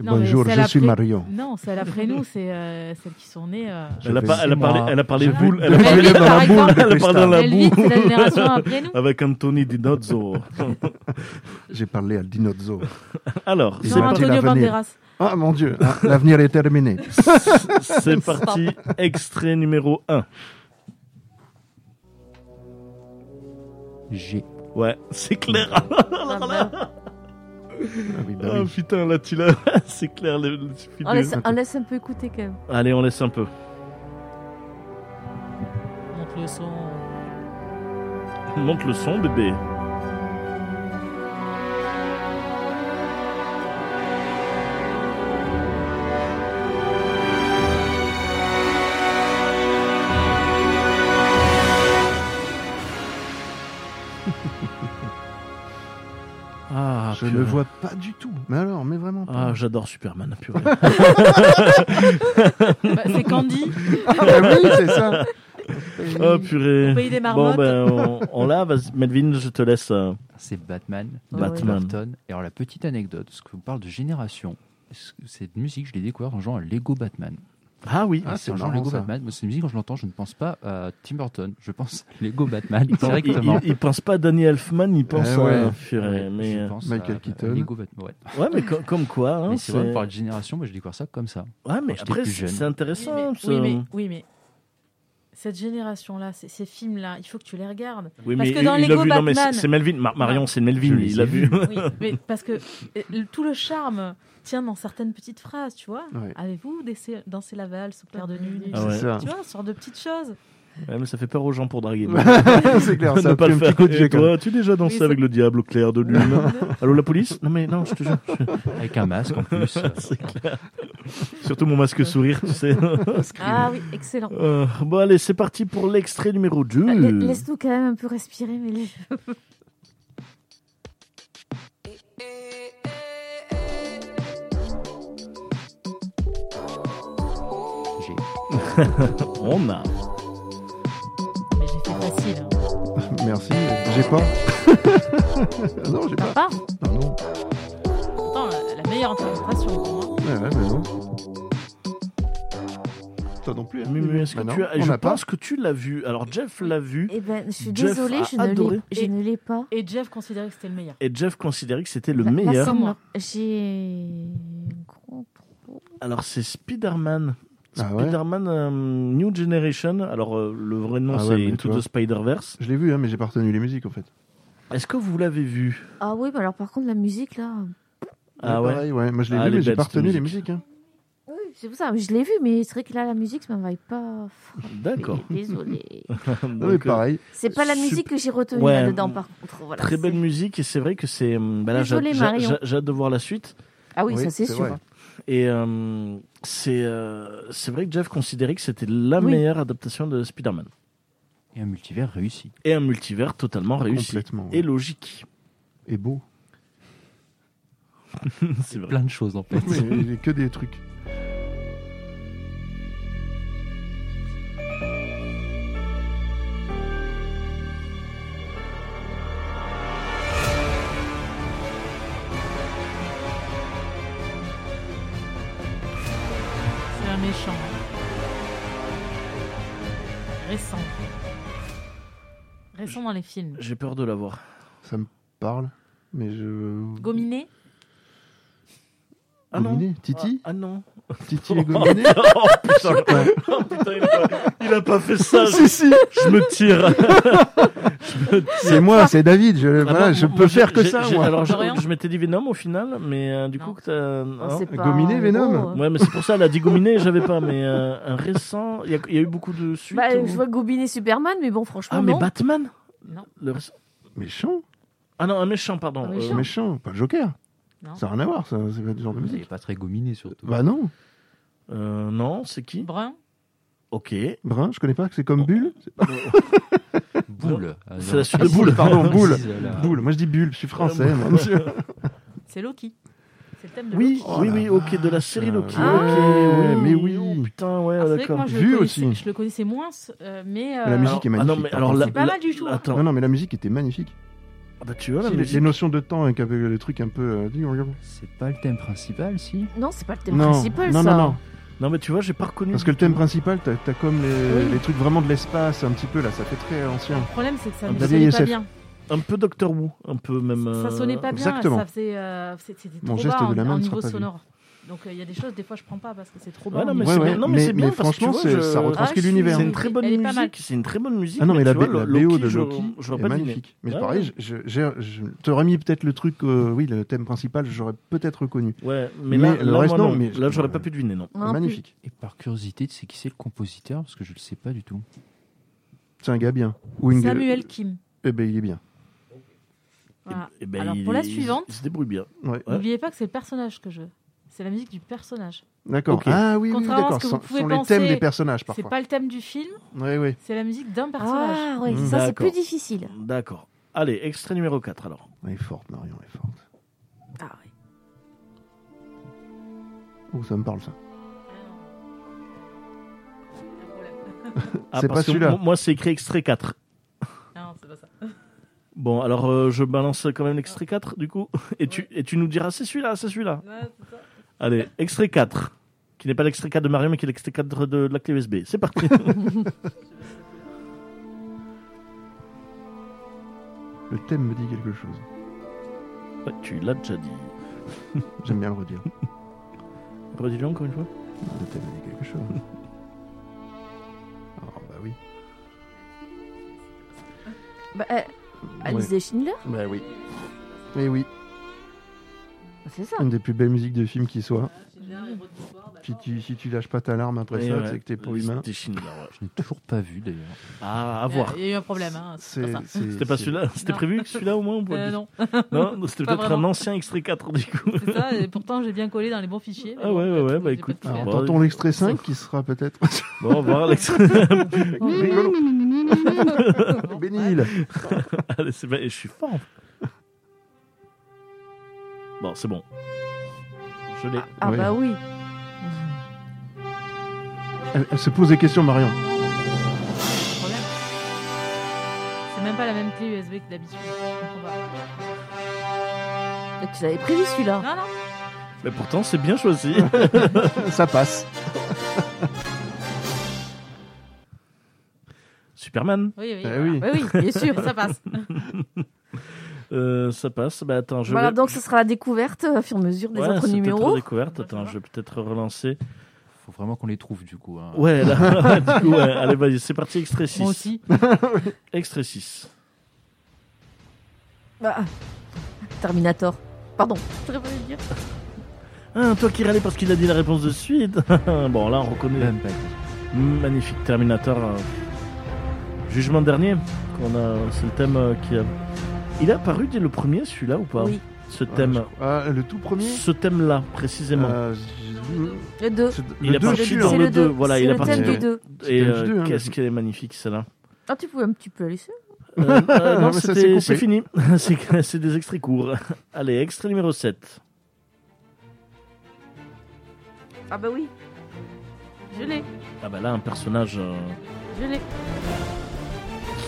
[SPEAKER 5] Non, mais
[SPEAKER 6] Bonjour,
[SPEAKER 5] c'est
[SPEAKER 6] je suis
[SPEAKER 5] l'après-
[SPEAKER 6] Marion.
[SPEAKER 5] Non, celles après nous, c'est euh, celles qui sont nées. euh,
[SPEAKER 4] Elle a,
[SPEAKER 6] vais-
[SPEAKER 4] pas- elle a parlé, elle a parlé
[SPEAKER 6] Je vais-
[SPEAKER 4] boule. Elle a
[SPEAKER 5] Mais
[SPEAKER 4] parlé,
[SPEAKER 5] lui, par exemple,
[SPEAKER 4] elle a parlé dans la
[SPEAKER 5] Elvis,
[SPEAKER 4] boue
[SPEAKER 5] c'est
[SPEAKER 6] *laughs*
[SPEAKER 5] la génération après nous.
[SPEAKER 4] avec Anthony Dinozzo.
[SPEAKER 6] J'ai parlé à Dinozzo.
[SPEAKER 4] Alors,
[SPEAKER 6] Ils
[SPEAKER 4] c'est
[SPEAKER 5] Non,
[SPEAKER 6] ont
[SPEAKER 4] parti.
[SPEAKER 6] inventé-
[SPEAKER 5] Antonio
[SPEAKER 6] l'avenir.
[SPEAKER 5] Banderas.
[SPEAKER 6] Ah mon dieu, ah, l'avenir
[SPEAKER 4] *laughs*
[SPEAKER 6] est terminé. Ah
[SPEAKER 4] C'est parti, extrait numéro 1.
[SPEAKER 9] J'ai.
[SPEAKER 4] Ouais, c'est clair.
[SPEAKER 6] Ah oui, bah
[SPEAKER 4] Ah
[SPEAKER 6] oui.
[SPEAKER 4] putain, là, tu l'as. *laughs* C'est clair. le- le- le-
[SPEAKER 1] on laisse, on laisse un peu écouter quand même.
[SPEAKER 4] Allez, on laisse un peu.
[SPEAKER 5] Monte le son.
[SPEAKER 4] Monte le son, bébé. Ah,
[SPEAKER 6] je ne
[SPEAKER 4] purée.
[SPEAKER 6] vois pas du tout. Mais alors, mais vraiment pas.
[SPEAKER 4] Ah, j'adore Superman, purée.
[SPEAKER 5] *laughs* Bah, c'est Candy.
[SPEAKER 4] *laughs*
[SPEAKER 6] Ah oui, c'est ça.
[SPEAKER 4] Oh, purée.
[SPEAKER 5] Au pays des
[SPEAKER 4] Bon,
[SPEAKER 5] marmottes.
[SPEAKER 4] ben, on, on l'a. Vas-y, Melvin, je te laisse. euh,
[SPEAKER 9] C'est Batman. de
[SPEAKER 4] Batman.
[SPEAKER 9] Tim Burton. Et alors, la petite anecdote, parce que vous parlez de génération. c- Cette musique, je l'ai découverte en jouant à Lego Batman.
[SPEAKER 4] Ah oui.
[SPEAKER 6] Ah,
[SPEAKER 9] Et
[SPEAKER 6] c'est
[SPEAKER 9] en jouant
[SPEAKER 6] marrant,
[SPEAKER 9] Lego
[SPEAKER 6] ça.
[SPEAKER 9] Batman. Moi, c'est une musique, quand je l'entends, je ne pense pas à Tim Burton. Je pense à Lego Batman
[SPEAKER 4] Il, pense- il-
[SPEAKER 9] directement.
[SPEAKER 4] il- il pense pas à Danny Elfman, il pense
[SPEAKER 6] Eh ouais.
[SPEAKER 4] à purée, mais,
[SPEAKER 9] je
[SPEAKER 4] euh,
[SPEAKER 9] pense
[SPEAKER 6] Michael
[SPEAKER 9] à- à
[SPEAKER 6] Keaton.
[SPEAKER 9] Lego Batman. Ouais.
[SPEAKER 4] ouais, mais co- comme quoi,
[SPEAKER 1] Ah,
[SPEAKER 4] hein,
[SPEAKER 9] Mais c'est vrai, par génération, moi, j'ai découvert ça comme ça.
[SPEAKER 4] Ouais, mais
[SPEAKER 9] Quand j'étais
[SPEAKER 4] après,
[SPEAKER 9] plus
[SPEAKER 4] c'est
[SPEAKER 9] jeune.
[SPEAKER 4] c'est intéressant.
[SPEAKER 5] Oui, mais-
[SPEAKER 4] ce-
[SPEAKER 5] oui, mais, oui, mais cette génération-là, ces, ces films-là, il faut que tu les regardes.
[SPEAKER 4] *laughs* Oui,
[SPEAKER 5] Parce
[SPEAKER 4] mais
[SPEAKER 5] que dans
[SPEAKER 4] il- il l'a
[SPEAKER 5] Lego
[SPEAKER 4] vu, non, mais
[SPEAKER 5] Batman- Ah.
[SPEAKER 4] c'est c'est Melvin. Mar- Marion, c'est Melvin,
[SPEAKER 9] Je les
[SPEAKER 4] il l'a
[SPEAKER 9] ai *laughs*
[SPEAKER 4] vu.
[SPEAKER 5] Oui, mais parce que euh, le- tout le charme tient dans certaines petites phrases, tu vois.
[SPEAKER 6] Ouais.
[SPEAKER 5] Avez-vous dansé, dansé la valse au clair de lune
[SPEAKER 4] Ah ouais.
[SPEAKER 6] C'est ça.
[SPEAKER 5] Tu vois, ce genre de petites choses.
[SPEAKER 4] Ouais, mais ça fait peur aux gens pour
[SPEAKER 9] *laughs*
[SPEAKER 4] draguer.
[SPEAKER 6] *laughs* c'est clair,
[SPEAKER 4] Ne
[SPEAKER 6] ça a
[SPEAKER 4] pas
[SPEAKER 6] pris
[SPEAKER 4] le
[SPEAKER 6] un
[SPEAKER 4] faire.
[SPEAKER 6] petit coup de
[SPEAKER 4] Et
[SPEAKER 6] jet, quand
[SPEAKER 4] toi, tu déjà dansé
[SPEAKER 5] Oui, ça-
[SPEAKER 4] avec le diable au clair de lune Allô, la police Non, mais non, je te jure.
[SPEAKER 9] Avec un masque en plus.
[SPEAKER 4] *laughs* C'est clair. Surtout mon masque sourire, tu *laughs* sais.
[SPEAKER 5] Ah oui, excellent.
[SPEAKER 4] Euh, bon, allez, c'est parti pour l'extrait numéro 2.
[SPEAKER 1] Bah, La- Laisse-nous quand même un peu respirer, mais les-
[SPEAKER 9] J'ai.
[SPEAKER 4] On a.
[SPEAKER 5] Mais j'ai fait facile. hein.
[SPEAKER 6] même. Merci. J'ai pas. *laughs* Ah non, j'ai
[SPEAKER 5] T'as
[SPEAKER 6] pas.
[SPEAKER 5] pas
[SPEAKER 6] Ah non.
[SPEAKER 5] Pourtant, la, la meilleure interprétation pour moi.
[SPEAKER 6] Ouais, ouais, mais non. Toi non plus. hein.
[SPEAKER 4] Mais, mais est-ce que
[SPEAKER 6] Bah non,
[SPEAKER 4] tu as...
[SPEAKER 6] on
[SPEAKER 4] Je
[SPEAKER 6] n'a pas.
[SPEAKER 4] pense que tu l'as vu. Alors, Jeff l'a vu.
[SPEAKER 1] Eh ben, je suis
[SPEAKER 4] Jeff
[SPEAKER 1] désolée,
[SPEAKER 4] a
[SPEAKER 1] je ne,
[SPEAKER 4] adoré.
[SPEAKER 1] l'ai, je
[SPEAKER 5] Et-
[SPEAKER 1] ne l'ai pas.
[SPEAKER 5] Et Jeff considérait que c'était le meilleur.
[SPEAKER 4] Et Bah, Jeff considérait que c'était le
[SPEAKER 1] La- la
[SPEAKER 4] meilleur.
[SPEAKER 1] somme,
[SPEAKER 5] Comme Bah, moi.
[SPEAKER 1] non. J'ai un gros trou.
[SPEAKER 4] Alors, c'est Spider-Man.
[SPEAKER 6] Ah ouais
[SPEAKER 4] Spider-Man euh, New Generation. Alors, euh, le vrai nom,
[SPEAKER 6] Ah
[SPEAKER 4] c'est
[SPEAKER 6] ouais, mais tu
[SPEAKER 4] Into the
[SPEAKER 6] vois.
[SPEAKER 4] Spider-Verse.
[SPEAKER 6] Je l'ai vu, hein, mais j'ai pas retenu les musiques en fait.
[SPEAKER 4] Est-ce que vous l'avez vu
[SPEAKER 1] Ah oui, mais alors par contre, la musique là.
[SPEAKER 4] Ah ouais
[SPEAKER 6] Pareil, ouais. Moi je l'ai
[SPEAKER 4] Ah,
[SPEAKER 6] vu,
[SPEAKER 4] les
[SPEAKER 6] mais j'ai
[SPEAKER 4] belles,
[SPEAKER 6] pas
[SPEAKER 4] cette
[SPEAKER 6] retenu les
[SPEAKER 4] musique.
[SPEAKER 6] musiques. hein.
[SPEAKER 1] Oui, c'est pour ça. Je l'ai vu, mais c'est vrai que là, la musique, ça ne m'envahit pas.
[SPEAKER 4] D'accord.
[SPEAKER 1] Désolée.
[SPEAKER 6] *laughs* Non, mais
[SPEAKER 4] Donc, euh,
[SPEAKER 6] pareil.
[SPEAKER 1] C'est pas la musique que j'ai retenue
[SPEAKER 4] Ouais.
[SPEAKER 1] là-dedans, par contre. Voilà,
[SPEAKER 4] Très belle
[SPEAKER 1] c'est-
[SPEAKER 4] musique et c'est vrai que c'est. hum, bah là, j'ai
[SPEAKER 1] Désolée,
[SPEAKER 4] j'ai-
[SPEAKER 1] Marion.
[SPEAKER 4] j'ai- j'ai hâte de voir la suite.
[SPEAKER 1] Ah oui,
[SPEAKER 6] Oui,
[SPEAKER 1] ça c'est
[SPEAKER 6] c'est
[SPEAKER 1] sûr.
[SPEAKER 6] vrai.
[SPEAKER 4] Et hum, c'est euh, c'est vrai que Jeff considérait que c'était la
[SPEAKER 1] Oui.
[SPEAKER 4] meilleure adaptation de Spider-Man.
[SPEAKER 9] Et un multivers réussi.
[SPEAKER 4] Et un multivers totalement réussi
[SPEAKER 6] Ah, Complètement, ouais.
[SPEAKER 4] et logique.
[SPEAKER 6] Et beau.
[SPEAKER 4] c'est vrai.
[SPEAKER 9] Plein de
[SPEAKER 6] *laughs*
[SPEAKER 9] choses en fait.
[SPEAKER 6] Oui, il est que des trucs.
[SPEAKER 5] Récent. Récent dans les films.
[SPEAKER 4] J'ai peur de l'avoir.
[SPEAKER 6] Ça me parle, mais je.
[SPEAKER 5] Gominé
[SPEAKER 4] Ah non.
[SPEAKER 6] Gominé Titi
[SPEAKER 4] Ah, ah
[SPEAKER 6] *laughs*
[SPEAKER 4] non. *laughs*
[SPEAKER 6] Titi et Gominé
[SPEAKER 4] Oh putain, Oh, putain, il, a pas, il a pas fait ça. Je,
[SPEAKER 6] Si, si
[SPEAKER 4] je me tire.
[SPEAKER 6] C'est moi, c'est David. Je, Eh ben voilà,
[SPEAKER 4] Moi,
[SPEAKER 6] je
[SPEAKER 4] moi,
[SPEAKER 6] peux
[SPEAKER 4] j'ai-
[SPEAKER 6] faire que
[SPEAKER 4] Ah j'ai-
[SPEAKER 6] ça,
[SPEAKER 4] j'ai-
[SPEAKER 6] moi.
[SPEAKER 4] Alors, je,
[SPEAKER 5] Dorian
[SPEAKER 4] je m'étais dit Venom au final, mais euh, du
[SPEAKER 5] Non.
[SPEAKER 4] coup, que t'as-
[SPEAKER 1] On
[SPEAKER 4] non
[SPEAKER 1] sait Oh, pas,
[SPEAKER 6] Gominé,
[SPEAKER 1] en
[SPEAKER 6] Venom.
[SPEAKER 1] gros, euh.
[SPEAKER 4] Ouais, mais c'est pour ça, elle a dit Gouminé, j'avais pas, mais euh, un récent. Il y, a- il y a eu beaucoup de suites.
[SPEAKER 1] Bah,
[SPEAKER 4] ou-
[SPEAKER 1] je vois Gobinet Superman, mais bon, franchement,
[SPEAKER 4] Ah, mais
[SPEAKER 1] non.
[SPEAKER 4] Batman
[SPEAKER 5] Non.
[SPEAKER 4] Le récent-
[SPEAKER 6] Méchant
[SPEAKER 4] Ah non, un méchant, pardon.
[SPEAKER 5] Un
[SPEAKER 4] Euh,
[SPEAKER 5] méchant.
[SPEAKER 6] Méchant, pas le Joker.
[SPEAKER 5] Non.
[SPEAKER 6] Ça n'a rien à voir, ça, c'est pas du genre de
[SPEAKER 9] Il
[SPEAKER 6] musique.
[SPEAKER 9] est pas très gominé surtout.
[SPEAKER 6] Bah non,
[SPEAKER 4] euh, non, c'est qui
[SPEAKER 5] Brun
[SPEAKER 6] *laughs*
[SPEAKER 4] Ok.
[SPEAKER 6] brun, je connais pas, que c'est comme bulle. C'est pas-
[SPEAKER 9] Boule. Ah,
[SPEAKER 4] C'est
[SPEAKER 9] non.
[SPEAKER 4] la suite
[SPEAKER 6] de Boule, pardon, Boule.
[SPEAKER 9] Précise, là.
[SPEAKER 6] Boule, moi je dis bulle, je suis français.
[SPEAKER 4] Ah. Euh,
[SPEAKER 6] moi. *laughs*
[SPEAKER 5] C'est Loki. C'est le thème de
[SPEAKER 4] Oui,
[SPEAKER 5] Loki.
[SPEAKER 6] Oh
[SPEAKER 4] oui,
[SPEAKER 6] la
[SPEAKER 4] oui, ok, de la série
[SPEAKER 6] vache.
[SPEAKER 4] Loki.
[SPEAKER 5] Ah,
[SPEAKER 4] ok, oui,
[SPEAKER 6] mais oui.
[SPEAKER 4] oh, putain, ouais,
[SPEAKER 5] Ah, c'est vrai que
[SPEAKER 4] d'accord.
[SPEAKER 5] moi, je,
[SPEAKER 6] Vu
[SPEAKER 5] le connaissais-
[SPEAKER 6] aussi.
[SPEAKER 5] je le connaissais moins, euh, mais. euh,
[SPEAKER 6] La musique
[SPEAKER 4] ah
[SPEAKER 6] est
[SPEAKER 4] non,
[SPEAKER 6] magnifique.
[SPEAKER 4] mais
[SPEAKER 6] par
[SPEAKER 4] alors
[SPEAKER 6] contre.
[SPEAKER 4] la-
[SPEAKER 5] C'est pas
[SPEAKER 4] la-
[SPEAKER 5] mal du tout. hein.
[SPEAKER 4] Attends,
[SPEAKER 6] Non, non, mais la musique était magnifique.
[SPEAKER 4] Ah bah, tu vois, la
[SPEAKER 6] Si, les,
[SPEAKER 4] musique.
[SPEAKER 6] les notions de temps avec, avec les trucs un peu. euh,
[SPEAKER 9] C'est pas le thème principal, si
[SPEAKER 1] Non, c'est pas le thème
[SPEAKER 6] Non,
[SPEAKER 1] principal,
[SPEAKER 6] non,
[SPEAKER 1] ça.
[SPEAKER 6] non, non.
[SPEAKER 4] Non, mais tu vois, j'ai pas reconnu.
[SPEAKER 6] Parce
[SPEAKER 4] du
[SPEAKER 6] que le thème
[SPEAKER 4] tout.
[SPEAKER 6] principal, t'as as comme les,
[SPEAKER 1] Oui.
[SPEAKER 6] les trucs vraiment de l'espace, un petit peu là, ça fait très ancien.
[SPEAKER 5] Le problème, c'est que ça
[SPEAKER 6] Un
[SPEAKER 5] ne
[SPEAKER 6] peu
[SPEAKER 5] sonnait pas
[SPEAKER 6] SF.
[SPEAKER 5] bien.
[SPEAKER 4] Un peu Doctor Who, un peu même.
[SPEAKER 5] Ça
[SPEAKER 4] euh,
[SPEAKER 5] sonnait pas bien.
[SPEAKER 6] exactement.
[SPEAKER 5] Ça faisait. euh, c'est- C'était
[SPEAKER 6] Mon
[SPEAKER 5] trop
[SPEAKER 6] geste
[SPEAKER 5] bas
[SPEAKER 6] de la
[SPEAKER 5] en-
[SPEAKER 6] main
[SPEAKER 5] en
[SPEAKER 6] ne sera
[SPEAKER 5] niveau
[SPEAKER 6] pas vu.
[SPEAKER 5] sonore. Donc, euh, il y a des choses, des fois, je prends pas parce que c'est trop
[SPEAKER 4] Ouais,
[SPEAKER 5] bas.
[SPEAKER 4] non,
[SPEAKER 5] en
[SPEAKER 4] mais
[SPEAKER 5] niveau
[SPEAKER 4] c'est
[SPEAKER 6] ouais.
[SPEAKER 4] bien, non, mais
[SPEAKER 6] Mais-
[SPEAKER 4] c'est bien
[SPEAKER 6] mais
[SPEAKER 4] parce que tu
[SPEAKER 6] franchement,
[SPEAKER 4] vois,
[SPEAKER 6] c'est- ça retranscrit
[SPEAKER 5] Ah,
[SPEAKER 6] l'univers.
[SPEAKER 4] C'est une très bonne
[SPEAKER 5] Elle est pas
[SPEAKER 4] musique,
[SPEAKER 5] mal.
[SPEAKER 4] c'est une très bonne musique.
[SPEAKER 6] Ah non, mais la,
[SPEAKER 4] tu vois,
[SPEAKER 6] B- la
[SPEAKER 4] Loki,
[SPEAKER 6] BO de
[SPEAKER 4] je-
[SPEAKER 6] Loki
[SPEAKER 4] je vois
[SPEAKER 6] est
[SPEAKER 4] pas deviné.
[SPEAKER 6] magnifique. Mais
[SPEAKER 4] Ouais,
[SPEAKER 6] pareil,
[SPEAKER 4] ouais.
[SPEAKER 6] je, je, je- t'aurais mis peut-être le truc, euh, oui, le thème principal, j'aurais peut-être reconnu.
[SPEAKER 4] Ouais, mais,
[SPEAKER 6] Mais
[SPEAKER 4] là,
[SPEAKER 6] le
[SPEAKER 4] là,
[SPEAKER 6] reste,
[SPEAKER 4] moi,
[SPEAKER 6] non,
[SPEAKER 4] non.
[SPEAKER 6] mais-
[SPEAKER 4] là, j'aurais pas pu deviner, non.
[SPEAKER 1] Moi non plus.
[SPEAKER 6] magnifique.
[SPEAKER 9] Et par curiosité, tu sais qui c'est le compositeur Parce que je le sais pas du tout.
[SPEAKER 6] C'est un gars bien. Ou une gueule.
[SPEAKER 5] Samuel Kim.
[SPEAKER 6] Eh ben, il est bien.
[SPEAKER 5] Voilà.
[SPEAKER 4] Eh ben,
[SPEAKER 5] Alors,
[SPEAKER 4] il-
[SPEAKER 5] pour la
[SPEAKER 4] il-
[SPEAKER 5] suivante-
[SPEAKER 4] Il se débrouille bien.
[SPEAKER 6] Ouais.
[SPEAKER 4] Ouais.
[SPEAKER 5] N'oubliez pas que c'est le personnage que je. C'est la musique du personnage.
[SPEAKER 6] D'accord.
[SPEAKER 4] Ok.
[SPEAKER 6] Ah oui, oui, oui,
[SPEAKER 5] Contrairement à
[SPEAKER 6] d'accord.
[SPEAKER 5] ce que
[SPEAKER 6] Ce
[SPEAKER 5] vous
[SPEAKER 6] sont,
[SPEAKER 5] pouvez
[SPEAKER 6] sont les
[SPEAKER 5] penser,
[SPEAKER 6] thèmes des personnages
[SPEAKER 5] C'est
[SPEAKER 6] parfois.
[SPEAKER 5] pas le thème du film,
[SPEAKER 6] Ouais, ouais.
[SPEAKER 5] c'est la musique d'un personnage.
[SPEAKER 1] Ah, ouais,
[SPEAKER 6] Mmh.
[SPEAKER 1] ça, c'est
[SPEAKER 4] D'accord.
[SPEAKER 1] plus difficile.
[SPEAKER 4] D'accord. Allez, extrait numéro 4 alors.
[SPEAKER 6] Elle est forte, Marion, elle est forte.
[SPEAKER 1] Ah, ouais.
[SPEAKER 6] Oh, ça me parle ça. C'est
[SPEAKER 4] Ah, parce
[SPEAKER 6] pas
[SPEAKER 4] que
[SPEAKER 6] celui-là.
[SPEAKER 4] mo- Moi, c'est écrit extrait 4.
[SPEAKER 5] Non, c'est pas ça.
[SPEAKER 4] Bon, alors euh, je balance quand même l'extrait 4 du coup. *laughs* Et tu, et tu nous diras c'est celui-là, c'est celui-là. Allez, extrait 4. Qui n'est pas l'extrait 4 de Mario, mais qui est l'extrait 4 de, de la clé USB. C'est
[SPEAKER 6] *laughs*
[SPEAKER 4] parti.
[SPEAKER 6] Le thème me dit quelque chose.
[SPEAKER 4] Ouais, tu l'as déjà dit.
[SPEAKER 6] J'aime bien le redire.
[SPEAKER 4] Redis-le encore une fois.
[SPEAKER 6] Le thème me dit quelque chose.
[SPEAKER 5] *laughs*
[SPEAKER 6] Ah bah oui.
[SPEAKER 1] Bah, euh, Alice
[SPEAKER 6] Ouais.
[SPEAKER 1] des Schindler,
[SPEAKER 6] Bah oui. Eh oui,
[SPEAKER 1] c'est ça.
[SPEAKER 6] une des plus belles musiques de film qui soit. Si tu, si tu lâches pas ta larme après
[SPEAKER 4] Et
[SPEAKER 6] ça,
[SPEAKER 4] Eh ouais,
[SPEAKER 6] c'est que t'es pour humain.
[SPEAKER 4] C'était Schindler, ouais.
[SPEAKER 9] Je n'ai toujours pas vu d'ailleurs.
[SPEAKER 4] Ah, à
[SPEAKER 5] Il y a-
[SPEAKER 4] voir.
[SPEAKER 5] Il y a eu un problème. Hein, c'est
[SPEAKER 6] C'est-
[SPEAKER 5] pas ça.
[SPEAKER 6] c'est-
[SPEAKER 4] C'était pas
[SPEAKER 6] c'est-
[SPEAKER 4] celui-là C'était
[SPEAKER 5] Non.
[SPEAKER 4] prévu que celui-là au moins on pourrait
[SPEAKER 5] Euh,
[SPEAKER 4] le dire.
[SPEAKER 5] non,
[SPEAKER 4] Non,
[SPEAKER 1] *laughs*
[SPEAKER 4] non, c'était
[SPEAKER 5] Pas
[SPEAKER 4] peut-être un
[SPEAKER 5] vraiment.
[SPEAKER 4] ancien extrait 4 du coup.
[SPEAKER 5] c'est ça. Et pourtant, j'ai bien collé dans les bons fichiers. mais
[SPEAKER 4] Ah
[SPEAKER 5] bon,
[SPEAKER 4] ouais, ouais,
[SPEAKER 5] peut-être
[SPEAKER 4] ouais, bah
[SPEAKER 5] que j'ai pas
[SPEAKER 4] écoute,
[SPEAKER 5] tout
[SPEAKER 4] ah,
[SPEAKER 5] *laughs* fait.
[SPEAKER 4] bah,
[SPEAKER 6] Entends-on l'extrait 5 qui sera
[SPEAKER 4] *laughs*
[SPEAKER 6] peut-être
[SPEAKER 4] Bon, on va voir
[SPEAKER 1] *laughs*
[SPEAKER 4] l'extrait.
[SPEAKER 6] *laughs* rigolo. Bénil.
[SPEAKER 4] Allez, c'est pas- Je suis fort. en fait. Bon, c'est bon. Je l'ai.
[SPEAKER 1] Ah,
[SPEAKER 6] Ouais.
[SPEAKER 1] bah oui.
[SPEAKER 6] Elle, elle se pose des questions, Marion.
[SPEAKER 5] Le problème, C'est même pas la même clé USB que d'habitude. Je comprends pas.
[SPEAKER 1] Mais tu l'avais prévu celui-là.
[SPEAKER 5] Non, non.
[SPEAKER 4] Mais pourtant, c'est bien
[SPEAKER 1] *laughs*
[SPEAKER 4] choisi.
[SPEAKER 6] Ça passe.
[SPEAKER 4] Superman.
[SPEAKER 5] Oui,
[SPEAKER 6] Eh
[SPEAKER 5] oui. voilà.
[SPEAKER 6] oui.
[SPEAKER 1] Oui, oui, bien sûr.
[SPEAKER 5] Mais *laughs* ça passe.
[SPEAKER 4] Euh, ça passe. Bah attends, je
[SPEAKER 1] voilà,
[SPEAKER 4] vais.
[SPEAKER 1] donc ce sera la découverte euh, au fur et à mesure des
[SPEAKER 4] Ouais, c'est
[SPEAKER 1] autres
[SPEAKER 4] peut-être la
[SPEAKER 1] numéros. Bah,
[SPEAKER 4] découverte. Attends, je vais peut-être relancer.
[SPEAKER 9] Faut vraiment qu'on les trouve du coup. hein.
[SPEAKER 4] Ouais, là, *laughs* du coup, ouais. allez, vas-y, c'est parti, extrait 6.
[SPEAKER 5] Moi aussi.
[SPEAKER 4] *laughs* Extrait 6.
[SPEAKER 1] Bah, Terminator. Pardon.
[SPEAKER 4] Ah, toi qui râlais parce qu'il a dit la réponse de suite. *laughs* bon, là, on reconnaît.
[SPEAKER 9] Même pas dit.
[SPEAKER 4] Magnifique Terminator. euh, Jugement dernier. qu'on a, c'est le thème euh, qui a. Il est apparu dès le premier, celui-là, ou pas
[SPEAKER 1] Oui.
[SPEAKER 4] Ce
[SPEAKER 6] Ouais,
[SPEAKER 4] thème.
[SPEAKER 6] je- Ah, le tout premier
[SPEAKER 4] ce thème-là, précisément.
[SPEAKER 6] Euh, je-
[SPEAKER 1] Le 2.
[SPEAKER 6] c'est-
[SPEAKER 4] Il
[SPEAKER 6] le
[SPEAKER 4] est
[SPEAKER 6] deux,
[SPEAKER 4] parti
[SPEAKER 6] je suis
[SPEAKER 4] dans
[SPEAKER 6] sûr.
[SPEAKER 1] C'est
[SPEAKER 4] le
[SPEAKER 1] le
[SPEAKER 4] deux,
[SPEAKER 1] 2.
[SPEAKER 4] voilà, il
[SPEAKER 1] C'est
[SPEAKER 4] est
[SPEAKER 1] le
[SPEAKER 4] parti
[SPEAKER 1] thème
[SPEAKER 6] dans
[SPEAKER 1] du
[SPEAKER 6] le-
[SPEAKER 1] 2.
[SPEAKER 4] Et euh,
[SPEAKER 6] C'était le deux, hein,
[SPEAKER 4] qu'est-ce
[SPEAKER 6] mais-
[SPEAKER 4] qu'elle est magnifique,
[SPEAKER 6] *laughs*
[SPEAKER 4] celle-là.
[SPEAKER 1] Ah, tu pouvais un petit peu laisser.
[SPEAKER 4] Euh, euh, non,
[SPEAKER 6] Ah, mais ça,
[SPEAKER 4] c'était-
[SPEAKER 6] c'est coupé.
[SPEAKER 4] c'est fini. *laughs* c'est que- c'est des extraits courts. Allez, extrait numéro 7.
[SPEAKER 1] Ah, bah oui.
[SPEAKER 5] Je l'ai.
[SPEAKER 4] Ah bah là, un personnage euh,
[SPEAKER 5] Je l'ai.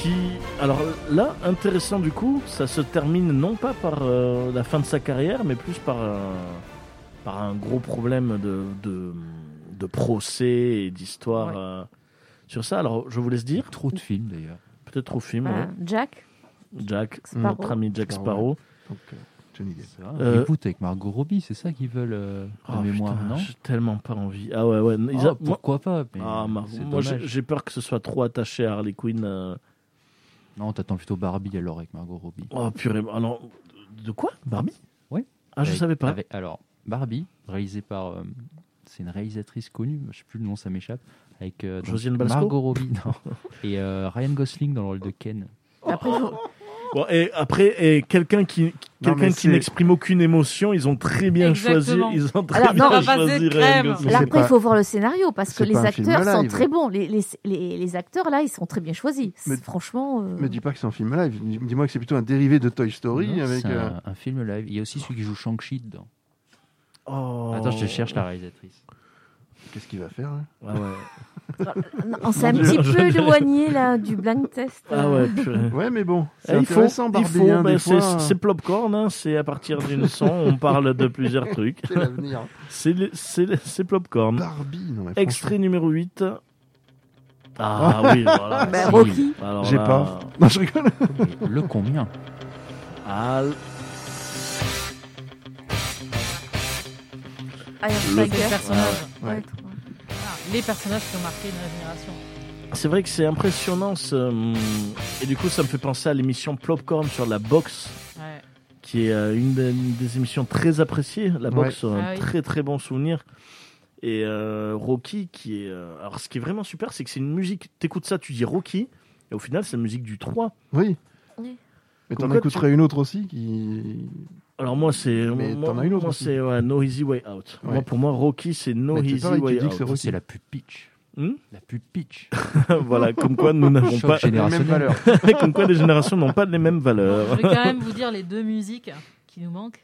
[SPEAKER 4] qui... Alors là, intéressant du coup, ça se termine non pas par euh, la fin de sa carrière, mais plus par, euh, par un gros problème de, de, de procès et d'histoire.
[SPEAKER 5] Ouais.
[SPEAKER 4] euh, sur ça. Alors, je vous laisse dire.
[SPEAKER 9] Trop de films d'ailleurs.
[SPEAKER 4] Peut-être trop film.
[SPEAKER 1] Voilà.
[SPEAKER 4] ouais.
[SPEAKER 1] Euh, Jack,
[SPEAKER 4] Jack,
[SPEAKER 1] Sparrow.
[SPEAKER 4] notre ami Jack
[SPEAKER 6] Sparrow,
[SPEAKER 4] Sparrow.
[SPEAKER 6] Donc, euh, Johnny Depp.
[SPEAKER 9] Ça va.
[SPEAKER 4] Euh,
[SPEAKER 9] Reboot avec Margot Robbie, c'est ça qu'ils veulent euh,
[SPEAKER 4] Oh,
[SPEAKER 9] de mémoire,
[SPEAKER 4] putain,
[SPEAKER 9] non
[SPEAKER 4] J'ai tellement pas envie. Ah ouais, ouais. ils
[SPEAKER 9] Ah,
[SPEAKER 4] a- moi-
[SPEAKER 9] Pourquoi pas mais
[SPEAKER 4] Ah, Mar-
[SPEAKER 9] c'est
[SPEAKER 4] moi, j'ai
[SPEAKER 9] dommage.
[SPEAKER 4] j'ai peur que ce soit trop attaché à Harley Quinn. euh.
[SPEAKER 9] Non, t'attends plutôt Barbie alors avec Margot Robbie.
[SPEAKER 4] Oh purée. Alors, de quoi Barbie
[SPEAKER 9] Ouais.
[SPEAKER 4] Ah, je
[SPEAKER 9] Avec-
[SPEAKER 4] savais pas.
[SPEAKER 9] avec- alors, Barbie, réalisée par. euh, c'est une réalisatrice connue, je sais plus le nom, ça m'échappe. Avec euh, donc,
[SPEAKER 4] Josiane Balasco *laughs*
[SPEAKER 9] Margot Robbie non, et euh, Ryan Gosling dans le rôle de Ken.
[SPEAKER 1] après,
[SPEAKER 5] Oh,
[SPEAKER 1] vous-
[SPEAKER 4] Bon, et après, et quelqu'un qui,
[SPEAKER 6] Non, mais
[SPEAKER 4] quelqu'un qui
[SPEAKER 6] c'est-
[SPEAKER 4] n'exprime aucune émotion, ils ont très bien
[SPEAKER 5] Exactement.
[SPEAKER 4] choisi. Ils ont très
[SPEAKER 1] Alors,
[SPEAKER 4] bien
[SPEAKER 1] non,
[SPEAKER 5] on va passer
[SPEAKER 4] choisi Ryan
[SPEAKER 5] de crème.
[SPEAKER 4] Gosling.
[SPEAKER 1] là,
[SPEAKER 6] c'est
[SPEAKER 1] après,
[SPEAKER 6] pas-
[SPEAKER 1] il faut voir le scénario parce que
[SPEAKER 6] c'est
[SPEAKER 1] les
[SPEAKER 6] pas un film
[SPEAKER 1] acteurs sont
[SPEAKER 6] live.
[SPEAKER 1] très bons. Les, les, les, les acteurs, là, ils sont très bien choisis. C'est-
[SPEAKER 6] Mais-
[SPEAKER 1] Franchement. euh,
[SPEAKER 6] Me dis pas que c'est un film live. Dis- Dis-moi que c'est plutôt un dérivé de Toy Story
[SPEAKER 9] Non,
[SPEAKER 6] avec.
[SPEAKER 9] c'est
[SPEAKER 6] euh,
[SPEAKER 9] un, un film live. Il y a aussi celui qui joue Shang-Chi dedans.
[SPEAKER 4] Oh.
[SPEAKER 9] Attends, je te cherche la réalisatrice.
[SPEAKER 6] Qu'est-ce qu'il va faire hein
[SPEAKER 4] Ah ouais.
[SPEAKER 1] On s'est un petit
[SPEAKER 6] *laughs*
[SPEAKER 1] peu éloigné là, du blind test. euh,
[SPEAKER 4] Ah ouais, purée.
[SPEAKER 6] Ouais, mais bon, c'est
[SPEAKER 4] Eh, il faut,
[SPEAKER 6] intéressant,
[SPEAKER 4] il
[SPEAKER 6] Barbie.
[SPEAKER 4] faut,
[SPEAKER 6] hein,
[SPEAKER 4] ben,
[SPEAKER 6] des
[SPEAKER 4] c'est,
[SPEAKER 6] fois,
[SPEAKER 4] c'est popcorn, hein, c'est à partir d'une son, on parle de plusieurs trucs. *laughs*
[SPEAKER 6] c'est l'avenir.
[SPEAKER 4] C'est, le- c'est, le- c'est popcorn.
[SPEAKER 6] Barbie, non mais
[SPEAKER 4] Extrait numéro 8. Ah oui,
[SPEAKER 6] *laughs*
[SPEAKER 4] voilà.
[SPEAKER 1] Ben,
[SPEAKER 9] Si.
[SPEAKER 1] Rocky.
[SPEAKER 4] Alors
[SPEAKER 6] J'ai
[SPEAKER 4] là-
[SPEAKER 6] pas. franchement- Non, je rigole.
[SPEAKER 9] Mais le combien
[SPEAKER 4] Ah,
[SPEAKER 1] Iron
[SPEAKER 5] Les
[SPEAKER 1] Tiger.
[SPEAKER 5] personnages.
[SPEAKER 1] Ouais,
[SPEAKER 6] Ouais.
[SPEAKER 1] trop.
[SPEAKER 5] Ah, les personnages qui ont marqué une génération.
[SPEAKER 4] C'est vrai que c'est impressionnant. ce- hum, Et du coup, ça me fait penser à l'émission Popcorn sur la boxe,
[SPEAKER 5] Ouais.
[SPEAKER 4] qui est euh, une des, une des émissions très appréciées. La boxe, euh,
[SPEAKER 5] Ah oui.
[SPEAKER 4] très très bon souvenir. Et euh, Rocky, qui est. euh, Alors, ce qui est vraiment super, c'est que c'est une musique. T'écoutes ça, tu dis Rocky, et au final, c'est la musique du 3.
[SPEAKER 6] Oui.
[SPEAKER 1] Oui.
[SPEAKER 6] Mais
[SPEAKER 4] Comme
[SPEAKER 6] t'en
[SPEAKER 4] quoi,
[SPEAKER 6] écouterais une autre aussi qui.
[SPEAKER 4] Alors, moi, c'est.
[SPEAKER 6] Mais
[SPEAKER 4] moi-
[SPEAKER 6] t'en as une autre
[SPEAKER 4] Moi,
[SPEAKER 6] aussi.
[SPEAKER 4] c'est ouais, No Easy Way Out.
[SPEAKER 6] Ouais.
[SPEAKER 4] Moi, pour moi, Rocky, c'est No
[SPEAKER 6] Mais c'est
[SPEAKER 4] Easy
[SPEAKER 6] pareil, tu
[SPEAKER 4] Way
[SPEAKER 6] dis que c'est
[SPEAKER 4] Out.
[SPEAKER 6] Rocky.
[SPEAKER 9] C'est la pub pitch.
[SPEAKER 4] Hmm
[SPEAKER 9] la pub pitch.
[SPEAKER 4] *laughs* voilà, comme quoi
[SPEAKER 6] *laughs*
[SPEAKER 4] nous n'avons
[SPEAKER 9] Choc
[SPEAKER 4] pas.
[SPEAKER 9] générationnel.
[SPEAKER 4] *laughs* comme quoi les générations n'ont pas les mêmes valeurs.
[SPEAKER 5] Je vais quand même vous dire les deux musiques qui nous manquent.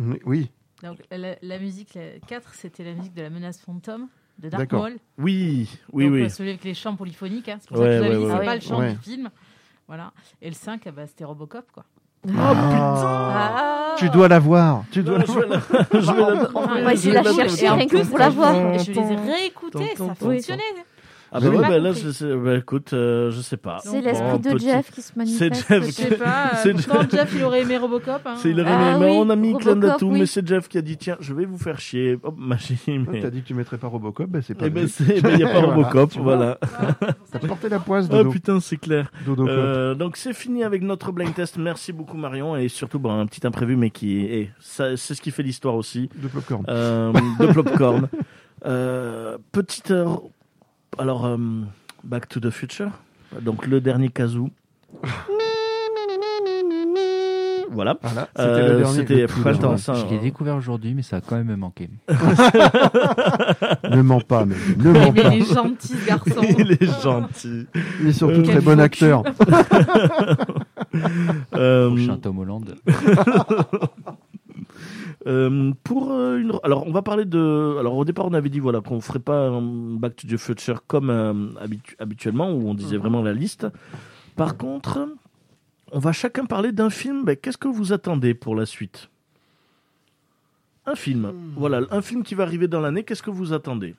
[SPEAKER 6] Oui, Oui,
[SPEAKER 5] Donc, la, la musique la 4, c'était la musique de la menace fantôme de Dark
[SPEAKER 6] D'accord.
[SPEAKER 5] Maul.
[SPEAKER 4] Oui, oui,
[SPEAKER 5] Donc,
[SPEAKER 4] oui.
[SPEAKER 5] euh, Celui avec les chants polyphoniques. hein. C'est pour
[SPEAKER 4] Ouais,
[SPEAKER 5] ça que je
[SPEAKER 4] ouais,
[SPEAKER 5] vous avais dit, c'est
[SPEAKER 1] ouais,
[SPEAKER 5] pas
[SPEAKER 1] ouais.
[SPEAKER 5] le chant
[SPEAKER 6] Ouais.
[SPEAKER 5] du film. Voilà. Et le 5, ah bah, c'était Robocop. Quoi.
[SPEAKER 6] Ah.
[SPEAKER 1] Ah.
[SPEAKER 6] Tu dois l'avoir. Tu dois
[SPEAKER 4] Non, je
[SPEAKER 6] l'avoir.
[SPEAKER 4] *laughs* vais la- je vais la-
[SPEAKER 1] On
[SPEAKER 5] Ouais,
[SPEAKER 1] va essayer de
[SPEAKER 5] je
[SPEAKER 1] la
[SPEAKER 5] l'ai pas
[SPEAKER 1] chercher
[SPEAKER 5] trouvé.
[SPEAKER 1] rien que pour la voir.
[SPEAKER 5] Et je les ai réécoutés, ça fonctionnait.
[SPEAKER 4] Ah
[SPEAKER 6] J'ai
[SPEAKER 4] bah, ouais,
[SPEAKER 5] pas
[SPEAKER 4] bah, là,
[SPEAKER 5] compris.
[SPEAKER 4] je sais- bah, écoute, euh, je sais pas. Bon,
[SPEAKER 1] C'est l'esprit de
[SPEAKER 4] petit-
[SPEAKER 1] Jeff qui se manifeste.
[SPEAKER 4] Jeff
[SPEAKER 5] Je
[SPEAKER 1] peut-être.
[SPEAKER 5] sais pas.
[SPEAKER 4] *laughs* C'est
[SPEAKER 5] euh, Pourtant, Jeff, il aurait aimé Robocop. hein.
[SPEAKER 4] C'est il aurait
[SPEAKER 1] Ah
[SPEAKER 4] aimé, mais
[SPEAKER 1] oui,
[SPEAKER 4] on a mis Clint
[SPEAKER 1] Robocop,
[SPEAKER 4] Datum,
[SPEAKER 1] oui.
[SPEAKER 4] mais c'est Jeff qui a dit tiens, je vais vous faire chier. Hop, machine.
[SPEAKER 6] Toi,
[SPEAKER 4] *laughs*
[SPEAKER 6] Ah, T'as dit que tu mettrais pas Robocop, ben c'est pas.
[SPEAKER 4] Et ben,
[SPEAKER 6] vrai.
[SPEAKER 4] il
[SPEAKER 6] *laughs*
[SPEAKER 4] n'y a pas
[SPEAKER 6] Voilà,
[SPEAKER 4] Robocop,
[SPEAKER 6] tu vois.
[SPEAKER 4] voilà.
[SPEAKER 6] T'as porté la poisse,
[SPEAKER 4] Ah
[SPEAKER 6] Dodo.
[SPEAKER 4] putain, c'est clair.
[SPEAKER 6] Dodo Cop.
[SPEAKER 4] Euh, donc c'est fini avec notre blind test. Merci beaucoup Marion et surtout bon, un petit imprévu, mais qui est, ça- c'est ce qui fait l'histoire aussi.
[SPEAKER 6] de popcorn.
[SPEAKER 4] Euh, de popcorn. Euh, petite. euh, alors, euh, Back to the Future. Donc, le dernier kazoo. Voilà. *laughs*
[SPEAKER 6] Voilà, c'était
[SPEAKER 4] Euh,
[SPEAKER 6] le dernier.
[SPEAKER 4] c'était-
[SPEAKER 6] le tout
[SPEAKER 4] pas le temps.
[SPEAKER 6] dernier.
[SPEAKER 4] ça,
[SPEAKER 9] je l'ai
[SPEAKER 4] euh.
[SPEAKER 9] découvert aujourd'hui, mais ça a quand même manqué.
[SPEAKER 6] Ne mens pas, mais ne mens
[SPEAKER 5] Il est-
[SPEAKER 6] pas.
[SPEAKER 5] il est gentil, ce garçon.
[SPEAKER 4] *laughs* Il est gentil.
[SPEAKER 6] Il est surtout
[SPEAKER 4] Euh,
[SPEAKER 6] très
[SPEAKER 5] quel
[SPEAKER 6] bon
[SPEAKER 5] faux
[SPEAKER 6] acteur.
[SPEAKER 4] Euh,
[SPEAKER 9] Prochain Tom Holland.
[SPEAKER 4] euh, pour euh, une. Alors, on va parler de. Alors, au départ, on avait dit voilà qu'on ferait pas un Back to the Future comme euh, habitu- habituellement, où on disait vraiment la liste. Par contre, on va chacun parler d'un film. Ben, Qu'est-ce que vous attendez pour la suite Un film. Voilà, un film qui va arriver dans l'année. Qu'est-ce que vous attendez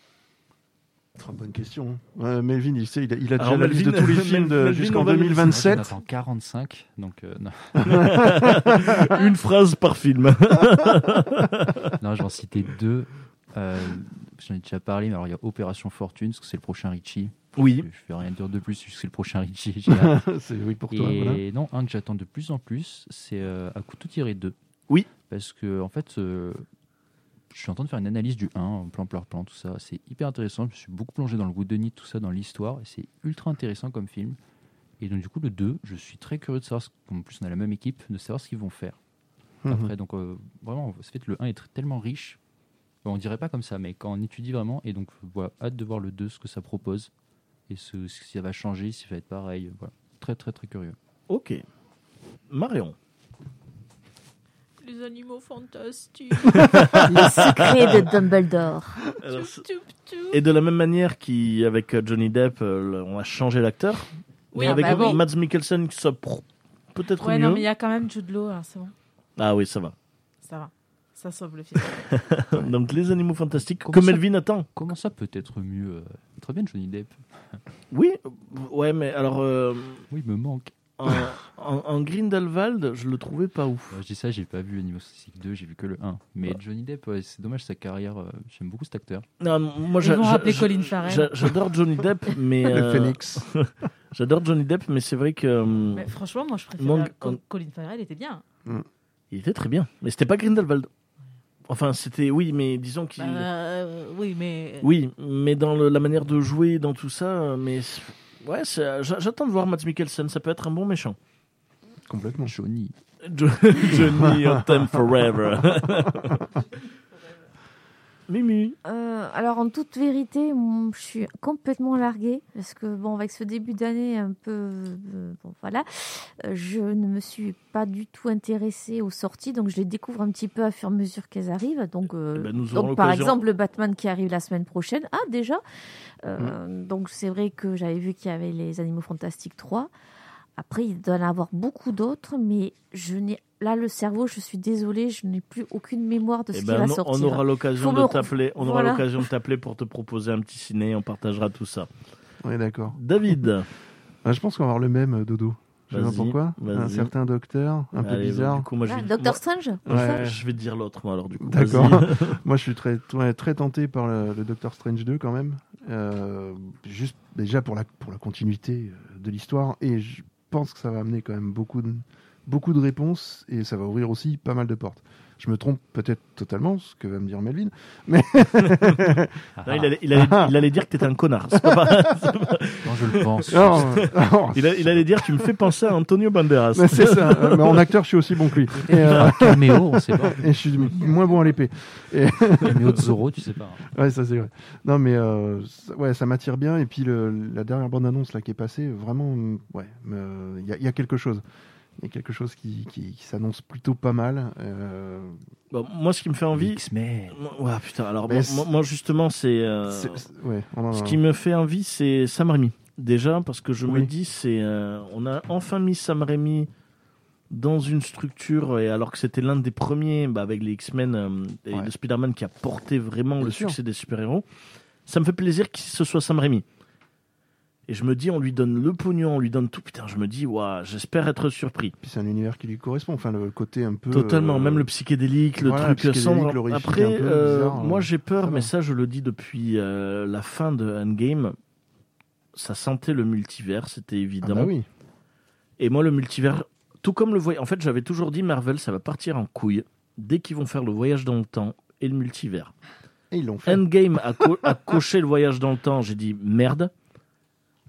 [SPEAKER 6] *laughs*
[SPEAKER 4] *laughs*
[SPEAKER 6] Très bonne question. Ouais, Melvin, il sait, il a, il a déjà
[SPEAKER 4] Alors,
[SPEAKER 6] la liste de
[SPEAKER 4] Melvin-
[SPEAKER 6] tous les films de-
[SPEAKER 4] Melvin, on
[SPEAKER 6] jusqu'en
[SPEAKER 4] va le laisser.
[SPEAKER 9] Moi,
[SPEAKER 6] 2027.
[SPEAKER 9] j'en attends 45, donc euh, non,
[SPEAKER 4] Une phrase par film. *laughs*
[SPEAKER 9] non je vais en citer deux. Euh, J'en ai déjà parlé, mais alors il y a Opération Fortune, parce que c'est le prochain Richie.
[SPEAKER 4] Oui.
[SPEAKER 9] Je vais rien dire de plus, c'est juste que c'est le prochain Richie. *laughs* j'ai hâte.
[SPEAKER 6] *laughs* C'est oui pour
[SPEAKER 9] Et
[SPEAKER 6] toi. voilà.
[SPEAKER 9] non, un que j'attends de plus en plus, c'est euh, à coup tout tiré 2.
[SPEAKER 4] Oui.
[SPEAKER 9] Parce que, en fait, euh, je suis en train de faire une analyse du 1, plan, plan, plan, tout ça. C'est hyper intéressant. Je me suis beaucoup plongé dans le goût de Denis, tout ça, dans l'histoire. Et c'est ultra intéressant comme film. Et donc, du coup, le 2, je suis très curieux de savoir, ce- en plus, on a la même équipe, de savoir ce qu'ils vont faire.
[SPEAKER 6] Mhm.
[SPEAKER 9] Après, donc euh, vraiment, ça fait que le 1 est tr- tellement riche. Bon, on dirait pas comme ça, mais quand on étudie vraiment, et donc voilà, hâte de voir le 2, ce que ça propose, et ce, si ça va changer, si ça va être pareil. euh, Voilà. Très, très, très curieux.
[SPEAKER 4] Ok. Marion.
[SPEAKER 5] Les animaux fantastiques.
[SPEAKER 1] *laughs* Le secret de Dumbledore.
[SPEAKER 4] Alors,
[SPEAKER 5] Tchou, tchou, tchou.
[SPEAKER 4] Et de la même manière qu'avec Johnny Depp, euh, le- on a changé l'acteur.
[SPEAKER 5] Oui,
[SPEAKER 4] mais avec
[SPEAKER 5] ah bah oui.
[SPEAKER 4] Mads Mikkelsen, qui soit pro- peut-être
[SPEAKER 5] Ouais,
[SPEAKER 4] mieux.
[SPEAKER 5] non, mais il y a quand même Jude Law, alors c'est bon.
[SPEAKER 4] Ah oui, ça va.
[SPEAKER 5] Ça va.
[SPEAKER 1] Ça sauve le film.
[SPEAKER 4] Donc les animaux fantastiques,
[SPEAKER 9] Comment
[SPEAKER 4] que
[SPEAKER 9] ça-
[SPEAKER 4] Melvin attend.
[SPEAKER 9] Comment ça peut être mieux euh, Très bien, Johnny Depp.
[SPEAKER 4] Oui, euh, ouais, mais alors euh,
[SPEAKER 9] Oui, il me manque.
[SPEAKER 4] en, en, en Grindelwald, je le trouvais pas ouf.
[SPEAKER 9] Euh, J'ai ça, j'ai pas vu Animal Fantastic 2, j'ai vu que le 1.
[SPEAKER 6] Bah.
[SPEAKER 9] Mais Johnny Depp, ouais, c'est dommage sa carrière. euh, J'aime beaucoup cet acteur.
[SPEAKER 4] Non, moi,
[SPEAKER 1] Ils
[SPEAKER 4] j'a-
[SPEAKER 1] vont
[SPEAKER 4] j'a-
[SPEAKER 1] rappeler
[SPEAKER 4] j'a-
[SPEAKER 1] Colin Farrell.
[SPEAKER 4] j'a- J'adore Johnny *laughs* Depp, mais
[SPEAKER 6] Le
[SPEAKER 4] euh,
[SPEAKER 6] phénix.
[SPEAKER 4] j'adore Johnny Depp, mais c'est vrai que euh,
[SPEAKER 1] Mais franchement, moi, je préfère.
[SPEAKER 4] Manque-
[SPEAKER 1] Co- Colin Farrell était bien.
[SPEAKER 4] il était très bien. Mais c'était pas Grindelwald. Enfin, c'était oui, mais disons qu'il.
[SPEAKER 1] Bah, euh, oui, mais.
[SPEAKER 4] Oui, mais dans le- la manière de jouer, dans tout ça, euh, mais c'est- ouais, c'est- j'a- j'attends de voir Matt Mikkelsen. Ça peut être un bon méchant.
[SPEAKER 6] Complètement.
[SPEAKER 9] Johnny.
[SPEAKER 4] Jo- *laughs* Johnny Autumn Forever. *laughs* Mimi.
[SPEAKER 5] Euh, alors, en toute vérité, m- je suis complètement larguée parce que, bon, avec ce début d'année un peu. euh, bon, voilà. euh, Je ne me suis pas du tout intéressée aux sorties, donc je les découvre un petit peu à fur et à mesure qu'elles arrivent. Donc, euh,
[SPEAKER 4] Eh ben, nous aurons
[SPEAKER 5] donc par
[SPEAKER 4] l'occasion-
[SPEAKER 5] exemple, le Batman qui arrive la semaine prochaine. Ah, déjà Euh,
[SPEAKER 4] Mm.
[SPEAKER 5] Donc, c'est vrai que j'avais vu qu'il y avait les Animaux Fantastiques 3. Après, il doit y en avoir beaucoup d'autres, mais je n'ai. Là, le cerveau, je suis désolée, je n'ai plus aucune mémoire de ce
[SPEAKER 4] Eh
[SPEAKER 5] qui
[SPEAKER 4] ben,
[SPEAKER 5] va
[SPEAKER 4] on-
[SPEAKER 5] sortir.
[SPEAKER 4] on aura l'occasion
[SPEAKER 5] Faut
[SPEAKER 4] de
[SPEAKER 5] me-
[SPEAKER 4] t'appeler. On aura
[SPEAKER 5] Voilà.
[SPEAKER 4] l'occasion de t'appeler pour te proposer un petit ciné. On partagera tout ça.
[SPEAKER 6] On est d'accord.
[SPEAKER 4] David.
[SPEAKER 6] Ah, je pense qu'on va avoir le même euh, dodo. Je sais pas
[SPEAKER 4] Vas-y,
[SPEAKER 6] pourquoi. Un
[SPEAKER 4] vas-y.
[SPEAKER 6] certain docteur, un peu
[SPEAKER 4] Allez,
[SPEAKER 6] bizarre.
[SPEAKER 4] Du coup, moi, je
[SPEAKER 5] Ah,
[SPEAKER 4] vais-
[SPEAKER 5] Doctor Strange
[SPEAKER 4] moi-
[SPEAKER 6] Ouais.
[SPEAKER 4] je- je vais te dire l'autre, moi, alors du coup.
[SPEAKER 6] D'accord.
[SPEAKER 4] vas-y.
[SPEAKER 6] Moi, je suis très, ouais, très tenté par le, le Doctor Strange 2 quand même. Euh, juste déjà pour la, pour la continuité euh, de l'histoire. Et je pense que ça va amener quand même beaucoup de, beaucoup de réponses et ça va ouvrir aussi pas mal de portes. Je me trompe peut-être totalement, ce que va me dire Melvin.
[SPEAKER 9] Ah,
[SPEAKER 4] Non, il, allait, il allait- il allait dire que t'étais un connard. C'est
[SPEAKER 6] *laughs*
[SPEAKER 4] pas pareil.
[SPEAKER 9] quand je le pense.
[SPEAKER 6] Non, non,
[SPEAKER 4] Oh. Il, a- il allait dire tu me fais penser à Antonio Banderas.
[SPEAKER 6] Oh,
[SPEAKER 4] *laughs*
[SPEAKER 6] mais c'est ça. Euh, mais en acteur, je suis aussi bon que lui. Et, euh,
[SPEAKER 9] Un caméo, on sait pas.
[SPEAKER 6] et je suis moins bon à l'épée.
[SPEAKER 9] Un caméo de Zorro, tu sais pas. hein.
[SPEAKER 6] Ouais, ça c'est vrai. Non, mais euh, ça- ouais, ça m'attire bien. Et puis le- la dernière bande-annonce là qui est passée, vraiment, mm, ouais, me- il y, a- il y a quelque chose. Il y a quelque chose qui, qui- qui s'annonce plutôt pas mal. Euh,
[SPEAKER 4] Bon, moi, ce qui me fait envie.
[SPEAKER 9] X-Men.
[SPEAKER 4] Moi- Ouais, putain, alors
[SPEAKER 6] Mais
[SPEAKER 4] moi,
[SPEAKER 6] c'est-
[SPEAKER 4] moi- moi, justement, c'est. euh,
[SPEAKER 6] c'est- c'est- ouais, on en a-
[SPEAKER 4] Ce qui me fait envie, c'est Sam Raimi. Déjà, parce que je me
[SPEAKER 6] Oui.
[SPEAKER 4] dis, c'est. euh, on a enfin mis Sam Raimi dans une structure, et alors que c'était l'un des premiers, bah, avec les X-Men euh, et
[SPEAKER 6] Ouais.
[SPEAKER 4] le Spider-Man qui a porté vraiment
[SPEAKER 6] Bien
[SPEAKER 4] le
[SPEAKER 6] sûr.
[SPEAKER 4] succès des super-héros, ça me fait plaisir que ce soit Sam Raimi. Et je me dis, on lui donne le pognon, on lui donne tout. Putain, je me dis, waouh, j'espère être surpris.
[SPEAKER 6] Puis c'est un univers qui lui correspond. Enfin, le côté un peu.
[SPEAKER 4] Totalement,
[SPEAKER 6] euh,
[SPEAKER 4] même le psychédélique, le
[SPEAKER 6] voilà, le
[SPEAKER 4] truc
[SPEAKER 6] psychédélique,
[SPEAKER 4] sombre.
[SPEAKER 6] l'horrifique
[SPEAKER 4] Après,
[SPEAKER 6] un peu
[SPEAKER 4] euh,
[SPEAKER 6] bizarre,
[SPEAKER 4] moi
[SPEAKER 6] euh,
[SPEAKER 4] j'ai
[SPEAKER 6] ça
[SPEAKER 4] peur,
[SPEAKER 6] va.
[SPEAKER 4] mais ça je le dis depuis euh, la fin de Endgame, ça sentait le multivers, c'était
[SPEAKER 6] Ah
[SPEAKER 4] évident.
[SPEAKER 6] bah oui.
[SPEAKER 4] Et moi le multivers, tout comme le voyage, en fait j'avais toujours dit Marvel ça va partir en couille dès qu'ils vont faire le voyage dans le temps et le
[SPEAKER 6] *laughs*
[SPEAKER 4] multivers.
[SPEAKER 6] Et ils l'ont fait.
[SPEAKER 4] Endgame a, co- a coché le voyage dans le temps, j'ai dit merde.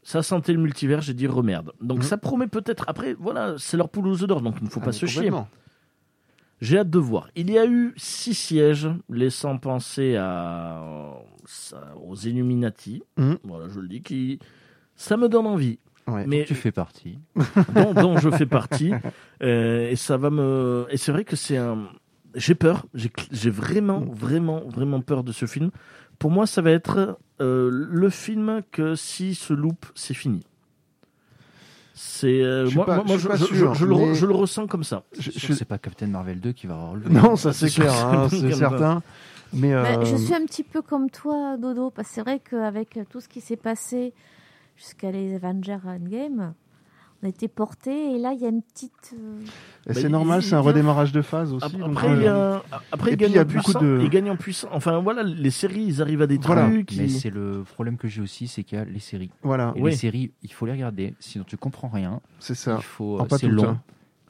[SPEAKER 4] Ça sentait le multivers, j'ai dit remerde. Donc
[SPEAKER 6] Mhm.
[SPEAKER 4] ça promet peut-être. Après, voilà, c'est leur poule aux œufs d'or, donc il ne faut pas
[SPEAKER 6] Ah, mais
[SPEAKER 4] se chier.
[SPEAKER 6] complètement.
[SPEAKER 4] J'ai hâte de voir. Il y a eu six sièges, laissant penser à, ça- aux Illuminati.
[SPEAKER 6] Mhm.
[SPEAKER 4] Voilà, je le dis. Qui, ça me donne envie,
[SPEAKER 6] Ouais.
[SPEAKER 4] mais
[SPEAKER 9] Tu fais partie.
[SPEAKER 4] *laughs* dont, dont je fais partie. Euh, et ça va me. Et c'est vrai que c'est un. J'ai peur. J'ai cl- j'ai vraiment,
[SPEAKER 6] Mm.
[SPEAKER 4] vraiment, vraiment peur de ce film. Pour moi, ça va être euh, le film que si se loupe, c'est fini. C'est euh,
[SPEAKER 6] Je suis
[SPEAKER 4] moi,
[SPEAKER 6] pas-
[SPEAKER 4] moi- moi,
[SPEAKER 6] je suis
[SPEAKER 4] je,
[SPEAKER 6] pas
[SPEAKER 4] je-
[SPEAKER 6] sûr,
[SPEAKER 4] je- je le re-
[SPEAKER 6] mais-
[SPEAKER 4] je le ressens comme ça.
[SPEAKER 6] Je-
[SPEAKER 9] C'est sûr
[SPEAKER 6] je-
[SPEAKER 9] que C'est pas Captain Marvel 2 qui va relever.
[SPEAKER 6] *laughs* Non, ça c'est
[SPEAKER 4] C'est sûr,
[SPEAKER 6] clair,
[SPEAKER 4] c'est *laughs*
[SPEAKER 6] hein,
[SPEAKER 4] bon
[SPEAKER 6] c'est
[SPEAKER 4] comme
[SPEAKER 6] certain. Mais
[SPEAKER 5] Ben,
[SPEAKER 6] euh,
[SPEAKER 5] Je suis un petit peu comme toi, Dodo, parce que c'est vrai qu'avec tout ce qui s'est passé jusqu'à les Avengers Endgame, on était porté et là, il y a une petite. euh,
[SPEAKER 6] et c'est
[SPEAKER 4] Bah, il-
[SPEAKER 6] normal,
[SPEAKER 5] il-
[SPEAKER 6] c'est un
[SPEAKER 5] il-
[SPEAKER 6] redémarrage de phase aussi. donc,
[SPEAKER 4] Après,
[SPEAKER 6] euh,
[SPEAKER 4] il y a, après
[SPEAKER 6] Et
[SPEAKER 4] ils
[SPEAKER 6] puis, il
[SPEAKER 4] gagnent
[SPEAKER 6] y a
[SPEAKER 4] en
[SPEAKER 6] beaucoup
[SPEAKER 4] puissance.
[SPEAKER 6] de-
[SPEAKER 4] Ils gagnent en puissance. Enfin, voilà, les séries, ils arrivent à des
[SPEAKER 6] Voilà.
[SPEAKER 4] trucs.
[SPEAKER 9] Mais
[SPEAKER 4] ils-
[SPEAKER 9] c'est le problème que j'ai aussi, c'est qu'il y a les séries.
[SPEAKER 6] Voilà,
[SPEAKER 9] Et
[SPEAKER 4] Oui.
[SPEAKER 9] les séries, il faut les regarder, sinon tu comprends rien.
[SPEAKER 6] c'est ça.
[SPEAKER 9] il faut, euh,
[SPEAKER 6] Ah, pas
[SPEAKER 9] c'est
[SPEAKER 6] toutes,
[SPEAKER 9] long.
[SPEAKER 6] hein.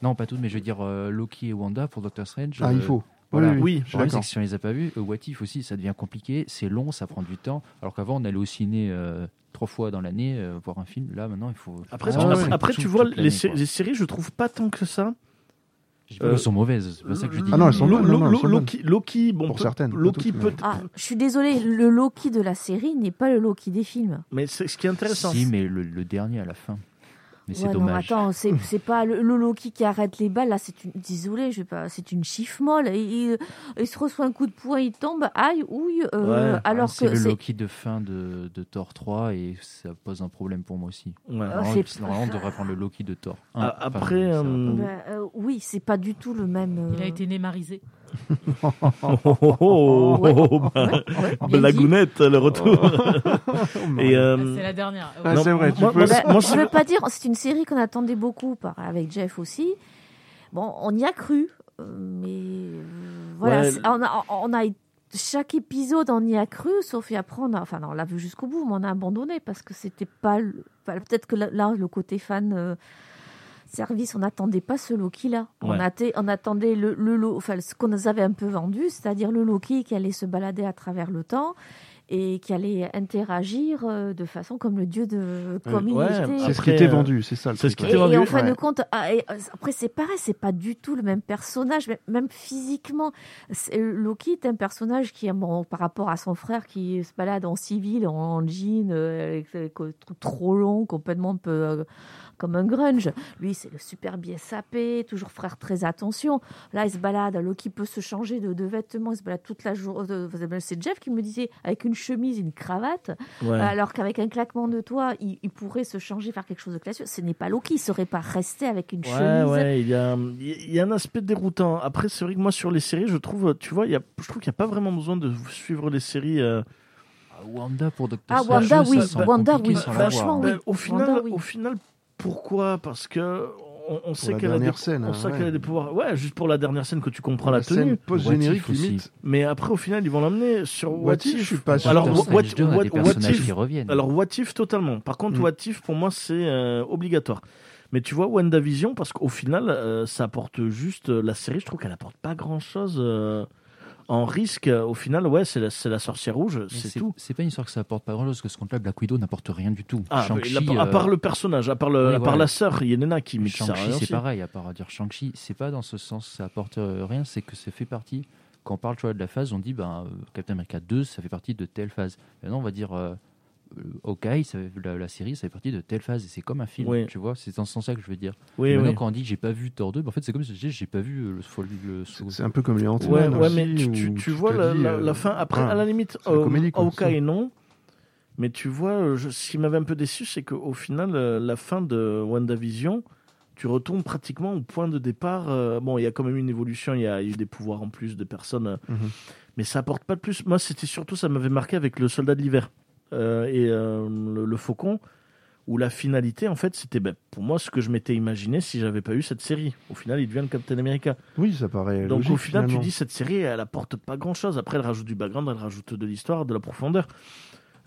[SPEAKER 9] Non, pas toutes, mais je veux dire euh, Loki et Wanda pour Doctor Strange.
[SPEAKER 6] Ah, il
[SPEAKER 9] euh,
[SPEAKER 6] faut.
[SPEAKER 9] voilà.
[SPEAKER 6] Oui, oui,
[SPEAKER 4] Oui,
[SPEAKER 6] je suis
[SPEAKER 9] Le problème, c'est
[SPEAKER 6] d'accord.
[SPEAKER 9] que si on les a pas vus, euh, What If aussi, ça devient compliqué, c'est long, ça prend du temps. Alors qu'avant, on allait au ciné euh, trois fois dans l'année euh, voir un film. Là, maintenant, il faut.
[SPEAKER 4] Après,
[SPEAKER 6] Ah,
[SPEAKER 4] tu-
[SPEAKER 6] ouais.
[SPEAKER 4] après, après, tu vois, les, sé-
[SPEAKER 9] séries.
[SPEAKER 4] les séries, je trouve pas tant que ça.
[SPEAKER 9] Je dis pas
[SPEAKER 4] Euh,
[SPEAKER 9] qu'elles sont mauvaises, c'est pas ça que je dis.
[SPEAKER 6] Ah non, elles sont
[SPEAKER 4] Lo-
[SPEAKER 6] bonnes, non,
[SPEAKER 4] Lo-
[SPEAKER 6] non, elles sont
[SPEAKER 4] Lo- Loki, Loki, bon,
[SPEAKER 6] Pour
[SPEAKER 4] peut-
[SPEAKER 6] certaines, pas
[SPEAKER 4] Loki
[SPEAKER 6] toutes,
[SPEAKER 4] peut.
[SPEAKER 6] mais-
[SPEAKER 5] Ah, je suis désolée, le Loki de la série n'est pas le Loki des films.
[SPEAKER 4] Mais c'est ce qui est intéressant.
[SPEAKER 9] Si, mais le, le dernier à la fin. Mais c'est
[SPEAKER 5] Ouais, non, mais
[SPEAKER 9] dommage.
[SPEAKER 5] attends,
[SPEAKER 9] *laughs*
[SPEAKER 5] c'est c'est pas le, le Loki qui arrête les balles, là, c'est une. Désolée, je vais pas. C'est une chiffre molle. Il, il- il se reçoit un coup de poing, il tombe, aïe, ouille. euh,
[SPEAKER 4] Ouais,
[SPEAKER 5] alors
[SPEAKER 9] ah, c'est
[SPEAKER 5] que
[SPEAKER 9] le
[SPEAKER 5] c'est.
[SPEAKER 9] Loki de fin de, de Thor 3 et ça pose un problème pour moi aussi.
[SPEAKER 4] Ouais.
[SPEAKER 5] Ah,
[SPEAKER 9] Normalement,
[SPEAKER 5] c'est-
[SPEAKER 9] parce que normalement, on devrait prendre le Loki de Thor. un.
[SPEAKER 4] Ah,
[SPEAKER 9] Enfin,
[SPEAKER 4] après,
[SPEAKER 9] ça va pas.
[SPEAKER 5] Bah,
[SPEAKER 4] euh,
[SPEAKER 5] Ben, euh, oui, c'est pas du tout le même.
[SPEAKER 1] Il a
[SPEAKER 5] euh,
[SPEAKER 1] été némarisé.
[SPEAKER 4] Oh, oh, oh,
[SPEAKER 5] Ouais.
[SPEAKER 4] oh, oh,
[SPEAKER 9] *laughs*
[SPEAKER 4] bah, blagounette, le retour. *laughs*
[SPEAKER 6] Oh.
[SPEAKER 4] Et, euh,
[SPEAKER 1] C'est la dernière.
[SPEAKER 6] Ah,
[SPEAKER 4] non,
[SPEAKER 6] c'est vrai, tu
[SPEAKER 4] moi-
[SPEAKER 6] peux.
[SPEAKER 4] moi,
[SPEAKER 5] Ben,
[SPEAKER 4] moi,
[SPEAKER 5] je
[SPEAKER 4] c'est-
[SPEAKER 5] veux pas dire, c'est une série qu'on attendait beaucoup par, avec Jeff aussi. Bon, on y a cru, euh, mais euh, voilà,
[SPEAKER 4] Ouais.
[SPEAKER 5] c'est- on a, on a- chaque épisode on y a cru, sauf et après on a, enfin non, on l'a vu jusqu'au bout, mais on a abandonné parce que c'était pas, le- enfin, peut-être que là, là, le côté fan. euh, Service, on n'attendait pas ce Loki là. On,
[SPEAKER 4] Ouais.
[SPEAKER 5] atta- on attendait le, le lo- enfin, ce qu'on nous avait un peu vendu, c'est-à-dire le Loki qui allait se balader à travers le temps et qui allait interagir euh, de façon comme le dieu de comme il
[SPEAKER 4] Euh, ouais,
[SPEAKER 5] était.
[SPEAKER 6] C'est ce qui
[SPEAKER 4] Après,
[SPEAKER 6] était
[SPEAKER 4] euh,
[SPEAKER 6] vendu, c'est ça le
[SPEAKER 4] c'est ce
[SPEAKER 6] truc,
[SPEAKER 4] qui
[SPEAKER 5] Et,
[SPEAKER 4] était
[SPEAKER 6] ouais.
[SPEAKER 4] vendu.
[SPEAKER 5] et en fin de
[SPEAKER 6] Ouais.
[SPEAKER 5] compte, ah, et, euh, après c'est pareil, c'est pas du tout le même personnage, même- même physiquement. C'est- Loki est un personnage qui, bon, par rapport à son frère qui se balade en civil, en jean, euh, avec des co- trucs trop long, complètement un peu, euh, comme un grunge. Lui, c'est le super bien sapé, toujours frère très attention. Là, il se balade, Loki peut se changer de, de vêtements, il se balade toute la journée. C'est Jeff qui me disait, avec une chemise, une cravate.
[SPEAKER 4] Ouais.
[SPEAKER 5] Alors qu'avec un claquement de toit, il, il pourrait se changer, faire quelque chose de classique. Ce n'est pas Loki, il serait pas resté avec une
[SPEAKER 4] Ouais,
[SPEAKER 5] chemise.
[SPEAKER 4] ouais, il y a, il y a un aspect déroutant. Après, c'est vrai que moi, sur les séries, je trouve, tu vois, il y a, je trouve qu'il n'y a pas vraiment besoin de suivre les séries. euh,
[SPEAKER 9] Ah, Wanda pour Doctor
[SPEAKER 5] Ah,
[SPEAKER 9] Strange,
[SPEAKER 5] Wanda,
[SPEAKER 9] ça
[SPEAKER 5] oui,
[SPEAKER 9] semble
[SPEAKER 5] Wanda,
[SPEAKER 9] compliqué
[SPEAKER 5] oui,
[SPEAKER 9] sans la voir,
[SPEAKER 5] franchement,
[SPEAKER 9] hein.
[SPEAKER 5] oui.
[SPEAKER 4] ben, au final,
[SPEAKER 5] Wanda, oui.
[SPEAKER 4] au final, pourquoi Parce que on, on sait
[SPEAKER 6] la
[SPEAKER 4] qu'elle a des,
[SPEAKER 6] dernière scène,
[SPEAKER 4] on sait
[SPEAKER 6] ouais.
[SPEAKER 4] qu'elle a des pouvoirs. Ouais, juste pour la dernière scène que tu comprends la,
[SPEAKER 6] La
[SPEAKER 4] tenue.
[SPEAKER 6] scène post-générique
[SPEAKER 9] What if
[SPEAKER 6] limite.
[SPEAKER 4] Mais après, au final, ils vont l'emmener sur
[SPEAKER 6] What
[SPEAKER 4] What,
[SPEAKER 6] if, je suis pas sûr.
[SPEAKER 4] Alors,
[SPEAKER 9] Doctor
[SPEAKER 4] what,
[SPEAKER 9] Strange 2, on a
[SPEAKER 4] what-
[SPEAKER 9] des
[SPEAKER 4] what
[SPEAKER 9] personnages
[SPEAKER 4] if-
[SPEAKER 9] qui reviennent.
[SPEAKER 4] alors, What If, totalement. Par contre,
[SPEAKER 6] Mm.
[SPEAKER 4] What If, pour moi, c'est euh, obligatoire. Mais tu vois, WandaVision, parce qu'au final, euh, ça apporte juste. euh, la série, je trouve qu'elle apporte pas grand chose en risque. Euh, Au final, ouais, c'est la, c'est la sorcière rouge,
[SPEAKER 9] Mais
[SPEAKER 4] c'est tout.
[SPEAKER 9] C'est pas une histoire que ça apporte pas grand chose, parce que ce compte-là, Black Widow n'apporte rien du tout.
[SPEAKER 4] Ah,
[SPEAKER 9] Shang-Chi,
[SPEAKER 4] mais la- à
[SPEAKER 9] euh,
[SPEAKER 4] part le personnage, à part, le-
[SPEAKER 9] oui,
[SPEAKER 4] à part
[SPEAKER 9] voilà.
[SPEAKER 4] la sœur, Yelena, qui hein,
[SPEAKER 9] Mais
[SPEAKER 4] me
[SPEAKER 9] Shang-Chi, c'est pareil, à part dire Shang-Chi, c'est pas dans ce sens, ça apporte euh, rien, c'est que ça fait partie. Quand on parle tu vois, de la phase, on dit ben, euh, Captain America 2, ça fait partie de telle phase. Maintenant, on va dire euh, euh, Hawkeye, ça fait- la, la série, ça fait partie de telle phase, et c'est comme un film,
[SPEAKER 4] Oui.
[SPEAKER 9] tu vois, c'est dans ce sens-là que je veux dire.
[SPEAKER 4] Oui,
[SPEAKER 9] Et
[SPEAKER 4] oui.
[SPEAKER 9] maintenant, quand on dit j'ai pas vu Thor 2, ben, en fait, c'est comme si je disais j'ai pas vu euh, le, fol- le
[SPEAKER 6] C'est- C'est un peu comme les Antilles. hein,
[SPEAKER 4] Ouais, ouais, mais tu, tu- tu vois la, la-
[SPEAKER 6] euh,
[SPEAKER 4] la fin. Après, à la limite,
[SPEAKER 6] ah, c'est la
[SPEAKER 4] euh,
[SPEAKER 6] comédie, quoi,
[SPEAKER 4] Hawkeye,
[SPEAKER 6] ça.
[SPEAKER 4] non. Mais tu vois, euh, je- ce qui m'avait un peu déçu, c'est qu'au final, euh, la fin de WandaVision, tu retournes pratiquement au point de départ. Euh, bon, il y a quand même une évolution, il y a eu des pouvoirs en plus de personnes, euh,
[SPEAKER 6] Mhm.
[SPEAKER 4] mais ça apporte pas de plus. Moi, c'était surtout, ça m'avait marqué avec le Soldat de l'hiver euh, et euh, le, le Faucon, où la finalité, en fait, c'était ben, pour moi ce que je m'étais imaginé si j'avais pas eu cette série. Au final, il devient le Captain America.
[SPEAKER 6] Oui, ça paraît.
[SPEAKER 4] Donc
[SPEAKER 6] logique,
[SPEAKER 4] au final,
[SPEAKER 6] finalement.
[SPEAKER 4] tu dis cette série, elle apporte pas grand chose. Après, elle rajoute du background, elle rajoute de l'histoire, de la profondeur.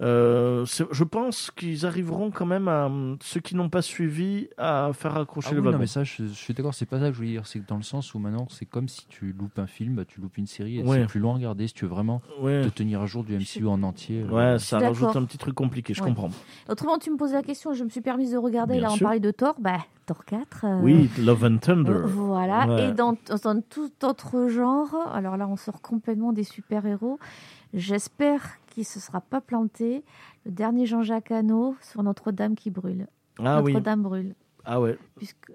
[SPEAKER 4] Euh, c'est- je pense qu'ils arriveront quand même à hum, ceux qui n'ont pas suivi à faire accrocher
[SPEAKER 9] Ah
[SPEAKER 4] le
[SPEAKER 9] oui, non,
[SPEAKER 4] wagon.
[SPEAKER 9] mais ça, je, je suis d'accord, c'est pas ça que je voulais dire. C'est que dans le sens où maintenant, c'est comme si tu loupes un film, bah, tu loupes une série, et
[SPEAKER 4] Ouais.
[SPEAKER 9] c'est plus long à regarder si tu veux vraiment
[SPEAKER 4] Ouais,
[SPEAKER 9] te tenir à jour du MCU en entier. euh,
[SPEAKER 4] ouais, ça
[SPEAKER 5] Je suis
[SPEAKER 4] rajoute
[SPEAKER 5] d'accord.
[SPEAKER 4] un petit truc compliqué, je
[SPEAKER 5] Ouais.
[SPEAKER 4] comprends.
[SPEAKER 5] Autrement, tu me posais la question, je me suis permise de regarder,
[SPEAKER 4] Bien
[SPEAKER 5] là on
[SPEAKER 4] sûr.
[SPEAKER 5] parlait de Thor, bah, Thor 4. euh,
[SPEAKER 4] Oui, Love and Thunder.
[SPEAKER 5] euh, Voilà,
[SPEAKER 4] Ouais.
[SPEAKER 5] et dans, dans tout autre genre, alors là on sort complètement des super-héros, j'espère qu'il ne se sera pas planté, le dernier Jean-Jacques Hano sur Notre-Dame qui brûle.
[SPEAKER 4] Ah oui,
[SPEAKER 5] Notre-Dame brûle.
[SPEAKER 4] ah ouais.
[SPEAKER 5] Puisque...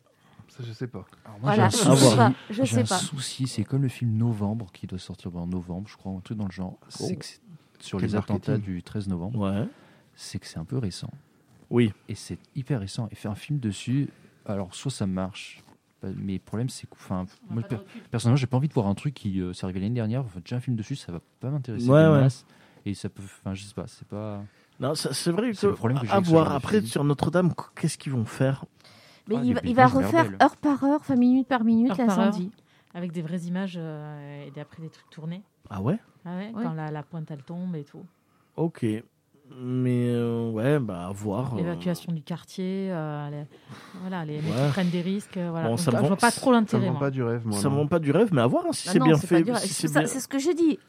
[SPEAKER 6] Ça, je sais pas.
[SPEAKER 9] Alors moi, j'ai
[SPEAKER 5] Voilà,
[SPEAKER 9] un
[SPEAKER 5] je
[SPEAKER 9] souci.
[SPEAKER 5] sais pas, je
[SPEAKER 9] J'ai
[SPEAKER 5] sais
[SPEAKER 9] un
[SPEAKER 5] pas.
[SPEAKER 9] souci, c'est comme le film Novembre qui doit sortir en novembre, je crois, un truc dans le genre. C'est que c'est- sur
[SPEAKER 6] Quel
[SPEAKER 9] les attentats
[SPEAKER 6] marketing.
[SPEAKER 9] du 13 novembre,
[SPEAKER 4] Ouais.
[SPEAKER 9] c'est que c'est un peu récent.
[SPEAKER 4] Oui.
[SPEAKER 9] Et c'est hyper récent. Et faire un film dessus, alors soit ça marche, bah, mais le problème c'est que, enfin, moi, per- personnellement, j'ai pas envie de voir un truc qui euh, s'est arrivé l'année dernière. Enfin, déjà un film dessus, ça va pas m'intéresser.
[SPEAKER 4] Ouais,
[SPEAKER 9] des
[SPEAKER 4] ouais.
[SPEAKER 9] masses. Et ça peut, enfin, je sais pas, c'est pas.
[SPEAKER 4] Non, ça- c'est vrai
[SPEAKER 9] C'est
[SPEAKER 4] que,
[SPEAKER 9] le problème que j'ai
[SPEAKER 4] à
[SPEAKER 9] avec ce
[SPEAKER 4] voir.
[SPEAKER 9] genre de
[SPEAKER 4] Après,
[SPEAKER 9] film.
[SPEAKER 4] sur Notre-Dame, qu'est-ce qu'ils vont faire
[SPEAKER 5] Mais
[SPEAKER 9] Ah,
[SPEAKER 5] il,
[SPEAKER 9] les
[SPEAKER 5] va, il
[SPEAKER 9] Pays
[SPEAKER 5] va
[SPEAKER 9] Basques,
[SPEAKER 5] refaire
[SPEAKER 9] Verbel.
[SPEAKER 5] heure par heure, enfin minute par minute
[SPEAKER 1] Heure par
[SPEAKER 5] l'incendie.
[SPEAKER 1] Avec des vraies images euh, et des- après des trucs tournés.
[SPEAKER 4] Ah ouais
[SPEAKER 1] Ah ouais,
[SPEAKER 5] Ouais.
[SPEAKER 1] Quand la, la pointe elle tombe et tout.
[SPEAKER 4] Ok. Mais euh, ouais, bah à voir. euh.
[SPEAKER 1] L'évacuation du quartier, euh, les, voilà, les mecs
[SPEAKER 4] Ouais.
[SPEAKER 1] qui prennent des risques. euh, Voilà.
[SPEAKER 4] Bon,
[SPEAKER 1] Donc,
[SPEAKER 4] ça me
[SPEAKER 1] je
[SPEAKER 4] vend-
[SPEAKER 1] vois pas trop
[SPEAKER 6] Ça me
[SPEAKER 1] l'intérêt. Bah
[SPEAKER 6] vend
[SPEAKER 1] moi.
[SPEAKER 6] pas du rêve, moi.
[SPEAKER 4] Ça me
[SPEAKER 6] non.
[SPEAKER 4] vend pas du rêve, mais à voir hein, si
[SPEAKER 5] Ah
[SPEAKER 4] c'est
[SPEAKER 5] non,
[SPEAKER 4] bien
[SPEAKER 5] pas
[SPEAKER 4] fait.
[SPEAKER 5] dur.
[SPEAKER 4] si
[SPEAKER 5] C'est
[SPEAKER 4] c'est
[SPEAKER 5] ça-
[SPEAKER 4] bien- Euh,
[SPEAKER 5] c'est ce que j'ai dit.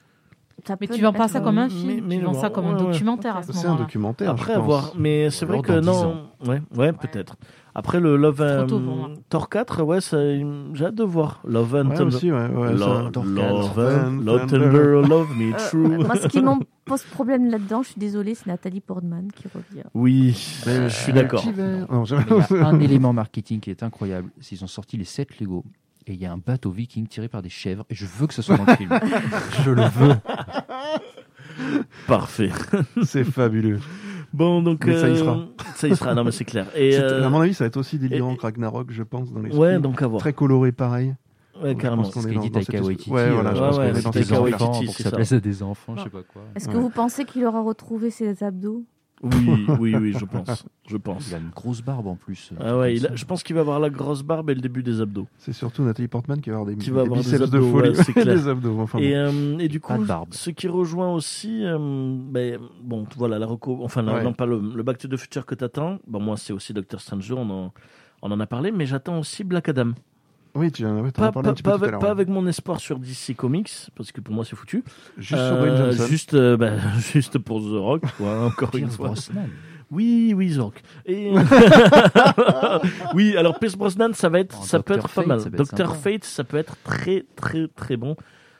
[SPEAKER 5] Ça
[SPEAKER 1] Mais
[SPEAKER 5] peut
[SPEAKER 1] tu vends
[SPEAKER 5] ne
[SPEAKER 1] pas
[SPEAKER 5] être-
[SPEAKER 1] ça comme un
[SPEAKER 4] Mais-
[SPEAKER 1] film,
[SPEAKER 4] mais
[SPEAKER 1] tu vends
[SPEAKER 4] bon,
[SPEAKER 1] ça comme
[SPEAKER 4] ouais,
[SPEAKER 1] un
[SPEAKER 4] ouais.
[SPEAKER 1] documentaire à ce
[SPEAKER 6] C'est un
[SPEAKER 1] moment-là.
[SPEAKER 6] documentaire.
[SPEAKER 4] Après
[SPEAKER 6] je pense.
[SPEAKER 4] avoir, mais c'est
[SPEAKER 9] alors
[SPEAKER 4] vrai que
[SPEAKER 9] dans
[SPEAKER 4] non,
[SPEAKER 9] dix
[SPEAKER 4] ouais, ouais, peut-être. Après le Love
[SPEAKER 1] Trop
[SPEAKER 4] and
[SPEAKER 1] tôt pour moi.
[SPEAKER 4] Thor 4, ouais, ça, j'ai hâte de voir Love and
[SPEAKER 6] Ouais,
[SPEAKER 4] Thunder.
[SPEAKER 6] aussi, ouais, ouais, ça-
[SPEAKER 4] Lo-
[SPEAKER 9] Thor
[SPEAKER 4] Love
[SPEAKER 6] 4.
[SPEAKER 4] and Love
[SPEAKER 6] Thunder.
[SPEAKER 4] Thunder, Love Me
[SPEAKER 5] Euh,
[SPEAKER 4] True.
[SPEAKER 5] moi, ce *laughs* qui m'en pose problème là-dedans, je suis désolée, c'est Nathalie Portman qui revient.
[SPEAKER 4] Oui, je suis d'accord.
[SPEAKER 6] Multivers.
[SPEAKER 4] *laughs*
[SPEAKER 6] Non, je-
[SPEAKER 9] Mais il
[SPEAKER 6] *laughs*
[SPEAKER 9] y a un élément marketing qui est incroyable. c'est qu'ils ont sorti les 7 Lego et il y a un bateau viking tiré par des chèvres et je veux que ce soit dans le
[SPEAKER 6] *laughs* Ah,
[SPEAKER 9] film. je le veux.
[SPEAKER 4] Parfait.
[SPEAKER 6] C'est fabuleux.
[SPEAKER 4] Bon, donc
[SPEAKER 6] Mais ça y
[SPEAKER 4] euh,
[SPEAKER 6] sera.
[SPEAKER 4] Ça y sera. Non, mais c'est clair. Et
[SPEAKER 6] C'est-
[SPEAKER 4] euh,
[SPEAKER 6] À mon avis, ça va être aussi délirant
[SPEAKER 4] et-
[SPEAKER 6] que Ragnarok, je pense, dans les
[SPEAKER 4] ouais, donc à voir.
[SPEAKER 6] Très coloré, pareil.
[SPEAKER 4] Ouais, carrément.
[SPEAKER 6] Je pense qu'on
[SPEAKER 9] Ce
[SPEAKER 6] est
[SPEAKER 9] qu'a
[SPEAKER 6] dans-
[SPEAKER 9] dit
[SPEAKER 6] dans
[SPEAKER 9] Taika
[SPEAKER 6] cette-
[SPEAKER 9] Waititi. euh,
[SPEAKER 6] Ouais, voilà, je
[SPEAKER 4] Ouais,
[SPEAKER 6] pense qu'on
[SPEAKER 4] ouais,
[SPEAKER 6] est dans
[SPEAKER 4] Taika
[SPEAKER 6] cette
[SPEAKER 9] des
[SPEAKER 6] enclave.
[SPEAKER 4] Waititi,
[SPEAKER 9] enfants, pour
[SPEAKER 4] c'est
[SPEAKER 9] que ça
[SPEAKER 4] ça.
[SPEAKER 9] plaise à des enfants, je sais pas quoi.
[SPEAKER 1] Est-ce que
[SPEAKER 6] Ouais.
[SPEAKER 1] vous pensez qu'il aura retrouvé ses abdos
[SPEAKER 4] Oui, oui, oui, je pense. Je pense.
[SPEAKER 9] Il a une grosse barbe en plus. euh,
[SPEAKER 4] Ah ouais, il a- je pense qu'il va avoir la grosse barbe et le début des abdos.
[SPEAKER 6] C'est surtout Nathalie Portman qui va avoir des,
[SPEAKER 4] Qui va
[SPEAKER 6] des
[SPEAKER 4] avoir des
[SPEAKER 6] biceps de
[SPEAKER 4] abdos,
[SPEAKER 6] folie.
[SPEAKER 4] ouais, c'est clair.
[SPEAKER 6] *laughs* des abdos, enfin
[SPEAKER 4] et,
[SPEAKER 6] bon.
[SPEAKER 4] euh, et du
[SPEAKER 9] Pas
[SPEAKER 4] coup,
[SPEAKER 9] de barbe.
[SPEAKER 4] ce qui rejoint aussi, euh, ben, bon, t- voilà, la reco, enfin, non,
[SPEAKER 6] Ouais.
[SPEAKER 4] non, pas le, le Back to the Future que t'attends. Bon, moi, c'est aussi Doctor Strange, on en, on en a parlé, mais j'attends aussi Black Adam.
[SPEAKER 6] Oui, tu en ouais, t'en
[SPEAKER 4] Pas,
[SPEAKER 6] as parlé un
[SPEAKER 4] pas-
[SPEAKER 6] petit
[SPEAKER 4] pas
[SPEAKER 6] peu tout à
[SPEAKER 4] avec,
[SPEAKER 6] l'heure.
[SPEAKER 4] pas
[SPEAKER 6] ouais.
[SPEAKER 4] avec mon espoir sur DC Comics, parce que pour moi, c'est foutu.
[SPEAKER 6] Juste sur
[SPEAKER 4] Euh,
[SPEAKER 6] Dwayne Johnson.
[SPEAKER 4] juste, euh, ben, *laughs* juste pour The Rock, quoi, encore une
[SPEAKER 9] Pierce
[SPEAKER 4] fois.
[SPEAKER 9] Brosnan.
[SPEAKER 4] Oui, oui, The Rock. Et... oui, alors Pierce Brosnan, ça va être,
[SPEAKER 9] Oh,
[SPEAKER 4] ça peut
[SPEAKER 9] Dr.
[SPEAKER 4] être
[SPEAKER 9] Fate,
[SPEAKER 4] pas mal.
[SPEAKER 9] ça peut être
[SPEAKER 4] Doctor
[SPEAKER 9] sympa.
[SPEAKER 4] Fate, ça peut être très, très, très bon.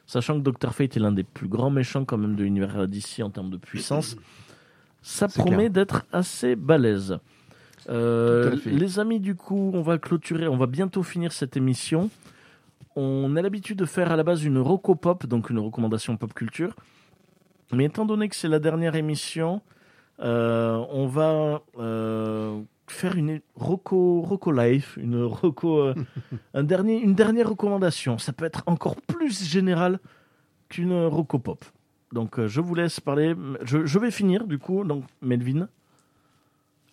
[SPEAKER 4] Sachant que Doctor Fate est l'un des plus grands méchants quand même de l'univers d'ici en termes de puissance, ça
[SPEAKER 6] C'est
[SPEAKER 4] promet d'être assez balèze. Euh,
[SPEAKER 6] Tout à fait.
[SPEAKER 4] les amis, du coup, on va clôturer, on va bientôt finir cette émission. On a l'habitude de faire à la base une Rocopop, donc une recommandation pop culture. Mais étant donné que c'est la dernière émission, euh, on va euh, faire une Roco, Roco Life, une, Roco,
[SPEAKER 6] *laughs*
[SPEAKER 4] euh, un dernier, une dernière recommandation. Ça peut être encore plus général qu'une Roco Pop. Donc euh, je vous laisse parler. Je, je vais finir du coup. Donc Melvin.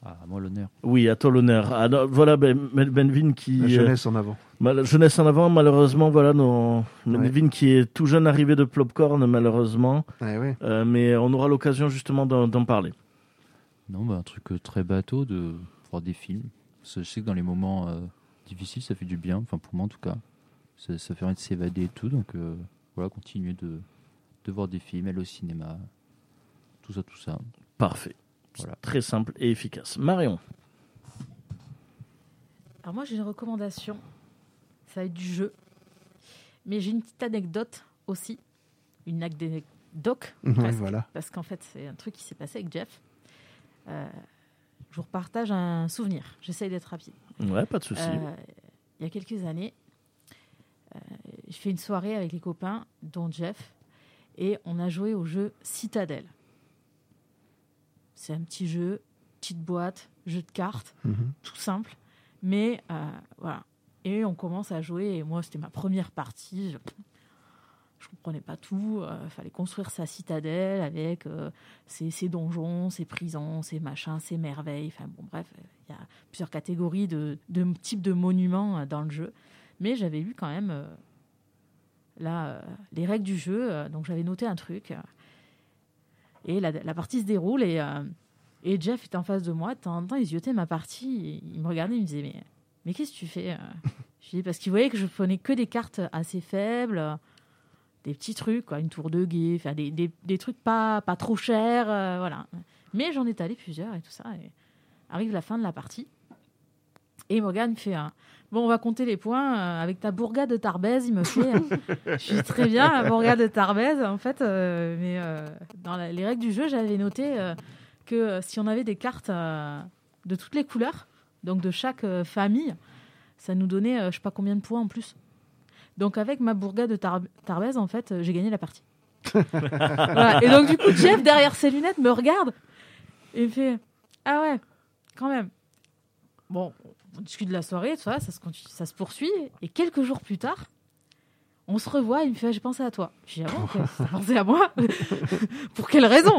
[SPEAKER 9] Ah, moi l'honneur.
[SPEAKER 4] Oui, à toi l'honneur. Ah, non, voilà Ben- Ben- Melvin qui.
[SPEAKER 6] La
[SPEAKER 4] euh,
[SPEAKER 6] jeunesse en avant.
[SPEAKER 4] Mal- Jeunesse en avant, malheureusement, voilà, nos...
[SPEAKER 6] Ouais.
[SPEAKER 4] Melvin qui est tout jeune arrivé de Plopcorn, malheureusement, *laughs*
[SPEAKER 6] Ouais, ouais.
[SPEAKER 4] Euh, mais on aura l'occasion justement d'en d'en parler.
[SPEAKER 9] Non, bah, un truc euh, très bateau de voir des films. Parce que Je sais que dans les moments euh, difficiles, ça fait du bien. Enfin, pour moi en tout cas. Ça, ça permet de s'évader et tout. Donc euh, voilà, continuer de, de voir des films, aller au cinéma. Tout ça, tout ça.
[SPEAKER 4] Parfait.
[SPEAKER 9] Voilà.
[SPEAKER 4] Très simple et efficace. Marion,
[SPEAKER 5] Alors moi j'ai une recommandation, ça va être du jeu, mais j'ai une petite anecdote aussi, une anecdote,
[SPEAKER 6] Ouais,
[SPEAKER 5] presque.
[SPEAKER 6] eh voilà.
[SPEAKER 5] parce qu'en fait c'est un truc qui s'est passé avec Jeff. Euh, je vous repartage un souvenir, j'essaye d'être rapide.
[SPEAKER 4] ouais, pas de souci.
[SPEAKER 5] Euh, il y a quelques années, euh, je fais une soirée avec les copains, dont Jeff, et on a joué au jeu Citadel. C'est un petit jeu, petite boîte, jeu de cartes,
[SPEAKER 6] Mhm.
[SPEAKER 5] tout simple. Mais euh, voilà. Et on commence à jouer. Et moi, c'était ma première partie. Je, je comprenais pas tout. Il fallait construire sa citadelle avec euh, ses, ses donjons, ses prisons, ses machins, ses merveilles. Enfin bon, bref, il y a plusieurs catégories de, de types de monuments euh, dans le jeu. Mais j'avais lu quand même euh, là euh, les règles du jeu. euh, donc j'avais noté un truc. euh, et la, la partie se déroule et euh, et Jeff était en face de moi, de temps en temps, il ziotait ma partie, il me regardait, il me disait Mais, mais qu'est-ce que tu fais euh Je lui dis Parce qu'il voyait que je prenais que des cartes assez faibles, euh, des petits trucs, quoi, une tour de guet, enfin, des, des- des trucs pas, pas trop chers, euh, voilà. Mais j'en étalais plusieurs et tout ça. Et arrive la fin de la partie, et il me regarde, il me fait un, Bon, on va compter les points, euh, avec ta bourgade de Tarbèze, il me fait. euh, je dis Très bien, la bourgade de Tarbèze, en fait, euh, mais euh, dans la- les règles du jeu, j'avais noté. euh, que euh, si on avait des cartes euh, de toutes les couleurs, donc de chaque euh, famille, ça nous donnait euh, je sais pas combien de points en plus. Donc avec ma bourgade de Tar- Tarbèze, en fait, euh, j'ai gagné la partie. Voilà. Et donc du coup, Jeff, derrière ses lunettes, me regarde et me fait « Ah ouais, quand même ». Bon, on discute de la soirée, tout ça, ça se, continue- ça se poursuit. Et quelques jours plus tard, on se revoit, il me fait Ah, J'ai pensé à toi ». Je dis « Ah bon, t'as pensé à moi *laughs* Pour quelle raison ?»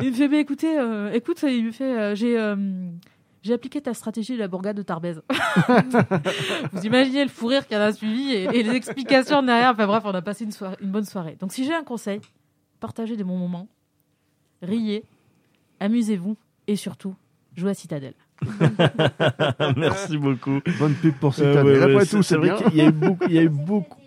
[SPEAKER 5] Il me fait, mais écoutez, euh, écoute, il me fait, euh, j'ai, euh, j'ai appliqué ta stratégie de la bourgade de Tarbèze. *laughs* Vous imaginez le fou rire qu'il y en a suivi et, et les explications derrière. Enfin bref, on a passé une, soirée- une bonne soirée. Donc si j'ai un conseil, partagez des bons moments, riez, amusez-vous et surtout, jouez à Citadel. Euh.
[SPEAKER 4] *laughs* Merci beaucoup.
[SPEAKER 6] Bonne pub pour cette
[SPEAKER 4] Euh, ouais,
[SPEAKER 6] année.
[SPEAKER 4] ouais,
[SPEAKER 6] Après
[SPEAKER 4] c'est-
[SPEAKER 6] tout,
[SPEAKER 4] c'est
[SPEAKER 6] c'est
[SPEAKER 4] vrai
[SPEAKER 6] bien.
[SPEAKER 4] qu'il y a eu beaucoup, il y a eu beaucoup,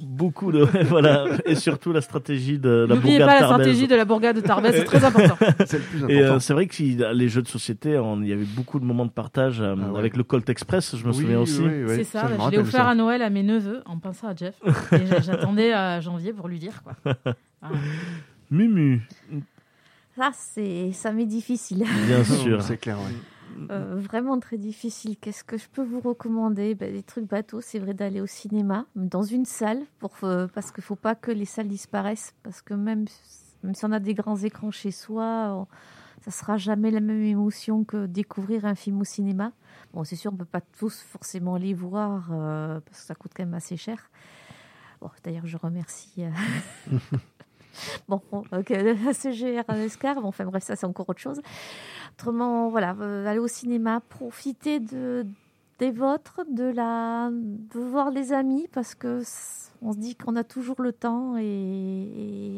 [SPEAKER 4] beaucoup de *laughs* voilà, et surtout la stratégie de la
[SPEAKER 5] N'oubliez
[SPEAKER 4] bourgade
[SPEAKER 5] pas la
[SPEAKER 4] Tarbèze.
[SPEAKER 5] stratégie de la bourgade de Tarbèze,
[SPEAKER 4] *laughs*
[SPEAKER 5] c'est très important.
[SPEAKER 6] *laughs* C'est le plus important.
[SPEAKER 4] Et euh, c'est vrai que si- les jeux de société, on- il y avait beaucoup de moments de partage euh,
[SPEAKER 6] Ah ouais.
[SPEAKER 4] avec le Colt Express, je me souviens aussi.
[SPEAKER 5] c'est ça, je l'ai offert à Noël à mes neveux en pensant à Jeff. Et j'a- j'attendais à janvier pour lui dire quoi.
[SPEAKER 4] *laughs*
[SPEAKER 5] Voilà.
[SPEAKER 4] Mumu,
[SPEAKER 1] Là, c'est, ça m'est difficile.
[SPEAKER 4] bien
[SPEAKER 6] *laughs*
[SPEAKER 4] sûr. Mm.
[SPEAKER 6] C'est clair, ouais.
[SPEAKER 1] Euh, vraiment très difficile. Qu'est-ce que je peux vous recommander Ben, Des trucs bateaux, c'est vrai d'aller au cinéma, dans une salle, pour, euh, parce qu'il ne faut pas que les salles disparaissent, parce que même, même si on a des grands écrans chez soi, on- ça sera jamais la même émotion que découvrir un film au cinéma. Bon, c'est sûr, on peut pas tous forcément les voir euh, parce que ça coûte quand même assez cher. Bon, d'ailleurs, je remercie. euh, Bon, ok, *laughs* la CGR, un Oscar, euh, bon, enfin bref, ça c'est encore autre chose. Autrement, voilà, euh, allez au cinéma, profitez de, des vôtres, de, la, de voir les amis, parce que c- on se dit qu'on a toujours le temps et,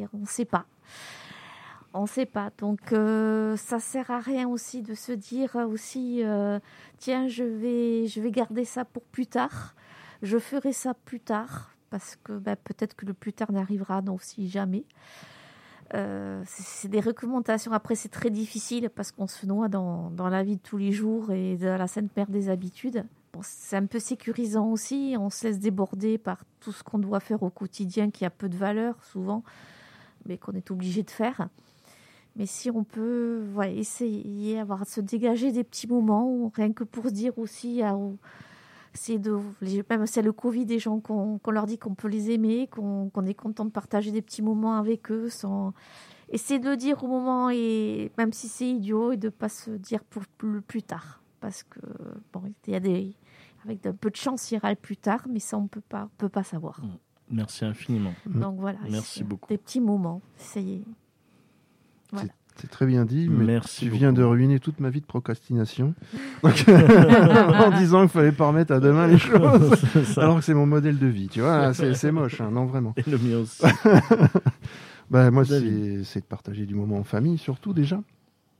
[SPEAKER 1] et on ne sait pas. On ne sait pas. Donc, euh, ça sert à rien aussi de se dire euh, aussi, euh, tiens, je vais, je vais garder ça pour plus tard. Je ferai ça plus tard parce que bah, peut-être que le plus tard n'arrivera, donc si jamais. Euh, c'est- c'est des recommandations. Après, c'est très difficile parce qu'on se noie dans, dans la vie de tous les jours et dans la scène perd des habitudes. Bon, c'est un peu sécurisant aussi. On se laisse déborder par tout ce qu'on doit faire au quotidien qui a peu de valeur souvent, mais qu'on est obligé de faire. Mais si on peut ouais, essayer avoir, se dégager des petits moments, où- rien que pour se dire aussi à, au- c'est de les- même c'est le Covid des gens qu'on qu'on leur dit qu'on peut les aimer, qu'on qu'on est content de partager des petits moments avec eux sans essayer de le dire au moment et même si c'est idiot et de pas se dire pour plus, plus tard parce que bon il y a des avec un peu de chance il y ira le plus tard mais ça on peut pas on peut pas savoir.
[SPEAKER 4] Merci infiniment.
[SPEAKER 1] Donc voilà,
[SPEAKER 4] Merci
[SPEAKER 1] c'est
[SPEAKER 4] beaucoup.
[SPEAKER 1] des petits moments, essayez.
[SPEAKER 6] C'est très bien dit, mais
[SPEAKER 4] Merci
[SPEAKER 6] tu
[SPEAKER 4] beaucoup.
[SPEAKER 6] viens de ruiner toute ma vie
[SPEAKER 4] *laughs*
[SPEAKER 6] de procrastination. Donc, *laughs* en disant qu'il fallait pas remettre à
[SPEAKER 4] *laughs*
[SPEAKER 6] demain les choses.
[SPEAKER 4] C'est ça.
[SPEAKER 6] Alors que c'est mon modèle de vie, tu vois, c'est c'est moche, hein, non vraiment.
[SPEAKER 4] Et le mien
[SPEAKER 6] *laughs*
[SPEAKER 4] aussi.
[SPEAKER 6] Bah, moi, c'est
[SPEAKER 4] David.
[SPEAKER 6] c'est de partager du moment en famille, surtout déjà.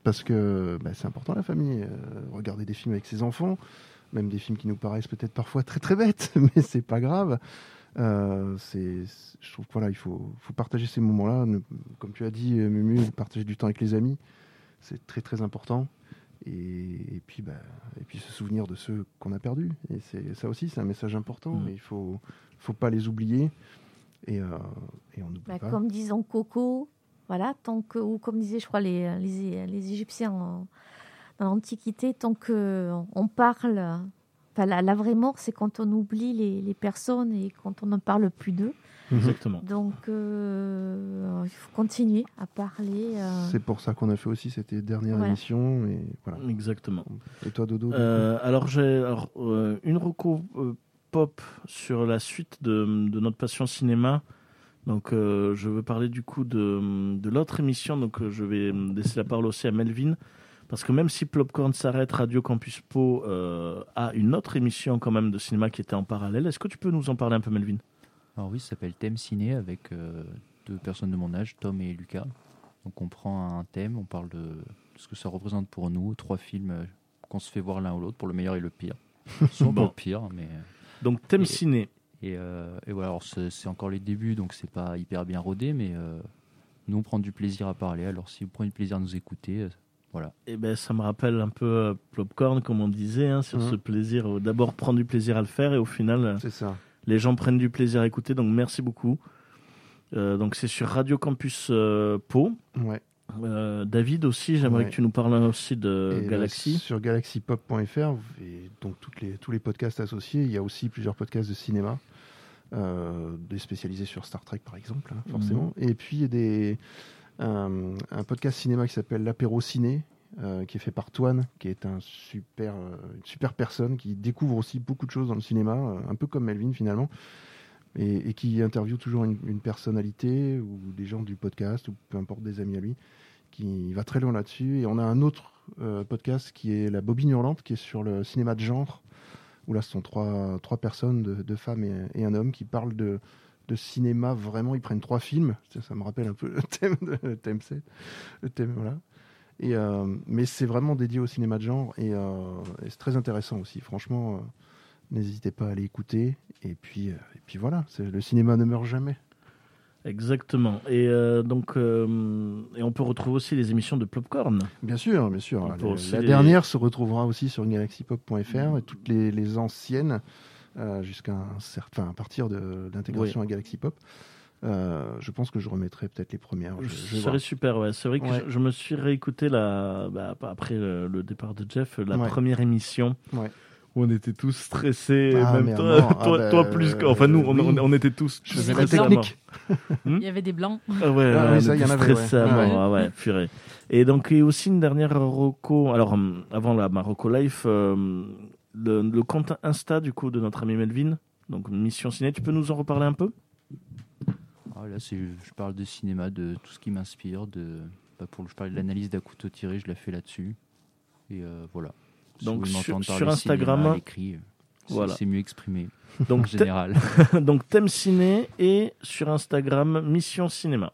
[SPEAKER 6] Parce que bah, c'est important la famille. Euh, regarder des films avec ses enfants, même des films qui nous paraissent peut-être parfois très très bêtes, *laughs* mais c'est pas grave. Euh, c'est- c'est- je trouve qu'il voilà, il faut, faut partager ces moments-là. Ne- Comme tu as dit, euh, Mumu, partager du temps avec les amis, c'est très très important. Et, et puis, bah, et puis se souvenir de ceux qu'on a perdus. Et c'est- ça aussi, c'est un message important.
[SPEAKER 4] Mm.
[SPEAKER 6] Et il faut, faut pas les oublier. Et, euh, et on n'oublie
[SPEAKER 1] Bah,
[SPEAKER 6] pas.
[SPEAKER 1] comme disons Coco, voilà, tant que, ou comme disaient, je crois, les, les, les Égyptiens en- dans l'Antiquité, tant qu'on parle, enfin, la, la vraie mort, c'est quand on oublie les, les personnes et quand on ne parle plus d'eux.
[SPEAKER 4] Exactement.
[SPEAKER 1] Donc, euh, il faut continuer à parler. euh,
[SPEAKER 6] C'est pour ça qu'on a fait aussi cette dernière
[SPEAKER 1] Voilà. Mm.
[SPEAKER 6] émission. Et, voilà.
[SPEAKER 4] Exactement.
[SPEAKER 6] et toi, Dodo du coup
[SPEAKER 4] Euh, alors j'ai alors, euh, une reco euh, pop sur la suite de, de notre passion cinéma. Donc euh, je veux parler du coup de, de l'autre émission. Donc euh, je vais euh, laisser la parole aussi à Melvin. Parce que même si Popcorn s'arrête, Radio Campus Po euh, a une autre émission quand même de cinéma qui était en parallèle. Est-ce que tu peux nous en parler un peu, Melvin
[SPEAKER 9] Alors oui, ça s'appelle Thème Ciné avec euh, deux personnes de mon âge, Tom et Lucas. Donc on prend un thème, on parle de ce que ça représente pour nous, trois films euh, qu'on se fait voir l'un ou l'autre pour le meilleur et le pire. Souvent pour
[SPEAKER 4] Bon.
[SPEAKER 9] le pire, mais euh,
[SPEAKER 4] Donc thème
[SPEAKER 9] Et-
[SPEAKER 4] ciné.
[SPEAKER 9] et, euh, et voilà. Alors c'est c'est encore les débuts, donc c'est pas hyper bien rodé, mais euh, nous on prend du plaisir à parler. Alors si vous prenez du plaisir à nous écouter, euh,
[SPEAKER 4] Eh ben, ça me rappelle un peu euh, Popcorn, comme on disait, hein, sur
[SPEAKER 6] Mhm.
[SPEAKER 4] ce plaisir. euh, D'abord prendre du plaisir à le faire et au final... euh,
[SPEAKER 6] C'est ça.
[SPEAKER 4] Les gens prennent du plaisir à écouter, donc merci beaucoup. Euh, donc c'est sur Radio Campus euh, Pau.
[SPEAKER 6] Ouais.
[SPEAKER 4] Euh, David aussi, j'aimerais
[SPEAKER 6] Ouais.
[SPEAKER 4] que tu nous parles aussi de
[SPEAKER 6] Et, euh,
[SPEAKER 4] Galaxy.
[SPEAKER 6] sur galaxypop.fr et donc toutes les, tous les podcasts associés. Il y a aussi plusieurs podcasts de cinéma, euh, des spécialisés sur Star Trek par exemple, hein, forcément. Et puis des, un, un podcast cinéma qui s'appelle l'apéro ciné. euh, qui est fait par Toine, qui est un super, euh, une super personne qui découvre aussi beaucoup de choses dans le cinéma, euh, un peu comme Melvin finalement, et, et qui interviewe toujours une, une personnalité ou des gens du podcast ou peu importe des amis à lui. qui va très loin là-dessus. Et on a un autre euh, podcast qui est La Bobine Hurlante, qui est sur le cinéma de genre, où là, ce sont trois, trois personnes, deux, deux femmes et, et un homme, qui parlent de, de cinéma vraiment. Ils prennent trois films. Ça, ça me rappelle un peu le thème, de, le thème 7. Le thème, voilà. Et, euh, mais c'est vraiment dédié au cinéma de genre et, euh, et c'est très intéressant aussi. Franchement, euh, n'hésitez pas à aller écouter. Et puis, euh, et puis voilà, c'est- le cinéma ne meurt jamais.
[SPEAKER 4] Exactement. Et euh, donc euh, et on peut retrouver aussi les émissions de Popcorn.
[SPEAKER 6] Bien sûr, bien sûr.
[SPEAKER 4] On
[SPEAKER 6] La,
[SPEAKER 4] peut aussi
[SPEAKER 6] la
[SPEAKER 4] les- Mm.
[SPEAKER 6] dernière se retrouvera aussi sur galaxypop.fr et toutes les, les anciennes euh, jusqu'à un certain, à partir de l'intégration à Galaxy Pop. Euh, je pense que je remettrai peut-être les premières. Je, je
[SPEAKER 4] Ce
[SPEAKER 6] vais
[SPEAKER 4] serait super. Ouais. C'est vrai que
[SPEAKER 6] Ouais.
[SPEAKER 4] je, je me suis réécouté la, bah, après le, le départ de Jeff, la
[SPEAKER 6] Ouais.
[SPEAKER 4] première émission
[SPEAKER 6] Ouais.
[SPEAKER 4] où on était tous stressés,
[SPEAKER 6] Ah,
[SPEAKER 4] même
[SPEAKER 6] mais
[SPEAKER 4] toi,
[SPEAKER 6] non, ah
[SPEAKER 4] toi,
[SPEAKER 6] bah, euh,
[SPEAKER 4] toi plus que. Enfin, nous, on,
[SPEAKER 6] oui.
[SPEAKER 4] on- on était tous
[SPEAKER 6] Je faisais
[SPEAKER 4] stressés
[SPEAKER 6] la
[SPEAKER 4] à mort.
[SPEAKER 6] technique.
[SPEAKER 5] Il y avait des blancs.
[SPEAKER 4] Ah ouais,
[SPEAKER 6] Ah
[SPEAKER 4] ouais,
[SPEAKER 6] oui,
[SPEAKER 4] on
[SPEAKER 6] ça,
[SPEAKER 4] était
[SPEAKER 6] y en avait,
[SPEAKER 4] stressés
[SPEAKER 6] ouais.
[SPEAKER 4] à
[SPEAKER 6] Ah
[SPEAKER 4] mort, ah ouais, purée. Et donc, et aussi une dernière Rocco. Alors, hum, avant la Marocco Life, euh, le, le compte Insta, du coup, de notre ami Melvin, donc Mission Ciné, tu peux nous en reparler un
[SPEAKER 6] *laughs*
[SPEAKER 4] peu
[SPEAKER 9] Ah, là, c'est, je parle de cinéma, de tout ce qui m'inspire. De, bah, pour, je parlais de l'analyse d'un couteau tiré, je la fais là-dessus. Et euh, voilà. Si
[SPEAKER 4] Donc,
[SPEAKER 9] vous voulez
[SPEAKER 4] sur-
[SPEAKER 9] m'entendre
[SPEAKER 4] sur
[SPEAKER 9] parler
[SPEAKER 4] Instagram,
[SPEAKER 9] cinéma, à l'écrit, euh, c'est,
[SPEAKER 4] voilà.
[SPEAKER 9] c'est mieux exprimé en
[SPEAKER 4] donc,
[SPEAKER 9] général.
[SPEAKER 4] *laughs* donc thème ciné et sur Instagram Mission Cinéma.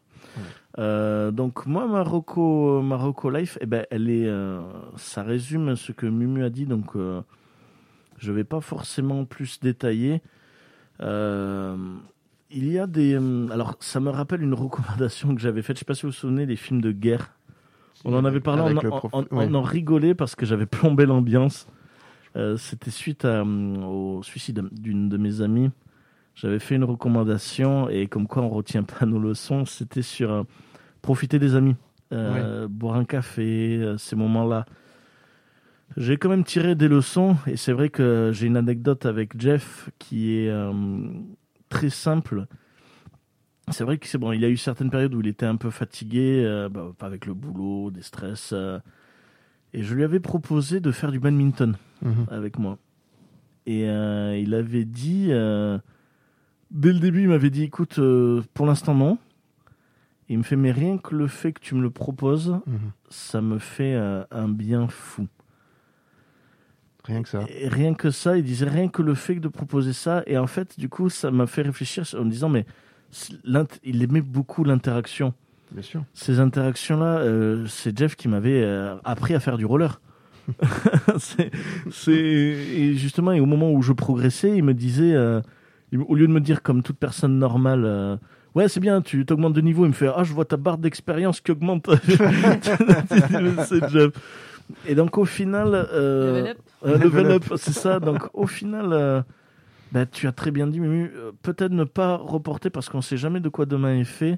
[SPEAKER 4] Euh, donc moi Marocco Marocco Life eh ben elle est euh, ça résume ce que Mumu a dit donc euh, je vais pas forcément plus détailler Euh, il y a des euh, alors ça me rappelle une recommandation que j'avais faite je sais pas si vous vous souvenez des films de guerre on en avait parlé,
[SPEAKER 6] Avec
[SPEAKER 4] on,
[SPEAKER 6] le
[SPEAKER 4] en-
[SPEAKER 6] prof-
[SPEAKER 4] on-
[SPEAKER 6] ouais.
[SPEAKER 4] on en rigolait parce que j'avais plombé l'ambiance. Euh, C'était suite à, hum, au suicide d'une de mes amies. J'avais fait une recommandation et comme quoi on retient pas nos leçons, c'était sur euh, profiter des amis, Euh, boire un café, euh, ces moments-là. J'ai quand même tiré des leçons et c'est vrai que j'ai une anecdote avec Jeff qui est euh, très simple. C'est vrai que c'est bon, il a eu certaines périodes où il était un peu fatigué, euh, bah, avec le boulot, des stress. euh, et je lui avais proposé de faire du badminton
[SPEAKER 6] Mhm.
[SPEAKER 4] avec moi. Et euh, il avait dit, euh, dès le début, il m'avait dit, écoute, euh, pour l'instant non. Il me fait, mais rien que le fait que tu me le proposes,
[SPEAKER 6] Mhm.
[SPEAKER 4] ça me fait euh, un bien fou.
[SPEAKER 6] Rien que ça.
[SPEAKER 4] Et rien que ça, il disait rien que le fait de proposer ça. Et en fait, du coup, ça m'a fait réfléchir en me disant, mais c'est l'int- il aimait beaucoup l'interaction.
[SPEAKER 6] Bien sûr.
[SPEAKER 4] Ces interactions-là, euh, c'est Jeff qui m'avait euh, appris à faire du roller. *laughs* c'est, c'est- et justement, et au moment où je progressais, il me disait, euh, il- au lieu de me dire comme toute personne normale, euh, ouais, c'est bien, tu t'augmentes de niveau, il me fait, ah, je vois ta barre d'expérience qui augmente. *laughs* c'est Jeff. Et donc, au final, euh,
[SPEAKER 5] Level up.
[SPEAKER 4] euh,
[SPEAKER 6] Level
[SPEAKER 4] level up, *laughs* c'est ça. Donc au final, euh, bah, tu as très bien dit, Mumu, euh, peut-être ne pas reporter parce qu'on ne sait jamais de quoi demain est fait.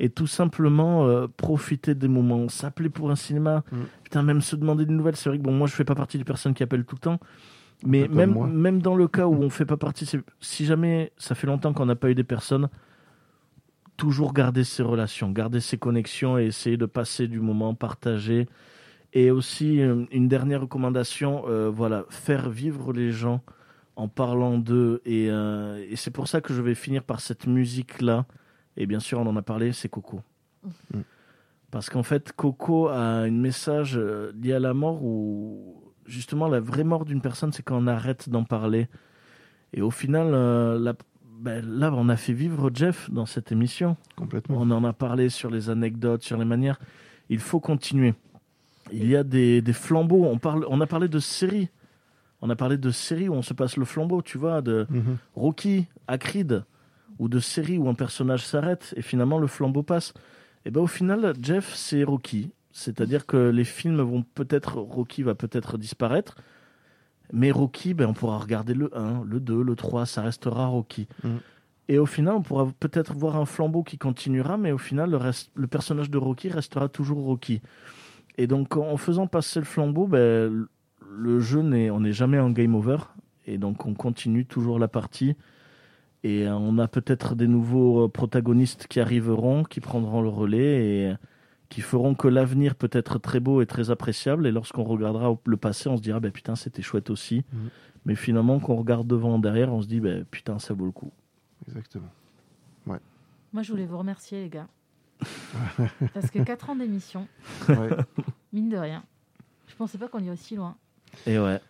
[SPEAKER 4] Et tout simplement euh, profiter des moments, s'appeler pour un cinéma,
[SPEAKER 6] Mm.
[SPEAKER 4] putain, même se demander des nouvelles. C'est vrai que bon, moi je fais pas partie des personnes qui appellent tout le temps, mais
[SPEAKER 6] Bah, Comme
[SPEAKER 4] même,
[SPEAKER 6] moi.
[SPEAKER 4] même dans le cas où on fait pas partie, c'est- si jamais ça fait longtemps qu'on n'a pas eu des personnes, toujours garder ses relations, garder ses connexions et essayer de passer du moment partagé. Et aussi, euh, une dernière recommandation, euh, voilà, faire vivre les gens en parlant d'eux. Et, euh, et c'est pour ça que je vais finir par cette musique-là. Et bien sûr, on en a parlé, c'est Coco.
[SPEAKER 6] Mm.
[SPEAKER 4] Parce qu'en fait, Coco a un message euh, lié à la mort où, justement, la vraie mort d'une personne, c'est quand on arrête d'en parler. Et au final, euh, la- ben, là, on a fait vivre Jeff dans cette émission.
[SPEAKER 6] Complètement.
[SPEAKER 4] On en a parlé sur les anecdotes, sur les manières. Il faut continuer. Il y a des, des flambeaux. On, parle, on a parlé de séries. On a parlé de séries où on se passe le flambeau, tu vois, de
[SPEAKER 6] Mhm.
[SPEAKER 4] Rocky, Acrid, ou de séries où un personnage s'arrête et finalement le flambeau passe. Et ben au final, Jeff, c'est Rocky. C'est-à-dire que les films vont peut-être. Rocky va peut-être disparaître. Mais Rocky, ben, on pourra regarder le 1, le 2, le 3, ça restera Rocky. Et au final, on pourra peut-être voir un flambeau qui continuera, mais au final, le, reste- le personnage de Rocky restera toujours Rocky. Et donc, en faisant passer le flambeau, ben, le jeu n'est, on n'est jamais en game over, et donc on continue toujours la partie. Et euh, on a peut-être des nouveaux euh, protagonistes qui arriveront, qui prendront le relais et euh, qui feront que l'avenir peut être très beau et très appréciable. Et lorsqu'on regardera au- le passé, on se dira, ben putain, c'était chouette aussi.
[SPEAKER 6] Mhm.
[SPEAKER 4] Mais finalement, qu'on regarde devant, derrière, on se dit, ben putain, ça vaut le coup. *laughs*
[SPEAKER 6] Exactement.
[SPEAKER 5] Moi, je voulais vous remercier,
[SPEAKER 6] *laughs*
[SPEAKER 5] les gars. Parce que 4 ans d'émission,
[SPEAKER 6] Ouais.
[SPEAKER 5] mine de rien, je pensais pas qu'on irait si loin.
[SPEAKER 4] Et ouais.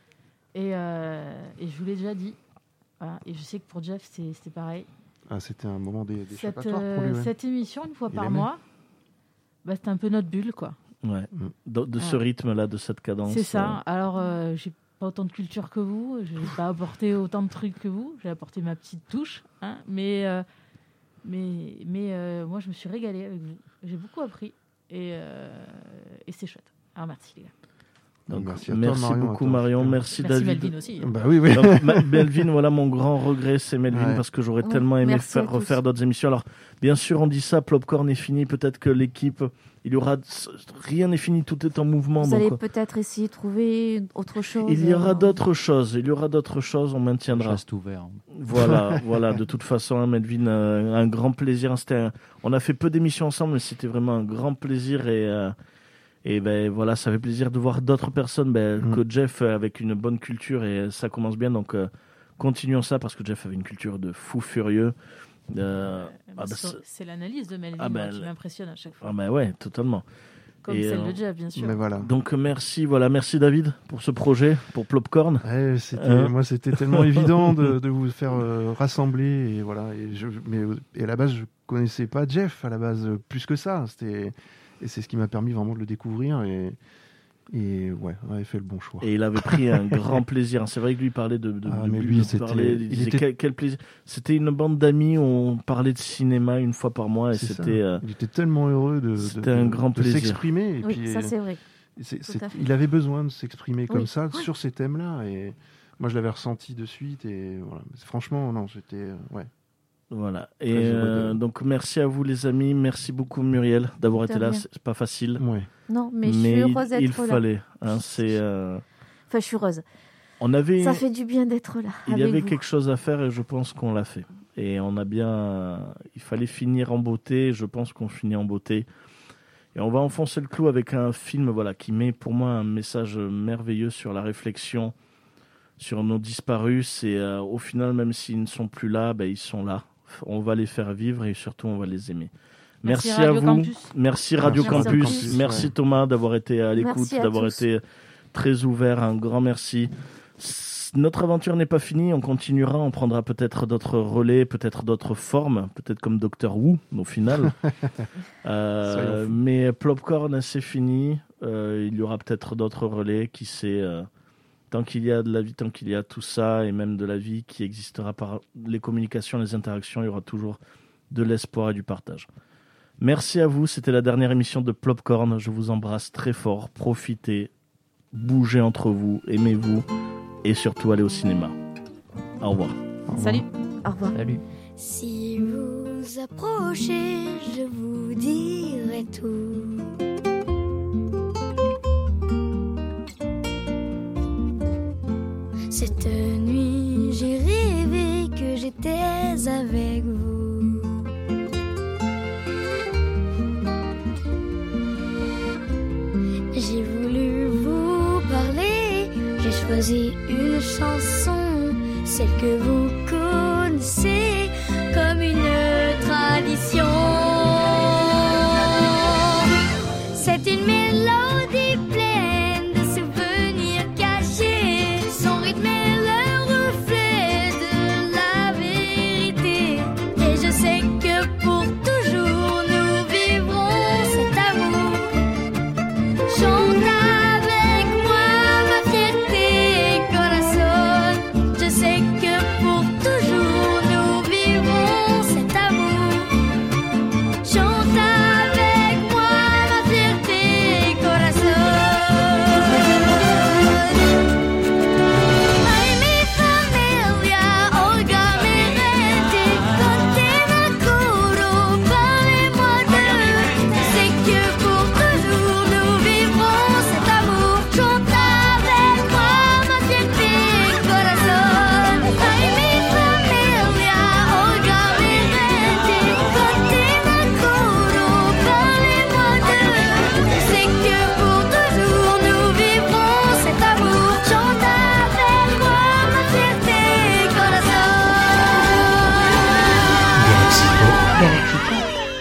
[SPEAKER 5] Et, euh, et je vous l'ai déjà dit. Voilà. Et je sais que pour Jeff, c'est c'est pareil.
[SPEAKER 6] Ah, c'était un moment des, des
[SPEAKER 5] Cette,
[SPEAKER 6] échappatoires
[SPEAKER 5] euh,
[SPEAKER 6] pour lui. ouais.
[SPEAKER 5] cette émission, une fois
[SPEAKER 6] Il
[SPEAKER 5] par
[SPEAKER 6] aimait.
[SPEAKER 5] mois, bah, c'est un peu notre bulle, quoi.
[SPEAKER 4] ouais.
[SPEAKER 6] Mm.
[SPEAKER 4] De, de ce
[SPEAKER 5] Ouais.
[SPEAKER 4] rythme-là, de cette cadence.
[SPEAKER 5] C'est ça. Alors, euh, j'ai pas autant de culture que vous, j'ai pas apporté autant de trucs que vous, j'ai apporté ma petite touche, hein, mais, euh, mais, mais euh, moi, je me suis régalée avec vous. J'ai beaucoup appris et, euh, et c'est chouette. Alors, merci les gars.
[SPEAKER 4] Donc,
[SPEAKER 6] Merci à toi,
[SPEAKER 4] merci
[SPEAKER 6] Marion,
[SPEAKER 4] beaucoup
[SPEAKER 6] attends,
[SPEAKER 4] Marion,
[SPEAKER 6] putain.
[SPEAKER 4] merci,
[SPEAKER 11] Merci
[SPEAKER 4] David.
[SPEAKER 11] Melvin aussi.
[SPEAKER 5] hein.
[SPEAKER 6] Bah oui, oui.
[SPEAKER 4] Donc, Ma- Melvin, voilà mon grand regret, c'est Melvin,
[SPEAKER 6] Ouais.
[SPEAKER 4] parce que j'aurais
[SPEAKER 12] Mm,
[SPEAKER 4] tellement aimé
[SPEAKER 12] merci à
[SPEAKER 4] faire-
[SPEAKER 12] tous.
[SPEAKER 4] refaire d'autres émissions. Alors, bien sûr, on dit ça, Plopcorn est fini, peut-être que l'équipe, il y aura, rien n'est fini, tout est en mouvement.
[SPEAKER 12] Vous
[SPEAKER 4] donc,
[SPEAKER 12] allez
[SPEAKER 4] euh,
[SPEAKER 12] peut-être essayer de trouver autre chose.
[SPEAKER 4] il y aura
[SPEAKER 12] euh,
[SPEAKER 4] d'autres choses, il y aura d'autres choses, on
[SPEAKER 9] *laughs* Je
[SPEAKER 4] maintiendra.
[SPEAKER 9] reste ouvert. hein.
[SPEAKER 4] Voilà, voilà, de toute façon, hein, Melvin, euh, un grand plaisir. C'était un- On a fait peu d'émissions ensemble, mais c'était vraiment un grand plaisir et. euh, Et ben voilà, ça fait plaisir de voir d'autres personnes ben,
[SPEAKER 6] Mm.
[SPEAKER 4] que Jeff euh, avec une bonne culture et euh, ça commence bien. Donc euh, continuons ça parce que Jeff avait une culture de fou furieux. Euh,
[SPEAKER 11] Euh,
[SPEAKER 4] ah bah,
[SPEAKER 11] c'est-
[SPEAKER 4] c'est-
[SPEAKER 11] c'est l'analyse de Melvin
[SPEAKER 4] Ah bah,
[SPEAKER 5] hein,
[SPEAKER 11] moi, qui
[SPEAKER 4] elle-
[SPEAKER 11] m'impressionne à chaque fois.
[SPEAKER 4] ah ben ouais, totalement.
[SPEAKER 11] Comme
[SPEAKER 4] et,
[SPEAKER 11] celle
[SPEAKER 4] euh,
[SPEAKER 11] de Jeff, bien sûr.
[SPEAKER 6] Mais voilà.
[SPEAKER 4] Donc euh, merci, voilà, merci David pour ce projet, pour Plopcorn.
[SPEAKER 6] Ouais, c'était-
[SPEAKER 4] Hein
[SPEAKER 6] moi,
[SPEAKER 4] *laughs*
[SPEAKER 6] c'était tellement évident de, de vous faire euh, rassembler et voilà. Et, je, mais euh, et à la base, je connaissais pas Jeff à la base euh, plus que ça. C'était et c'est ce qui m'a permis vraiment de le découvrir et et ouais, on avait fait le bon choix.
[SPEAKER 4] Et il avait pris un grand plaisir. hein. C'est vrai que lui parlait de, de,
[SPEAKER 6] Ah,
[SPEAKER 4] de
[SPEAKER 6] mais
[SPEAKER 4] bulles,
[SPEAKER 6] lui,
[SPEAKER 4] il
[SPEAKER 6] c'était-
[SPEAKER 4] parlait, il
[SPEAKER 6] il
[SPEAKER 4] disait
[SPEAKER 6] était-
[SPEAKER 4] quel, quel plaisir. C'était une bande d'amis, où on parlait de cinéma une fois par mois et
[SPEAKER 6] C'est ça.
[SPEAKER 4] c'était. euh,
[SPEAKER 6] Il était tellement heureux de, de-
[SPEAKER 4] C'était un
[SPEAKER 6] de-
[SPEAKER 4] grand
[SPEAKER 6] de
[SPEAKER 4] plaisir.
[SPEAKER 6] s'exprimer. et
[SPEAKER 12] Oui,
[SPEAKER 4] euh,
[SPEAKER 6] puis,
[SPEAKER 12] ça c'est vrai.
[SPEAKER 6] c'est-
[SPEAKER 12] tout
[SPEAKER 6] c'est-
[SPEAKER 12] à fait.
[SPEAKER 6] il avait besoin de s'exprimer comme
[SPEAKER 12] Oui.
[SPEAKER 6] ça sur ces thèmes-là. Et moi, je l'avais ressenti de suite. Et voilà. Mais Franchement, non, j'étais euh, ouais.
[SPEAKER 4] Voilà. Et
[SPEAKER 6] Très heureux
[SPEAKER 4] euh,
[SPEAKER 6] de-
[SPEAKER 4] donc merci à vous les amis, merci beaucoup Muriel d'avoir
[SPEAKER 12] De
[SPEAKER 4] été là.
[SPEAKER 12] rien.
[SPEAKER 4] C'est pas facile,
[SPEAKER 6] ouais.
[SPEAKER 12] Non, mais, je suis
[SPEAKER 4] il,
[SPEAKER 12] heureuse
[SPEAKER 4] il
[SPEAKER 12] d'être là.
[SPEAKER 4] fallait. hein, c'est. euh,
[SPEAKER 12] Enfin, je suis heureuse.
[SPEAKER 4] On avait.
[SPEAKER 12] Ça fait du bien d'être là.
[SPEAKER 4] Il y
[SPEAKER 12] avec
[SPEAKER 4] avait
[SPEAKER 12] vous.
[SPEAKER 4] quelque chose à faire et je pense qu'on l'a fait. Et on a bien. Il fallait finir en beauté. et Je pense qu'on finit en beauté. Et on va enfoncer le clou avec un film voilà, qui met pour moi un message merveilleux sur la réflexion sur nos disparus. Et euh, au final, même s'ils ne sont plus là, ben, ils sont là. On va les faire vivre et surtout, on va les aimer. Merci,
[SPEAKER 11] Merci
[SPEAKER 4] à
[SPEAKER 11] Radio
[SPEAKER 4] vous.
[SPEAKER 11] Campus.
[SPEAKER 4] Merci Radio
[SPEAKER 12] Merci
[SPEAKER 4] Campus.
[SPEAKER 12] Campus.
[SPEAKER 4] Merci
[SPEAKER 6] Ouais.
[SPEAKER 4] Thomas d'avoir été à l'écoute,
[SPEAKER 12] Merci à
[SPEAKER 4] d'avoir
[SPEAKER 12] tous.
[SPEAKER 4] été très ouvert. Un grand merci. S- Notre aventure n'est pas finie, on continuera, on prendra peut-être d'autres relais, peut-être d'autres formes, peut-être comme Doctor Who au
[SPEAKER 6] *laughs*
[SPEAKER 4] final. Euh,
[SPEAKER 6] Soyons fous.
[SPEAKER 4] mais Plopcorn, c'est fini. Euh, il y aura peut-être d'autres relais, qui sait. euh, tant qu'il y a de la vie, tant qu'il y a tout ça, et même de la vie qui existera par les communications, les interactions, il y aura toujours de l'espoir et du partage. Merci à vous, c'était la dernière émission de Plopcorn. Je vous embrasse très fort, profitez, bougez entre vous, aimez-vous, et surtout allez au cinéma. Au revoir.
[SPEAKER 11] Salut.
[SPEAKER 12] Au revoir.
[SPEAKER 9] Salut.
[SPEAKER 5] Si vous approchez, je vous dirai tout. Cette nuit, j'ai rêvé que j'étais avec vous. J'ai voulu vous parler, j'ai choisi une chanson celle que vous connaissez comme une tradition. C'est une mélodie pleine de souvenirs cachés. Son rythme est le reflet de la vérité. Et je sais que pour toujours nous vivrons cet amour. Chante avec moi ma fierté, corazon. Je sais que pour toujours nous vivrons cet amour. Chante avec moi ma fierté, corazon. Ay, mi familia, oiga mi gente, contez-moi courant, parlez-moi d'eux. C'est que pour toujours nous vivrons cet amour. Chante avec moi, ma fierté, corazon. Ay, mi familia, oiga mi gente, contez-moi courant, parlez-moi d'eux. C'est que pour toujours nous vivrons cet amour. Chante avec moi, ma fierté, corazon.